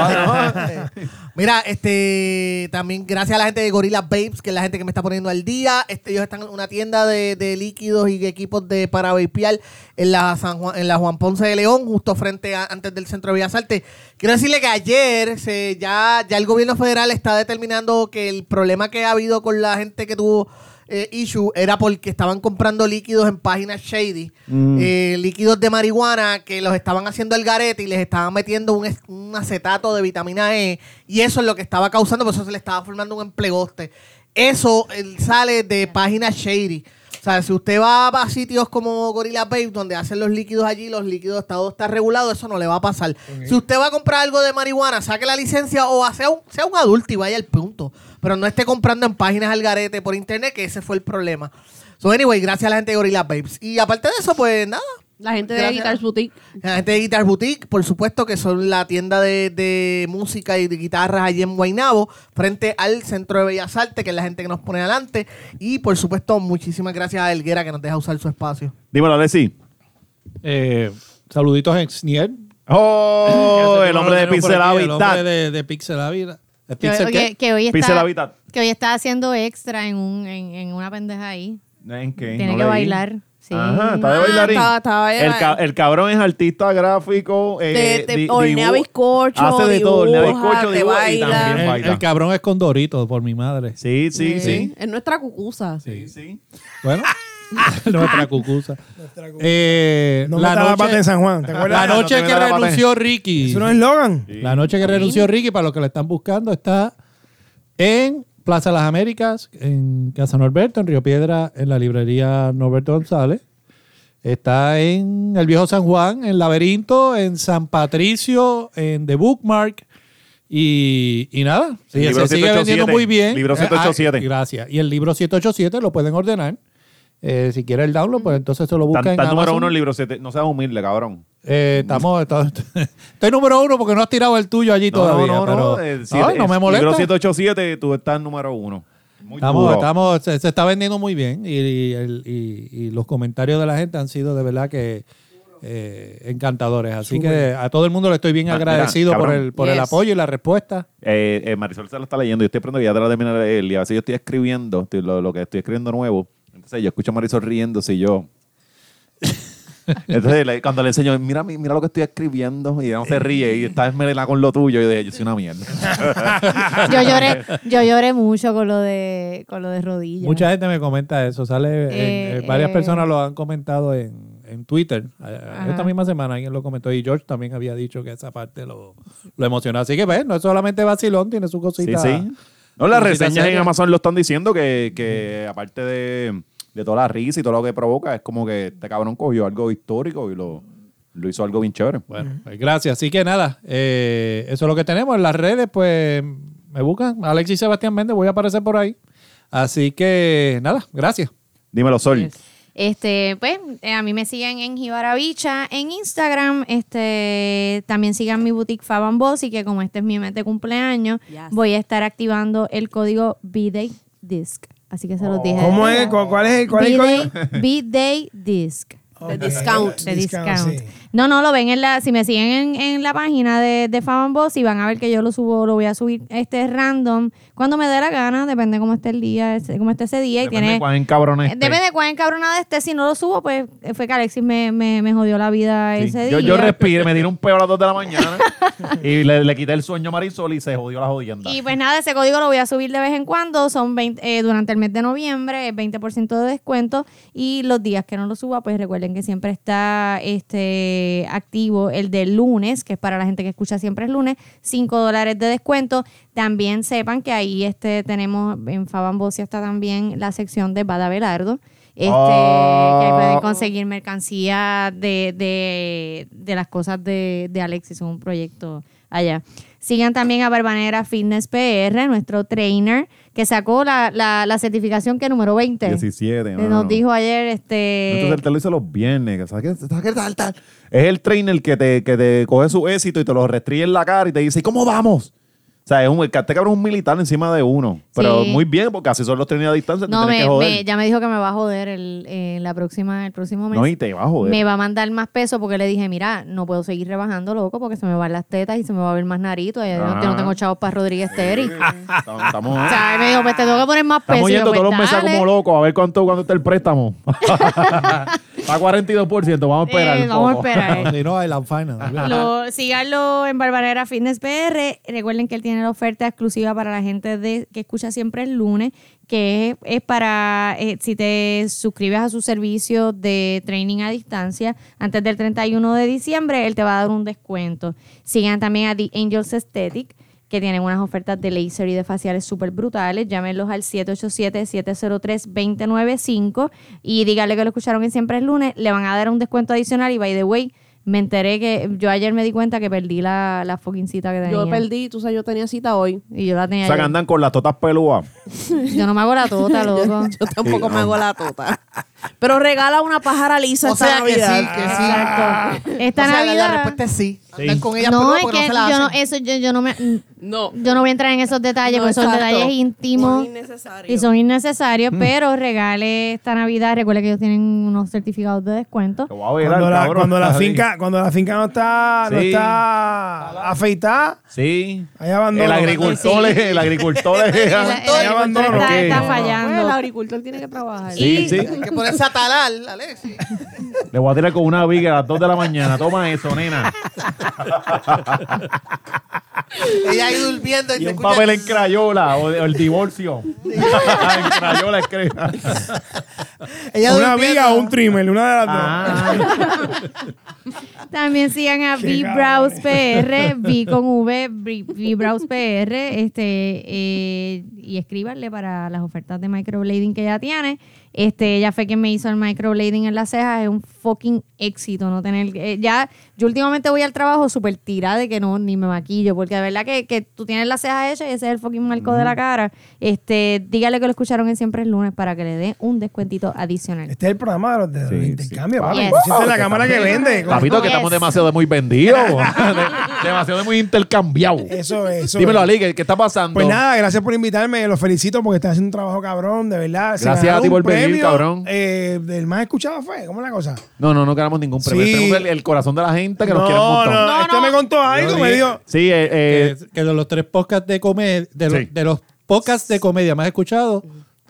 S2: [laughs] Mira, este, también gracias a la gente de Gorilla Babes, que es la gente que me está poniendo al día. Este, ellos están en una tienda de, de líquidos y de equipos de para vapear en la San Juan, en la Juan Ponce de León, justo frente a- antes del Centro de Bellas Artes. Quiero decirle que ayer se, ya, ya el gobierno federal está determinando que el problema que ha habido con la gente que tuvo eh, issue era porque estaban comprando líquidos en páginas shady, eh, líquidos de marihuana que los estaban haciendo al garete y les estaban metiendo un, es- un acetato de vitamina E y eso es lo que estaba causando, por eso se le estaba formando un emplegoste. Eso eh, sale de páginas shady. O sea, si usted va a sitios como Gorilla Babe, donde hacen los líquidos allí, los líquidos, todo está regulado, eso no le va a pasar. Si usted va a comprar algo de marihuana, saque la licencia o sea un, sea un adulto y vaya al punto. Pero no esté comprando en páginas al garete por internet, que ese fue el problema. So, anyway, gracias a la gente de Gorilla Babes. Y aparte de eso, pues nada.
S8: La gente de
S2: Gracias.
S8: Guitars Boutique.
S2: La gente de Guitar Boutique, por supuesto, que son la tienda de, de música y de guitarras allí en Guaynabo, frente al Centro de Bellas Artes, que es la gente que nos pone adelante. Y por supuesto, muchísimas gracias a Elguera que nos deja usar su espacio.
S1: Dímelo, Alexi.
S4: Eh, saluditos a Xnier.
S1: Oh, el hombre de Pixel
S4: El hombre
S1: Habitat.
S4: de, de Pixel Habitat. ¿De
S3: Que,
S4: Pixel
S3: que-
S4: qué?
S3: que hoy
S1: Pixel
S3: está,
S1: Habitat.
S3: que hoy está haciendo extra en, un, en, en una pendeja ahí.
S1: ¿En qué?
S3: Tiene
S1: No
S3: que
S1: leí.
S3: bailar. Sí.
S1: Ajá, está de
S8: Ah,
S1: bailarín.
S8: estaba- estaba de
S1: el, ca-
S8: bailarín.
S1: el cabrón es artista gráfico. Eh,
S8: Te- te
S1: di- dibuja-
S8: hornea bizcocho,
S1: Hace de todo, hornea
S8: dibuja,
S1: bizcocho,
S8: te
S1: dibuja y
S8: baila.
S1: también
S4: El,
S1: baila.
S4: eh, el cabrón es con Dorito, por mi madre.
S1: Sí, sí, sí.
S8: Eh, Es nuestra cucusa.
S4: Sí.
S1: Sí. [laughs]
S4: Bueno, nuestra cucusa. Eh,
S5: No
S4: la
S5: meta la
S4: noche,
S5: pata en
S1: [laughs]
S5: San Juan. ¿Te acuerdas?
S4: la noche
S1: No te meta
S4: que
S1: la pata en-
S4: renunció Ricky.
S5: Es un eslogan.
S4: La noche que renunció Ricky, para los que la están buscando, está en Plaza Las Américas, en Casa Norberto, en Río Piedra, en la librería Norberto González. Está en el Viejo San Juan, en Laberinto, en San Patricio, en The Bookmark. Y, y nada, sí,
S1: El libro
S4: se sigue
S1: 787,
S4: vendiendo muy bien.
S1: libro
S4: Eh, ah,
S1: 787.
S4: gracias. Y el libro 787 lo pueden ordenar. Eh, si quiere el download, pues entonces se lo
S1: Tan,
S4: buscan en
S1: tan número
S4: Amazon.
S1: uno el libro. siete. No seas humilde, cabrón.
S4: Eh, estamos, estamos- [laughs] estoy número uno porque no has tirado el tuyo allí
S1: Mm. No,
S4: todavía.
S1: no, no,
S4: pero-
S1: no. eh,
S4: Ay,
S1: siete-
S4: no me
S1: el
S4: molesta.
S1: Libro 787, tú estás número uno. Muy
S4: Estamos,
S1: duro.
S4: estamos- se, se está vendiendo muy bien y, y el- y- y los comentarios de la gente han sido de verdad que eh, encantadores. Así que a todo el mundo le estoy bien
S1: Ah, mira,
S4: agradecido por
S1: cabrón.
S4: el, por el
S8: Yes.
S4: apoyo y la respuesta.
S1: Eh, eh, Marisol se lo está leyendo. Yo estoy aprendiendo, ya te la terminé de leer. Y a veces yo estoy escribiendo estoy- lo, lo que estoy escribiendo nuevo. Entonces yo escucho a Marisol riéndose y
S4: [laughs]
S1: yo. Entonces le- cuando le enseño, mira, mi- mira lo que estoy escribiendo. Y ella
S4: Eh.
S1: no se ríe y está esmerela con lo tuyo. Y yo, yo soy una mierda.
S5: [laughs]
S3: Yo lloré, yo lloré mucho con lo de, con lo de rodillas.
S4: Mucha gente me comenta eso. Sale en-
S3: Eh,
S4: en- varias
S3: eh.
S4: personas lo han comentado en, en Twitter. Eh,
S3: Ajá.
S4: Esta misma semana alguien lo comentó y George también había dicho que esa parte lo, lo emocionó. Así que ves, no es solamente vacilón, tiene su
S1: Sí,
S4: cosita.
S1: sí. No, las
S4: Cosita
S1: reseñas en
S4: seria.
S1: Amazon lo están diciendo que, que aparte de, de toda la risa y todo lo que provoca, es como que este cabrón cogió algo histórico y lo, lo hizo algo bien chévere.
S4: Bueno, pues gracias. Así que nada, eh, eso es lo que tenemos en las redes. Pues me buscan Alexis Sebastián Méndez, voy a aparecer por ahí. Así que nada, gracias.
S1: Dímelo, Sol.
S3: Este, pues, eh, a mí me siguen en Jibarabicha, en Instagram. Este, también sigan mi boutique Faban Bossi, que como este es mi mes de cumpleaños,
S8: Yes.
S3: voy a estar activando el código B-Day Disc. Así que se los dije.
S5: Oh. ¿Cómo es? ¿Cu- ¿Cuál es el, cuál es el código?
S3: B-Day Disc.
S8: De discount.
S3: De
S5: Discount,
S3: discount.
S5: sí.
S3: No, no, lo ven en la. Si me siguen en, en la página de, de Fam and Boss y van a ver que yo lo subo, lo voy a subir este random cuando me dé la gana, depende cómo esté el día, ese- cómo esté ese día. y
S6: Depende
S3: tiene,
S6: de cuán encabronado esté.
S3: Depende de cuán encabronada esté. Si no lo subo, pues eh, fue que Alexis me, me, me jodió la vida
S6: Sí.
S3: ese
S6: Yo,
S3: día.
S6: yo respiré, me tiré un peo a las 2 de la mañana y le, le quité el sueño a Marisol y se jodió la jodienda.
S3: Y pues nada, ese código lo voy a subir de vez en cuando. Son 20, eh, durante el mes de noviembre, es 20% de descuento. Y los días que no lo suba, pues recuerden que siempre está este activo el del lunes, que es para la gente que escucha siempre el lunes, 5 dólares de descuento. También sepan que ahí este tenemos, en Faban Bossi está también la sección de Bada Velardo. Este, que ahí pueden conseguir mercancía de, de, de las cosas de, de Alexis, un proyecto allá. Sigan también a Barbanera Fitness PR, nuestro trainer, que sacó la, la, la certificación que número 20.
S1: 17,
S3: Que
S1: mano.
S3: Nos dijo ayer, este...
S1: Entonces él te lo dice los viernes. que ¿sabes qué? ¿Sabes qué? Tal, tal. Es el trainer que te, que te coge su éxito y te lo restríe en la cara y te dice, "¿Y ¿cómo vamos? O sea, es un, el este cabrón es un militar encima de uno. Pero
S3: Sí.
S1: muy bien, porque así son los trainers a distancia. te
S3: no,
S1: tienes
S3: me,
S1: que joder.
S3: me- ya me dijo que me va a joder el, eh, la próxima, el próximo mes.
S1: No, y te va a joder.
S3: Me va a mandar más peso porque le dije, mira, no puedo seguir rebajando, loco, porque se me van las tetas y se me va a ver más narito. y yo no- yo no
S1: Ah.
S3: tengo chavos para Rodríguez Terry.
S1: Estamos, estamos-
S3: [laughs] O sea, me dijo, pues te tengo que poner más peso.
S1: estamos
S3: Y yo,
S1: yendo
S3: pues,
S1: todos los meses
S3: dale.
S1: como locos a ver cuánto, cuánto está el
S3: [laughs]
S1: préstamo. está a 42%, vamos a esperar.
S3: Eh,
S1: un
S3: vamos a
S1: poco.
S4: [laughs]
S3: esperar.
S4: Donde no, el
S1: [laughs]
S4: Final.
S3: Lo, síganlo en Barbanera Fitness PR. Recuerden que él tiene la oferta exclusiva para la gente de, que escucha siempre el lunes, que es, es para eh, si te suscribes a su servicio de training a distancia antes del 31 de diciembre, él te va a dar un descuento. Sigan también a The Angels Aesthetic que tienen unas ofertas de laser y de faciales súper brutales. Llámenlos al 787-703-2095 y díganle que lo escucharon en Siempre es Lunes. Le van a dar un descuento adicional y, by the way, me enteré que yo ayer me di cuenta que perdí la, la fucking cita que tenía.
S8: Yo perdí, tú sabes, yo tenía cita hoy.
S3: Y yo la tenía.
S1: O sea, que
S3: ayer.
S1: andan con las totas pelúas.
S3: Yo no me hago la tota, loco.
S8: [laughs] Yo tampoco me hago la tota. Pero regala una pájara lisa
S2: O
S8: esta
S2: sea que sí, que sí.
S8: Navidad.
S3: Exacto. Esta
S2: O sea, la-
S3: Navidad.
S2: La respuesta es sí. Andan con ella
S3: no,
S2: peluda
S3: es
S2: porque no
S3: que
S2: se la
S3: yo no,
S2: hacen.
S3: eso, yo, yo no me.
S8: No.
S3: Yo no voy a entrar en esos detalles,
S8: No,
S3: porque son
S8: exacto.
S3: detalles íntimos.
S8: Son innecesarios.
S3: Y son innecesarios, pero regale esta Navidad. Recuerde que ellos tienen unos certificados de descuento.
S1: Te voy a ver,
S5: Cuando la,
S1: cabrón. [laughs]
S5: cuando la
S1: Así.
S5: finca, cuando la finca no está, no
S1: Sí.
S5: está afeitada,
S1: Sí.
S5: ahí abandono.
S1: El agricultor, es- el agricultor es-
S3: [laughs] El- el
S5: Ya abandono,
S3: agricultor está,
S5: ¿qué?
S3: está
S5: No,
S8: Bueno, el
S3: fallando.
S8: agricultor tiene que trabajar.
S1: Sí, sí.
S2: Hay que ponerse a talar, Alexis.
S1: Le voy a tirar con una viga a las 2 de la mañana. Toma eso,
S3: [laughs]
S1: nena.
S2: Ella ahí durmiendo y,
S1: Y
S2: te
S1: un
S2: escucha-
S1: papel en crayola o, de- o el divorcio. [laughs] en crayola es
S3: [laughs]
S1: crayola.
S2: Ella
S5: Una
S2: durmiendo.
S5: viga o un trimmer, una de las dos.
S1: Ah.
S3: También sigan a V-Browse PR, V con V, V-Browse PR, este, eh, y escríbanle para las ofertas de microblading que ella tiene. Este, ella fue quien me hizo el microblading en las cejas, es un fucking éxito no tener, eh, ya, yo últimamente voy al trabajo súper tirada de que no, ni me maquillo, porque de verdad que, que tú tienes las cejas hechas y ese es el fucking marco de la cara. Este, dígale que lo escucharon en Siempre el Lunes para que le dé un descuentito adicional.
S5: Este es el programa de los de los
S1: Sí,
S5: intercambios,
S3: sí.
S5: papi.
S3: Yes.
S5: Esta es la cámara que vende.
S1: Papito, que
S3: Yes.
S1: estamos demasiado de muy
S4: [laughs]
S1: vendidos. [laughs] De- demasiado de muy intercambiados.
S5: Eso es, eso
S1: Dímelo,
S5: es.
S1: Ali, ¿qué, qué está pasando?
S5: Pues nada, gracias por invitarme. Los felicito porque están haciendo un trabajo cabrón, de verdad. Se
S1: Gracias
S5: ganaron
S1: a ti
S5: un
S1: por venir,
S5: premio,
S1: cabrón.
S5: eh, del más escuchado fue. ¿Cómo es la cosa?
S1: No, no, no ganamos ningún premio.
S5: Sí.
S1: Tenemos el, el corazón de la gente que nos quiere un
S5: no,
S1: montón.
S5: no, este me contó algo,
S4: Yo
S5: me
S4: dije-
S5: dijo.
S1: Sí, eh, eh,
S4: que, que de los tres podcasts de comedia, de,
S1: Sí.
S4: los, de los podcasts de comedia más escuchados,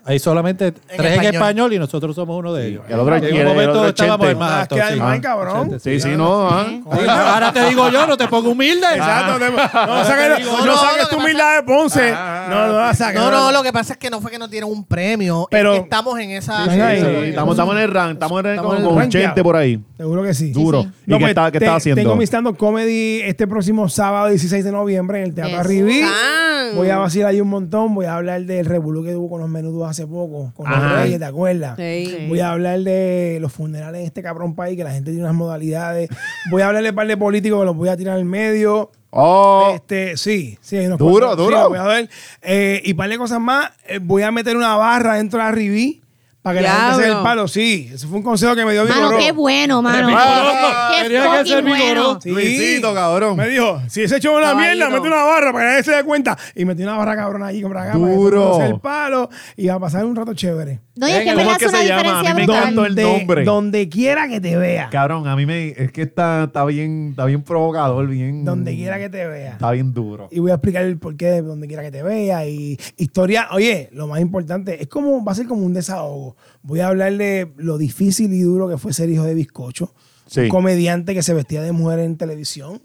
S4: hay solamente tres en
S2: español.
S4: español y nosotros somos uno de ellos.
S1: y el otro-
S4: en
S1: y
S4: un
S1: el- el
S4: momento
S1: otro
S4: estábamos
S1: 80.
S4: el más
S5: Ah,
S4: alto,
S5: que hay
S4: sí.
S5: más, cabrón.
S4: 80,
S1: sí, sí, no. ah.
S4: Sí, no, ahora te digo yo, no te pongo humilde. Ah.
S5: Exacto, te-
S2: [laughs]
S5: no saques,
S2: digo,
S5: no
S2: no,
S5: saques
S2: lo que pasa-
S5: tu humildad de Ponce.
S1: Ah.
S5: no, no la saques.
S2: No, no, lo que pasa es que no fue que no dieron un premio.
S5: Pero-
S2: Pero estamos en esa.
S5: Sí, sí,
S1: Sí,
S5: sí.
S1: estamos, estamos en el rank, estamos en el
S2: Estamos en
S1: con,
S2: el
S1: con
S5: rank,
S1: gente
S5: ya.
S1: por ahí.
S5: Seguro que sí.
S1: Duro. ¿Y qué
S5: pues,
S1: está- qué
S5: te-
S1: está haciendo?
S5: Tengo mi stand-up comedy este próximo sábado 16 de noviembre en el Teatro
S3: Yes.
S5: Arribí.
S8: Tan.
S5: Voy a vacilar ahí un montón. Voy a hablar del revolú que tuvo con los menudos hace poco, con los
S1: Ajá.
S5: reyes, ¿te acuerdas?
S8: Sí.
S5: Voy a hablar de los funerales en este cabrón país, que la gente tiene unas modalidades. Voy a hablar de un par de políticos que los voy a tirar al medio.
S1: Oh,
S5: Este, sí, sí. hay unos
S1: Duro,
S5: cuantos-
S1: duro.
S5: sí, voy a ver. Eh, y par de cosas más. Eh, voy a meter una barra dentro de la Riví Para que la gente se dé el
S8: Diablo.
S5: palo, sí. Ese fue un consejo que me dio
S3: Mano,
S5: Vigoró.
S3: qué bueno, mano.
S4: Ah,
S3: Qué
S4: tenía que
S3: fucking
S4: ser
S3: bueno.
S4: vigoroso.
S5: Sí.
S6: Luisito, cabrón.
S5: Me dijo, si ese hecho es una
S8: Caballito.
S5: mierda, mete una barra para que nadie se dé cuenta. Y metí una barra cabrona ahí, compra acá, para que todo el
S6: Duro.
S5: mundo se dé el palo y va a pasar un rato chévere.
S3: No, y es que en
S6: ¿Cómo
S3: verdad
S6: es que
S3: es una
S6: se llama?
S3: diferencia
S6: A mí me
S3: brutal.
S6: encantó el nombre.
S5: Donde quiera que te vea.
S6: Cabrón, a mí me. Es que está, está bien, está bien provocador, bien.
S5: Donde quiera que te vea.
S6: Está bien duro.
S5: Y voy a explicar el porqué de donde quiera que te vea. Y historia, oye, lo más importante, es como, va a ser como un desahogo. Voy a hablar de lo difícil y duro que fue ser hijo de bizcocho.
S1: Sí.
S5: Un comediante que se vestía de mujer en televisión.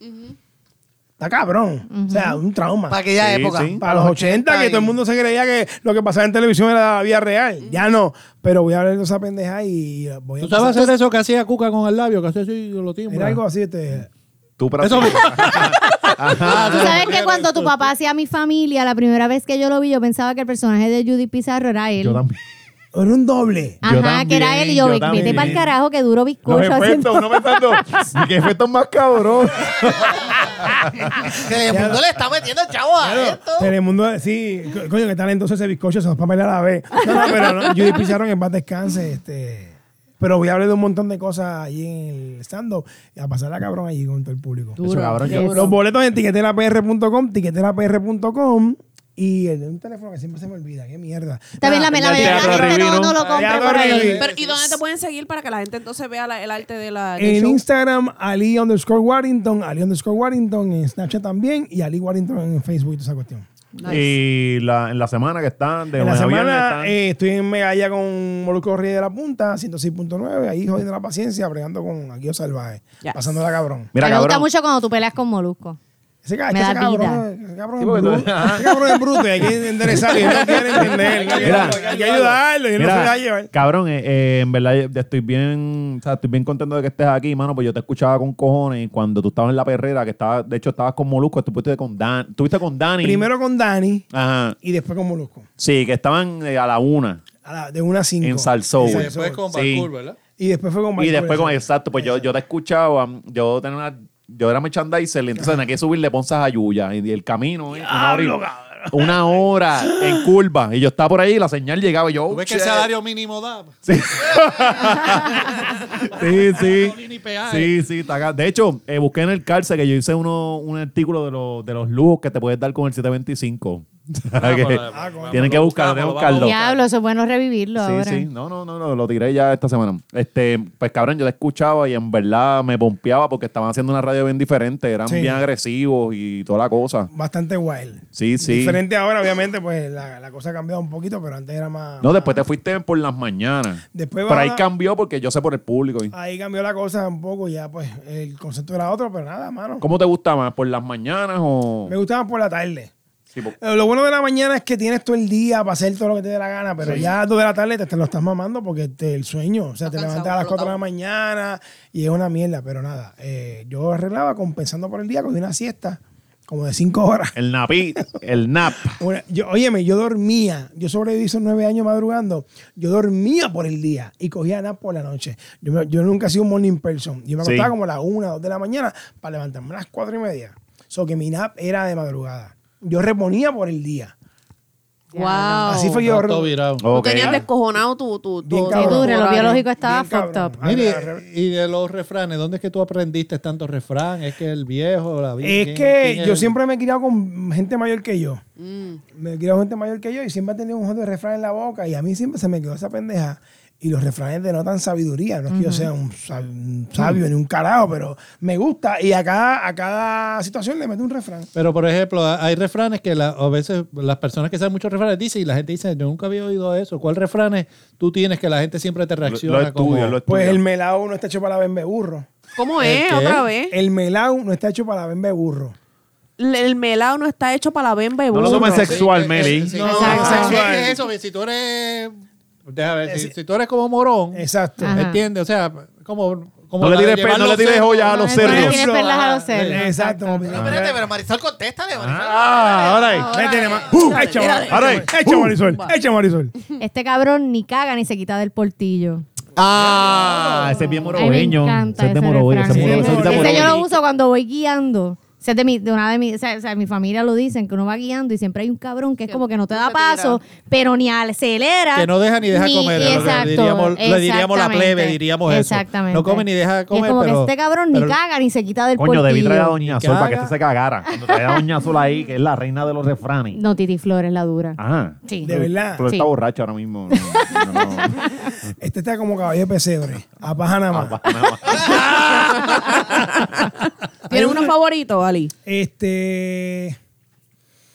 S5: Está cabrón. O sea, un trauma.
S2: Para aquella
S1: Sí,
S2: época.
S1: sí.
S5: Para los 80, que
S2: y-
S5: todo el mundo se creía que lo que pasaba en televisión era la vida real. Ya no. Pero voy a hablar de esa pendeja y voy a.
S4: ¿Tú sabes
S5: pasar-
S4: hacer eso que hacía Cuca con el labio? Que hacía así lo tiembla.
S5: Era algo así. Este,
S1: Tú
S4: Eso
S1: practicas.
S3: Tú sabes que cuando tu papá hacía mi familia, la primera vez que yo lo vi, yo pensaba que el personaje de Judy Pizarro era él.
S6: Yo también.
S5: era un doble.
S3: Ajá,
S6: Yo
S3: que
S6: también,
S3: era él. Y yo,
S6: yo
S3: vete
S6: también.
S3: para el carajo que duro
S6: Los
S3: bizcocho.
S6: efectos,
S3: haciendo-
S6: uno pensando. "¿Y ¿Qué efectos más cabrón?
S2: Telemundo le está metiendo chavo a esto.
S5: Telemundo, sí, co- coño, que talentoso ese bizcocho, se los papeles a la vez. No, no, pero no, Judy Pizarro en paz descanse, este. Pero voy a hablar de un montón de cosas allí en el stand-up y a pasar la cabrón allí con todo el público.
S3: Duro,
S6: cabrón, yo-
S3: yes.
S5: Los boletos en tiqueterapr.com, tiqueterapr.com y el de un teléfono que siempre se me olvida, qué mierda.
S3: [laughs] Está bien, la, la, la,
S1: Teatro
S3: la gente no,
S1: Rivino.
S3: no lo compra
S5: Teatro
S3: por ahí.
S5: Rivino.
S8: Pero, ¿Y dónde te pueden seguir para que la gente entonces vea la- el arte de la del
S5: En
S8: show?
S5: Instagram, Ali underscore Warrington, Ali underscore Warrington, en Snapchat también y Ali Warrington en Facebook y toda esa cuestión.
S1: Y la, en la semana que están, de
S5: En la
S1: jueves a viernes
S5: semana
S1: están-
S5: eh, estoy en Megalla con Molusco Reyes de la Punta, 106.9, ahí jodiendo la paciencia, bregando con Aguillo Salvaje,
S8: Yes.
S5: pasándola cabrón.
S1: Mira,
S3: me gusta
S1: cabrón.
S3: mucho cuando tú peleas con Molusco.
S5: Ese, ca-
S3: Me
S5: es que
S3: da
S5: ese cabrón,
S3: vida.
S5: ese cabrón es bruto, ese cabrón es bruto y hay que enderezarlo y él no quiere entender, no quiere-
S1: Mira,
S5: hay que ayudarlo y él no se
S1: Mira,
S5: deja llevar.
S1: Cabrón, eh, eh, en verdad yo estoy bien, o sea, estoy bien contento de que estés aquí, mano, pues yo te escuchaba con cojones y cuando tú estabas en la perrera, que estaba, de hecho estabas con Molusco, tú fuiste con Dan, tuviste con Dani.
S5: Primero con Dani
S1: Ajá.
S5: y después con Molusco,
S1: Sí, que estaban eh, a la una
S5: a la- de 1 a 5.
S1: en Salsou.
S5: Y
S1: después con Parkour, ¿verdad?
S5: Y después fue con
S1: Y
S5: Michael
S1: después con,
S5: Jackson.
S1: exacto, pues yo, yo te escuchaba, yo tenía una, yo era merchandiser, entonces tenía que subirle ponzas a Yuya y el camino, eh, una, hora y- una hora en curva. Y yo estaba por ahí y la señal llegaba y yo.
S4: ¿Tú ves que
S1: "Oh,
S4: el
S1: shit".
S4: salario mínimo da?
S1: Sí,
S4: Ni- eh.
S1: sí.
S4: ni peaje.
S1: Sí, sí, está acá. De hecho, eh, busqué en el cárcel que yo hice uno, un artículo de, los de los lujos que te puedes dar con el 725. [laughs] Que tienen que buscarlo, tienen que buscarlo.
S3: Diablo, eso es bueno revivirlo
S1: Sí,
S3: ahora.
S1: sí. No, no, no, no, lo tiré ya esta semana. Este, pues cabrón, yo te escuchaba y en verdad me pompeaba porque estaban haciendo una radio bien diferente. Eran
S5: Sí.
S1: bien agresivos y toda la cosa.
S5: Bastante wild.
S1: Sí, sí.
S5: Diferente ahora, obviamente, pues la, la cosa ha cambiado un poquito, pero antes era más...
S1: No, después te fuiste por las mañanas.
S5: Después
S1: Pero ahí
S5: van a-
S1: cambió porque yo sé por el público. ¿y?
S5: Ahí cambió la cosa un poco, ya pues el concepto era otro, pero nada, mano.
S1: ¿Cómo te gusta más? ¿Por las mañanas o...?
S5: Me gustaba por la tarde.
S1: Sí, por-
S5: Eh, Lo bueno de la mañana es que tienes todo el día para hacer todo lo que te dé la gana, pero ya a dos de la tarde te, te lo estás mamando porque te- el sueño, o sea, te
S8: Estás
S5: levantas
S8: cansado,
S5: a las 4 de la
S8: explotado.
S5: mañana y es una mierda, pero nada. eh, yo arreglaba compensando por el día, cogí una siesta como de 5 horas. [laughs]
S1: El napi, el nap.
S5: Una- yo, óyeme, yo dormía, yo sobreviví esos nueve años madrugando, yo dormía por el día y cogía nap por la noche. Yo, me- yo nunca he sido un morning person. Yo me
S1: Sí.
S5: acostaba como a las una, dos de la mañana para levantarme a las cuatro y media. So que mi nap era de madrugada. Yo reponía por el día.
S8: Wow.
S5: Así fue que yo...
S4: Todo virado.
S8: Tú
S1: Ok.
S8: tenías descojonado tu... tu, tu-
S5: Bien
S8: tu
S5: cabrón.
S3: Sí, duro, lo
S8: horario.
S3: biológico estaba
S5: Bien
S3: fucked
S5: cabrón.
S3: up.
S5: Mira,
S4: Mire, y de los refranes, ¿dónde es que tú aprendiste tantos refranes? ¿Es que el viejo, la vida?
S5: Es que yo siempre me he criado con gente mayor que yo.
S3: Mm.
S5: Me he criado con gente mayor que yo y siempre he tenido un jodido refrán en la boca y a mí siempre se me quedó esa pendeja. Y los refranes denotan sabiduría. No es que yo sea un sab- un sabio ni un carajo, pero me gusta. Y a cada, a cada situación le meto un refrán.
S4: Pero, por ejemplo, ha- hay refranes que la- a veces las personas que saben muchos refranes dicen y la gente dice, yo nunca había oído eso. ¿Cuál refranes tú tienes que la gente siempre te
S1: Lo, lo
S4: reacciona
S1: estudio,
S4: como-
S1: lo estudio.
S5: Pues el melao no está hecho para la burro.
S8: ¿Cómo es?
S4: qué?
S8: Otra
S3: ¿Eh?
S8: vez.
S5: El melao no está hecho para la burro.
S8: El, el melao no está hecho para la bemba y
S1: No lo
S8: burro.
S1: tomes sexual,
S4: eh,
S1: Meli.
S4: eh, sí,
S5: No,
S4: sí,
S5: exacto.
S4: sí,
S5: sexual.
S4: Es eso, si tú eres... Deja ver, si, si tú eres como morón,
S5: Exacto.
S3: Ajá.
S4: ¿entiendes? O sea, como... como
S1: No le
S4: la de
S1: tires pe-
S4: llevar
S1: no
S4: los
S1: le tires
S4: cerdos.
S1: joyas a los
S3: No,
S1: cerdos.
S3: no le tires perlas a los
S4: Ah,
S3: cerdos.
S5: Exacto.
S3: Exacto.
S2: No, espérate, pero Marisol, contéstale, Marisol.
S1: Ah, ahora ahí.
S5: Métele más. ¡Uh! Echa,
S8: dale.
S5: echa, echa, Marisol. Echa, Marisol.
S3: Este cabrón ni caga ni se quita del portillo.
S1: Ah, ese es bien
S3: Ay, me
S1: morobeño.
S3: encanta
S1: Ese es de
S3: ese
S1: morobeño. Ese es
S3: refrán.
S1: morobeño, ese es de
S3: Ese yo
S1: morobeño.
S3: lo uso cuando voy guiando. O sea, es de, mi, de una de mi, o sea, o sea, mi familia lo dicen, que uno va guiando y siempre hay un cabrón que es
S8: Que
S3: como que no te da
S8: se tira.
S3: paso, pero ni acelera.
S4: Que no deja ni deja comer, le
S3: exacto,
S4: diríamos- le diríamos la plebe,
S3: exactamente,
S4: diríamos eso.
S3: Exactamente.
S4: No come ni deja
S3: Y
S4: comer,
S3: Es como
S4: pero-
S3: que este cabrón
S4: pero-
S3: ni caga ni se quita del
S1: Coño, debí traer a
S3: portillo.
S1: Doña Sol para que
S4: Caga.
S1: este se cagara. Cuando traía a Doña Sol ahí, que es la reina de los refranes.
S3: No, Titi Flores, la dura.
S1: Ajá.
S3: Sí.
S5: De verdad.
S1: Pero está
S3: Sí.
S1: borracho ahora mismo. No, no, no.
S5: Este está como caballo de pesebre. A paja nada más.
S8: ¿Tienes uno favorito, Ali?
S5: Este.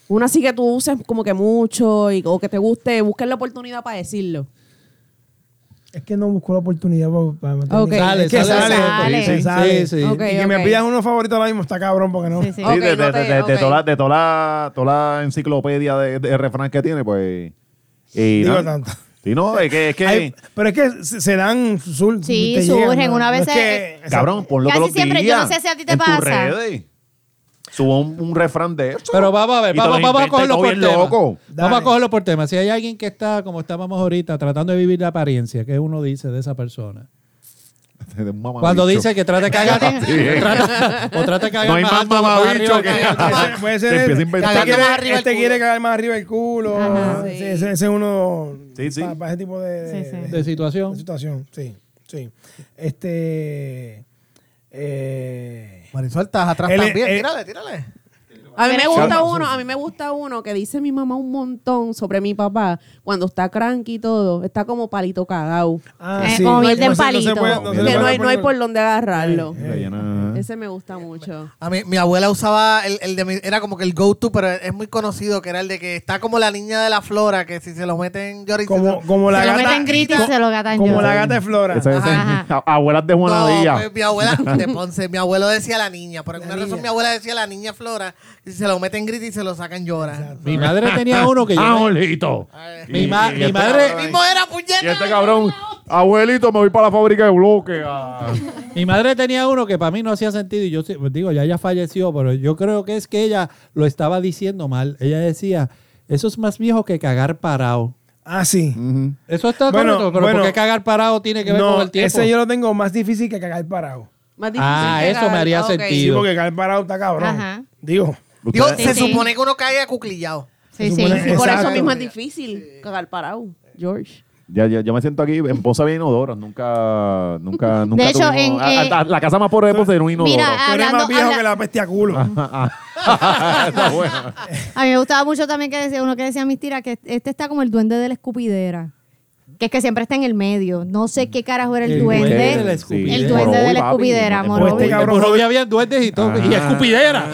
S8: Una así que tú uses como que mucho y, o que te guste, busques la oportunidad para decirlo.
S5: Es que no busco la oportunidad para.
S8: Ok.
S4: Sale,
S5: Es que
S4: sale,
S5: sale.
S3: Sale.
S4: Sí, sí,
S5: Sale.
S4: sí.
S8: Ok.
S5: y que me pidas uno favorito ahora mismo está cabrón porque no.
S3: Sí, sí.
S8: Ok,
S1: Sí, de, de-
S8: no te-
S1: de- de- de
S8: ok.
S1: toda, la- de toda la, toda la enciclopedia de, de refrán que tiene, pues. Y
S5: Digo
S1: nada.
S5: tanto.
S1: Sí, no, es que. Es que
S5: Ay, pero es que se se dan sur,
S3: Sí,
S5: te
S3: surgen,
S5: llegan, ¿no?
S3: una
S5: No
S3: vez
S5: es
S3: se-
S5: que-
S1: cabrón, ponlo
S3: Casi
S1: todos los
S3: siempre, yo
S1: días
S3: no sé si a ti te
S1: en tus
S3: pasa.
S1: redes. Subo un, un refrán de eso.
S4: Pero vamos a ver,
S1: Y te
S4: vamos,
S1: los
S4: vamos a
S1: inventa y
S4: cogerlo
S1: todo
S4: por
S1: bien
S4: tema.
S1: loco.
S5: Dale.
S4: Vamos a cogerlo por tema. Si hay alguien que está, como estábamos ahorita, tratando de vivir la apariencia, ¿qué uno dice de esa persona?
S1: [laughs] De un mamabicho.
S4: Cuando dice que
S1: [laughs]
S4: trata de cagar, [laughs] trata- o trata de cagar
S1: No hay más
S4: alto,
S1: mamabicho
S4: arriba,
S1: que-
S5: [laughs] Puede ser- Puede ser.
S1: Te empieza a
S5: este
S1: inventar.
S5: quiere-
S2: Cagando más arriba el culo.
S5: este quiere cagar más arriba el culo.
S8: Ajá,
S5: Ese-
S8: sí.
S5: Ese ese es uno.
S1: Sí, sí.
S5: Para, ese tipo de, de-
S3: Sí, sí.
S5: de-
S4: de situación.
S5: de situación. Sí, sí. Este. eh,
S2: Marisol, estás atrás
S5: Él es-
S2: también.
S5: él-
S2: tírale, tírale.
S8: A mí me
S5: Pero-
S8: gusta
S5: Calma.
S8: uno, a mí me gusta uno que dice mi mamá un montón sobre mi papá cuando está cranky y todo, está como palito cagao.
S5: ah,
S3: Eh, como
S5: No
S3: bien
S5: se-
S3: del
S5: no se
S3: palito.
S5: puede- se
S1: Que
S5: le
S8: que no
S5: puede
S8: hay, no hay
S5: poner-
S8: por dónde agarrarlo.
S1: Mira, ya no-
S5: Ah.
S8: Ese me gusta mucho.
S2: A mí, mi abuela usaba el, el de mi- era como que el go-to, pero es muy conocido, que era el de que está como la niña de la flora, que si se lo meten llora y se
S5: Como,
S2: lo-
S5: como la
S3: se lo
S5: gata.
S3: meten grita y
S5: co-
S3: se lo gatan
S5: Como
S3: yo.
S5: la gata de Flora.
S1: Esa- esa-
S3: Ajá.
S1: [laughs] Abuelas de Juana
S2: No,
S1: Díaz.
S2: pues, mi
S1: [laughs]
S2: abuela de Ponce, mi abuelo decía la niña, por alguna
S5: La
S2: razón
S5: niña.
S2: mi abuela decía la niña flora, y si se lo meten grita y se lo sacan llora.
S4: Mi madre tenía
S1: [laughs]
S4: uno que yo.
S1: Ah, Angelito.
S4: mi, ma-
S1: Y- y
S4: mi
S1: este
S4: madre,
S2: Lo mismo era puñeta.
S1: Y este cabrón, abuelito, me voy para la fábrica de bloques. ah.
S4: Mi madre tenía uno que para mí no hacía sentido y yo sí- pues, digo, ya ella falleció, pero yo creo que es que ella lo estaba diciendo mal. Ella decía, eso es más viejo que cagar parado.
S5: Ah, sí.
S4: Eso está
S5: Bueno,
S4: correcto, pero
S5: bueno.
S4: ¿por qué cagar parado tiene que ver
S5: No,
S4: con el tiempo?
S5: ese yo lo tengo más difícil que cagar parado.
S8: Más
S4: Ah,
S8: que
S4: eso
S8: cagar.
S4: me haría
S8: Ah, ok.
S4: sentido.
S5: Sí, porque cagar parado está cabrón.
S3: Ajá.
S5: Digo.
S2: Dios,
S1: Ustedes-
S2: se
S3: Sí, sí.
S2: supone que uno cae acuclillado.
S3: Sí, sí.
S5: supone-
S8: Y por eso
S5: Exacto.
S8: mismo es difícil cagar parado, George.
S1: Ya, ya, yo me siento aquí en Poza había inodoros. Nunca, nunca, nunca.
S3: hecho,
S1: tuvimos-
S3: en,
S1: a-
S3: eh,
S1: a- a- la casa más pobre de Poza era un inodoro. [laughs] Ah,
S3: Mira,
S5: Tú eres
S3: Hablando-
S5: más viejo
S3: habla-
S5: que la peste a culo.
S1: Está buena.
S3: A mí me gustaba mucho también que decía uno que decía mis tiras que este está como el duende de la escupidera. Que es que siempre está en el medio. No sé qué carajo era el,
S4: El
S3: duende.
S4: duende de la
S1: escupidera.
S3: El duende de la
S1: Morovi,
S3: escupidera,
S1: papi.
S3: Morovi.
S5: Este cabrón. Ah.
S4: En Morovi había duendes y todo, y escupidera.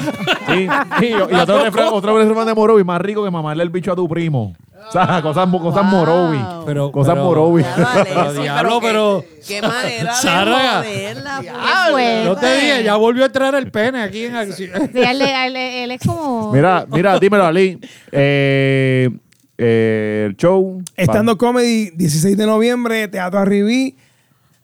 S1: Sí, sí, y, y otro refrán, otro refrán de Morovi, más rico que mamarle el bicho a tu primo. O sea, cosas, mo- cosas Morovi.
S4: Pero-
S1: cosas
S4: pero-
S1: Morovi.
S8: Ah, Ya vale,
S4: Pero,
S8: sí,
S4: diablo, pero-
S8: Qué, qué manera
S4: Sara.
S8: de eh. joderla. puta.
S3: fue?
S4: No te dije, ya volvió a entrar el pene aquí en acción.
S3: Sí, él, él- él es
S1: [laughs]
S3: como.
S1: Mira, mira, dímelo, Ali. Eh, eh, el show.
S5: Estando Comedy, 16 de noviembre, Teatro Arribí.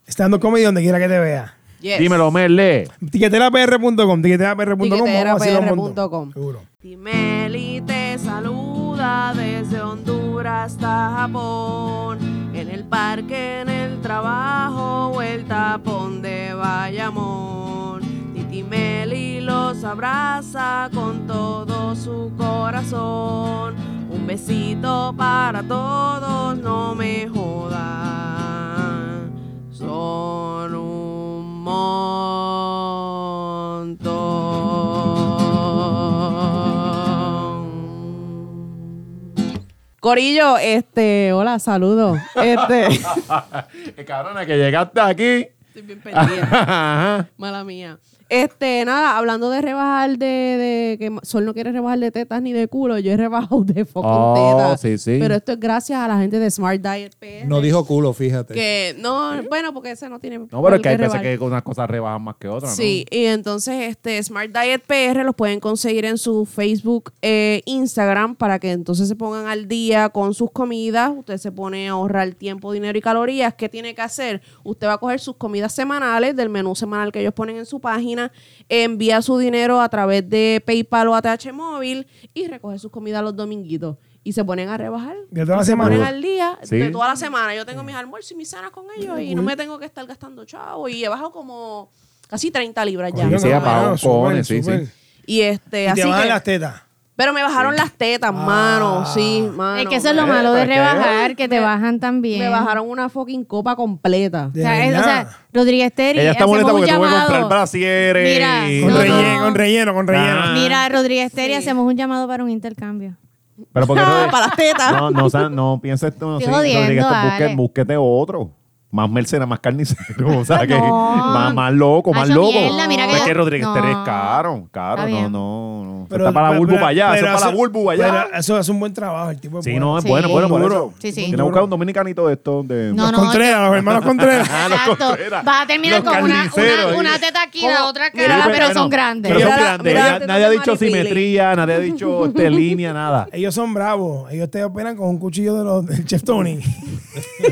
S5: Estando Comedy, donde quiera que te vea.
S1: Pa-
S8: Yes.
S1: Dímelo, Merle.
S5: Tiqueterapr.com, tiqueterapr.com.
S8: Tiqueterapr.com.
S5: Seguro.
S8: Timeli te saluda desde Honduras hasta Japón, en el parque, en el trabajo o el tapón de Bayamón. Titi Meli los abraza con todo su corazón. Un besito para todos, no me jodan. Son un montón. Corillo, este, hola, saludos.
S1: [laughs]
S8: Este,
S1: [laughs] Qué cabrona que llegaste aquí.
S8: estoy bien perdida.
S1: [laughs] Ajá.
S8: Mala mía. Este, nada, hablando de rebajar de, de que Sol no quiere rebajar de tetas ni de culo, yo he rebajado de fucking
S1: Oh,
S8: tetas.
S1: sí, sí.
S8: Pero esto es gracias a la gente de Smart Diet PR.
S4: No dijo culo, fíjate.
S8: que no, bueno, porque ese no tiene
S1: este. No, pero es
S8: por
S1: que
S8: qué
S1: hay veces
S8: rebajar.
S1: que unas cosas rebajan más que otras, ¿no?
S8: Sí, y entonces este Smart Diet PR los pueden conseguir en su Facebook, eh, Instagram, para que entonces se pongan al día con sus comidas. Usted se pone a ahorrar tiempo, dinero y calorías. ¿Qué tiene que hacer? Usted va a coger sus comidas semanales del menú semanal que ellos ponen en su página, envía su dinero a través de PayPal o ATH móvil y recoge sus comidas los dominguitos. Y se ponen a rebajar.
S5: De toda la
S8: Y se
S5: semana.
S8: ponen al día de
S1: Sí.
S8: toda la semana. Yo tengo mis
S5: Ah.
S8: almuerzos y mis cenas con ellos y no me tengo que estar gastando chavo. Y he bajado como casi 30 libras
S1: Sí,
S8: ya.
S5: Coño,
S1: sí,
S5: no,
S1: apagón,
S5: no, Ah, súper,
S1: cojones, sí,
S5: súper.
S1: sí.
S8: Y este,
S5: Y
S8: así
S5: te Ah. van
S8: que-
S5: las tetas.
S8: Pero me bajaron las tetas, mano. Sí, mano.
S3: Es que eso es lo
S1: eh,
S3: malo de
S1: ¿para qué?
S3: rebajar, que te bajan también.
S8: Me bajaron una fucking copa completa.
S3: O sea,
S5: De
S3: es- o sea,
S5: nada.
S3: Rodríguez Terry.
S1: Ella está
S3: hacemos
S1: molesta
S3: un
S1: porque tuvo que
S3: llamado.
S1: comprar brasieres.
S3: Mira,
S1: y-
S5: Con,
S3: No, no.
S5: relleno, con relleno, con relleno.
S1: Ah.
S3: Mira, Rodríguez Terry, hacemos un llamado para un intercambio.
S1: Pero porque no,
S8: Para las tetas.
S1: no, no, o sea, no pienses tú, no sé,
S3: Estoy jodiendo,
S1: Rodríguez, tú
S3: dale.
S1: busque- búsquete otro. Más mercena, más carnicero. O
S3: [laughs]
S1: sea, que
S3: No.
S1: más, más loco, más
S3: Hacho
S1: loco.
S3: mierda, mira que
S1: es
S3: yo-
S1: que Rodríguez
S3: no.
S1: Terry es caro,
S3: Está
S1: caro. No,
S3: bien.
S1: no, no. está para la Bulbu
S5: pero-
S1: para allá,
S5: pero
S1: eso es para la
S5: hace-
S1: Bulbu allá.
S5: pero Eso hace un buen trabajo, el tipo. es
S1: sí,
S5: bueno.
S1: no, es
S3: eh, Sí.
S1: bueno, bueno, por
S5: Duro.
S1: eso.
S3: Sí, sí.
S1: Tienes que buscar un dominicanito de estos. De...
S3: No,
S5: Los
S3: no,
S5: Contreras, los hermanos Contreras.
S1: Ah, los
S3: Exacto.
S1: Contreras.
S3: Vas a terminar
S1: Los
S3: con una,
S1: carniceros,
S3: una,
S1: ¿eh?
S3: una teta aquí, la otra acá,
S8: Mira,
S3: pero,
S1: pero
S3: son
S1: no.
S3: grandes. este
S1: Pero son
S8: Mira la-
S1: grandes.
S8: mira la
S1: Ya-
S8: teta
S1: nadie ha
S8: de
S1: dicho
S8: Maripili.
S1: simetría, nadie ha dicho
S3: [laughs]
S1: este, línea, nada.
S5: [laughs] Ellos son bravos. Ellos te operan con un cuchillo de los, del Chef Tony.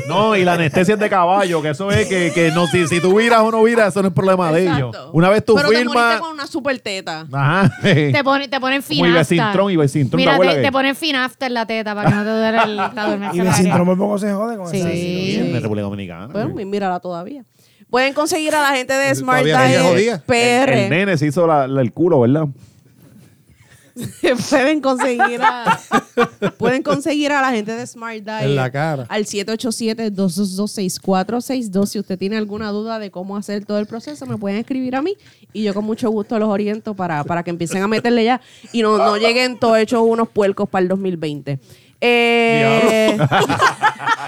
S1: No, y la anestesia es de caballo, que eso es que, que no, si, si tú viras o no viras, eso no es problema de ellos.
S8: Exacto.
S1: Una vez tú
S8: Pero te
S1: firmas.
S8: moriste con una super teta.
S1: Ajá.
S8: [laughs]
S3: Te, ponen, te ponen
S1: Como iba sin
S3: finafta.
S1: tron, iba sin tron, ¿te
S3: Mira,
S1: acuerdas
S3: te,
S1: que-
S3: te ponen finafta en la teta para que no te duele el,
S8: [laughs]
S3: la
S5: y
S3: dormencia.
S5: me
S3: horaria.
S5: síndrome poco se jode con
S3: Sí.
S5: esa
S1: Sí,
S5: cirugía.
S1: en la República Dominicana.
S8: Bueno, mi- mírala todavía. Pueden conseguir a la gente de Smart
S4: todavía ella
S8: Diet
S4: jodía.
S1: el,
S8: PR.
S1: el nene se hizo la- la- el culo, ¿verdad?
S8: [laughs] pueden conseguir
S4: [laughs]
S8: a pueden conseguir a la gente de Smart Diet
S4: En la cara.
S8: al 787-222-6462 si usted tiene alguna duda de cómo hacer todo el proceso me pueden escribir a mí y yo con mucho gusto los oriento para, para que empiecen a meterle ya y no, no lleguen todos hechos unos puercos para el 2020 eh,
S4: [laughs]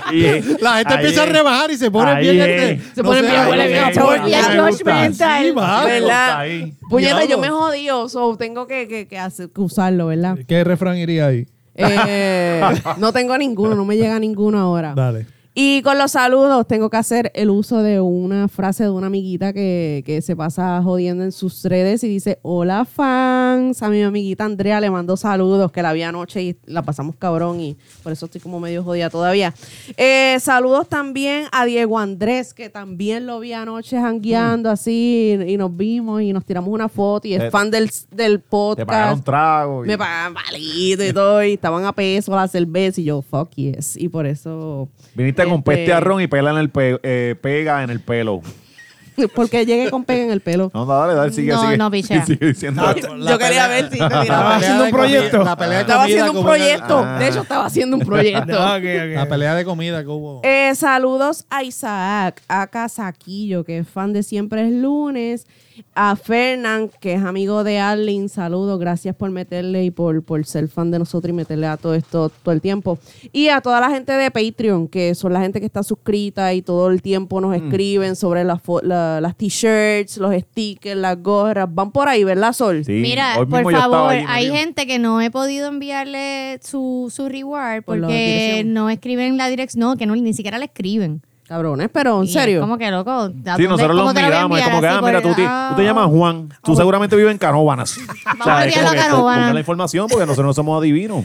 S1: Ahí es.
S4: La gente
S1: Ahí
S4: empieza a
S1: es.
S4: rebajar y se pone
S1: Ahí
S4: bien.
S1: es.
S4: este,
S3: Se
S4: no
S3: pone
S4: sé,
S3: bien,
S4: ahí
S3: huele bien.
S4: es.
S3: a puerco.
S1: ahí
S3: Y a
S1: me
S3: George
S1: gusta.
S3: Mental.
S4: Sí, va.
S1: Está
S8: ¿verdad?
S1: ahí.
S8: puñeta yo
S4: Diablo.
S8: me jodí yo so, tengo que, que- que hacer- que usarlo ¿verdad?
S4: ¿Qué refrán iría ahí?
S8: Eh, no tengo ninguno no me llega ninguno ahora
S4: Dale.
S8: Y con los saludos tengo que hacer el uso de una frase de una amiguita que, que se pasa jodiendo en sus redes y dice, hola fans, a mi amiguita Andrea le mando saludos, que la vi anoche y la pasamos cabrón y por eso estoy como medio jodida todavía. Eh, saludos también a Diego Andrés, que también lo vi anoche jangueando
S1: Mm.
S8: así y, y nos vimos y nos tiramos una foto y es
S1: Te-
S8: fan del, del
S1: Eh, Te pagaron
S8: podcast.
S1: trago. y-
S8: Me pagaban palito y todo, y estaban a peso la cerveza, y yo, fuck yes. Y por eso.
S1: Viniste con
S8: este,
S1: peste a ron y pela en el pe- eh, pega en el pelo.
S8: [laughs] Porque llegué con pega en el pelo.
S1: No, dale, dale, sigue,
S3: No,
S1: sigue.
S3: no, pichea.
S1: [laughs] Sigue diciendo.
S8: yo quería ver si te
S5: Estaba
S4: La pelea
S8: tiraba.
S5: haciendo
S4: de
S5: un proyecto.
S4: comida- la pelea de
S8: Estaba
S4: comida
S8: haciendo un
S4: con-
S8: proyecto. De hecho, estaba haciendo un proyecto.
S5: Ah, ok, ok.
S4: La pelea de comida que hubo.
S8: Eh, saludos a Isaac, a Casaquillo, que es fan de Siempre es Lunes, a Fernán, que es amigo de Arlin, saludos, gracias por meterle y por, por ser fan de nosotros y meterle a todo esto todo el tiempo. Y a toda la gente de Patreon, que son la gente que está suscrita y todo el tiempo nos escriben sobre las fo- la- las t-shirts, los stickers, las gorras, van por ahí, ¿verdad, Sol?
S1: Sí,
S3: Mira,
S1: hoy mismo
S3: por
S1: yo estaba
S3: favor,
S1: ahí, me
S3: hay
S1: dio.
S3: gente que no he podido enviarle su, su reward
S8: Por la
S3: porque
S8: dirección.
S3: no escriben la dirección, no, que no, ni siquiera le escriben.
S8: Cabrones, pero
S3: Y
S8: en serio.
S3: es Como que loco. ¿a dónde-
S1: Sí, nosotros
S3: Ah, cómo
S1: los
S3: te voy a
S1: miramos. Es
S3: enviar
S1: como que,
S3: así
S1: ah, mira,
S3: por-
S1: tú, ti-
S3: ah,
S1: tú te llamas Juan. Tú seguramente vives en Canóvanas.
S3: [laughs] Vamos a enviarlo a Canóvanas. Ah,
S1: Pongan la información porque nosotros no somos adivinos.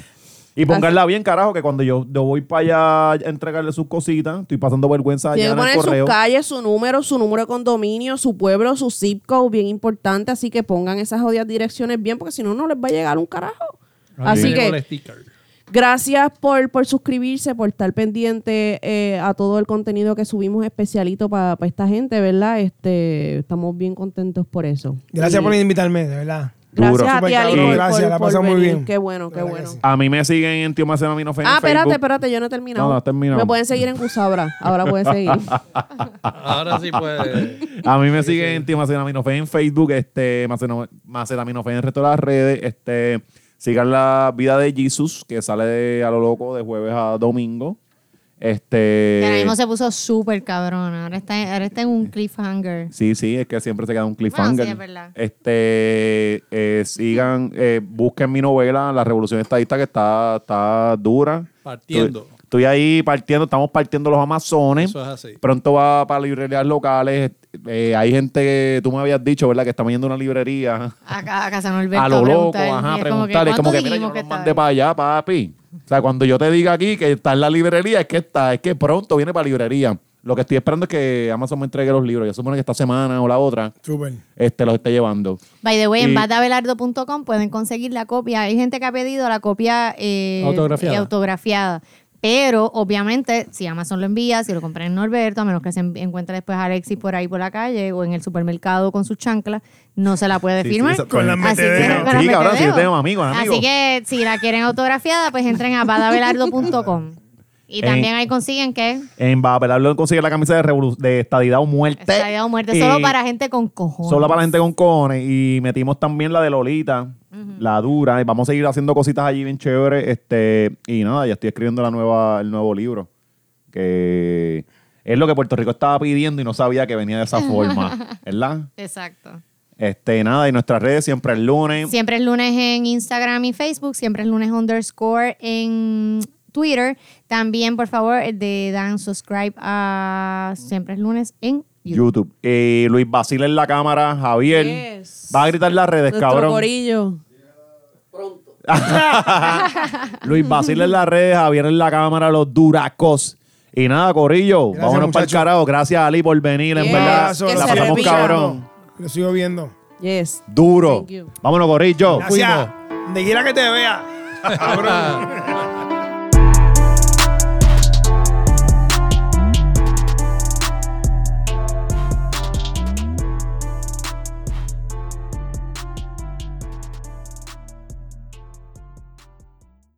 S1: Y ponganla bien, carajo, que cuando yo, yo voy para allá a entregarle sus cositas, estoy pasando vergüenza allá
S8: Tiene que
S1: en el
S8: poner
S1: correo.
S8: su calle, su número, su número de condominio, su pueblo, su zip code, bien importante. Así que pongan esas jodidas direcciones bien, porque si no, no les va a llegar un carajo. Así
S4: Viene con el
S8: que
S4: sticker.
S8: gracias por, por suscribirse, por estar pendiente eh, a todo el contenido que subimos especialito para esta gente, ¿verdad? Este, estamos bien contentos por eso.
S5: Gracias
S8: Y
S5: por invitarme, de verdad.
S8: Gracias a
S5: Súper
S8: ti, Ali,
S5: cabrón,
S8: por-
S5: gracias,
S8: por-
S5: la
S8: por
S5: pasamos muy
S8: venir.
S5: bien.
S8: Qué bueno, qué
S5: Verdad que
S8: bueno.
S5: sí.
S1: A mí me siguen en Tío Marcelo Minofe Ah, en
S8: Ah, espérate,
S1: Facebook.
S8: espérate, yo no he terminado.
S1: No, no has terminado.
S8: Me pueden seguir en Gusabra. Ahora
S1: [laughs]
S8: pueden seguir.
S4: Ahora sí pues, [laughs] puede.
S1: [laughs] A mí me siguen en Tío Marcelo Minofe en Facebook, este, Marcelo Marcelo Minofe en el resto de las redes. Este, sigan la vida de Jesus, que sale de a lo loco de jueves a domingo. Este.
S3: que ahora mismo se puso súper cabrón. Ahora está, ahora está en un cliffhanger.
S1: Sí, sí, es que siempre se queda un cliffhanger.
S3: Bueno, sí, es verdad.
S1: Este, eh, sigan, eh, busquen mi novela, La Revolución Estadista, que está, está dura.
S4: Partiendo.
S1: Estoy, estoy ahí partiendo, estamos partiendo los Amazones.
S4: Eso es así.
S1: Pronto va para librerías locales. Eh, hay gente que tú me habías dicho, ¿verdad? Que está yendo a una librería
S3: Acá a casa no Alberto
S1: a lo loco,
S3: preguntar,
S1: ajá,
S3: y es
S1: preguntarle. Como que,
S3: ¿cuánto
S1: mira, yo
S3: dijimos
S1: no los
S3: estaba
S1: mandé para allá, papi. O sea, cuando yo te diga aquí que está en la librería, es que está, es que pronto viene para librería. Lo que estoy esperando es que Amazon me entregue los libros. Yo supongo que esta semana o la otra
S5: Súper.
S1: este, los esté llevando.
S3: By the way, en
S1: Y-
S3: batabelardo.com pueden conseguir la copia. Hay gente que ha pedido la copia eh,
S4: Autografiada.
S3: eh, autografiada. Pero, obviamente, si Amazon lo envía, si lo compran en Norberto, a menos que se en- encuentre después a Alexis por ahí por la calle o en el supermercado con sus chanclas, no se la puede
S1: Sí,
S3: firmar.
S1: sí, esa- Con
S5: la metedera.
S3: con la
S1: Sí, cabrón, si yo
S3: metedera.
S1: tengo amigos, amigos.
S3: Así que, si la quieren autografiada, pues entren a badabelardo.com. Y
S1: En-
S3: también ahí consiguen que
S1: En Babelardo consigue la camisa de, revolu- de Estadidad o Muerte.
S3: estadía o muerte
S1: Y-
S3: solo para gente con cojones.
S1: Solo para la gente con cojones. Y metimos también la de Lolita, la dura. Y vamos a seguir haciendo cositas allí bien chévere. Este, y nada, ya estoy escribiendo la nueva, el nuevo libro. Que es lo que Puerto Rico estaba pidiendo y no sabía que venía de
S8: [laughs]
S1: esa forma. ¿Verdad?
S3: Exacto.
S1: Este, nada, y nuestras redes siempre el lunes.
S3: Siempre es lunes en Instagram y Facebook, siempre es lunes underscore en Twitter. También, por favor, eh, de dan subscribe a siempre es lunes en YouTube.
S1: YouTube. Eh, Luis Basile en la cámara, Javier.
S8: Yes.
S1: Va a gritar las redes,
S8: Nuestro
S1: cabrón.
S8: corillo.
S1: [laughs] Luis Basile en las redes, Javier en la cámara, los duracos. Y nada, Corillo,
S5: Gracias,
S1: vámonos para el
S5: muchachos.
S1: carajo. Gracias, Ali, por venir, en
S8: Yes,
S1: verdad.
S8: que
S1: La
S8: se
S1: pasamos
S8: repita.
S1: cabrón.
S5: Lo sigo viendo.
S8: Yes.
S1: Duro.
S8: Thank you.
S1: Vámonos, Corillo.
S5: Gracias. Donde quiera que te vea. Cabrón.